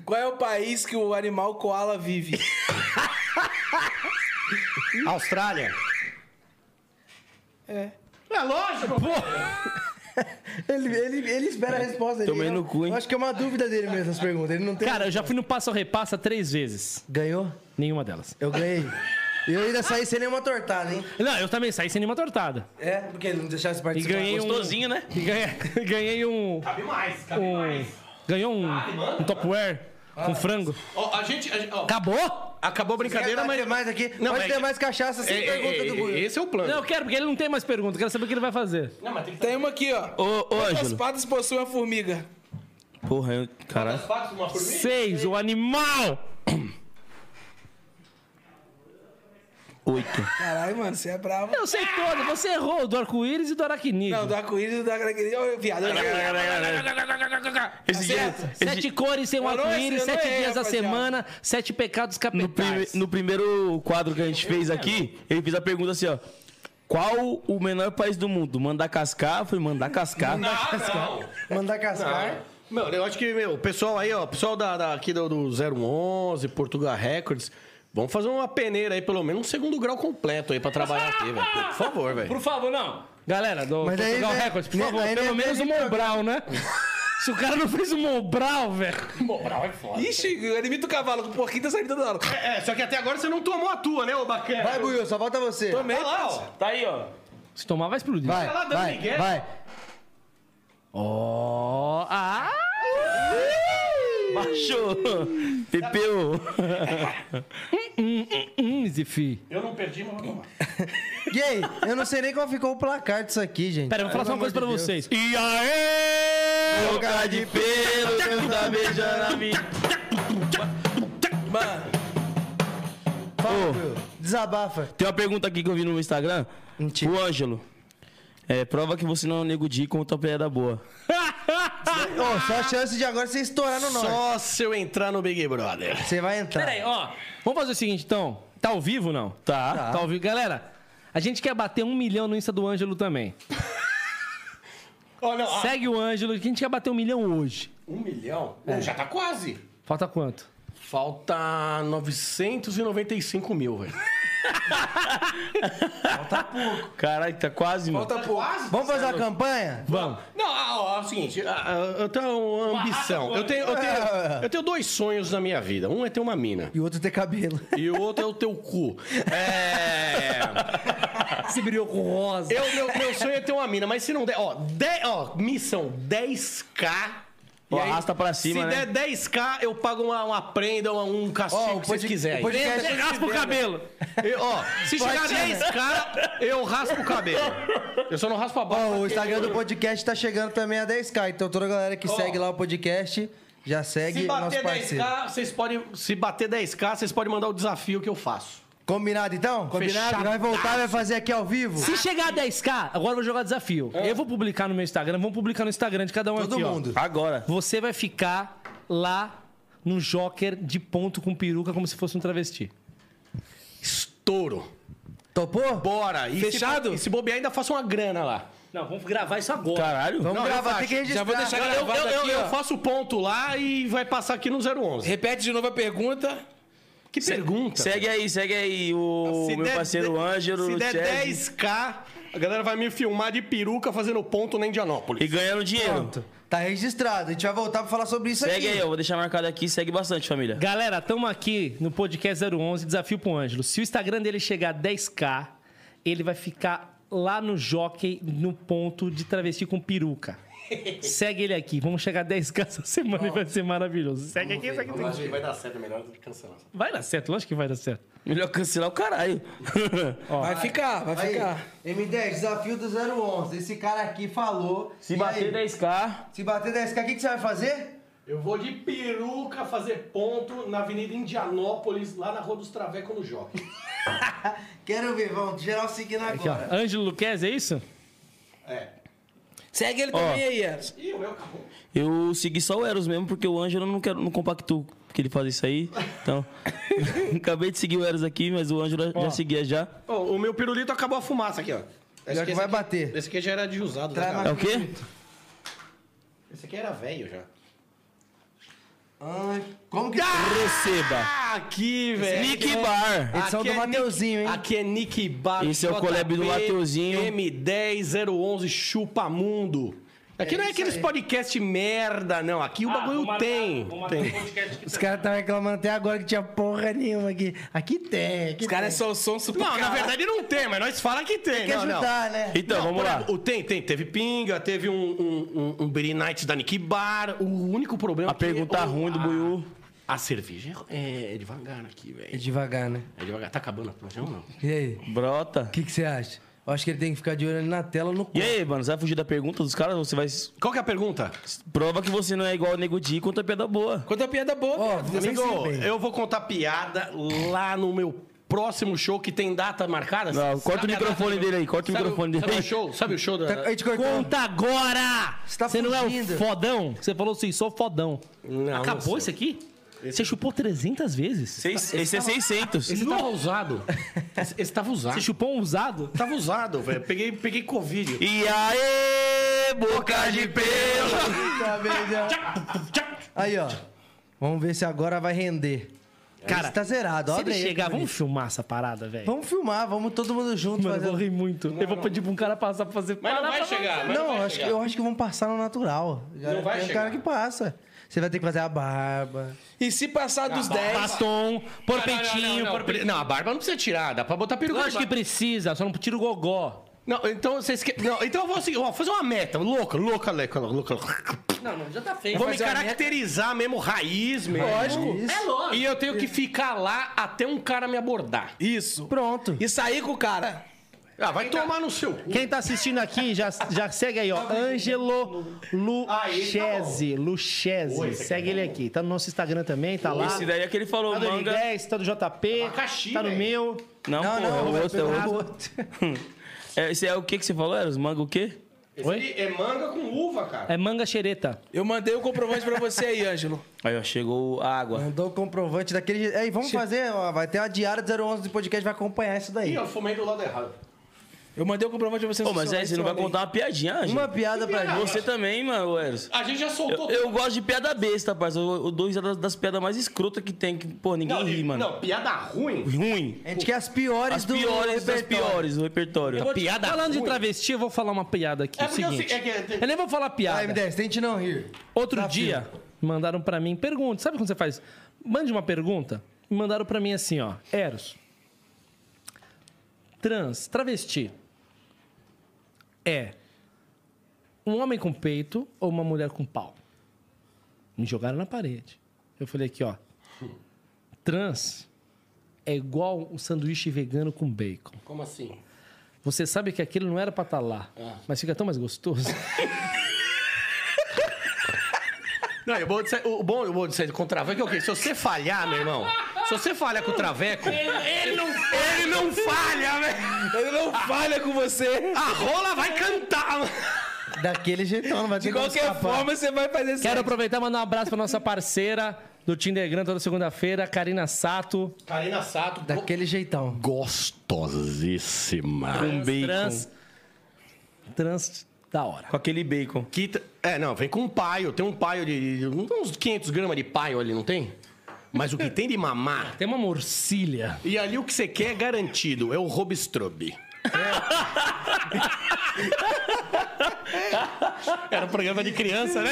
Speaker 3: Qual é o país que o animal koala vive?
Speaker 5: Austrália. É. É lógico, pô.
Speaker 1: Ele, ele, ele espera a resposta. ele-
Speaker 10: Tomei no
Speaker 1: eu-
Speaker 10: cu, hein?
Speaker 1: Eu acho que é uma dúvida dele mesmo, as perguntas. Ele não tem.
Speaker 4: Cara, eu já fui no Passa ou Repassa três vezes.
Speaker 1: Ganhou?
Speaker 4: Nenhuma delas.
Speaker 1: Eu ganhei. E eu ainda saí sem nenhuma tortada, hein?
Speaker 4: Não, eu também saí sem nenhuma tortada.
Speaker 1: É, porque ele não deixasse
Speaker 4: E
Speaker 1: participar.
Speaker 4: ganhei um...
Speaker 10: Gostosinho, né?
Speaker 4: E ganhei, ganhei um...
Speaker 5: Cabe mais, cabe
Speaker 4: um ganhou um, um topware com frango.
Speaker 5: Ó, a gente. a gente- ó,
Speaker 4: Acabou?
Speaker 5: acabou a brincadeira, mas.
Speaker 1: Tem mais aqui.
Speaker 5: Não,
Speaker 1: Pode
Speaker 5: mas-
Speaker 1: ter mais cachaça sem
Speaker 5: É, é,
Speaker 1: pergunta
Speaker 5: é,
Speaker 1: do Buiu.
Speaker 5: esse é o plano.
Speaker 4: Não, eu quero, porque ele não tem mais pergunta. Eu Quero saber o que ele vai fazer.
Speaker 5: Não, mas tem que
Speaker 3: Tem uma aqui, ó.
Speaker 10: Ô, ô,
Speaker 3: Quantas
Speaker 10: Ângelo.
Speaker 3: patas possui uma formiga?
Speaker 10: Porra, eu... Caralho.
Speaker 5: fatos uma por mim?
Speaker 4: Seis, o animal!
Speaker 10: Oito.
Speaker 3: Caralho, mano, você é bravo.
Speaker 4: Eu
Speaker 5: Ah!
Speaker 4: sei todo, você errou do arco-íris e do
Speaker 3: Não,
Speaker 4: aracnídeo.
Speaker 3: do arco-íris e da Ô, viado.
Speaker 10: Esse dia...
Speaker 4: Sete cores sem um
Speaker 3: Eu não
Speaker 4: arco-íris,
Speaker 3: errei, eu não
Speaker 4: sete
Speaker 3: errei,
Speaker 4: dias da
Speaker 3: rapaziada.
Speaker 4: semana, sete pecados
Speaker 10: No, prime-
Speaker 4: capitais.
Speaker 10: no primeiro quadro que a gente fez aqui, ele fez a pergunta assim, ó. Qual o menor país do mundo? Mandar cascar? Foi mandar cascar.
Speaker 5: Não,
Speaker 1: Mandar cascar.
Speaker 5: Meu, eu acho que, meu, o pessoal aí, ó, o pessoal da, da- aqui do, do 011, Portugal Records, vamos fazer uma peneira aí, pelo menos um segundo grau completo aí pra trabalhar aqui, velho. Por favor, velho.
Speaker 4: Por favor, não. Galera, do
Speaker 1: Mas aí,
Speaker 4: Portugal
Speaker 1: né,
Speaker 4: Records, por
Speaker 1: né,
Speaker 4: favor,
Speaker 1: aí,
Speaker 4: pelo
Speaker 1: né,
Speaker 4: menos o
Speaker 1: aí,
Speaker 4: Mombral, né? Se o cara não fez o Mombral, velho.
Speaker 3: Ixi, eu imito o cavalo, que o porquinho tá saindo toda hora.
Speaker 5: É, é, só que até agora você não tomou a tua, né, ô bacana?
Speaker 1: Vai, Buiu, só falta você.
Speaker 3: Tomei,
Speaker 5: Olha lá,
Speaker 3: parça.
Speaker 5: ó.
Speaker 7: Tá aí, ó.
Speaker 4: Se tomar, vai explodir.
Speaker 1: Vai,
Speaker 5: Tá lá dando
Speaker 1: vai,
Speaker 5: migué.
Speaker 1: vai.
Speaker 4: Ó, ah!
Speaker 10: Baixou. Pepeu.
Speaker 4: Hum, Zifi.
Speaker 5: Eu não perdi, mas vou tomar.
Speaker 1: E aí, eu não sei nem qual ficou o placar disso aqui, gente.
Speaker 4: Pera, eu vou falar só uma coisa pra vocês.
Speaker 10: E aê! Boca de pelo, meu tá beijando a minha.
Speaker 3: Mano,
Speaker 1: Fala,
Speaker 10: Ô.
Speaker 1: Buiu. Desabafa.
Speaker 10: Tem uma pergunta aqui que eu vi no Instagram.
Speaker 1: Mentira.
Speaker 10: O Ângelo. É, prova que você não é um nego de contra a piada boa.
Speaker 1: Ô, só a chance de agora você estourar no norte.
Speaker 5: Só se eu entrar no Big Brother.
Speaker 1: Você vai entrar.
Speaker 4: Pera aí, ó. Vamos fazer o seguinte, então. Tá ao vivo, não?
Speaker 10: Tá.
Speaker 4: Tá ao vivo. Galera, a gente quer bater um milhão no Insta do Ângelo também.
Speaker 5: Ó, não, ah,
Speaker 4: Segue o Ângelo, que a gente quer bater um milhão hoje.
Speaker 5: um milhão? Pô, Já tá quase.
Speaker 4: Falta quanto?
Speaker 5: Falta 995 mil, velho.
Speaker 10: Falta pouco. Caralho, tá quase, mano.
Speaker 3: Falta pouco.
Speaker 1: Vamos fazer uma campanha?
Speaker 10: Vamos.
Speaker 5: Não, ó, ó, é o seguinte, ah, ah, eu tenho uma ambição. Eu tenho, eu, tenho, eu tenho dois sonhos na minha vida. Um é ter uma mina.
Speaker 1: E o outro ter cabelo.
Speaker 5: E o outro é o teu cu. É.
Speaker 4: Se brilhou com rosa.
Speaker 5: Eu, meu, meu sonho é ter uma mina, mas se não der, ó, 10, ó missão 10k.
Speaker 10: Ó,
Speaker 5: E aí,
Speaker 10: arrasta pra cima,
Speaker 5: Se
Speaker 10: né?
Speaker 5: der 10k, eu pago uma, uma prenda, uma- um castigo
Speaker 1: Ó, o
Speaker 5: que vocês
Speaker 1: pod-
Speaker 5: quiserem.
Speaker 1: o podcast- tá-
Speaker 5: Prenda, raspa o cabelo. Eu, ó, se chegar
Speaker 1: Platina.
Speaker 5: 10k, eu raspo o cabelo. Eu só não raspo a bola.
Speaker 1: Ó, o Instagram do podcast tá chegando também a 10k. Então toda a galera que segue lá o podcast já segue
Speaker 5: Se
Speaker 1: o nosso
Speaker 5: bater
Speaker 1: parceiro.
Speaker 5: 10k, vocês podem. Se bater 10k, vocês podem mandar o desafio que eu faço.
Speaker 1: Combinado então?
Speaker 5: Combinado.
Speaker 1: Vai voltar, vai fazer aqui ao vivo.
Speaker 4: Se chegar a 10k, agora eu vou jogar desafio.
Speaker 5: É.
Speaker 4: Eu vou publicar no meu Instagram, vamos publicar no Instagram de cada um
Speaker 1: Todo
Speaker 4: aqui, ó.
Speaker 1: mundo.
Speaker 10: Agora.
Speaker 4: Você vai ficar lá no joker de ponto com peruca como se fosse um travesti.
Speaker 5: Estouro.
Speaker 1: Topou?
Speaker 5: Bora. E se-
Speaker 3: Fechado?
Speaker 5: e se bobear, ainda faço uma grana lá.
Speaker 4: Não, vamos gravar isso agora.
Speaker 10: Caralho.
Speaker 1: Vamos
Speaker 5: Não, eu
Speaker 1: gravar,
Speaker 5: faço.
Speaker 1: tem que é registrar.
Speaker 3: Já vou
Speaker 10: Tá
Speaker 3: deixar
Speaker 5: Eu, eu,
Speaker 3: gravado
Speaker 5: eu,
Speaker 3: aqui,
Speaker 5: eu
Speaker 3: ó.
Speaker 5: faço o ponto lá e vai passar aqui no 011.
Speaker 3: Repete de novo a pergunta.
Speaker 5: Que pergunta.
Speaker 10: Segue aí, segue aí o
Speaker 5: Se
Speaker 10: meu
Speaker 5: der-
Speaker 10: parceiro Ângelo,
Speaker 5: Se
Speaker 10: o
Speaker 5: der
Speaker 10: Chad.
Speaker 5: 10k, a galera vai me filmar de peruca fazendo ponto na Indianópolis.
Speaker 10: E ganhando dinheiro.
Speaker 1: Tá registrado. A gente vai voltar pra falar sobre isso
Speaker 10: Segue
Speaker 1: aqui.
Speaker 10: aí, eu vou deixar marcado aqui. Segue bastante, família.
Speaker 4: Galera, tamo aqui no podcast 011, desafio pro Ângelo. Se o Instagram dele chegar a 10k, ele vai ficar lá no jockey, no ponto de travesti com peruca. Segue ele aqui. Vamos chegar a 10k essa semana e vai ser maravilhoso. Segue aqui, segue aqui.
Speaker 5: que vai dar certo, é melhor cancelar.
Speaker 4: Vai dar certo, lógico que vai dar certo.
Speaker 10: Melhor cancelar o caralho.
Speaker 3: Vai ficar, vai
Speaker 1: Aí,
Speaker 3: ficar.
Speaker 1: M10, desafio do 011. Esse cara aqui falou.
Speaker 10: Se
Speaker 1: E
Speaker 10: bater
Speaker 1: aí,
Speaker 10: 10k,
Speaker 1: se bater 10k, o que, que você vai fazer?
Speaker 5: Eu vou de peruca fazer ponto na Avenida Indianópolis, lá na Rua dos Travecos, no Jockey.
Speaker 1: Quero ver, vamos. Geral seguindo
Speaker 4: Aqui, ó.
Speaker 1: agora.
Speaker 4: Ângelo Luquez, é isso?
Speaker 5: É.
Speaker 3: Segue ele também aí, é.
Speaker 5: Ih, o meu acabou.
Speaker 10: eu segui só o Eros mesmo, porque o Ângelo eu não quero, não compacto que ele faz isso aí. Então, acabei de seguir o Eros aqui, mas o Ângelo já seguia já.
Speaker 5: Ó, o meu pirulito acabou a fumaça aqui, ó.
Speaker 1: Já que vai
Speaker 5: aqui-
Speaker 1: bater.
Speaker 5: Esse aqui já era de usado.
Speaker 1: Traz
Speaker 5: né,
Speaker 1: mais
Speaker 10: É
Speaker 5: cara?
Speaker 10: o quê?
Speaker 5: Esse aqui era velho já.
Speaker 1: Ai, como que.
Speaker 10: Receba.
Speaker 5: Ah, aqui, velho.
Speaker 10: Tá. Nick Bar.
Speaker 1: Edição
Speaker 5: Aqui
Speaker 1: do
Speaker 5: é
Speaker 1: Mateuzinho,
Speaker 5: Nick-
Speaker 1: hein?
Speaker 5: Aqui é Nick Bar.
Speaker 10: Esse é o
Speaker 5: JP,
Speaker 10: collab do Mateuzinho.
Speaker 5: M10011 Chupa Mundo. Aqui não é aqueles podcast merda, não. Aqui
Speaker 1: Ah,
Speaker 5: o bagulho tem. tem.
Speaker 1: Os caras estão reclamando até agora que tinha porra nenhuma aqui. Aqui tem, aqui
Speaker 3: Os caras são som super.
Speaker 5: Não, na verdade não tem, mas nós fala que tem.
Speaker 1: tem que
Speaker 5: não, não.
Speaker 1: ajudar, né?
Speaker 10: Então,
Speaker 5: Não,
Speaker 10: vamos
Speaker 5: por
Speaker 10: lá.
Speaker 5: exemplo, O tem, tem. Teve Pinga, teve um, um, um, um Beer Night da Nick Bar. O único problema
Speaker 10: A
Speaker 5: que-
Speaker 10: pergunta
Speaker 5: o-
Speaker 10: ruim do
Speaker 5: a-
Speaker 10: Buiu.
Speaker 5: A cerveja é é devagar aqui,
Speaker 1: É
Speaker 5: velho.
Speaker 1: devagar, né?
Speaker 5: É devagar. Tá acabando a plancha ou não?
Speaker 1: E aí? O
Speaker 10: Brota.
Speaker 1: que, que você acha? Eu acho que ele tem que ficar de olho ali na tela ou no
Speaker 10: E aí, mano, você vai fugir da pergunta dos caras? Você vai.
Speaker 5: Qual que é a pergunta?
Speaker 10: Prova que você não é igual o Nego Di e conta piada boa.
Speaker 3: Quanto a piada boa,
Speaker 1: Ó,
Speaker 3: viado.
Speaker 1: vocês
Speaker 5: Amigo,
Speaker 1: se bem.
Speaker 5: eu vou contar piada lá no meu próximo show que tem data marcada.
Speaker 10: Não, Ah, corta o
Speaker 5: Sabe a
Speaker 10: microfone
Speaker 5: data do-
Speaker 10: dele aí, corta o
Speaker 5: Sabe
Speaker 10: microfone dele
Speaker 5: Sabe o
Speaker 10: aí.
Speaker 5: show? Sabe o show da...
Speaker 1: Tá- a gente cortou.
Speaker 4: Conta agora!
Speaker 1: Você tá
Speaker 4: Você não é
Speaker 1: fugindo.
Speaker 4: o fodão? Você falou assim, sou fodão.
Speaker 5: Não, não
Speaker 4: Acabou
Speaker 5: sou.
Speaker 4: isso aqui? Você chupou 300 vezes?
Speaker 10: Seis, esse é 600.
Speaker 5: Esse tava usado. Esse, esse tava usado. Tá
Speaker 4: Você chupou um usado?
Speaker 5: Tava usado, velho. Peguei, peguei Covid.
Speaker 10: E aê, boca de pelo.
Speaker 1: Tá vendo? Aí, ó. Vamos ver se agora vai render.
Speaker 4: Cara,
Speaker 1: Esse tá zerado.
Speaker 4: Se
Speaker 1: Olha
Speaker 4: ele
Speaker 1: aí.
Speaker 4: chegar,
Speaker 1: que
Speaker 4: vamos
Speaker 1: bonito.
Speaker 4: filmar essa parada, velho.
Speaker 1: Vamos filmar, vamos todo mundo junto.
Speaker 4: Mano, eu
Speaker 1: fazer-
Speaker 4: vou rir muito. eu vou pedir pra um cara passar pra fazer.
Speaker 5: Mas não
Speaker 4: parar
Speaker 5: vai
Speaker 4: pra
Speaker 5: chegar. mas
Speaker 1: Não,
Speaker 5: vai
Speaker 1: acho que,
Speaker 5: chegar.
Speaker 1: eu acho que vão passar no natural. Não
Speaker 5: vai
Speaker 1: Tem um
Speaker 5: chegar.
Speaker 1: cara que passa. Você vai ter que fazer a barba.
Speaker 3: E se passar dos 10.
Speaker 4: Batom, pôr
Speaker 5: Não, não, não,
Speaker 4: peitinho,
Speaker 5: não,
Speaker 4: pôr
Speaker 5: pre- Não, a barba não precisa tirar. Dá pra botar peruca.
Speaker 4: Lógico que precisa, só não tira o gogó.
Speaker 5: Não, então vocês que... Não, então eu vou assim, ó, fazer uma meta. Louca, louca, louca, louca. louca.
Speaker 4: Não, não, já tá feio.
Speaker 5: Vou me
Speaker 3: fazer uma meta?
Speaker 5: caracterizar mesmo, raiz mesmo.
Speaker 3: Lógico.
Speaker 4: É lógico.
Speaker 5: E eu tenho que ficar lá até um cara me abordar.
Speaker 3: Isso.
Speaker 1: Pronto.
Speaker 3: E sair com o cara.
Speaker 5: Ah, vai tomar no seu cu.
Speaker 4: Quem tá assistindo aqui, já, já segue aí, ó.
Speaker 5: Tá Ah,
Speaker 4: Ângelo Luchese. Luchese.
Speaker 5: é
Speaker 4: Segue ele aqui. Tá no nosso Instagram também, tá lá.
Speaker 10: Esse daí é que ele falou,
Speaker 4: Tá do
Speaker 10: manga.
Speaker 4: Inglês, tá do JP,
Speaker 5: Abacaxi,
Speaker 4: tá no
Speaker 5: velho.
Speaker 4: meu.
Speaker 10: Não, pô,
Speaker 1: Não,
Speaker 10: é
Speaker 1: não,
Speaker 10: o
Speaker 1: vai
Speaker 10: outro, é o
Speaker 1: pegar
Speaker 10: outro.
Speaker 1: outro.
Speaker 10: É, esse é o que que você falou, Eros? Manga o quê?
Speaker 5: Esse aqui é manga com uva, cara.
Speaker 4: É manga xereta.
Speaker 3: Eu mandei o comprovante pra você aí, Ângelo.
Speaker 10: Aí, ó, chegou a água.
Speaker 1: Mandou o comprovante daquele.
Speaker 5: É.
Speaker 1: Ei, vamos fazer, ó, vai ter uma diária do 011 do podcast, vai acompanhar isso daí.
Speaker 5: Ih, eu fumei do lado errado.
Speaker 3: Eu mandei o comprovante pra você.
Speaker 10: Ô, mas é, você não vai contar uma piadinha, Ângelo?
Speaker 1: Uma piada pra gente.
Speaker 10: Você também, mano, ô, Eros.
Speaker 5: A gente já soltou.
Speaker 10: Eu, eu gosto de piada besta, parça. Eu, eu dou risada das piadas mais escrotas que tem, que, pô, ninguém
Speaker 5: não,
Speaker 10: ri,
Speaker 5: e-
Speaker 10: mano.
Speaker 5: Não, piada ruim.
Speaker 10: Ruim.
Speaker 1: A gente quer as piores
Speaker 10: As
Speaker 1: do
Speaker 10: piores das
Speaker 1: repertório.
Speaker 10: piores do repertório.
Speaker 4: Vou te-
Speaker 5: Tá piada
Speaker 4: Falando de
Speaker 5: ruim.
Speaker 4: travesti, eu vou falar uma piada aqui.
Speaker 5: É
Speaker 4: É o
Speaker 5: porque eu
Speaker 4: seguinte.
Speaker 5: sei- é Tá que-
Speaker 4: Eu nem vou falar
Speaker 1: Ah,
Speaker 4: piada.
Speaker 1: M10, tente não rir.
Speaker 4: Outro
Speaker 1: Desafio.
Speaker 4: dia, mandaram pra mim, pergunta, sabe quando você faz? Mande uma pergunta, e mandaram pra mim assim, ó, Eros, trans, travesti, é um homem com peito ou uma mulher com pau? Me jogaram na parede. Eu falei aqui, ó, trans é igual um sanduíche vegano com bacon.
Speaker 5: Como assim?
Speaker 4: Você sabe que aquilo não era pra estar lá, mas fica tão mais gostoso.
Speaker 5: Não, eu vou dizer, o bom eu vou dizer com o Traveco é o quê? Se você falhar, meu irmão, se você falhar com o Traveco, ele não, ele não falha, velho.
Speaker 3: Ele não falha com você.
Speaker 5: A rola vai cantar.
Speaker 1: Daquele jeitão, não vai ter
Speaker 3: De qualquer forma, você vai fazer isso.
Speaker 4: Quero aproveitar e mandar um abraço pra nossa parceira do Tindergram toda segunda-feira, Karina Sato.
Speaker 5: Karina Sato,
Speaker 1: Daquele jeitão.
Speaker 5: gostosíssima.
Speaker 10: Um bacon.
Speaker 4: Trans. Trans da hora.
Speaker 10: Com aquele bacon.
Speaker 5: Que tra- é, não, vem com um paio. Tem um paio de. de- Uns 500 gramas de paio ali, não tem? Mas o que tem de mamar.
Speaker 4: Tem uma morcilha.
Speaker 5: E ali o que você quer é garantido, é o Robstrobe. Era um programa de criança, né?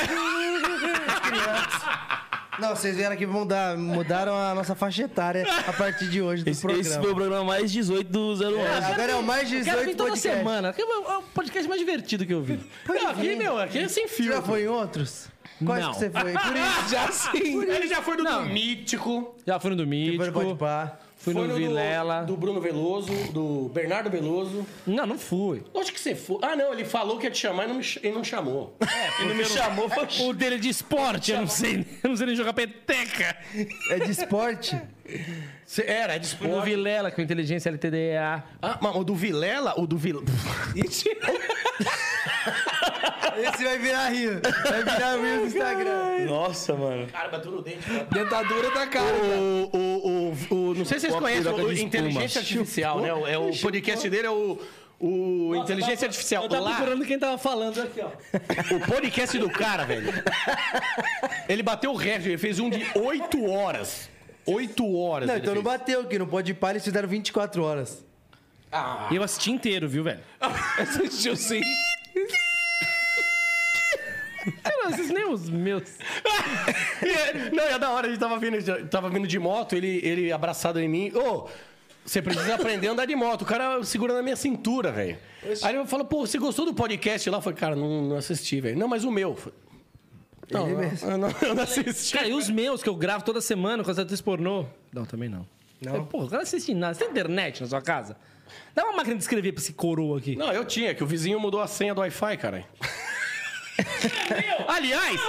Speaker 1: Não, vocês vieram aqui mudar, mudaram a nossa faixa etária a partir de hoje do
Speaker 10: Esse,
Speaker 1: programa.
Speaker 10: esse foi o programa mais 18 do 011.
Speaker 1: Agora é o mais
Speaker 4: Eu quero vir
Speaker 1: 18
Speaker 4: toda
Speaker 1: podcast.
Speaker 4: semana. É o é o podcast mais divertido que eu vi.
Speaker 1: Pode
Speaker 4: aqui,
Speaker 1: vir.
Speaker 4: meu, aqui é sem
Speaker 1: Você
Speaker 4: fio.
Speaker 1: já foi em outros? Quais
Speaker 4: Não.
Speaker 1: que você foi? Por isso.
Speaker 3: Já sim.
Speaker 5: Ele já foi do, do Mítico,
Speaker 4: Já fui no do
Speaker 1: Foi no
Speaker 4: Mítico,
Speaker 1: Pode Pá.
Speaker 4: fui no,
Speaker 5: foi
Speaker 4: Vilela.
Speaker 5: do Bruno Veloso, do Bernardo Veloso.
Speaker 4: Não, não fui.
Speaker 5: Onde que você foi? Ah, não, ele falou que ia te chamar e não, me ch- e não chamou. É, ele não me chamou, foi
Speaker 4: O dele é de esporte, eu não sei, eu não sei nem jogar peteca.
Speaker 1: É de esporte?
Speaker 5: Cê- Era, é de
Speaker 4: Fui no
Speaker 5: esporte.
Speaker 4: Vilela com inteligência LTDA.
Speaker 5: Ah, mas o do Vilela, o do Vilela...
Speaker 1: Esse vai virar rio. Vai virar rio no Instagram.
Speaker 10: Nossa, mano.
Speaker 5: Cara, bateu no dente.
Speaker 3: Dentadura tá cara.
Speaker 5: O, o, o, o- não sei se vocês
Speaker 10: Uma
Speaker 5: conhecem
Speaker 10: piroca
Speaker 5: o
Speaker 10: de
Speaker 5: Inteligência Artificial, né? O- É o podcast dele é o, o Inteligência Artificial.
Speaker 4: Eu tava
Speaker 5: Lá,
Speaker 4: procurando quem tava falando aqui, ó.
Speaker 5: o podcast do cara, velho. Ele bateu o recorde, ele fez um de 8 horas. 8 horas.
Speaker 1: Não,
Speaker 5: ele
Speaker 1: então não
Speaker 5: fez.
Speaker 1: bateu aqui. No Pode Pá eles fizeram 24 horas.
Speaker 4: E eu assisti inteiro, viu, velho?
Speaker 3: Você assistiu sim.
Speaker 4: Eu não assisto nem os meus.
Speaker 5: E- Não, é da hora, ele tava vindo, tava vindo de moto, ele, ele abraçado em mim. Ô, você precisa aprender a andar de moto. O cara segura na minha cintura, velho. Aí ele falou, pô, você gostou do podcast lá? Eu falei, cara, não, não assisti, velho. Não, mas o meu. Eu falei, Não, não, eu não, eu não assisti.
Speaker 4: Cara, e os meus que eu gravo toda semana com as atrizes pornô? Não, também não. Não? Pô, o cara assiste nada. Você tem internet na sua casa? Dá uma máquina de escrever pra esse coroa aqui.
Speaker 5: Não, eu tinha, que o vizinho mudou a senha do Wi-Fi, cara. Aliás,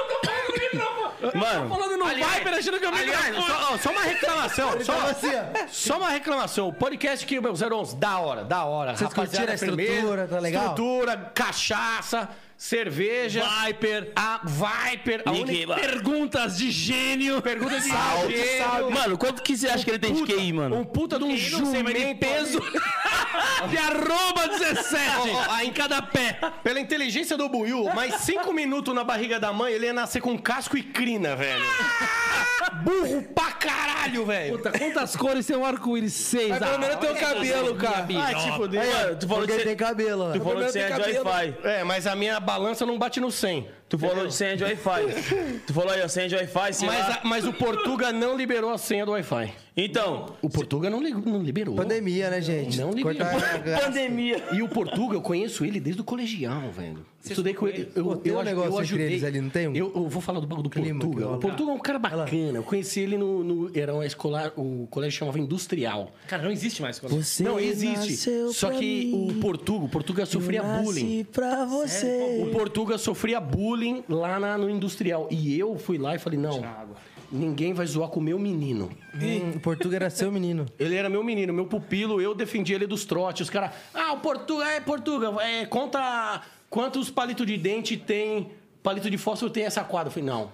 Speaker 10: Mano,
Speaker 4: Falando no
Speaker 5: aliás,
Speaker 4: Viber, achando que eu me
Speaker 5: aliás
Speaker 4: gravo.
Speaker 5: só, ó, só uma reclamação, só,
Speaker 1: Tava assim, ó.
Speaker 5: só uma reclamação. O podcast que meu 011, da hora, da hora.
Speaker 1: Vocês
Speaker 5: rapaziada,
Speaker 1: curtiram a
Speaker 5: firmeza,
Speaker 1: estrutura, tá legal?
Speaker 5: Estrutura, cachaça, cerveja,
Speaker 4: Viper.
Speaker 5: a Viper, a
Speaker 10: Ninguém
Speaker 5: única
Speaker 10: vai.
Speaker 4: Perguntas de gênio.
Speaker 5: pergunta de
Speaker 10: Salve, salve. Mano, quanto que você acha que ele tem de QI,
Speaker 5: Um
Speaker 10: mano?
Speaker 5: puta de um
Speaker 10: Eu não sei, mas de
Speaker 5: jumento
Speaker 10: peso.
Speaker 4: De arroba 17.
Speaker 5: Ó, ó, aí em cada pé. Pela inteligência do Buiu, mais cinco minutos na barriga da mãe, ele ia nascer com casco e crina, velho. Burro pra caralho, velho.
Speaker 4: Puta, quantas cores tem um arco-íris? Seis. ah.
Speaker 3: Mas pelo menos tem o cabelo,
Speaker 1: um
Speaker 3: cara.
Speaker 5: Ai, te fuder.
Speaker 10: Mano, tu falou
Speaker 1: Porque
Speaker 10: que você,
Speaker 1: ele tem cabelo, ó.
Speaker 10: tu falou que você é de
Speaker 3: Cabelo.
Speaker 10: Wi-Fi.
Speaker 5: É, mas a minha balança não bate no 100.
Speaker 10: Tu falou de senha de Wi-Fi. Tu falou aí, ó, senha de Wi-Fi, sei
Speaker 5: Mas,
Speaker 10: lá.
Speaker 5: a- mas o Portuga não liberou a senha do Wi-Fi.
Speaker 10: Então,
Speaker 5: O Portuga não, li- não liberou.
Speaker 1: Pandemia, né, gente?
Speaker 5: Não liberou.
Speaker 1: Cortar-
Speaker 10: pandemia.
Speaker 5: E o Portuga, eu conheço ele desde o colegial, velho. Estudei com ele. Eu,
Speaker 1: Pô, tem um
Speaker 5: aj-
Speaker 1: negócio entre eles ali, não tem um?
Speaker 5: Eu, eu vou falar do bagulho do
Speaker 1: Clima que
Speaker 5: Portuga.
Speaker 1: rola.
Speaker 5: O Portuga é um cara bacana. Eu conheci ele no. no- era uma escolar. O colégio chamava Industrial.
Speaker 4: Cara, não existe mais cola.
Speaker 10: Você
Speaker 5: não, existe. Só que o Portuga, o Portuga sofria
Speaker 1: assim,
Speaker 5: bullying.
Speaker 10: pra você.
Speaker 5: O Portuga sofria bullying lá na- no Industrial. E eu fui lá e falei: não, ninguém vai zoar com o meu menino.
Speaker 1: Hum, o Portuga era seu menino.
Speaker 5: Ele era meu menino, meu pupilo, eu defendia ele dos trotes. Os caras, ah, o Portuga, é Portuga, é, conta quantos palitos de dente tem, palito de fósforo tem essa quadra. Eu falei, não,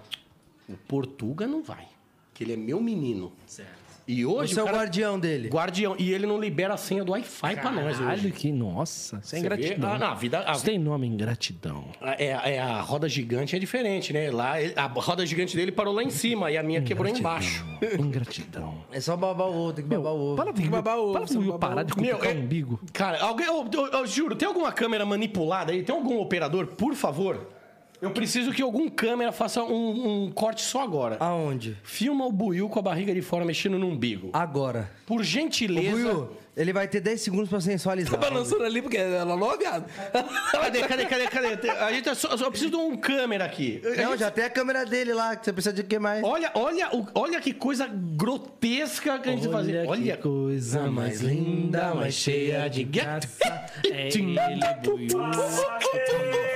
Speaker 5: o Portuga não vai, que ele é meu menino. Certo. E hoje.
Speaker 1: Você é o
Speaker 5: cara-
Speaker 1: guardião dele.
Speaker 5: Guardião. E ele não libera a senha do Wi-Fi pra nós hoje.
Speaker 4: Caralho, que nossa. Isso é
Speaker 5: Você vê?
Speaker 4: ingratidão.
Speaker 5: Ah, não, a vida- a-
Speaker 4: Isso tem nome, ingratidão.
Speaker 5: É, é, a roda gigante é diferente, né? Lá, ele- a roda gigante dele parou lá em cima e a minha quebrou embaixo.
Speaker 4: Ingratidão.
Speaker 1: É só babar o outro, tem que babar o outro.
Speaker 4: Para pro Will-
Speaker 3: babar o
Speaker 4: para
Speaker 3: ovo,
Speaker 4: pro Will
Speaker 3: babar
Speaker 4: parar
Speaker 3: o
Speaker 4: de
Speaker 5: ovo. Meu,
Speaker 4: cutucar
Speaker 5: é-
Speaker 4: o umbigo.
Speaker 5: Cara, alguém. Eu, eu- eu juro, tem alguma câmera manipulada aí? Tem algum operador, por favor? Eu preciso que algum câmera faça um, um corte só agora.
Speaker 1: Ah. Aonde?
Speaker 5: Filma o Buiu com a barriga de fora mexendo no umbigo.
Speaker 1: Agora.
Speaker 5: Por
Speaker 1: Ah. O
Speaker 5: gentileza.
Speaker 1: Buiu, ele vai ter 10 segundos pra sensualizar.
Speaker 3: tá
Speaker 7: Balançando ali, porque
Speaker 3: é
Speaker 7: ela não, viado.
Speaker 5: Cadê, cadê, cadê, cadê? A gente é só, só preciso de um câmera aqui. A
Speaker 1: Não,
Speaker 5: gente-
Speaker 1: já tem a câmera dele lá, que você precisa de que mais?
Speaker 5: Olha, olha, o- olha que coisa grotesca que a gente fazia. Olha.
Speaker 4: coisa mais linda, mais cheia de graça. É ele, Buiu.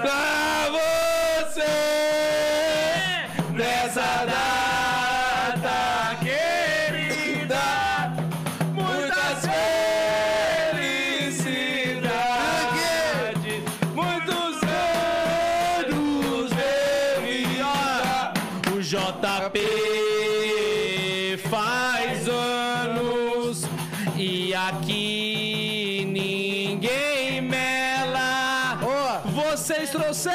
Speaker 4: Ah,
Speaker 7: Pra você, nessa data querida, muitas felicidades, muitos anos de vida. O JP faz anos e aqui ninguém mela. Vocês trouxeram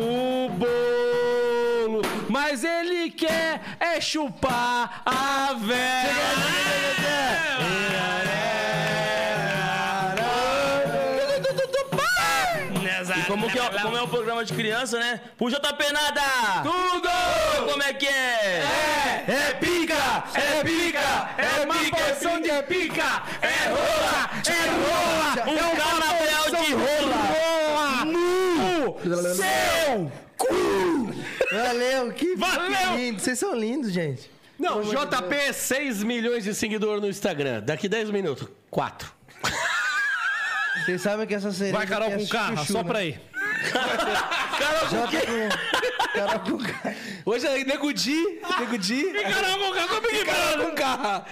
Speaker 7: o bolo, mas ele quer é chupar a
Speaker 5: É.
Speaker 7: vela.
Speaker 10: Como, que é, como é um programa de criança, né? Puxa tá penada!
Speaker 7: Tudo!
Speaker 10: Como é que é?
Speaker 7: É, é pica, é pica, é uma porção de pica, é rola, é rola,
Speaker 10: Um carnaval de rola!
Speaker 7: rola no seu cu.
Speaker 1: Valeu, que
Speaker 7: Valeu!
Speaker 1: lindo. Vocês são lindos, gente.
Speaker 5: Não, JP, 6 milhões de seguidores no Instagram. Daqui 10 minutos, 4.
Speaker 1: Vocês sabem que essa cereja.
Speaker 7: Vai, Carol,
Speaker 1: aqui é
Speaker 7: com carro,
Speaker 1: chuchu,
Speaker 7: só
Speaker 1: né?
Speaker 7: pra aí.
Speaker 1: Jota com- Carol com K.
Speaker 7: Hoje é Nego Di, Nego Di. Caramba, o cara com
Speaker 3: Com carro.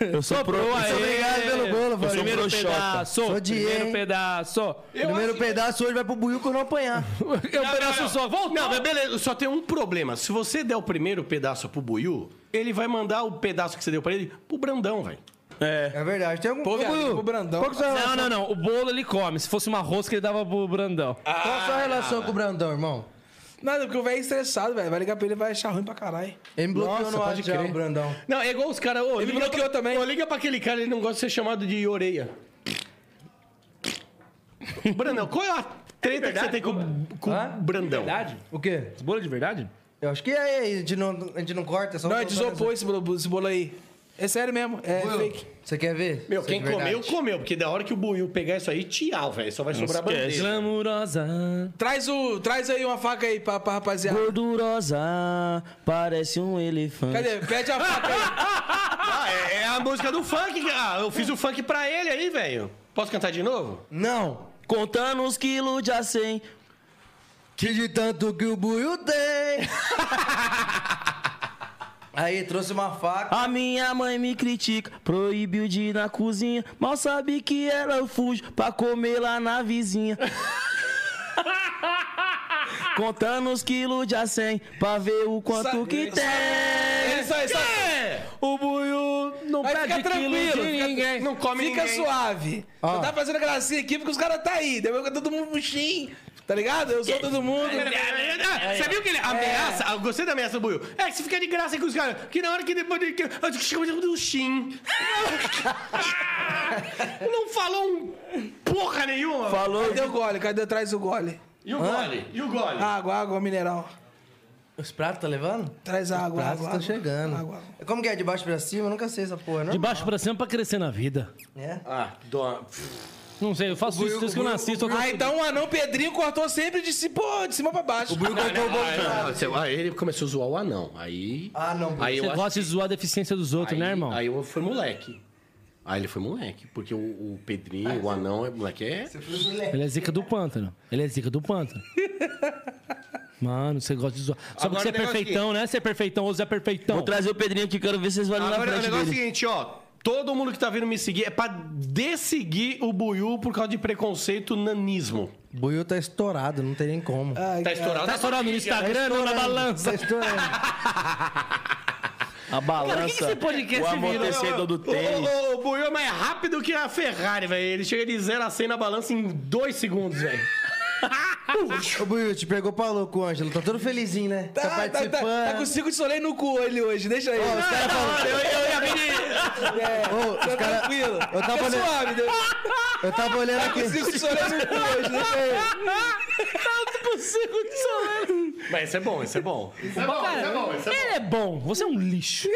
Speaker 10: Eu sou pro.
Speaker 1: Muito obrigado pelo bolo,
Speaker 10: Eu sou
Speaker 1: Valeu.
Speaker 10: pro Xota.
Speaker 7: Pedaço,
Speaker 1: Odiei,
Speaker 7: primeiro
Speaker 1: hein?
Speaker 7: pedaço.
Speaker 1: Primeiro pedaço hoje vai pro Buiu que eu não apanhar.
Speaker 7: Eu pedaço só, volta.
Speaker 5: Não, mas beleza, só tem um problema. Se você der o primeiro pedaço pro Buiu, ele vai mandar o pedaço que você deu pra ele pro Brandão, velho.
Speaker 1: É verdade. Tem algum. Ô,
Speaker 3: viado,
Speaker 1: Buiu,
Speaker 3: pro Brandão.
Speaker 1: Qual que é a sua
Speaker 7: Não,
Speaker 1: relação-
Speaker 7: não, não. O bolo ele come. Se fosse uma rosca, ele dava pro Brandão.
Speaker 1: Qual é a sua relação com o Brandão, irmão?
Speaker 3: Nada, porque o velho é estressado, velho. Vai ligar pra ele e vai achar ruim pra caralho.
Speaker 1: Ele me bloqueou
Speaker 5: Nossa,
Speaker 1: no
Speaker 5: pode
Speaker 1: ar já,
Speaker 5: crer.
Speaker 1: o Brandão.
Speaker 5: Não, é igual os caras.
Speaker 3: Ele bloqueou também.
Speaker 5: liga pra aquele cara, ele não gosta de ser chamado de orelha. Brandão, qual é a treta que você tem com, com o Brandão?
Speaker 7: Verdade?
Speaker 1: O quê?
Speaker 7: Esse bolo é de verdade?
Speaker 1: Eu acho que é, a gente não, a gente não corta, é só
Speaker 3: Não, é
Speaker 1: soltar
Speaker 3: de
Speaker 1: nessa-
Speaker 3: isopor esse bolo, esse bolo aí. É sério mesmo, é fake.
Speaker 1: Você quer ver?
Speaker 5: Meu,
Speaker 1: Isso é
Speaker 5: quem
Speaker 1: de verdade.
Speaker 5: comeu, comeu. Porque da hora que o Buiu pegar isso aí, tchau, velho. Só vai sobrar
Speaker 10: esquece.
Speaker 5: bandeja.
Speaker 4: Glamurosa.
Speaker 3: Traz, o, traz aí uma faca aí pra, pra rapaziada.
Speaker 10: Gordurosa, parece um elefante.
Speaker 3: Cadê? Pede a faca aí.
Speaker 5: Ah, é, é a música do funk. que- Ah, eu fiz o funk pra ele aí, velho. Posso cantar de novo?
Speaker 1: Não!
Speaker 10: Contando os quilos de acém.
Speaker 1: Que de tanto que o Buiu tem! Aí, trouxe uma faca.
Speaker 10: A minha mãe me critica, proibiu de ir na cozinha. Mal sabe que ela eu fujo pra comer lá na vizinha. Contando os quilos de acém pra ver o quanto
Speaker 3: Sa-
Speaker 10: que
Speaker 3: sa-
Speaker 5: É,
Speaker 10: tem.
Speaker 3: Isso aí, isso aí.
Speaker 7: O buio não
Speaker 3: Vai ficar
Speaker 7: perde quilo
Speaker 3: tranquilo.
Speaker 7: de
Speaker 3: fica-
Speaker 7: ninguém.
Speaker 5: Não come
Speaker 3: Fica
Speaker 5: ninguém.
Speaker 3: suave. Não tá fazendo gracinha aqui porque os caras tá aí. Deu pra todo mundo puxinho. Tá ligado? Eu sou todo
Speaker 5: É,
Speaker 3: mundo.
Speaker 5: Ah, Você viu que ele ameaça? Eu gostei da ameaça do Buiu. É, que você fica de graça aí com os caras. Que na hora que depois. de- Que, eu chamo de do Shin. Não falou um porra nenhuma.
Speaker 10: Falou.
Speaker 3: Cadê o gole? Cadê? Traz o gole.
Speaker 5: E o gole? E o gole?
Speaker 3: Água, água, mineral.
Speaker 1: Os pratos tá levando?
Speaker 3: Traz água,
Speaker 1: Pratos
Speaker 3: água.
Speaker 1: estão
Speaker 3: água.
Speaker 1: chegando.
Speaker 3: Água, água.
Speaker 1: Como que é? De baixo pra cima? Eu nunca sei essa porra, não?
Speaker 4: De baixo pra cima pra crescer na vida.
Speaker 1: É.
Speaker 5: Ah, dó.
Speaker 4: Não sei, eu faço isso desde que eu nasci. Tô...
Speaker 3: Ah, então o anão Pedrinho cortou sempre de, ci- pô, de cima pra baixo.
Speaker 5: Aí ele começou a zoar o anão. Aí.
Speaker 1: Ah, não.
Speaker 5: Aí eu
Speaker 4: Você
Speaker 5: acho
Speaker 4: gosta de zoar a deficiência dos outros,
Speaker 5: aí,
Speaker 4: né, irmão?
Speaker 5: Aí eu fui moleque. Aí ele foi moleque. Porque o, o Pedrinho,
Speaker 4: Ah,
Speaker 5: o anão, é moleque é.
Speaker 4: Ele é zica do pântano. Ele é zica do pântano. Mano, você gosta de zoar. Só
Speaker 5: Agora
Speaker 4: porque você é
Speaker 5: o negócio
Speaker 4: perfeitão, né? Você é perfeitão, ou você é perfeitão.
Speaker 10: Vou trazer o Pedrinho aqui, quero ver se vocês valem na
Speaker 5: Agora, o
Speaker 10: frente
Speaker 5: negócio é o
Speaker 10: dele.
Speaker 5: seguinte, ó. Todo mundo que tá vindo me seguir é pra desseguir o Buiu por causa de preconceito nanismo.
Speaker 1: O Buiu tá estourado, não tem nem como.
Speaker 3: Ai,
Speaker 4: é
Speaker 5: Tá estourado.
Speaker 4: Tá estourando no Instagram, não na balança.
Speaker 1: Tá estourado.
Speaker 10: A balança.
Speaker 4: Cara, o que que esse é podcast
Speaker 10: o
Speaker 4: virou?
Speaker 10: amortecedor do tênis.
Speaker 5: O, o, o Buiu é mais rápido que a Ferrari, velho. Ele chega de zero a 100 na balança em dois segundos, velho.
Speaker 1: Ô, Buiu, te pegou pra louco, Ângelo. Tá todo felizinho, né? Tá,
Speaker 3: Tá, tá, tá,
Speaker 1: participando.
Speaker 3: tá com cinco de soleil no cu ele hoje, deixa aí.
Speaker 1: Ó, os caras falam-
Speaker 3: eu, eu ia vir de- É,
Speaker 1: Ô, os
Speaker 3: tá
Speaker 1: cara-
Speaker 3: tranquilo.
Speaker 1: Eu tava
Speaker 3: Fica
Speaker 1: olhando-
Speaker 3: suave, deu-
Speaker 1: Eu tava olhando
Speaker 3: Tá com
Speaker 1: aqui.
Speaker 3: cinco de soleil no cu hoje, deixa aí.
Speaker 5: Mas esse é bom, esse é bom.
Speaker 4: Cara, ele é bom, você é um lixo.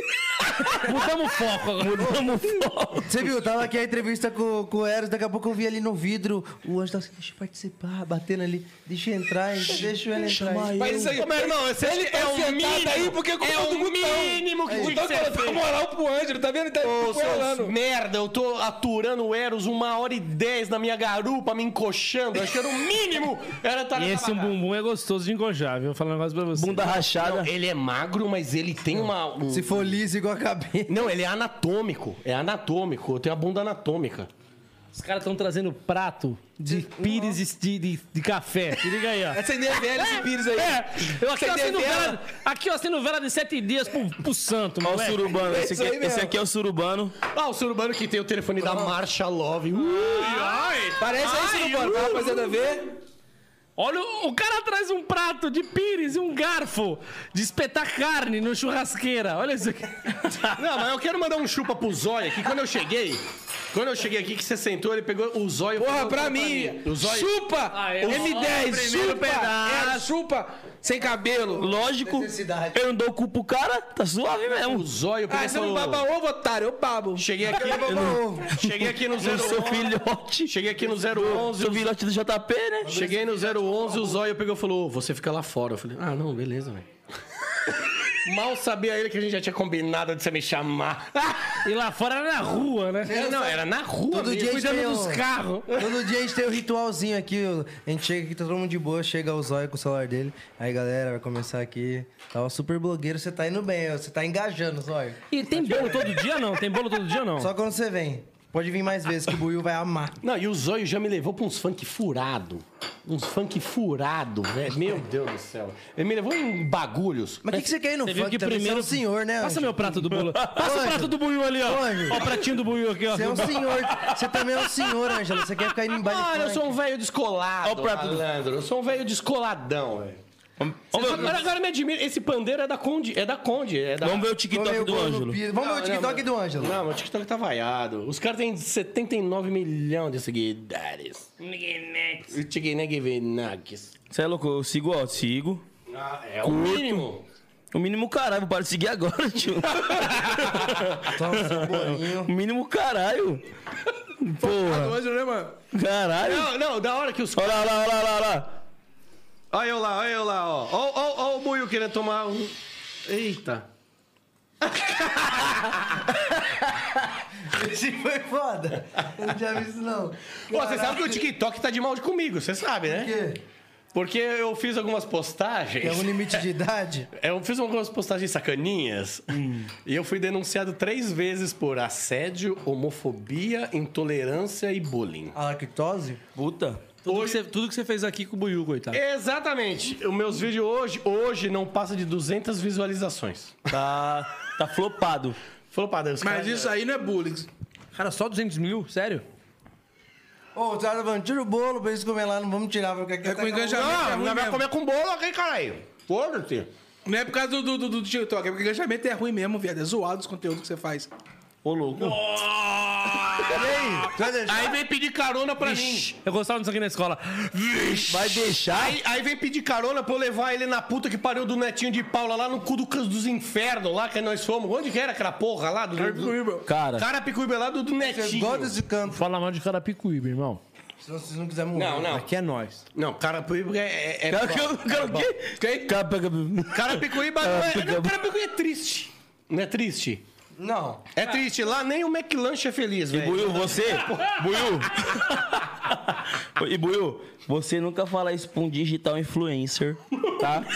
Speaker 4: Mudamos o foco agora. Mudamos o foco.
Speaker 1: Você viu? Tava aqui a entrevista com, com o Eros, daqui a pouco eu vi ali no vidro o Anjo tava assim, deixa eu participar, batendo ali, deixa eu entrar, hein? deixa ele entrar. hein?
Speaker 3: Mas isso aí.
Speaker 5: Ô, meu irmão, esse
Speaker 3: ele
Speaker 5: é
Speaker 3: tá
Speaker 5: o
Speaker 3: sentado
Speaker 5: mínimo.
Speaker 3: aí porque é culpa
Speaker 5: É
Speaker 3: do
Speaker 5: o
Speaker 3: Gutão. É. Então,
Speaker 5: mínimo que
Speaker 3: O
Speaker 5: tinha
Speaker 3: Gutão
Speaker 5: que ser
Speaker 3: colocou
Speaker 5: feito.
Speaker 3: moral pro Ângelo, tá vendo? Ele tá
Speaker 5: Ô, seus
Speaker 3: empurrando.
Speaker 5: merda, eu tô aturando o Eros uma hora e dez na minha garupa, me encoxando. Acho que era o mínimo. Era estar
Speaker 7: E esse
Speaker 5: nessa
Speaker 7: bumbum é gostoso de engojar, viu? Vou falar um negócio pra você.
Speaker 10: Bunda rachada.
Speaker 5: bagaça. Ele é magro, mas ele tem uma. um-
Speaker 1: Se for liso igual a cabeça.
Speaker 5: Não, ele é anatômico. É anatômico. Eu tenho a bunda anatômica.
Speaker 4: Os caras estão trazendo prato de pires de, de- de café. Se liga aí, ó.
Speaker 3: Acender a velha esse pires aí.
Speaker 4: É, eu aqui
Speaker 3: Você
Speaker 4: acendo
Speaker 3: devela?
Speaker 4: vela, aqui eu acendo vela de sete dias pro, pro santo,
Speaker 10: Olha o
Speaker 4: moleque.
Speaker 10: surubano. Esse
Speaker 3: Isso
Speaker 10: aqui,
Speaker 3: aí mesmo.
Speaker 10: esse aqui é o surubano.
Speaker 5: Ah, o ser humano que tem o telefone da Marcha Love. Uh! Ui, ai.
Speaker 3: Parece aí,
Speaker 5: Ai,
Speaker 3: Silvano, pra rapaziada
Speaker 4: uh,
Speaker 3: ver.
Speaker 4: Olha, o, o cara traz um prato de pires e um garfo de espetar carne no churrasqueira. Olha isso aqui.
Speaker 5: Não, mas eu quero mandar um chupa pro Zóia, que quando eu cheguei. Quando eu cheguei aqui, que você sentou, ele pegou o Zóia.
Speaker 3: Porra,
Speaker 5: falou
Speaker 3: pra mim.
Speaker 5: O Zóia.
Speaker 3: Chupa!
Speaker 4: Ah, é.
Speaker 3: M10,
Speaker 10: Primeiro
Speaker 3: chupa!
Speaker 10: pedaço.
Speaker 3: É, chupa! Sem cabelo.
Speaker 10: Lógico.
Speaker 1: Necessidade.
Speaker 10: Eu não dou o cu pro cara, tá suave
Speaker 5: O
Speaker 10: mesmo.
Speaker 5: Zóia pegou
Speaker 3: Ah,
Speaker 5: e
Speaker 3: você não
Speaker 5: falou,
Speaker 3: baba ovo, otário, eu babo.
Speaker 5: Cheguei aqui, cheguei aqui no
Speaker 10: Eu sou
Speaker 5: 011.
Speaker 10: filhote.
Speaker 5: Cheguei aqui no 011.
Speaker 10: Sou
Speaker 5: o-
Speaker 10: filhote do JP, né?
Speaker 5: Cheguei no 011, o Zóio pegou e falou: "Ô, Você fica lá fora. Eu falei: Ah, não, beleza, velho. Mal sabia ele que a gente já tinha combinado de você me chamar.
Speaker 4: E lá fora era na rua, né?
Speaker 5: Era, não, era na rua,
Speaker 1: Todo
Speaker 5: mesmo.
Speaker 1: dia a gente
Speaker 5: cuidando
Speaker 1: tem
Speaker 5: dos
Speaker 1: um-
Speaker 5: carros.
Speaker 1: Todo dia a gente tem um ritualzinho aqui. ó. A gente chega aqui, tá todo mundo de boa, chega o zóio com o celular dele. Aí, galera, vai começar aqui. Tá o super blogueiro, você tá indo bem, ó, você tá engajando, zóio.
Speaker 4: E tem bolo todo dia não? Tem bolo todo dia não?
Speaker 1: Só quando você vem. Pode vir mais vezes que o Buiu vai amar.
Speaker 5: Não, e o Zóio já me levou pra uns funk furado. Uns funk furado, velho. Meu Deus do céu. Ele me levou em bagulhos.
Speaker 1: Mas o que, que você quer ir no
Speaker 4: Você viu
Speaker 1: funk
Speaker 4: que
Speaker 1: também?
Speaker 4: primeiro...
Speaker 1: Você é um senhor, né?
Speaker 4: Passa
Speaker 1: Anjo?
Speaker 4: meu prato do bolo. Passa o
Speaker 1: Anjo.
Speaker 4: prato do buiu ali, ó.
Speaker 1: Anjo.
Speaker 4: Ó o pratinho do buiu aqui, ó.
Speaker 1: Você é um senhor. Você também é um senhor, Ângelo. Você quer ficar indo em baile
Speaker 5: Olha, eu
Speaker 1: funk.
Speaker 5: sou um velho descolado,
Speaker 10: Olha o prato do-
Speaker 5: malandro. Eu sou um velho descoladão, velho. Agora, agora me admira, esse pandeiro é da Conde, é da Conde, é da...
Speaker 10: Vamos ver o
Speaker 1: Tomei
Speaker 10: TikTok
Speaker 1: o
Speaker 10: do
Speaker 1: gol no
Speaker 10: Ângelo.
Speaker 1: piso. Vamos ver o
Speaker 5: Não,
Speaker 1: TikTok
Speaker 5: não,
Speaker 1: do Ângelo.
Speaker 5: Não, meu TikTok tá vaiado. Os caras têm 79 milhões de seguidores. Tigneguevenags.
Speaker 10: Você é louco? Eu sigo, ó, sigo.
Speaker 5: Ah, é o mínimo.
Speaker 10: O mínimo caralho, vou parar de seguir agora, tio.
Speaker 1: Toma um bolinho.
Speaker 10: O mínimo caralho. Porra,
Speaker 3: Hoje, né, mano?
Speaker 10: caralho.
Speaker 5: Não, não, da hora que os...
Speaker 10: Olha lá, olha lá, olha lá, olha lá.
Speaker 5: Olha eu lá, olha eu lá, ó. Ó, ó, ó o Buiu querendo tomar um... Eita.
Speaker 1: Esse foi foda. Eu não tinha visto, não.
Speaker 5: Pô, você sabe que o TikTok tá de mal comigo, você sabe, né?
Speaker 1: é quê?
Speaker 5: Porque eu fiz algumas postagens...
Speaker 1: Tem um limite de idade?
Speaker 5: É, Eu fiz algumas postagens sacaninhas e eu fui denunciado três vezes por assédio, homofobia, intolerância e bullying.
Speaker 1: A lactose?
Speaker 10: Puta.
Speaker 7: Tudo, que você, tudo que você fez aqui com o Buiu, coitado.
Speaker 5: Exatamente. Os meus vídeos hoje, hoje não passa de 200 visualizações.
Speaker 10: Tá, tá flopado.
Speaker 5: Falou pra Deus.
Speaker 3: Mas isso aí não é bullying.
Speaker 4: Cara, só 200 mil? Sério?
Speaker 1: Ô, os caras falando, tira o bolo pra eles comer lá, não vamos tirar. Porque aqui
Speaker 3: É com engajamento. é
Speaker 5: Não,
Speaker 3: ruim
Speaker 5: não vai
Speaker 3: mesmo.
Speaker 5: comer com bolo aqui, caralho. Foda-se.
Speaker 3: Não é por causa do, do, do- do TikTok, é porque engajamento é ruim mesmo, viado. É zoado os conteúdos que você faz.
Speaker 10: Ô, louco.
Speaker 5: Aí vem pedir carona pra mim.
Speaker 4: Eu gostava disso aqui na escola.
Speaker 10: Vai deixar?
Speaker 5: Aí, aí vem pedir carona pra eu levar ele na puta que pariu do netinho de Paula lá no cu do, can- dos infernos, lá que nós fomos. Onde que era aquela porra lá? Do, do, do,
Speaker 10: Cara,
Speaker 5: cara picuíba lá do, do
Speaker 1: Vocês
Speaker 5: netinho.
Speaker 1: gostam desse canto.
Speaker 7: Fala mal de Carapicuíba, irmão.
Speaker 1: Se vocês não quiserem morrer.
Speaker 5: Não, não.
Speaker 7: Aqui é nós.
Speaker 5: Não, Carapicuíba é. é, é
Speaker 10: cara, cara, cara, cara,
Speaker 5: Quem? Carapicuíba não é. Não, Carapicuíba é triste. Não é triste?
Speaker 1: Não.
Speaker 5: É triste. Lá nem o McLanche é feliz, velho.
Speaker 10: Buiu, você. Buiu. E Buiu, você nunca fala isso pra um digital influencer, tá?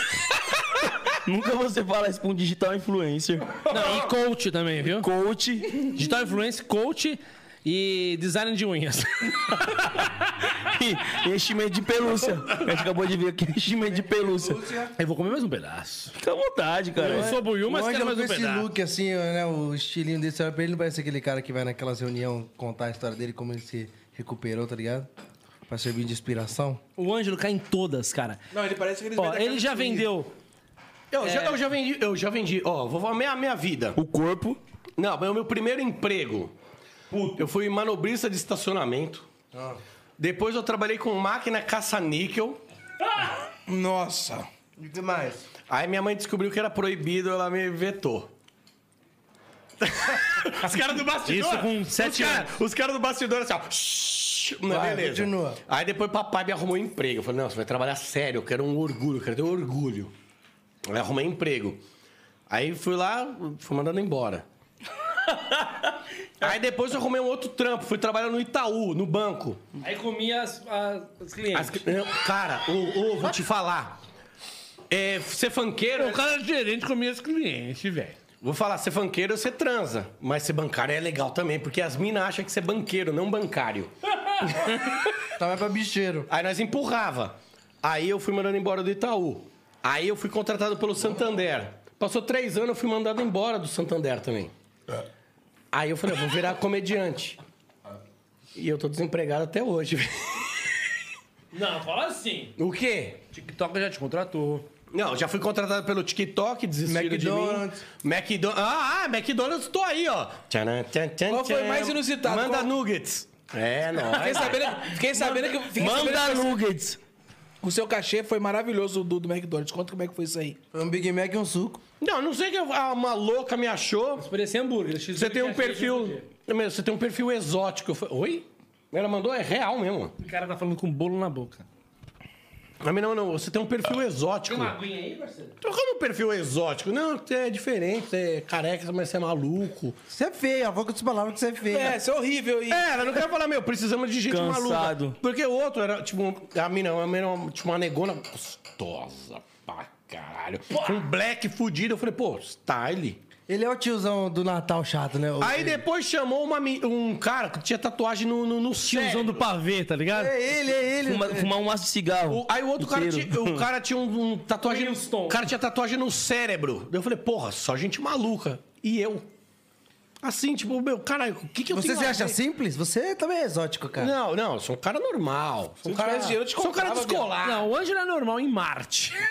Speaker 10: nunca você fala isso pra um digital influencer.
Speaker 4: Não, e coach também, viu?
Speaker 10: Coach.
Speaker 4: Digital influencer, coach e design de unhas.
Speaker 10: enchimento de pelúcia. A gente acabou de ver aqui, enchimento de pelúcia.
Speaker 4: Eu vou comer mais um pedaço.
Speaker 10: Fica à vontade,
Speaker 4: É.
Speaker 10: cara.
Speaker 7: Eu sou buiú, mas
Speaker 1: o
Speaker 7: quero
Speaker 1: Ângelo
Speaker 7: mais
Speaker 1: é com
Speaker 7: um
Speaker 1: esse
Speaker 7: pedaço.
Speaker 1: look assim, né? O estilinho desse, olha pra ele, não parece aquele cara que vai naquelas reuniões contar a história dele, como ele se recuperou, tá ligado? Pra servir de inspiração.
Speaker 4: O Ângelo cai em todas, cara.
Speaker 3: Não, ele parece que eles
Speaker 4: Ó,
Speaker 3: vendem a
Speaker 4: ele
Speaker 3: casa
Speaker 4: já
Speaker 3: de swing.
Speaker 4: vendeu.
Speaker 5: Eu, já, eu já vendi, eu já vendi. Ó, vou falar a minha vida.
Speaker 10: O corpo.
Speaker 5: Não, mas é o meu primeiro emprego. Eu fui manobrista de estacionamento. Depois eu trabalhei com máquina caça-níquel.
Speaker 3: Nossa.
Speaker 1: E o que mais?
Speaker 5: Aí minha mãe descobriu que era proibido, ela me vetou. os caras do bastidor.
Speaker 7: Isso com sete
Speaker 5: os cara-
Speaker 7: anos.
Speaker 5: Os caras do bastidor assim, ó. shhh, Não, é
Speaker 1: Vai,
Speaker 5: beleza.
Speaker 1: continua.
Speaker 5: Aí depois papai me arrumou um emprego. Eu falei, não, você vai trabalhar sério, eu quero um orgulho, eu quero ter um orgulho. Aí arrumei um emprego. Aí fui lá, fui mandando embora. Aí depois eu arrumei um outro trampo, fui trabalhar no Itaú, no banco.
Speaker 4: Aí comia as, as, os clientes.
Speaker 5: As- eu- cara, ô, ô, vou te falar. É, ser funkeiro.
Speaker 7: O cara é gerente com meus clientes, velho.
Speaker 5: Vou falar, ser funkeiro você transa, mas ser bancário é legal também, porque as minas acham que você é banqueiro, não bancário.
Speaker 1: Tá mais pra bicheiro.
Speaker 5: Aí nós empurrava. Aí eu fui mandando embora do Itaú. Aí eu fui contratado pelo Santander. Passou três anos, eu fui mandado embora do Santander também. Aí eu falei, eu vou virar comediante. E eu tô desempregado até hoje.
Speaker 7: Não, fala assim.
Speaker 5: O quê?
Speaker 4: TikTok já te contratou.
Speaker 5: Não, já fui contratado pelo TikTok, desistiram de mim.
Speaker 1: McDonald's.
Speaker 5: McDonald's. Ah, ah, McDonald's, tô aí, ó. Tcharam, tchan, than,
Speaker 3: Qual foi
Speaker 5: tchan.
Speaker 3: mais inusitado?
Speaker 5: Manda
Speaker 3: Qual-
Speaker 5: nuggets. É, não.
Speaker 3: Fiquei sabendo, fiquei sabendo que. Fiquei
Speaker 10: Manda
Speaker 3: sabendo que
Speaker 10: nuggets.
Speaker 3: o seu cachê foi maravilhoso do, do McDonald's. Conta como é que foi isso aí.
Speaker 1: Foi um Big Mac e um suco.
Speaker 5: Não, não sei que a- uma louca me achou.
Speaker 4: Parecia hambúrguer. X1
Speaker 5: Você tem um
Speaker 4: que achei
Speaker 5: perfil.
Speaker 4: hoje em dia.
Speaker 5: Meu, Você tem um perfil exótico. Eu falei, Oi? Ela mandou, é real mesmo.
Speaker 4: O cara tá falando com bolo na boca.
Speaker 5: Mas não, não, você tem um perfil exótico.
Speaker 4: aguinha aí, parceiro?
Speaker 5: Então, Como um perfil exótico? Não, você é diferente, você é careca, mas você é maluco.
Speaker 1: Você é feio, a boca das palavras que você é feio.
Speaker 3: É, isso é horrível. E...
Speaker 5: É, ela não quer falar, meu, precisamos de gente
Speaker 10: Cansado.
Speaker 5: maluca. Porque o outro era, tipo, a mina, a mina tipo, uma negona gostosa pra caralho. Com black fudido. Eu falei, pô, style.
Speaker 1: Ele é o tiozão do Natal chato, né? O-
Speaker 5: Aí depois chamou uma mi- um cara que tinha tatuagem no, no, no
Speaker 4: É.
Speaker 7: Tiozão
Speaker 5: cérebro.
Speaker 7: do pavê, tá ligado?
Speaker 1: É ele, é ele.
Speaker 10: Fuma- fumar um maço de cigarro.
Speaker 5: O- aí o outro cara
Speaker 10: Inteiro.
Speaker 5: tinha, o cara tinha um, um tatuagem.
Speaker 4: Wilson.
Speaker 5: O cara tinha tatuagem no cérebro. Daí Eu falei, porra, só gente maluca. E eu. Assim, tipo, meu, caralho, o que que eu
Speaker 1: Você
Speaker 5: tenho
Speaker 1: se
Speaker 5: a
Speaker 1: acha
Speaker 5: ver?
Speaker 1: simples? Você também é exótico, cara.
Speaker 5: Não, não, sou um cara normal. Sou um
Speaker 3: eu
Speaker 5: cara,
Speaker 3: tivesse dinheiro, eu te
Speaker 5: sou um cara
Speaker 3: comprava,
Speaker 5: descolado.
Speaker 4: Não, o Ângelo é normal em Marte.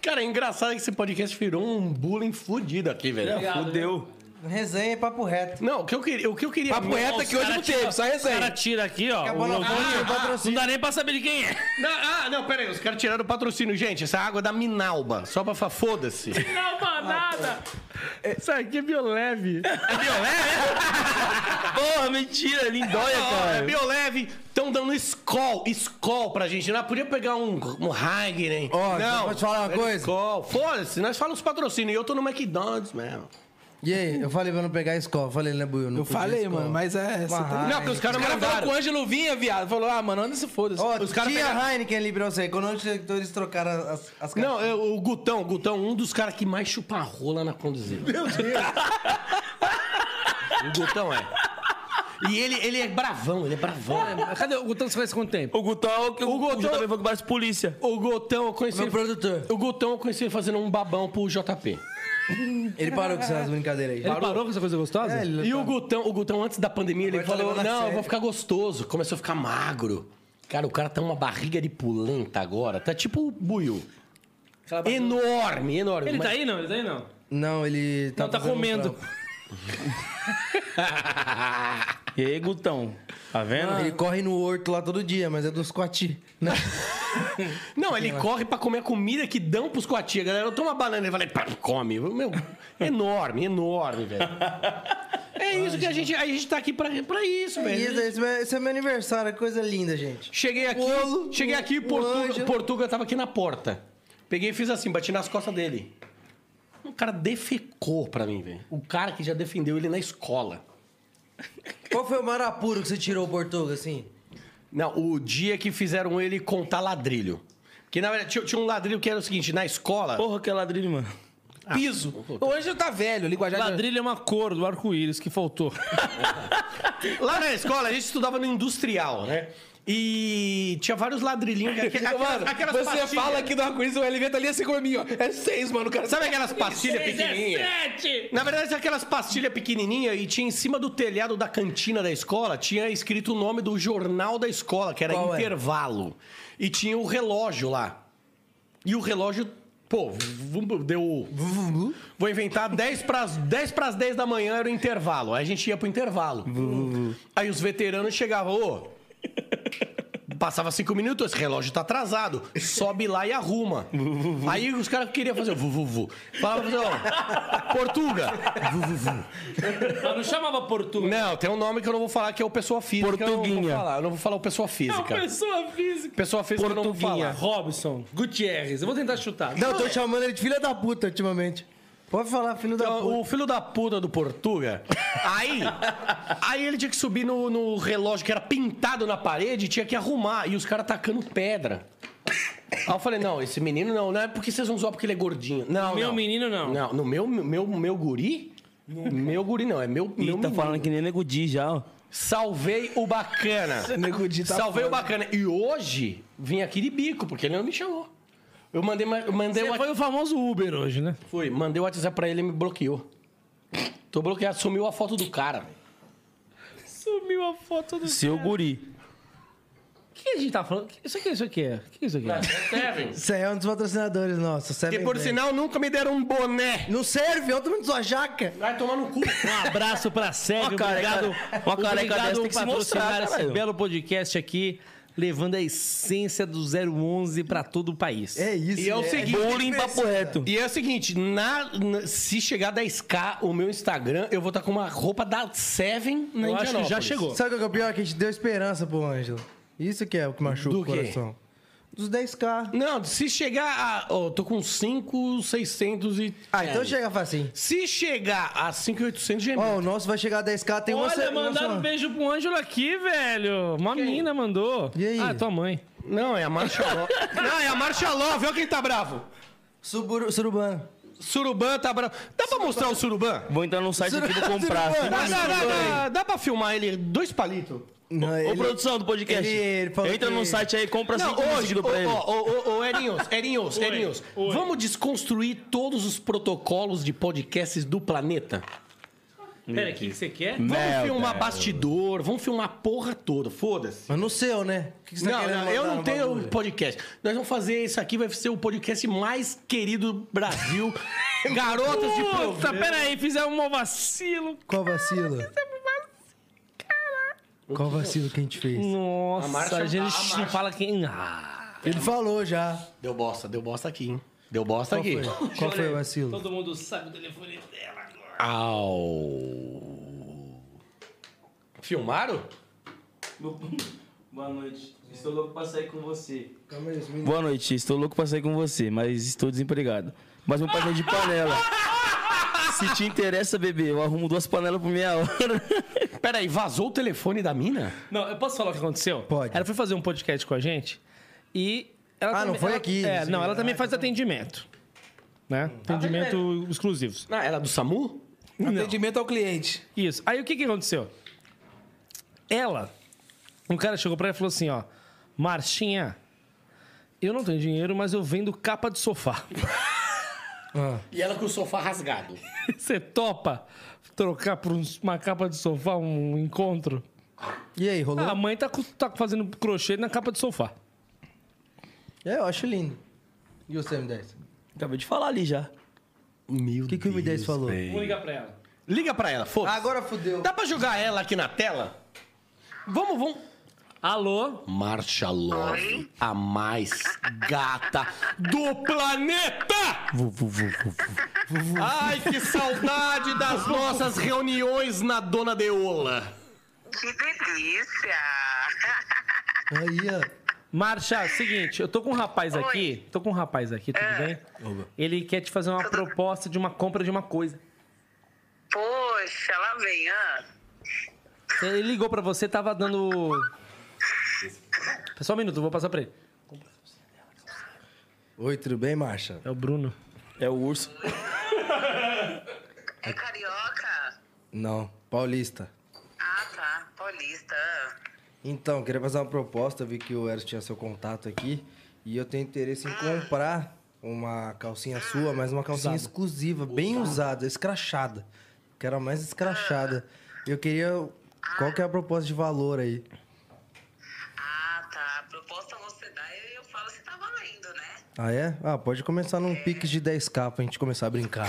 Speaker 5: Cara, é engraçado que esse podcast virou um bullying fudido aqui, velho.
Speaker 10: Fudeu.
Speaker 1: Resenha e papo reto.
Speaker 5: Não, o que eu queria. O que eu queria
Speaker 3: Papo reto
Speaker 5: Nossa,
Speaker 3: que hoje
Speaker 4: é
Speaker 5: cara,
Speaker 3: não teve, só
Speaker 7: O cara
Speaker 3: resenha.
Speaker 7: tira aqui, ó.
Speaker 1: Acabou
Speaker 7: o
Speaker 1: na
Speaker 7: logo-
Speaker 1: ah,
Speaker 7: não dá nem pra saber de quem é.
Speaker 5: Não, ah, não, pera aí. Os caras tiraram o patrocínio. Gente, essa água é da Minalba. Só pra fa- foda-se.
Speaker 7: Não, nada. Isso aqui é bioleve.
Speaker 10: Porra, mentira, lindóia,
Speaker 5: Ó, é
Speaker 10: cara.
Speaker 5: Bioleve. Estão dando Skol. Skol pra gente. Nós podia pegar um, um Heineken.
Speaker 1: Ó,
Speaker 5: não,
Speaker 1: vou te falar uma
Speaker 5: é
Speaker 1: coisa.
Speaker 5: Skol. Foda-se. Nós falamos os patrocínios. E eu tô no McDonald's mesmo.
Speaker 1: E aí, eu falei pra não pegar a escola. Falei, né, Buiu? Não
Speaker 3: Eu
Speaker 1: podia
Speaker 3: falei,
Speaker 1: escola.
Speaker 3: mano, mas é. Você
Speaker 1: Uma
Speaker 3: tá...
Speaker 5: não, porque os caras
Speaker 3: O cara falou que
Speaker 5: mandaram.
Speaker 3: o Ângelo vinha, viado. Falou, ah, mano, anda se foda-se.
Speaker 1: Ó,
Speaker 5: Os caras
Speaker 1: tinha
Speaker 5: pegaram-
Speaker 1: Heineken ali pra você. Quando os diretores trocaram as, as
Speaker 5: Não, eu- o Gutão, o Gutão, um dos caras que mais chupa rola na conduzida. Meu Deus! o Gutão é. E ele, ele é bravão, ele é bravão.
Speaker 4: Cadê o Gutão? Você conhece quanto tempo?
Speaker 10: O Gutão, é o, o,
Speaker 5: Gutão-
Speaker 10: o JB foi com várias polícia.
Speaker 5: O Gutão, eu conheci.
Speaker 1: Meu produtor.
Speaker 5: O Gutão, eu conheci ele fazendo um babão pro JP.
Speaker 1: Ele parou com essas brincadeiras aí.
Speaker 4: Ele parou com essa coisa gostosa?
Speaker 1: É, ele-
Speaker 5: E o Gutão, o Gutão, antes da pandemia, ele
Speaker 1: Agora tá
Speaker 5: falou:
Speaker 1: levando a
Speaker 5: Não, eu
Speaker 1: sério."
Speaker 5: vou ficar gostoso. Começou a ficar magro. Cara, o cara tá uma barriga de pulenta agora. Tá tipo o buio.
Speaker 4: Aquela barriga-
Speaker 5: Enorme, enorme.
Speaker 4: Ele
Speaker 5: Mas-
Speaker 4: tá aí, não? Ele tá aí, não.
Speaker 1: Não, ele tá.
Speaker 4: Não, tá
Speaker 1: fazendo um
Speaker 4: comendo.
Speaker 1: trampo.
Speaker 10: E aí, Gutão? Tá vendo?
Speaker 5: Ah.
Speaker 1: Ele corre no horto lá todo dia, mas é dos coati. Né?
Speaker 5: Não, ele corre pra comer a comida que dão pros coatia. A galera toma banana e fala, "Pá, come. Meu, enorme, enorme, velho. É isso que a gente, a gente tá aqui pra, pra isso,
Speaker 1: Isso,
Speaker 5: velho.
Speaker 1: esse é- esse é meu aniversário, coisa linda, gente.
Speaker 5: Cheguei aqui,
Speaker 1: Bolo,
Speaker 5: cheguei aqui,
Speaker 1: um
Speaker 5: Portuga,
Speaker 1: anjo.
Speaker 5: Portuga tava aqui na porta. Peguei e fiz assim, bati nas costas dele. O cara defecou pra mim, velho. O cara que já defendeu ele na escola.
Speaker 1: Qual foi o maior apuro que você tirou o Portuga, assim?
Speaker 5: Não, o dia que fizeram ele contar ladrilho. Porque, na verdade, tinha, tinha um ladrilho que era o seguinte, na escola...
Speaker 10: Porra, que ladrilho, mano.
Speaker 1: Ah.
Speaker 3: Piso. o Ângelo tá velho, linguajar de-
Speaker 4: Ladrilho é uma cor do arco-íris que faltou.
Speaker 5: Lá na escola, a gente estudava no industrial, né? E tinha vários ladrilhinhos. que- Aquelas,
Speaker 3: Mano,
Speaker 5: aquelas
Speaker 3: você
Speaker 5: pastilhas.
Speaker 3: fala aqui do arco-íris, o LV tá ali assim como a mim, ó. É seis, mano. o Cara,
Speaker 5: Sabe aquelas pastilhas pequenininhas? Na verdade, aquelas pastilhas pequenininhas e tinha em cima do telhado da cantina da escola, tinha escrito o nome do jornal da escola, que era
Speaker 3: é?
Speaker 1: Qual era?
Speaker 5: Intervalo. E tinha o relógio lá. E o relógio, pô, vum, vum, deu. Vou inventar 10 pras, 10 pras 10 da manhã era o intervalo. Aí a gente ia pro intervalo. Aí os veteranos chegavam, ô. Passava cinco minutos, esse relógio tá atrasado. Sobe lá e arruma. Aí os caras queriam fazer vu, vu, vu. Falava assim, ó, Portuga. Vu, vu, vu.
Speaker 4: Mas não chamava português.
Speaker 5: Não, tem um nome que eu não vou falar que é o pessoa física. Eu não vou
Speaker 10: Portuguinha.
Speaker 5: falar, eu não vou falar o pessoa física.
Speaker 4: Pessoa física.
Speaker 5: Pessoa física eu não vou falar.
Speaker 4: Robson, Gutierrez. Eu vou tentar chutar.
Speaker 1: Não, eu tô chamando ele de filha da puta ultimamente. Pode falar, filho da
Speaker 5: Então,
Speaker 1: puta.
Speaker 5: o filho da puta do Portuga, aí, aí ele tinha que subir no, no relógio que era pintado na parede, tinha que arrumar, e os caras tacando pedra. Aí eu falei, não, esse menino não, não é porque vocês vão zoar porque ele é gordinho. Não,
Speaker 4: Meu
Speaker 5: não.
Speaker 4: menino, não.
Speaker 5: Não, no meu, meu, meu guri? Meu guri não, é meu, meu
Speaker 10: Ih, tá
Speaker 5: menino.
Speaker 10: falando que nem nego Di já, ó.
Speaker 5: Salvei o bacana.
Speaker 3: Nego Di tá
Speaker 5: Salvei o
Speaker 3: foda.
Speaker 5: bacana. E hoje, vim aqui de bico, porque ele não me chamou. Eu mandei, ma- eu mandei
Speaker 4: Você
Speaker 5: uma-
Speaker 4: foi o famoso Uber hoje, né?
Speaker 5: Fui, mandei o WhatsApp pra ele e me bloqueou. Tô bloqueado, sumiu a foto do cara, velho.
Speaker 4: Sumiu a foto do. O
Speaker 10: Seu guri.
Speaker 4: que a gente tá falando? Isso aqui, isso aqui é. O que isso aqui é?
Speaker 1: Você é um dos patrocinadores nossos.
Speaker 5: Que
Speaker 1: Seven
Speaker 5: por
Speaker 1: Bank.
Speaker 5: sinal nunca me deram um boné.
Speaker 1: Não serve, eu tô vendo sua jaca.
Speaker 5: Vai tomar no cu.
Speaker 4: Um abraço pra Sérgio.
Speaker 10: Uma careca-
Speaker 4: Obrigado,
Speaker 10: uma careca dessa
Speaker 4: obrigado
Speaker 10: tem
Speaker 4: por
Speaker 10: que se mostrar,
Speaker 4: patrocinar esse
Speaker 10: caralho.
Speaker 4: belo podcast aqui, levando a essência do 011 pra todo o país.
Speaker 1: É isso.
Speaker 5: E é o
Speaker 1: né?
Speaker 5: seguinte.
Speaker 10: Bullying papo reto.
Speaker 5: E é o seguinte, na- na- se chegar 10k o meu Instagram, eu vou estar com uma roupa da Seven na
Speaker 4: Eu acho que
Speaker 5: Indianópolis.
Speaker 4: já chegou.
Speaker 1: Sabe o que é o pior? Que a gente deu esperança pro Ângelo. Isso que é o que machuca
Speaker 5: Do
Speaker 1: o
Speaker 5: quê?
Speaker 1: coração. Dos 10k.
Speaker 5: Não, se chegar a... Ó, tô com 5, 600 e... É.
Speaker 1: Ah, então chega facinho.
Speaker 5: Se chegar a 5,800 já é
Speaker 1: Ó, o nosso vai chegar a 10k, tem uma se-
Speaker 4: Olha,
Speaker 1: uma
Speaker 4: mandaram um
Speaker 1: semana.
Speaker 4: beijo pro Ângelo aqui, velho. Uma mina mandou.
Speaker 1: E aí?
Speaker 4: Ah, tua mãe.
Speaker 5: Não, é a Marcha Love. Não, é a Marcha Love. Olha quem tá bravo.
Speaker 1: Suburu- Surubano.
Speaker 5: Suruban tá bravo. Dá pra mostrar o Suruban?
Speaker 10: Vou entrar no site aqui e vou comprar. é
Speaker 1: Surubano.
Speaker 5: Dá, dá, dá, dá, dá pra filmar ele dois palitos?
Speaker 1: Não,
Speaker 10: Ô,
Speaker 1: ele-
Speaker 10: produção do podcast.
Speaker 1: ele- ele falou
Speaker 10: Entra
Speaker 1: que-
Speaker 10: no site aí e compra
Speaker 5: Não,
Speaker 10: cinco
Speaker 5: hoje,
Speaker 10: seguidos
Speaker 5: ô,
Speaker 10: pra ele.
Speaker 5: ó, ô, ô, ô, Erinhos, Erinhos, Erinhos, vamos desconstruir todos os protocolos de podcasts do planeta?
Speaker 4: Pera, o que que você quer?
Speaker 5: Vamos
Speaker 10: Meu
Speaker 5: filmar bastidor, vamos filmar a porra toda, foda-se.
Speaker 1: Mas no seu, né? O que que você tá
Speaker 5: Não,
Speaker 1: querendo
Speaker 5: não, eu
Speaker 1: mandar
Speaker 5: não
Speaker 1: no
Speaker 5: tenho
Speaker 1: bagulho?
Speaker 5: podcast. Nós vamos fazer isso aqui, vai ser o podcast mais querido do Brasil. Garotas de
Speaker 4: Puta,
Speaker 5: programa.
Speaker 4: pera aí, fizeram um vacilo.
Speaker 1: Qual vacilo? Qual vacilo que a gente fez?
Speaker 4: Nossa, a,
Speaker 5: marcha-
Speaker 4: gente
Speaker 5: a
Speaker 4: não fala quem. Ah.
Speaker 1: Ele falou já.
Speaker 5: Deu bosta, deu bosta aqui, hein? Deu bosta
Speaker 1: Qual
Speaker 5: aqui.
Speaker 1: foi? Qual foi o vacilo?
Speaker 4: Todo mundo sabe o telefone dela agora.
Speaker 5: Au. Filmaram?
Speaker 10: Boa noite. Estou louco pra sair com você.
Speaker 1: Calma aí, os meninos.
Speaker 10: Boa noite. Estou louco pra sair com você, mas estou desempregado. Mas um pastel de panela. Se te interessa, bebê, eu arrumo duas panelas por meia hora.
Speaker 5: Peraí, vazou o telefone da mina?
Speaker 4: Não, eu posso falar o que aconteceu?
Speaker 1: Pode.
Speaker 4: Ela foi fazer um podcast com a gente e. Ela
Speaker 1: Ah, não foi
Speaker 4: ela-
Speaker 1: aqui,
Speaker 4: É,
Speaker 1: sim.
Speaker 4: não, ela também
Speaker 1: Ah, Hum.
Speaker 4: faz atendimento. Né? Atendimento exclusivos.
Speaker 5: Ah, era do SAMU?
Speaker 3: Atendimento ao cliente.
Speaker 4: Isso. Aí o que, que aconteceu? Ela, um cara chegou pra ela e falou assim: ó, Marchinha, eu não tenho dinheiro, mas eu vendo capa de sofá.
Speaker 5: E ela com o sofá rasgado.
Speaker 4: Você topa trocar por uns- uma capa de sofá, um encontro?
Speaker 1: E aí, rolou?
Speaker 4: A mãe tá, co- tá fazendo crochê na capa de sofá.
Speaker 1: É, eu acho lindo. E o CM10?
Speaker 10: Acabei de falar ali já.
Speaker 5: Meu
Speaker 1: O que, que o M10 falou?
Speaker 4: Vou ligar pra ela.
Speaker 5: Liga pra ela, foda
Speaker 1: Agora fudeu.
Speaker 5: Ah, Dá pra jogar ela aqui na tela? Vamos, vamos.
Speaker 4: Alô?
Speaker 5: Marcha Love, a mais gata do planeta! Ai, que saudade das nossas reuniões na Dona Deola.
Speaker 8: Que delícia!
Speaker 1: Aí, ó.
Speaker 4: Marcha, seguinte, eu tô com um rapaz aqui. Tô com um rapaz aqui, tudo bem? Ele quer te fazer uma proposta de uma compra de uma coisa.
Speaker 8: Poxa, lá vem, ah.
Speaker 4: Ele ligou pra você, tava dando. Só um minuto, eu vou passar pra ele.
Speaker 1: Oi, tudo bem, Marcha?
Speaker 4: É o Bruno.
Speaker 10: É o urso.
Speaker 1: É
Speaker 11: carioca?
Speaker 1: Não, paulista.
Speaker 11: Ah, tá. Paulista.
Speaker 1: Então, queria fazer uma proposta, vi que o Eros tinha seu contato aqui. E eu tenho interesse em comprar uma calcinha sua, mas uma calcinha
Speaker 4: Usada.
Speaker 1: exclusiva, bem usada, escrachada. Quero a mais escrachada. Eu queria. Qual que é a proposta de valor aí?
Speaker 11: Ah, tá. A proposta você dá e eu falo se tá valendo, né?
Speaker 1: Ah, é? Ah, pode começar num pique de 10k pra gente começar a brincar.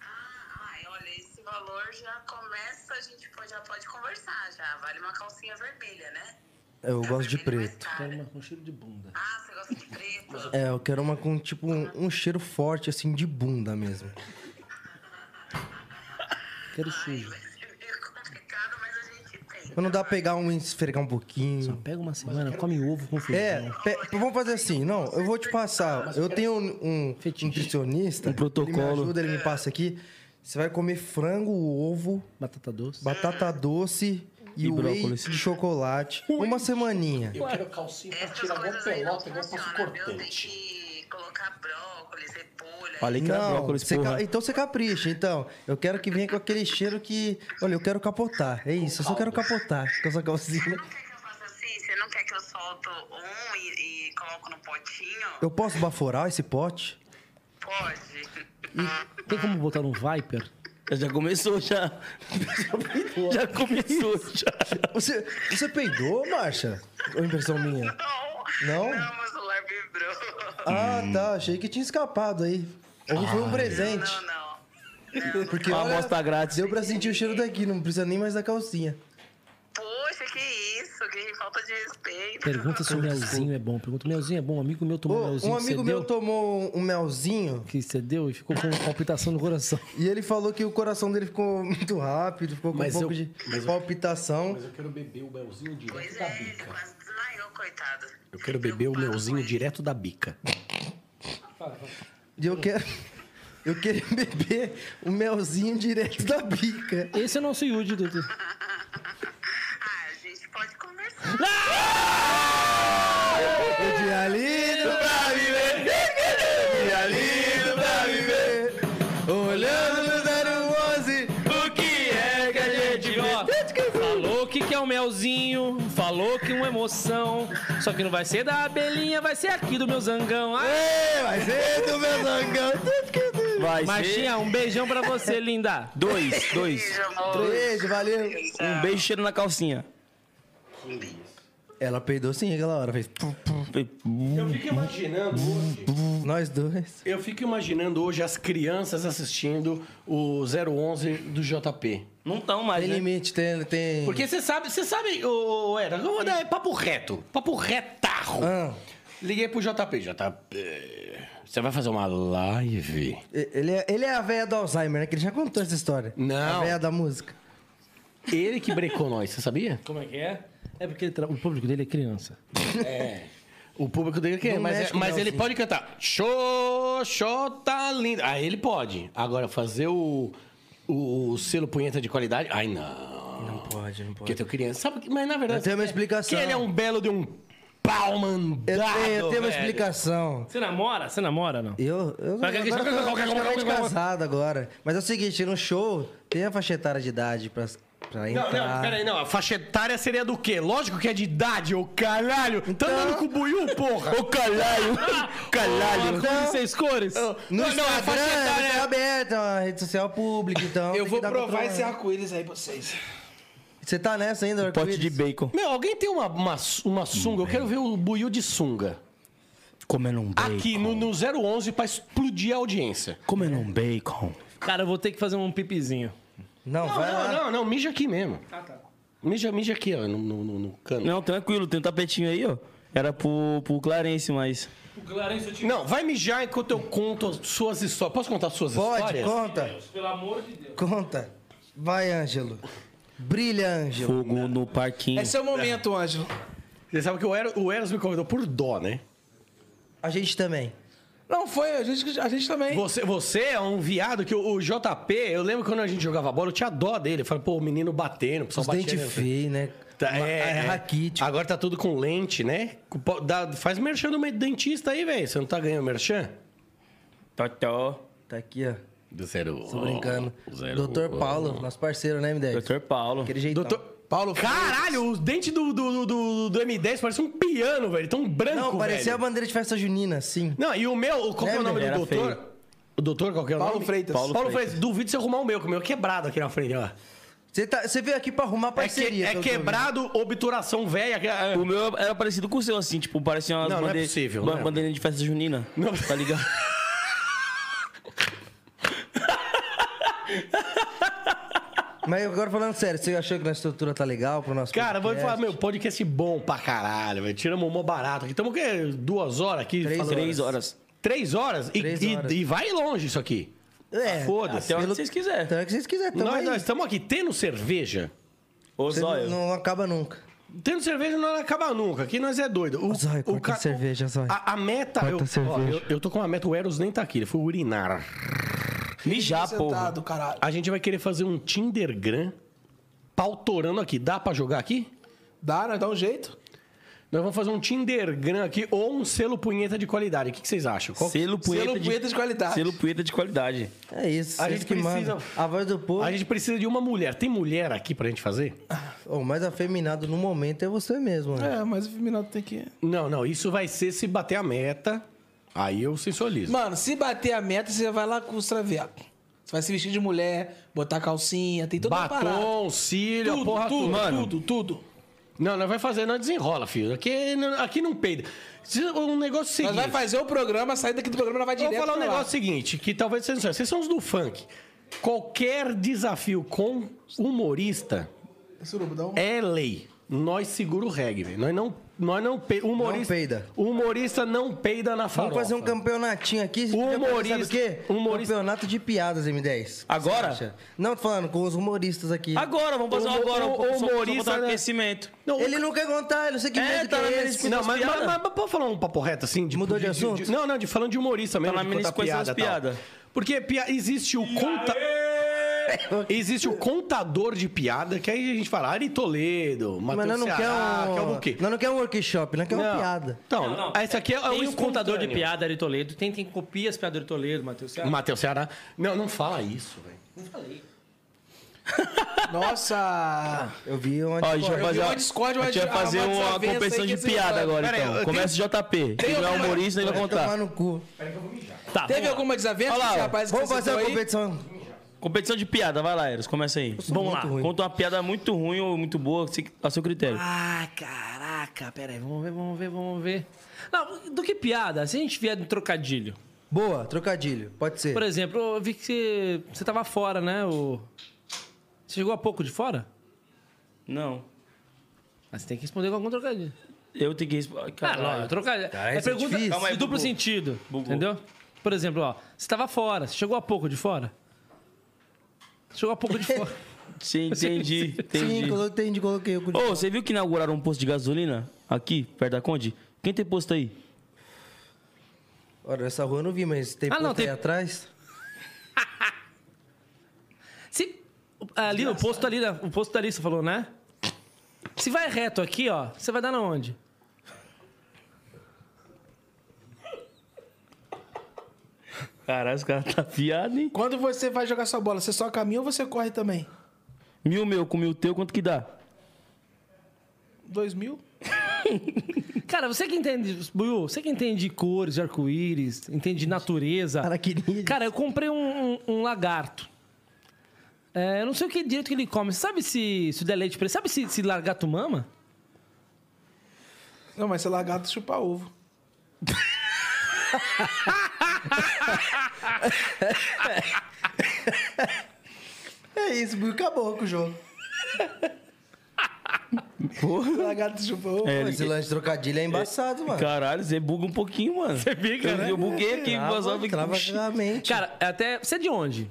Speaker 11: Ai, olha, ah, esse valor já começa, a gente pode- já pode conversar já. Vale uma calcinha vermelha, né?
Speaker 1: Eu gosto de preto.
Speaker 4: Quero uma com cheiro de bunda.
Speaker 11: Ah, você gosta de preto?
Speaker 1: É, eu quero uma com, tipo, um, um cheiro forte, assim, de bunda mesmo.
Speaker 4: Quero sujo.
Speaker 11: é
Speaker 1: Mas não dá pra pegar um e esfregar um pouquinho. Só
Speaker 4: pega uma semana, come ovo com feijão.
Speaker 1: É, pe- vamos fazer assim. Não, eu vou te passar. Eu tenho um, um nutricionista. Um protocolo. Ele me ajuda, ele me passa aqui. Você vai comer frango, ovo.
Speaker 4: Batata doce.
Speaker 1: Batata doce e,
Speaker 10: E
Speaker 1: whey
Speaker 10: brócolis.
Speaker 1: de chocolate. Uma semaninha.
Speaker 5: Eu quero calcinha pra tirar igual pelota, igual passo cortante.
Speaker 10: Falei que era
Speaker 1: Não,
Speaker 10: brócolis,
Speaker 1: você
Speaker 10: porra.
Speaker 1: ca- Então você capricha, então. Eu quero que venha com aquele cheiro que. Olha, eu quero capotar. É isso, eu só quero capotar com essa calcinha.
Speaker 11: Assim, você não quer que eu solto um e, e coloco no potinho?
Speaker 1: Eu posso baforar esse pote?
Speaker 11: Pode.
Speaker 4: E tem como botar um Viper?
Speaker 10: Já começou, já. já começou, já.
Speaker 1: Você, você peidou, Marcha? Ou impressão minha? Não?
Speaker 11: Não, meu celular vibrou.
Speaker 1: Ah, tá. Achei que tinha escapado aí. Ou foi um
Speaker 11: Ah.
Speaker 1: presente.
Speaker 11: Não, não,
Speaker 1: Porque
Speaker 10: Uma
Speaker 1: olha,
Speaker 10: amostra grátis.
Speaker 1: Deu pra sentir o cheiro daqui, não precisa nem mais da calcinha.
Speaker 11: Poxa, que isso, que falta de respeito.
Speaker 4: Pergunta se o melzinho é bom. Pergunta, o melzinho é bom? Um amigo meu tomou melzinho.
Speaker 1: Um
Speaker 4: que
Speaker 1: amigo
Speaker 4: você
Speaker 1: meu
Speaker 4: deu,
Speaker 1: tomou um melzinho
Speaker 4: Que você deu e ficou com palpitação no coração.
Speaker 1: e ele falou que o coração dele ficou muito rápido, ficou com
Speaker 4: Mas
Speaker 1: um pouco
Speaker 4: eu-
Speaker 1: de palpitação.
Speaker 5: Mas eu quero beber o melzinho direto
Speaker 11: é,
Speaker 5: da bica. Eu quero beber o melzinho direto da bica.
Speaker 1: E eu quero. Eu queria beber o melzinho direto da bica.
Speaker 4: Esse é o nosso Yudi, Dudu.
Speaker 11: Ah,
Speaker 1: O dia lindo pra viver. Dia lindo pra viver. Olhando no 011.
Speaker 10: O que é que a gente
Speaker 4: Falou que quer o melzinho, falou que uma emoção. Só que não vai ser da abelhinha, vai ser aqui do meu zangão.
Speaker 1: Ei, vai ser do meu zangão.
Speaker 10: Vai
Speaker 4: Marchinha, um beijão pra você, linda.
Speaker 10: ser... Dois, dois.
Speaker 1: Beijo, valeu.
Speaker 10: Um beijo cheiro na calcinha.
Speaker 1: Ela peidou sim aquela hora. Fez. pum, pum.
Speaker 10: Um
Speaker 5: Eu fico imaginando hoje.
Speaker 1: Nós dois.
Speaker 5: Eu fico imaginando hoje as crianças assistindo o 011 do JP.
Speaker 10: Não tão mais,
Speaker 1: Tem
Speaker 10: né?
Speaker 1: limite, tem. tem...
Speaker 5: Porque você sabe, você sabe, ô, ô, era, vamos dar- é papo reto, papo retarro.
Speaker 1: Ah,
Speaker 5: Liguei pro JP, JP, você vai fazer uma live?
Speaker 1: e- ele, é, ele é a véia do Alzheimer, né? Que ele já contou essa história. A
Speaker 5: Não.
Speaker 1: véia da música.
Speaker 5: Ele que brecou nós, você sabia?
Speaker 4: Como é que é? É porque ele tra- o público dele é criança.
Speaker 5: É. O público dele quer,
Speaker 1: Não
Speaker 5: mas,
Speaker 1: mexe
Speaker 5: é-
Speaker 1: com
Speaker 5: mas ele
Speaker 1: Nelson.
Speaker 5: pode cantar. Xoxota linda. Aí Ah, ele pode. Agora, fazer o, o, o selo punheta de qualidade. Ai, não.
Speaker 1: Não pode, não
Speaker 5: Porque
Speaker 1: pode.
Speaker 5: teu criança. Sabe, que- mas na verdade.
Speaker 1: Eu tenho uma
Speaker 5: que-
Speaker 1: explicação.
Speaker 5: Que ele é um belo de um pau mandado.
Speaker 1: Eu tenho, eu tenho uma
Speaker 5: velho.
Speaker 1: explicação.
Speaker 4: Você namora? Você namora ou não?
Speaker 1: Eu, eu
Speaker 4: Vai,
Speaker 1: agora eu
Speaker 4: quer- quer-
Speaker 1: tô
Speaker 4: quer- quer-
Speaker 1: praticamente
Speaker 4: quer- quer-
Speaker 1: casado agora. Mas é o seguinte, no show tem a faixa etária de idade pra, pra
Speaker 5: Não,
Speaker 1: entrar.
Speaker 5: não, peraí, não. A faixa etária seria do quê? Lógico que é de idade, ô caralho.
Speaker 1: Então?
Speaker 5: Tá andando com o buiú, porra. ô caralho.
Speaker 4: Uma
Speaker 5: caralho.
Speaker 4: cor de seis cores?
Speaker 1: No
Speaker 5: Não, não, é
Speaker 1: Instagram,
Speaker 5: faixa etária.
Speaker 1: é aberta, é uma rede social pública, então.
Speaker 3: Eu
Speaker 1: tem
Speaker 3: vou
Speaker 1: que dar
Speaker 3: provar né?
Speaker 1: controle.
Speaker 3: esse arco-íris aí pra vocês.
Speaker 1: Você tá nessa ainda,
Speaker 10: Um Pote de
Speaker 1: arco-íris?
Speaker 10: bacon.
Speaker 5: Meu, alguém tem uma, uma, uma sunga? Eu quero ver o buiú de sunga.
Speaker 10: Comendo um bacon.
Speaker 5: Aqui no, no 011 pra explodir a audiência.
Speaker 10: Comendo um bacon.
Speaker 4: Cara, eu vou ter que fazer um pipizinho.
Speaker 1: Não,
Speaker 5: Não,
Speaker 1: vai
Speaker 5: não,
Speaker 1: lá. Ah, tá.
Speaker 5: não, não, mija aqui mesmo. Mija, mija aqui, ó, no, no, no- no cano. Não.
Speaker 10: Não, tranquilo, tem um tapetinho aí, ó. Era pro, pro Clarence, mas.
Speaker 5: vai mijar enquanto eu conto as suas histórias. Posso contar as suas
Speaker 1: Pode,
Speaker 5: histórias?
Speaker 1: conta. Pelo amor de Deus. Conta. Vai, Ângelo. Brilha, Ângelo.
Speaker 10: Fogo no parquinho.
Speaker 3: Esse é o momento, Ângelo.
Speaker 5: Você sabe que o Eros, o Eros me convidou por dó, né?
Speaker 1: A gente também.
Speaker 3: Não, foi, a gente, a gente também.
Speaker 5: Você, você é um viado que o, o JP, eu lembro quando a gente jogava bola, eu tinha dó dele. Eu falei, pô, o menino batendo, só
Speaker 1: Os
Speaker 5: batia
Speaker 1: dentes
Speaker 5: nele.
Speaker 1: feios, né?
Speaker 5: Tá,
Speaker 1: Ma-
Speaker 5: é, é.
Speaker 1: raquítico.
Speaker 5: Agora tá tudo com lente, né? Com po- dá- faz merchan do dentista aí, velho. Você não tá ganhando merchan?
Speaker 10: Totó.
Speaker 1: Tá aqui, ó.
Speaker 5: Do zero.
Speaker 1: Tô brincando.
Speaker 5: Zero.
Speaker 1: Doutor Paulo, nosso parceiro, né, M10?
Speaker 10: Doutor Paulo.
Speaker 1: Aquele jeitão.
Speaker 5: Doutor tá. Paulo. Caralho, os dentes do, do, do, do M10 parecem um piano, velho. Tão branco,
Speaker 1: Não, parecia
Speaker 5: velho.
Speaker 1: a bandeira de festa junina, sim.
Speaker 5: Não, e o meu, qual que é o
Speaker 1: Né,
Speaker 5: nome do
Speaker 10: Era
Speaker 5: doutor?
Speaker 10: feio.
Speaker 5: O doutor, qual que é o
Speaker 3: Paulo
Speaker 5: nome?
Speaker 3: Freitas.
Speaker 5: Paulo,
Speaker 10: Paulo
Speaker 5: Freitas. Duvido você arrumar o meu, que o meu é quebrado aqui na frente, ó.
Speaker 1: Você tá, você veio aqui pra arrumar
Speaker 5: É, que-
Speaker 1: parceria.
Speaker 5: é
Speaker 1: pelo que eu vi.
Speaker 5: quebrado, obturação velha. que- é-
Speaker 10: O meu era parecido com o seu, assim, tipo, parecia umas
Speaker 5: Não, não é
Speaker 10: bandeiras-
Speaker 5: possível,
Speaker 10: ba-
Speaker 5: não é.
Speaker 10: bandeirinha de festa junina. Não. Tá ligado?
Speaker 1: Mas agora falando sério, você achou que nossa estrutura tá legal pro nosso
Speaker 5: Cara, vou
Speaker 1: podcast?
Speaker 5: falar, meu, podcast bom pra caralho, velho. Tiramos mó barato aqui. Estamos o quê? Duas horas aqui?
Speaker 1: Três
Speaker 5: falando?
Speaker 10: Três horas.
Speaker 5: Três horas? E,
Speaker 1: Três
Speaker 5: e-
Speaker 1: horas.
Speaker 5: e vai longe isso aqui.
Speaker 1: É,
Speaker 5: Ah, Foda-se.
Speaker 10: Até onde vocês quiserem.
Speaker 1: então é o que vocês quiserem. Tamo
Speaker 5: Nós
Speaker 1: aí.
Speaker 5: nós estamos aqui tendo cerveja.
Speaker 10: Ô,
Speaker 1: Você não,
Speaker 10: Zóio.
Speaker 1: não acaba nunca.
Speaker 5: Tendo cerveja não acaba nunca. Aqui nós é doido. O,
Speaker 1: Zóio, corta a cerveja, Zóio.
Speaker 5: A, a meta. Eu,
Speaker 1: Corta a
Speaker 5: ó,
Speaker 1: cerveja.
Speaker 5: eu, eu tô com uma meta, o Eros nem tá aqui, ele foi urinar.
Speaker 10: Mijar, pô.
Speaker 3: Sentado, caralho.
Speaker 5: A gente vai querer fazer um Tindergram pautorando aqui. Dá pra jogar aqui?
Speaker 3: Dá, né? Dá um jeito.
Speaker 5: Nós vamos fazer um Tindergram aqui ou um selo punheta de qualidade. O que, que vocês acham? Qual-
Speaker 10: Selo punheta,
Speaker 3: Selo punheta de qualidade.
Speaker 10: Selo punheta de qualidade.
Speaker 1: É isso.
Speaker 5: A
Speaker 1: vocês
Speaker 5: gente
Speaker 1: que
Speaker 5: precisa-
Speaker 1: mandam. A voz do povo.
Speaker 5: A gente precisa de uma mulher. Tem mulher aqui pra gente fazer?
Speaker 1: O mais afeminado no momento é você mesmo, né?
Speaker 3: É, mas o Feminato tem que.
Speaker 5: Não, não. Isso vai ser se bater a meta. Aí eu sensualizo.
Speaker 3: Mano, se bater a meta, você vai lá com os traviados. Você vai se vestir de mulher, botar calcinha, tem toda uma parada.
Speaker 5: Batom, cílio,
Speaker 3: Tudo,
Speaker 5: porra,
Speaker 3: tudo,
Speaker 5: tudo. Mano,
Speaker 3: tudo, tudo.
Speaker 5: Não, não vai fazer, não desenrola, filho. Aqui, não- aqui não peida. Se- Um negócio
Speaker 3: Nós
Speaker 5: seguinte.
Speaker 3: vai fazer o programa, sair daqui do programa, ela vai
Speaker 5: Eu
Speaker 3: direto
Speaker 5: vou falar um
Speaker 3: pra lá.
Speaker 5: negócio seguinte, que talvez vocês não saibam. Vocês são os do funk. Qualquer desafio com humorista
Speaker 3: Suruba, dá um-
Speaker 5: é lei. Nós segura o reggae, velho. Nós não, nós não pe... humorista,
Speaker 1: Não peida.
Speaker 5: Humorista não peida na farofa.
Speaker 1: Vamos fazer um campeonatinho aqui. Você quer fazer,
Speaker 5: Humorista-
Speaker 1: Sabe o quê?
Speaker 5: humorista-
Speaker 1: Campeonato de piadas, M10.
Speaker 10: Agora?
Speaker 1: Você acha? Não, tô falando com os humoristas aqui.
Speaker 10: Agora, vamos fazer um
Speaker 5: Humo-
Speaker 10: agora. um
Speaker 5: o-
Speaker 10: pouco, só- só
Speaker 5: humorista,
Speaker 10: botar um
Speaker 5: né?
Speaker 10: aquecimento.
Speaker 5: Não,
Speaker 1: Ele não quer contar, ele não sei que
Speaker 10: É,
Speaker 1: medo
Speaker 10: tá
Speaker 1: que
Speaker 10: na
Speaker 1: é
Speaker 10: minha
Speaker 1: esse.
Speaker 10: escuta
Speaker 5: Não,
Speaker 10: as
Speaker 5: mas, mas,
Speaker 10: piadas.
Speaker 5: mas, mas pode falar um papo reto, assim? de-
Speaker 1: Mudou de assunto?
Speaker 5: não, não, de falando de humorista mesmo.
Speaker 10: Tá na
Speaker 5: de
Speaker 10: minha
Speaker 5: contar
Speaker 10: escuta as
Speaker 5: piada, e tal.
Speaker 10: piadas.
Speaker 5: Porque pia- existe o conta... Existe o contador de piada, que aí a gente fala "Ah, Ari Toledo,
Speaker 1: Mas
Speaker 5: Matheus
Speaker 1: nós não quer
Speaker 5: Ceará,
Speaker 1: um.
Speaker 5: que é o quê?
Speaker 1: Nós não quer um workshop, nós quer uma
Speaker 5: Não.
Speaker 1: piada.
Speaker 5: Então,
Speaker 4: Não, não.
Speaker 5: esse aqui é, é
Speaker 4: Tem o contador de
Speaker 5: espontâneo.
Speaker 4: piada Ari Toledo, tem quem copia as piadas Ari Toledo, Matheus. Ceará.
Speaker 5: Matheus Ceará. Não, não fala isso, velho.
Speaker 3: Nossa!
Speaker 1: Eu vi onde.
Speaker 10: Ó, a gente vai
Speaker 3: eu vi
Speaker 10: fazer,
Speaker 3: uma
Speaker 10: uma-
Speaker 3: Discord,
Speaker 10: a gente vai
Speaker 3: uma-
Speaker 10: fazer
Speaker 3: uma
Speaker 10: uma
Speaker 3: desavença
Speaker 10: competição
Speaker 3: aí
Speaker 10: de
Speaker 3: que vocês
Speaker 10: piada
Speaker 3: vão-
Speaker 10: agora,
Speaker 3: Pera aí,
Speaker 10: então.
Speaker 3: eu
Speaker 10: Começa o JP. Quem não é humorista, ele vai
Speaker 1: Tomar
Speaker 10: contar.
Speaker 1: no cu.
Speaker 10: Tá,
Speaker 3: Teve
Speaker 10: vamos lá.
Speaker 3: alguma desavença
Speaker 10: Olha lá,
Speaker 3: com esse
Speaker 10: ó.
Speaker 3: rapaz que
Speaker 1: Vamos
Speaker 3: você
Speaker 1: fazer
Speaker 3: citou
Speaker 1: a
Speaker 3: aí?
Speaker 1: competição.
Speaker 10: Competição de piada, vai lá, Eros, começa aí.
Speaker 1: sou
Speaker 4: um
Speaker 10: Vamos lá,
Speaker 1: muito ruim.
Speaker 10: conta uma piada muito ruim ou muito boa, se- tá a seu critério.
Speaker 4: Ah, caraca, peraí, vamos ver, vamos ver, vamos ver. Não, do que piada? Se a gente vier de trocadilho.
Speaker 1: Boa, trocadilho. Pode ser.
Speaker 4: Por exemplo, eu vi que você, você tava fora, né? O... Você chegou há pouco de fora?
Speaker 10: Não,
Speaker 4: Mas você tem que responder com algum trocadilho.
Speaker 10: eu tenho que responder.
Speaker 1: Tá,
Speaker 4: Ah, não, trocadilho. é
Speaker 1: isso é
Speaker 4: pergunta
Speaker 1: difícil. Calma
Speaker 4: de duplo sentido, entendeu? Por exemplo, ó, você tava fora, você chegou há pouco de fora? Você Chegou há pouco de fora.
Speaker 10: Sim, entendi,
Speaker 1: Sim,
Speaker 10: entendi. Ô,
Speaker 1: colo- entendi, coloquei. Eu...
Speaker 10: você viu que inauguraram um posto de gasolina aqui, perto da Conde? Quem tem posto aí?
Speaker 1: Olha, essa rua eu não vi, mas tem
Speaker 4: Ah, não,
Speaker 1: posto aí
Speaker 4: tem-
Speaker 1: atrás.
Speaker 4: Se, ali, o posto ali, né? o posto ali, você falou, né? Se vai reto aqui, ó, você vai dar na onde?
Speaker 10: Caralho, os caras tá fiado, hein?
Speaker 3: Quando você vai jogar sua bola, você só caminha ou você corre também?
Speaker 10: Mil meu com mil teu, quanto que dá?
Speaker 3: Dois mil?
Speaker 4: Cara, você que entende, Buiu, você que entende de cores, de arco-íris, entende de natureza.
Speaker 1: Cara, queria.
Speaker 4: Cara, eu comprei um, um- um lagarto. É, eu não sei o que direito que ele come. Você sabe se, se der leite pra ele? Sabe se, se lagarto mama?
Speaker 3: Não, mas se lagarto chupa ovo.
Speaker 1: É isso, Buiu, acabou com o jogo.
Speaker 3: lagarto é chupa ovo.
Speaker 1: Pô, esse lance de trocadilho é embaçado, mano.
Speaker 10: Caralho, você buga um pouquinho, mano. Você
Speaker 4: fica,
Speaker 10: eu,
Speaker 4: né?
Speaker 10: Eu buguei aqui, mas eu
Speaker 1: Trava, trava a mente.
Speaker 4: Cara, até. Você é de onde?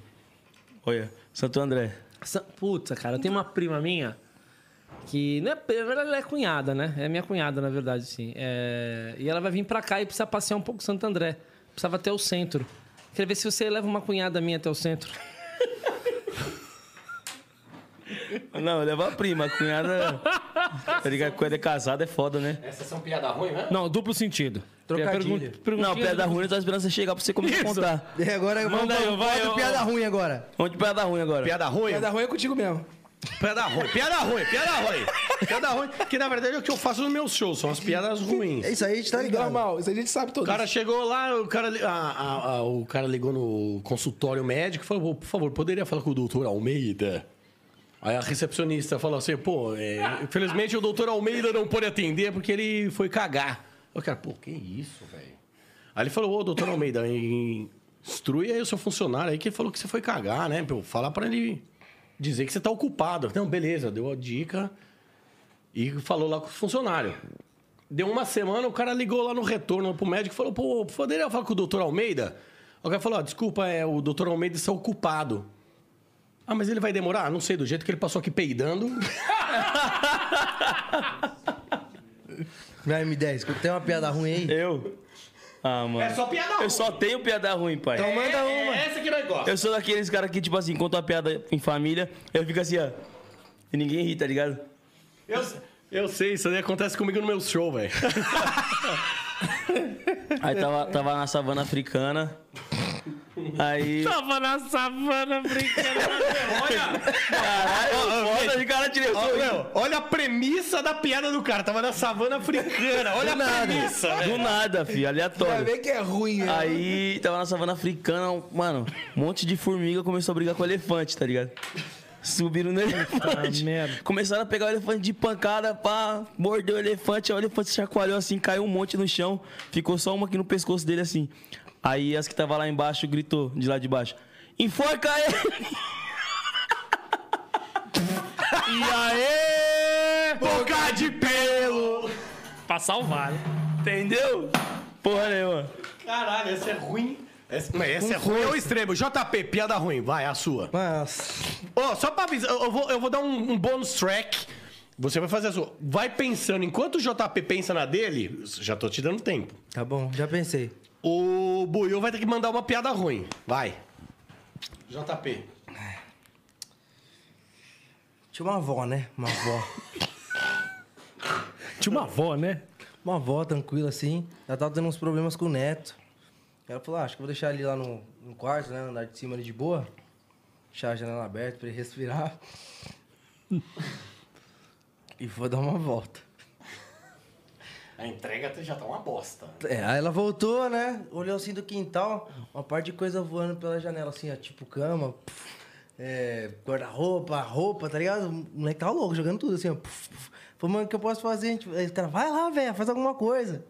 Speaker 10: Olha, Santo André.
Speaker 4: Sa- Puta, cara, eu tenho uma prima minha que não é prima, ela é cunhada, né? É minha cunhada, na verdade, sim. É, E ela vai vir pra cá e precisa passear um pouco Santo André. Precisava até o centro. Queria ver se você leva uma cunhada minha até o centro.
Speaker 10: Não, leva a prima, a cunhada.
Speaker 2: Tá ligado? Quando é casado é foda, né?
Speaker 5: Essas são piada ruim, né?
Speaker 4: Não, duplo sentido.
Speaker 1: Trocadilho.
Speaker 4: Pergun-
Speaker 2: Não,
Speaker 4: perguntinha
Speaker 2: piada
Speaker 4: do-
Speaker 2: ruim, eu tô esperando você chegar pra você começar a
Speaker 4: Isso.
Speaker 2: contar.
Speaker 1: E agora
Speaker 4: Manda
Speaker 1: vamos
Speaker 4: aí,
Speaker 1: pra-
Speaker 4: vai,
Speaker 1: vamos pra
Speaker 4: ó,
Speaker 1: piada ruim agora.
Speaker 2: Onde piada ruim agora?
Speaker 5: Piada ruim?
Speaker 3: Piada ruim é contigo mesmo.
Speaker 5: Piada ruim, piada ruim, piada ruim. Piada ruim, que na verdade é o que eu faço nos meus shows, são as piadas ruins.
Speaker 1: É isso aí, a gente tá ligado.
Speaker 3: Normal, isso a gente sabe
Speaker 5: O
Speaker 3: todo.
Speaker 5: cara chegou lá, o cara, li- a- a- a- o cara ligou no consultório médico e falou: por favor, poderia falar com o doutor Almeida? Aí a recepcionista falou assim: pô, é, infelizmente o doutor Almeida não pôde atender porque ele foi cagar. Eu cara, pô, que isso, velho? Aí ele falou: ô, doutor Almeida, em- instrui aí o seu funcionário aí que ele falou que você foi cagar, né? Pô, fala pra ele dizer que você tá ocupado. Não, beleza, deu a dica e falou lá com o funcionário. Deu uma semana, o cara ligou lá no retorno pro médico e falou: pô, poderia falar com o doutor Almeida? O cara falou: ó, desculpa, é, o doutor Almeida está ocupado. Ah, mas ele vai demorar? Não sei, do jeito que ele passou aqui peidando.
Speaker 1: Vai, M10, tem uma piada ruim aí?
Speaker 2: Eu? Ah, mano.
Speaker 5: É só piada ruim.
Speaker 2: Eu só tenho piada ruim, pai.
Speaker 1: Então manda
Speaker 5: É
Speaker 1: uma.
Speaker 5: essa que nós gosta.
Speaker 2: Eu sou daqueles caras que, tipo assim, conta uma piada em família, eu fico assim, ó. E ninguém ri, tá ligado?
Speaker 5: Eu, eu sei, isso aí acontece comigo no meu show, velho.
Speaker 2: Aí tava, tava na savana africana. Aí.
Speaker 4: Tava na savana né, brincando.
Speaker 2: Caralho, foda de cara tirei o
Speaker 5: Ó,
Speaker 2: sorriso.
Speaker 5: meu, olha a premissa da piada do cara. Tava na savana africana. Olha a premissa,
Speaker 2: Do
Speaker 5: velho.
Speaker 2: nada, filho,
Speaker 3: Vai
Speaker 2: aleatório.
Speaker 3: ver que é ruim, né?
Speaker 2: Aí tava na savana africana, um- mano, um monte de formiga começou a brigar com o elefante, tá ligado? Subiram no
Speaker 1: Tá
Speaker 2: elefante.
Speaker 4: merda.
Speaker 2: Começaram a pegar o elefante de pancada, pá, mordeu o elefante, aí o elefante se chacoalhou assim, caiu um monte no chão, ficou só uma aqui no pescoço dele assim. Aí as que tava lá embaixo gritou, de lá de baixo, enforca ele! e aê!
Speaker 5: Boca de pelo!
Speaker 4: pra salvar, né?
Speaker 2: Entendeu? Porra nenhuma.
Speaker 5: Caralho, essa é ruim. Essa, mas essa é ruim ao extremo. JP, piada ruim, vai, a sua.
Speaker 1: Mas.
Speaker 5: Ó, só pra avisar, eu vou, eu vou dar um, um bônus track. Você vai fazer a sua. Vai pensando, enquanto o JP pensa na dele, já tô te dando tempo.
Speaker 1: Tá bom, já pensei.
Speaker 5: O Buiu vai ter que mandar uma piada ruim. Vai. JP.
Speaker 1: Tinha uma avó, né? Uma avó.
Speaker 4: Tinha uma avó, né?
Speaker 1: Uma avó tranquila assim. Ela tava tendo uns problemas com o neto. Ela falou: ah, acho que eu vou deixar ele lá no, no quarto, né? Andar de cima ali de boa. Deixar a janela aberta pra ele respirar. e vou dar uma volta.
Speaker 5: A entrega já tá uma bosta.
Speaker 1: É, aí ela voltou, né? Olhou assim do quintal, uma parte de coisa voando pela janela, assim, ó, tipo cama, puf, é, guarda-roupa, roupa, tá ligado? O moleque tava louco, jogando tudo assim, ó. Puf, puf. Falei, mano, o que eu posso fazer? Tipo, Aí o cara, vai lá, velho, faz alguma coisa.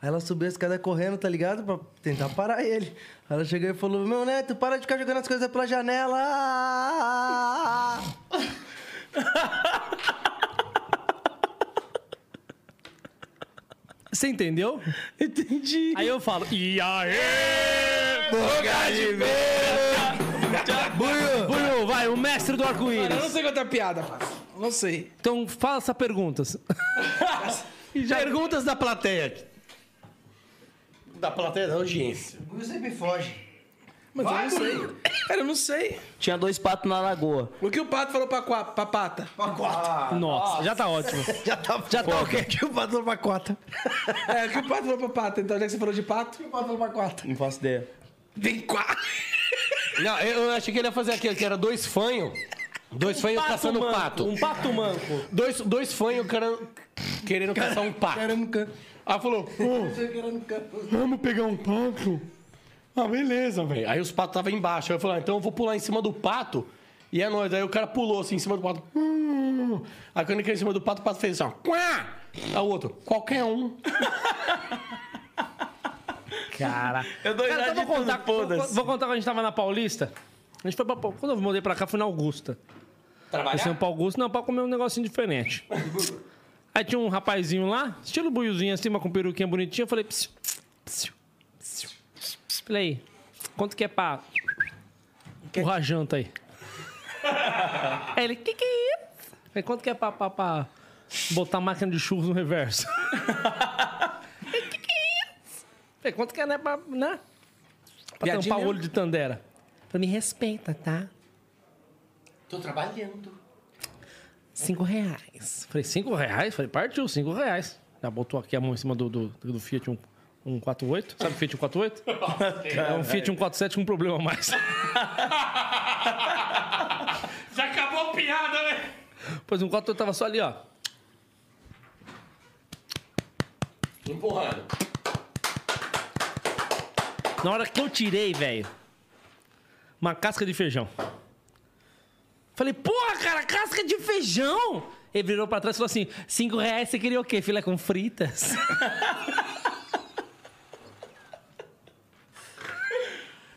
Speaker 1: Aí ela subiu a escada correndo, tá ligado? Pra tentar parar ele. Aí ela chegou e falou: Meu neto, para de ficar jogando as coisas pela janela!
Speaker 4: Você entendeu? Entendi. Aí eu falo, e aê! Boca de Buiu, vai, o mestre do
Speaker 3: Cara, eu não
Speaker 4: arco-íris.
Speaker 3: sei quanta piada, parça. Não sei.
Speaker 4: Então faça perguntas.
Speaker 5: Perguntas da plateia. Da plateia da audiência.
Speaker 1: O Will sempre foge.
Speaker 3: Mas eu não sei. Cara, eu não sei.
Speaker 2: Tinha dois patos na lagoa.
Speaker 3: O que o Pato falou pra, qua- pra Pata?
Speaker 4: Nossa, já tá ótimo.
Speaker 1: Já tá, já tá o quê? Tinha o pato numa cota.
Speaker 3: É, o que o Pato falou pra Pata? Então, já que você falou de Pato,
Speaker 2: Não faço ideia.
Speaker 3: vem qua.
Speaker 5: Não, eu eu achei que ele ia fazer aquilo, que era dois fanhos. Dois fanhos caçando
Speaker 4: manco,
Speaker 5: Um pato.
Speaker 4: Um pato manco.
Speaker 5: Dois, dois fanhos cara, querendo caçar um pato.
Speaker 1: Caramuca.
Speaker 5: Aí falou, "Hum, pô,
Speaker 3: um
Speaker 5: vamos pegar um pato? Ah, beleza, velho. Aí os patos estavam embaixo. Aí eu falei, ah, então eu vou pular em cima do pato e é nóis. Aí o cara pulou assim em cima do pato. Hum. Aí quando ele caiu em cima do pato, o pato fez assim, ó. Quá! Aí o outro, qualquer um.
Speaker 4: Cara.
Speaker 2: Eu dou
Speaker 4: Cara,
Speaker 2: risada de
Speaker 4: então vou
Speaker 2: tudo,
Speaker 4: contar, vou,
Speaker 2: foda-se.
Speaker 4: vou contar quando a gente tava na Paulista. A gente foi pra, Pau- quando eu mudei pra cá, fui na Augusta. Passei
Speaker 5: Trabalhar?
Speaker 4: pra Augusta, não, pra comer um negocinho diferente. Aí tinha um rapazinho lá, estilo buiozinho acima, com peruquinha bonitinha. Eu falei, psiu, psiu, psiu, psiu, psiu. Falei, aí, quanto que é pra empurrar janta aí? aí ele, que que é isso? Falei, quanto que é pra, pra, pra botar a máquina de churros no reverso? Ele, que que é isso? Falei, quanto que é, né, pra, né? pra
Speaker 3: Piadinha
Speaker 4: tampar o
Speaker 3: mesmo?
Speaker 4: olho de Tandera? Falei, me respeita, tá?
Speaker 5: Tô trabalhando.
Speaker 12: Cinco reais.
Speaker 4: Falei, cinco reais? Falei, partiu, cinco reais. Já botou aqui a mão em cima do, do, do Fiat 1. 148? Sabe o Fiat 148? é um Fiat 147 com um problema a mais.
Speaker 5: Já acabou a piada, né?
Speaker 4: Pois um 148 tava só ali, ó.
Speaker 5: Empurrando.
Speaker 4: Na hora que eu tirei, velho, uma casca de feijão. Falei, porra, cara, casca de feijão! Ele virou pra trás e falou assim: cinco reais você queria o quê? Filé com fritas?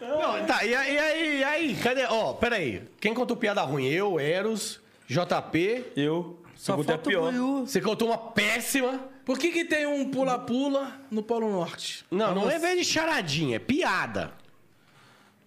Speaker 5: Não, tá, e aí, e aí, e aí? Cadê? Ó, peraí. Quem contou piada ruim? Eu, Eros, JP.
Speaker 2: Eu.
Speaker 3: é
Speaker 2: Só falta
Speaker 5: falta o
Speaker 2: pior.
Speaker 5: Buiú. Você contou uma péssima.
Speaker 3: Por que, que tem um pula-pula no Polo Norte?
Speaker 5: Não, não é vez de charadinha, é piada.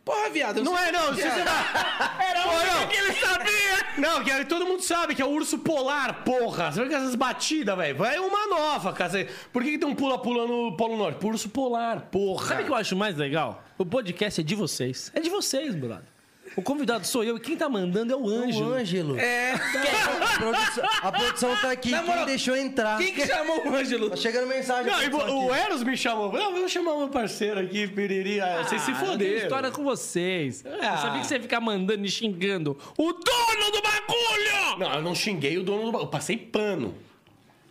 Speaker 3: Porra, viado. eu
Speaker 5: Não
Speaker 3: sei
Speaker 5: é, não.
Speaker 3: que
Speaker 5: Se você tá... Era o que ele sabia. Não, que todo mundo sabe que é o urso polar, porra. Você vê que essas batidas, velho. Vai uma nova, cara. Por que, que tem um pula-pula no Polo Norte? Por urso polar, porra.
Speaker 4: Sabe o que eu acho mais legal? O podcast é de vocês. É de vocês, brother. O convidado sou eu e quem tá mandando é o
Speaker 1: O
Speaker 4: Ângelo.
Speaker 1: Ângelo. É. A produção, a produção tá aqui.
Speaker 3: Na
Speaker 1: Quem
Speaker 3: moral,
Speaker 1: deixou entrar?
Speaker 3: Quem que chamou o Ângelo?
Speaker 1: Tá chegando mensagem.
Speaker 5: Não, e
Speaker 1: produção,
Speaker 5: o o
Speaker 1: aqui.
Speaker 5: Eros me chamou. Não, vamos chamar meu parceiro aqui, piriri. Ah, vocês se
Speaker 4: Ah, eu tenho
Speaker 5: foderam.
Speaker 4: história com vocês.
Speaker 5: Ah.
Speaker 4: Eu sabia que você ia ficar mandando e xingando. O dono do bagulho!
Speaker 5: Não, eu não xinguei o dono do ba- Eu passei pano.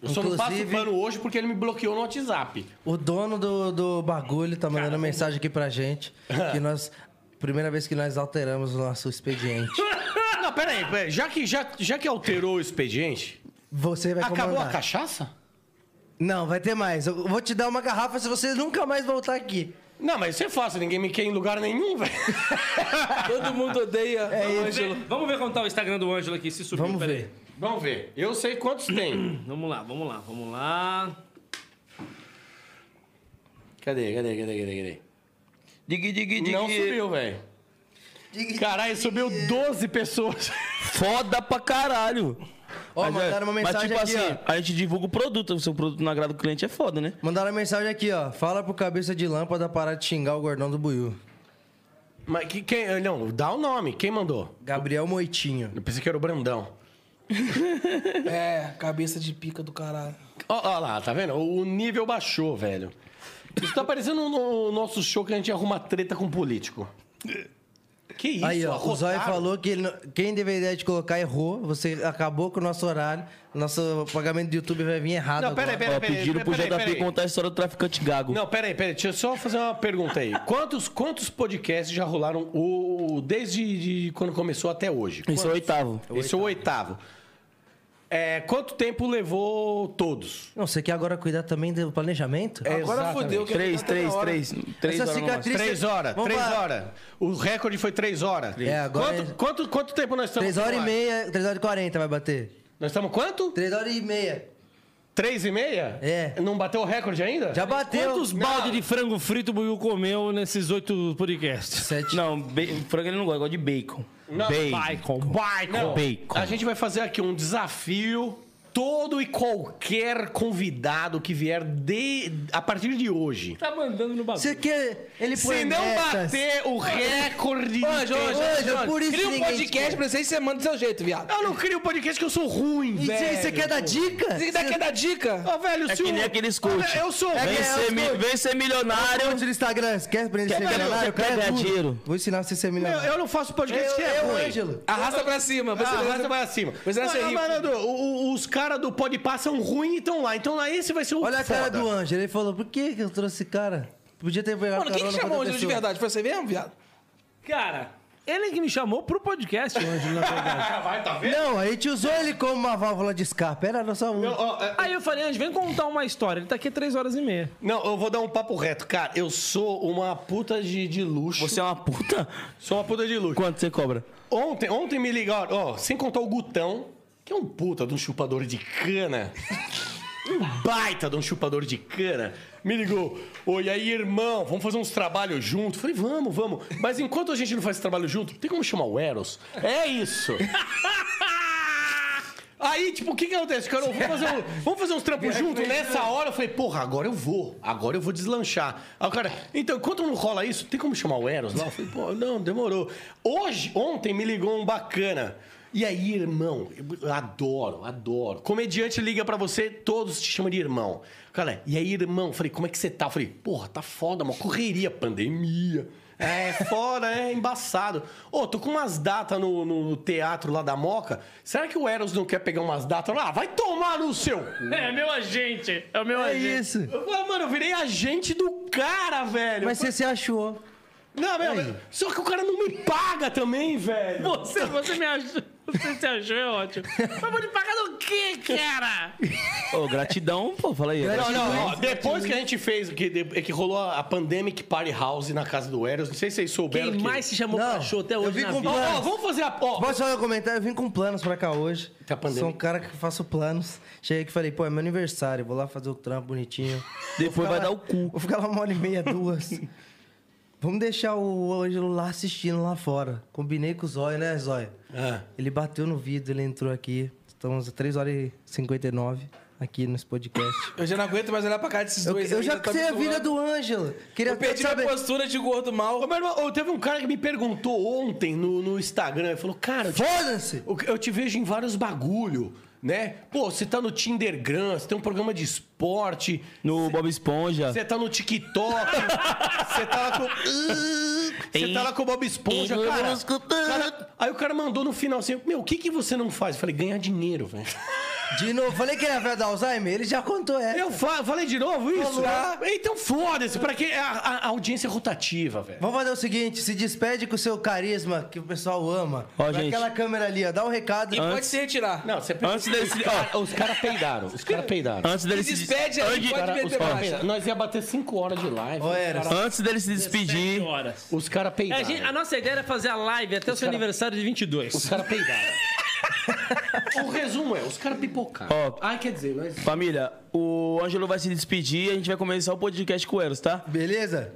Speaker 5: Eu só não passo
Speaker 1: Inclusive-
Speaker 5: pano hoje porque ele me bloqueou no WhatsApp.
Speaker 1: O dono do, do bagulho tá mandando mensagem aqui pra gente. Que nós. Primeira vez que nós alteramos o nosso expediente.
Speaker 5: Não, peraí, peraí. Já que, já, já que alterou o expediente,
Speaker 1: Você vai
Speaker 5: acabou
Speaker 1: comandar.
Speaker 5: a cachaça?
Speaker 1: Não, vai ter mais. Eu vou te dar uma garrafa se você nunca mais voltar aqui.
Speaker 5: Não, mas isso é fácil, ninguém me quer em lugar nenhum, velho.
Speaker 3: Todo mundo odeia o Ângelo.
Speaker 4: Vamos ver como tá o Instagram do Ângelo aqui, se subiu.
Speaker 1: Vamos
Speaker 4: peraí.
Speaker 1: ver.
Speaker 5: Vamos ver. Eu sei quantos tem.
Speaker 4: Vamos lá, vamos lá, vamos lá.
Speaker 5: Cadê, cadê, cadê, cadê, cadê?
Speaker 2: Digui, digui, digui.
Speaker 5: Não subiu, velho. Caralho, subiu 12 pessoas.
Speaker 2: Foda pra caralho.
Speaker 1: Ó,
Speaker 2: Mas é-
Speaker 1: mandaram uma mensagem
Speaker 2: Mas tipo
Speaker 1: aqui,
Speaker 2: assim, a gente divulga o produto. O seu produto não agrada o cliente é foda, né?
Speaker 1: Mandaram mensagem aqui, ó. Fala pro cabeça de lâmpada parar de xingar o gordão do Buiú.
Speaker 5: Mas que, quem. eh, Não, dá o nome. Quem mandou?
Speaker 1: Gabriel Moitinho.
Speaker 5: Eu pensei que era o Brandão.
Speaker 3: É, cabeça de pica do caralho.
Speaker 5: Ó, ó lá, tá vendo? O nível baixou, velho. Isso tá parecendo no nosso show que a gente arruma treta com político. Que isso,
Speaker 1: Aí, ó. O Zóio
Speaker 5: arrotaram?
Speaker 1: falou que ele não- quem deveria te colocar errou. Você acabou com o nosso horário. Nosso pagamento do YouTube vai vir errado.
Speaker 5: Não, peraí,
Speaker 1: agora.
Speaker 5: peraí,
Speaker 2: Ó,
Speaker 5: peraí.
Speaker 2: É, pediram pro
Speaker 5: peraí,
Speaker 2: JP
Speaker 5: peraí.
Speaker 2: contar a história do traficante gago.
Speaker 5: Não, peraí, peraí. Deixa eu só fazer uma pergunta aí. Quantos, quantos podcasts já rolaram o, desde de quando começou até hoje?
Speaker 2: Esse é o oitavo.
Speaker 5: Esse é o oitavo. É, quanto tempo levou todos?
Speaker 1: Não, você quer agora cuidar também do planejamento?
Speaker 3: Agora fodeu. que
Speaker 2: Três,
Speaker 3: tá na
Speaker 2: três,
Speaker 3: hora.
Speaker 2: três. Três
Speaker 1: Essa
Speaker 2: horas no máximo.
Speaker 1: cicatriz.
Speaker 5: Três horas,
Speaker 1: Vamos
Speaker 5: três
Speaker 1: lá.
Speaker 5: horas. O recorde foi três horas.
Speaker 1: É, agora
Speaker 5: Quanto,
Speaker 1: é-
Speaker 5: quanto, quanto tempo nós estamos?
Speaker 1: Três horas e
Speaker 5: no ar?
Speaker 1: meia, três horas e quarenta vai bater.
Speaker 5: Nós estamos quanto?
Speaker 1: Três horas e meia.
Speaker 5: Três e meia?
Speaker 1: É.
Speaker 5: Não bateu o recorde ainda?
Speaker 1: Já bateu.
Speaker 4: Quantos balde de frango frito o Buiu comeu nesses oito podcasts?
Speaker 1: Sete.
Speaker 2: Não, be- frango ele não gosta, ele gosta de bacon.
Speaker 5: Não,
Speaker 4: Bacon, bacon.
Speaker 5: Não,
Speaker 2: Bacon.
Speaker 5: A gente vai fazer aqui um desafio. Todo e qualquer convidado que vier de, a partir de hoje.
Speaker 4: Tá mandando no bagulho.
Speaker 1: Você quer. Ele põe
Speaker 5: Se não
Speaker 1: metas.
Speaker 5: bater o recorde.
Speaker 3: Ô, Jô, Jô,
Speaker 1: Ô, Jô,
Speaker 3: Jô,
Speaker 1: por isso
Speaker 3: Cria um
Speaker 1: ninguém
Speaker 3: podcast pra vocês e você manda do seu jeito, viado.
Speaker 5: Eu não crio podcast que eu sou ruim,
Speaker 1: E
Speaker 5: velho.
Speaker 1: você, você quer dar dica?
Speaker 3: Você daqui é da dica?
Speaker 5: Ó, velho,
Speaker 2: É
Speaker 5: se
Speaker 2: que
Speaker 5: o-
Speaker 2: nem aqueles coach.
Speaker 5: Olha, Eu sou
Speaker 2: vem,
Speaker 5: ruim.
Speaker 2: ser, mi- vem ser milionário.
Speaker 1: Conte no Instagram, você quer aprender a ser
Speaker 2: Quer- quer-
Speaker 1: milionário?
Speaker 2: quer ganhar
Speaker 1: tudo.
Speaker 2: dinheiro?
Speaker 1: Vou ensinar você a ser
Speaker 5: Eu,
Speaker 1: milionário.
Speaker 5: eu não faço podcast que é
Speaker 1: eu,
Speaker 5: ruim.
Speaker 1: Ângelo.
Speaker 3: Arrasta pra cima. pra
Speaker 5: Ah,
Speaker 3: você-
Speaker 5: arrasta pra cima.
Speaker 3: Mas é era
Speaker 5: Não,
Speaker 3: ser
Speaker 5: não,
Speaker 3: rico.
Speaker 5: Malandro, o- o- os caras do Podpah são ruins e estão lá. Então lá esse vai ser o
Speaker 1: Olha a cara
Speaker 5: foda.
Speaker 1: do Ângelo, ele falou, por que que eu trouxe esse cara? Podia ter pegado
Speaker 3: Mano, quem que
Speaker 1: carona com
Speaker 3: chamou o
Speaker 1: outra
Speaker 3: Ângelo de
Speaker 1: pessoa.
Speaker 3: verdade? Foi você mesmo, viado?
Speaker 4: Cara, ele que me chamou pro podcast, o Ângelo, na verdade.
Speaker 5: Vai, tá vendo?
Speaker 1: Não, a gente usou ele como uma válvula de escape, era só um.
Speaker 5: Eu, ó, é-
Speaker 4: Aí eu falei, Anjo, vem contar uma história. Ele tá aqui três horas e meia.
Speaker 5: não, eu vou dar um papo reto. Cara, eu sou uma puta de, de luxo.
Speaker 2: Você é uma puta?
Speaker 5: Sou uma puta de luxo.
Speaker 2: Quanto você cobra?
Speaker 5: Ontem, ontem me ligaram, ó, sem contar o Gutão, que é um puta de um chupador de cana. Um baita de um chupador de cana. Me ligou. Oi, aí, irmão, vamos fazer uns trabalhos junto? Falei, vamos, vamos. Mas enquanto a gente não faz esse trabalho junto, tem como chamar o Eros? É isso. Aí, tipo, o que que acontece? Cara, vamos fazer, um, vamos fazer uns trampos juntos? Nessa hora, eu falei, porra, agora eu vou. Agora eu vou deslanchar. Aí o cara, então, enquanto não rola isso, tem como chamar o Eros lá? Eu falei, pô, não, demorou. Hoje, ontem, me ligou um bacana. E aí, irmão? Eu adoro, adoro. Comediante liga pra você, todos te chamam de irmão. Cara, e aí, irmão? Falei, como é que você tá? Falei, porra, tá foda, mano. Correria, pandemia. É, fora, é embaçado. Ô, tô com umas datas no, no teatro lá da Moca. Será que o Eros não quer pegar umas datas lá? Ah, vai tomar no seu cu.
Speaker 4: É meu agente. É o meu
Speaker 5: É
Speaker 4: agente.
Speaker 5: isso. Eu falei, mano, eu virei agente do cara, velho.
Speaker 1: Mas você se achou.
Speaker 5: Não, meu, mas- só que o cara não me paga também, velho.
Speaker 4: Você, você me achou. Você se achou, é ótimo. Mas vou te pagar do quê, cara?
Speaker 2: Ô, gratidão, pô, fala aí.
Speaker 5: Não,
Speaker 2: gratidão.
Speaker 5: não, ó, depois que a gente fez, que, de- que rolou a Pandemic Party House na casa do Eros, não sei se vocês souberam.
Speaker 4: Quem
Speaker 5: que...
Speaker 4: mais se chamou
Speaker 1: Não,
Speaker 4: pra show até
Speaker 1: eu
Speaker 4: hoje
Speaker 1: vim
Speaker 4: na
Speaker 1: com
Speaker 4: vida?
Speaker 1: planos.
Speaker 5: Ó, vamos fazer a. ó,
Speaker 1: Posso fazer um comentário? Eu vim com planos pra cá hoje.
Speaker 5: Tá pandemia.
Speaker 1: Sou um cara que faço planos. Cheguei aqui e falei, pô, é meu aniversário, vou lá fazer o trampo bonitinho. Vou
Speaker 2: Depois
Speaker 1: ficar
Speaker 2: vai
Speaker 1: lá-
Speaker 2: dar o cu.
Speaker 1: Vou ficar lá uma hora e meia, duas. Vamos deixar o Ângelo lá assistindo lá fora. Combinei com o Zóio, né, Zóio?
Speaker 5: Ah.
Speaker 1: Ele bateu no vidro, ele entrou aqui. Estamos a 3 horas e 59 aqui nesse podcast.
Speaker 3: Eu já não aguento mais olhar pra cara desses
Speaker 1: Eu,
Speaker 3: dois.
Speaker 1: eu
Speaker 3: aí,
Speaker 1: já
Speaker 3: tá
Speaker 1: sei a
Speaker 3: me zoando.
Speaker 1: vida do Ângelo. Queria
Speaker 3: Eu perdi
Speaker 1: tanto saber.
Speaker 3: minha postura de gordo mal.
Speaker 5: Ô, meu irmão, ô, teve um cara que me perguntou ontem no, no Instagram, ele falou, cara, eu te-
Speaker 1: Foda-se!
Speaker 5: eu, eu te vejo em vários bagulho, né? Pô, você tá no Tindergram, você tem um programa de esporte,
Speaker 2: No Bob Esponja.
Speaker 5: você tá no TikTok, você tá lá com... Você tá lá com o Bob Esponja,
Speaker 2: Ei,
Speaker 5: cara.
Speaker 2: vamos escutar.
Speaker 5: Cara, Aí o cara mandou no final assim, meu, o que que você não faz? Eu falei, ganhar dinheiro, velho.
Speaker 1: De novo, falei que ele era velho da Alzheimer, ele já contou é. essa.
Speaker 5: Eu fa- falei de novo isso? Ah, Então foda-se, pra que a, a- a audiência é rotativa, velho?
Speaker 1: Vamos fazer o seguinte, se despede com o seu carisma, que o pessoal ama.
Speaker 2: Ó,
Speaker 1: Pra
Speaker 2: gente.
Speaker 1: Aquela câmera ali, ó, dá um recado.
Speaker 3: E pode se retirar.
Speaker 5: Não, você
Speaker 2: Antes desse-
Speaker 5: Cara, os caras peidaram. Os caras peidaram.
Speaker 2: Antes dele
Speaker 3: Se
Speaker 2: se
Speaker 3: despede aí,
Speaker 2: antes-
Speaker 3: pode
Speaker 5: Cara, os
Speaker 3: meter
Speaker 5: cara
Speaker 3: marcha.
Speaker 5: peidaram. Nós ia bater 5 horas de live.
Speaker 1: Ó, Eros.
Speaker 2: Antes dele se despedir.
Speaker 4: horas.
Speaker 5: Os caras
Speaker 4: É, a,
Speaker 5: peidaram.
Speaker 4: gente- a nossa ideia era fazer a live até o seu aniversário de 22.
Speaker 5: Os caras peidaram. o resumo é, os caras pipocaram.
Speaker 2: Ó.
Speaker 5: Ah, quer dizer, mas...
Speaker 2: Família, o Ângelo vai se despedir e a gente vai começar o podcast com o Eros, tá?
Speaker 1: Beleza?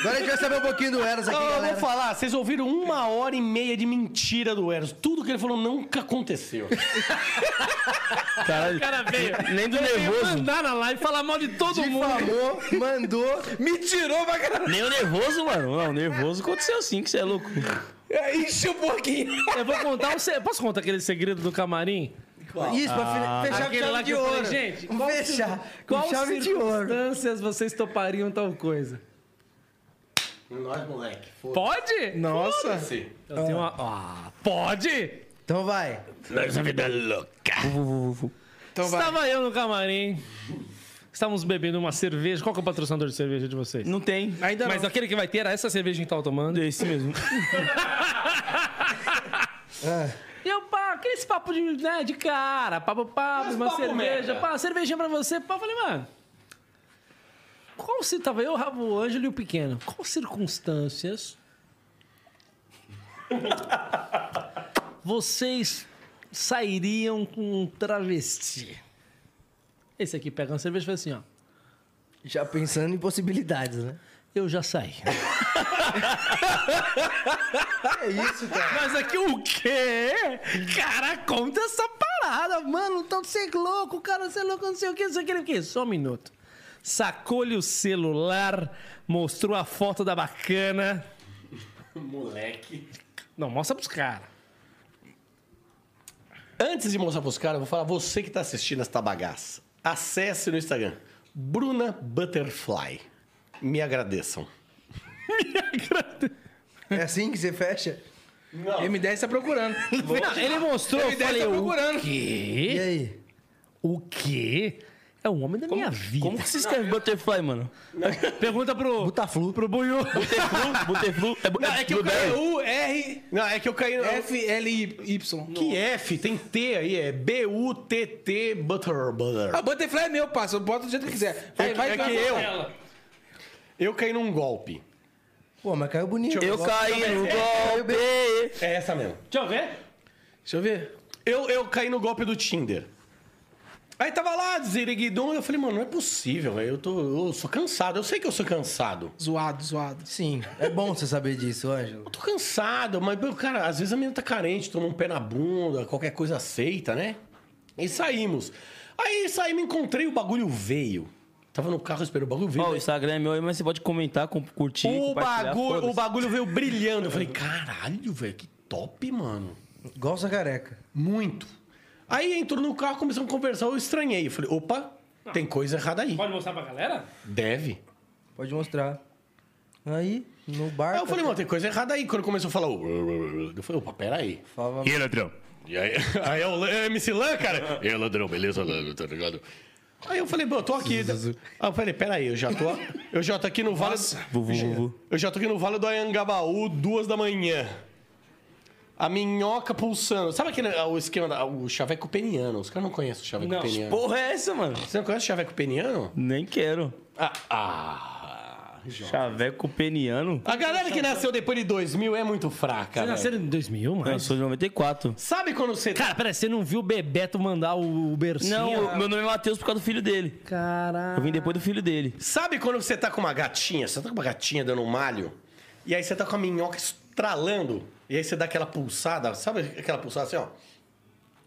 Speaker 1: Agora a gente vai saber um pouquinho do Eros aqui,
Speaker 5: Não, eu
Speaker 1: galera.
Speaker 5: vou falar, vocês ouviram uma hora e meia de mentira do Eros. Tudo que ele falou nunca aconteceu.
Speaker 2: Caralho,
Speaker 4: O cara veio.
Speaker 2: nem do
Speaker 4: Vou
Speaker 2: nervoso.
Speaker 4: mandar na live falar mal de todo mundo.
Speaker 1: Difamou, mandou.
Speaker 3: Me tirou pra caralho.
Speaker 2: Nem o nervoso, mano. Não, o nervoso aconteceu sim, que você é louco.
Speaker 3: É, Enche o pouquinho.
Speaker 4: Eu vou contar um segredo. Posso contar aquele segredo do camarim?
Speaker 1: Isso, pra fe- fechar com
Speaker 4: Ah. Aquele lá
Speaker 1: chave
Speaker 4: que
Speaker 1: de
Speaker 4: eu
Speaker 1: ouro.
Speaker 4: falei, gente,
Speaker 1: Vamos fechar
Speaker 4: Qual
Speaker 1: com chave de ouro.
Speaker 4: circunstâncias vocês topariam tal coisa?
Speaker 5: Nós, moleque, foda-se.
Speaker 4: Pode?
Speaker 3: Nossa.
Speaker 4: Eu tenho uma... Ah, pode?
Speaker 1: Então vai.
Speaker 13: Nossa vida louca.
Speaker 3: Então vai.
Speaker 4: Estava eu no camarim. Estávamos bebendo uma cerveja. Qual que é o patrocinador de cerveja de vocês?
Speaker 2: Não tem.
Speaker 3: Ainda
Speaker 4: Mas
Speaker 3: não.
Speaker 4: aquele que vai ter era essa cerveja que estava tomando.
Speaker 2: É Esse mesmo.
Speaker 4: E eu, pá, aquele papo de, né, de cara, papo, papo, uma
Speaker 5: papo
Speaker 4: cerveja,
Speaker 5: merda.
Speaker 4: pá, cervejinha pra você, pá. Eu falei, mano, qual se... Tava eu, o Ângelo e o Pequeno. Qual circunstâncias vocês sairiam com um travesti? Esse aqui pega uma cerveja e fala assim, ó.
Speaker 1: Já pensando em possibilidades, né?
Speaker 4: Eu já saí.
Speaker 1: É isso, cara.
Speaker 4: Mas aqui o quê? Cara, conta essa parada, mano. Então você é louco, cara, você é louco, não sei o quê, não sei o quê, não sei o quê. Só um minuto. Sacou-lhe o celular, mostrou a foto da bacana.
Speaker 5: Moleque.
Speaker 4: Não, mostra pros caras.
Speaker 5: Antes de mostrar pros caras, eu vou falar você que tá assistindo esta bagaça. Acesse no Instagram. Bruna Butterfly. Me agradeçam.
Speaker 1: É assim que você fecha?
Speaker 3: M10 tá procurando.
Speaker 4: Não, ele mostrou, eu
Speaker 3: M10 tá
Speaker 4: falei, o
Speaker 3: procurando.
Speaker 1: E
Speaker 4: quê?
Speaker 1: aí?
Speaker 4: O quê? É o homem da minha vida.
Speaker 2: Como que se escreve Butterfly, mano?
Speaker 4: Pergunta pro...
Speaker 1: Butaflu.
Speaker 4: Pro Buiu.
Speaker 2: Butterflu? Butterflu? É, bu-
Speaker 5: Não, é que eu
Speaker 2: blueberry?
Speaker 5: caí.
Speaker 3: U, R,
Speaker 5: Não, é que eu caí.
Speaker 3: F, L, Y.
Speaker 5: Que F? Tem T aí, é B-U-T-T Butter
Speaker 3: A
Speaker 5: Butter.
Speaker 3: Butterfly é meu, parça. Eu boto do jeito que quiser. Vai,
Speaker 5: É que-
Speaker 3: vai,
Speaker 5: é
Speaker 3: vai.
Speaker 5: que eu. Eu caí num golpe.
Speaker 1: Pô, mas caiu bonito.
Speaker 2: Eu caí no golpe.
Speaker 5: É essa mesmo.
Speaker 4: Deixa eu ver.
Speaker 3: Deixa eu ver.
Speaker 5: Eu, eu caí no golpe do Tinder. Aí tava lá, ziriguidum, eu falei, mano, não é possível, velho. Eu, tô- eu sou cansado, eu sei que eu sou cansado.
Speaker 3: Zoado, zoado.
Speaker 1: Sim, é bom você saber disso, Ângelo.
Speaker 5: Eu tô cansado, mas, meu, cara, às vezes a menina tá carente, toma um pé na bunda, qualquer coisa aceita, né? E saímos. Aí saí, me encontrei, o bagulho veio. Tava no carro esperando o bagulho veio.
Speaker 2: Ó, o Instagram é meu aí, mas você pode comentar, com- curtir,
Speaker 5: O
Speaker 2: compartilhar,
Speaker 5: bagulho, o
Speaker 2: foda-se.
Speaker 5: bagulho veio brilhando. Eu falei, caralho, velho, que top, mano.
Speaker 1: Gosta careca.
Speaker 5: Muito. Aí entrou no carro, começamos a conversar, eu estranhei. Eu falei, opa, tem coisa errada aí.
Speaker 4: Pode mostrar pra galera?
Speaker 5: Deve.
Speaker 1: Pode mostrar. Aí, no bar.
Speaker 4: É
Speaker 5: Aí eu falei, mano, tem coisa errada aí. Quando começou a falar, "Ô, ô, ô, ô", eu falei, opa, peraí.
Speaker 1: Fala,
Speaker 14: E aí, ladrão?
Speaker 5: E aí, aí é o Lan- é o MC Lan, cara. E aí, ladrão, beleza, ladrão, tá ligado? Aí eu falei, pô, eu tô aqui. Aí eu falei, peraí, eu já tô. Eu já tô aqui no Vale.
Speaker 2: Vuvu, vuvu.
Speaker 5: Eu já tô aqui no Vale do Ayangabaú, duas da manhã. A minhoca pulsando. Sabe aquele ah, o esquema da, o chaveco peniano? Os caras não conhecem o chaveco
Speaker 4: Não.
Speaker 5: peniano.
Speaker 2: Porra, é essa, mano?
Speaker 5: Você não conhece o chaveco peniano?
Speaker 2: Nem quero.
Speaker 5: Ah, ah, jovem.
Speaker 2: Chaveco peniano?
Speaker 5: A galera que nasceu depois de 2000 é muito fraca.
Speaker 4: Vocês
Speaker 5: velho.
Speaker 4: nasceram em 2000, mano?
Speaker 2: Eu sou de 94.
Speaker 5: Sabe quando você.
Speaker 4: Cara, peraí, você não viu o Bebeto mandar o o bercinho?
Speaker 2: Não, eu- meu nome é Matheus por causa do filho dele.
Speaker 4: Caralho.
Speaker 2: Eu vim depois do filho dele.
Speaker 5: Sabe quando você tá com uma gatinha? Você tá com uma gatinha dando um malho? E aí você tá com a minhoca estralando. E aí você dá aquela pulsada. Sabe aquela pulsada assim, ó?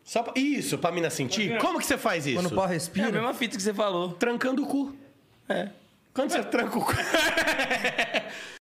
Speaker 5: Só pra- Isso, pra mina sentir. Como que você faz isso?
Speaker 1: Quando o pau
Speaker 2: É a
Speaker 1: respira.
Speaker 2: mesma fita que você falou.
Speaker 5: Trancando o cu. É. Quando você tranca o cu.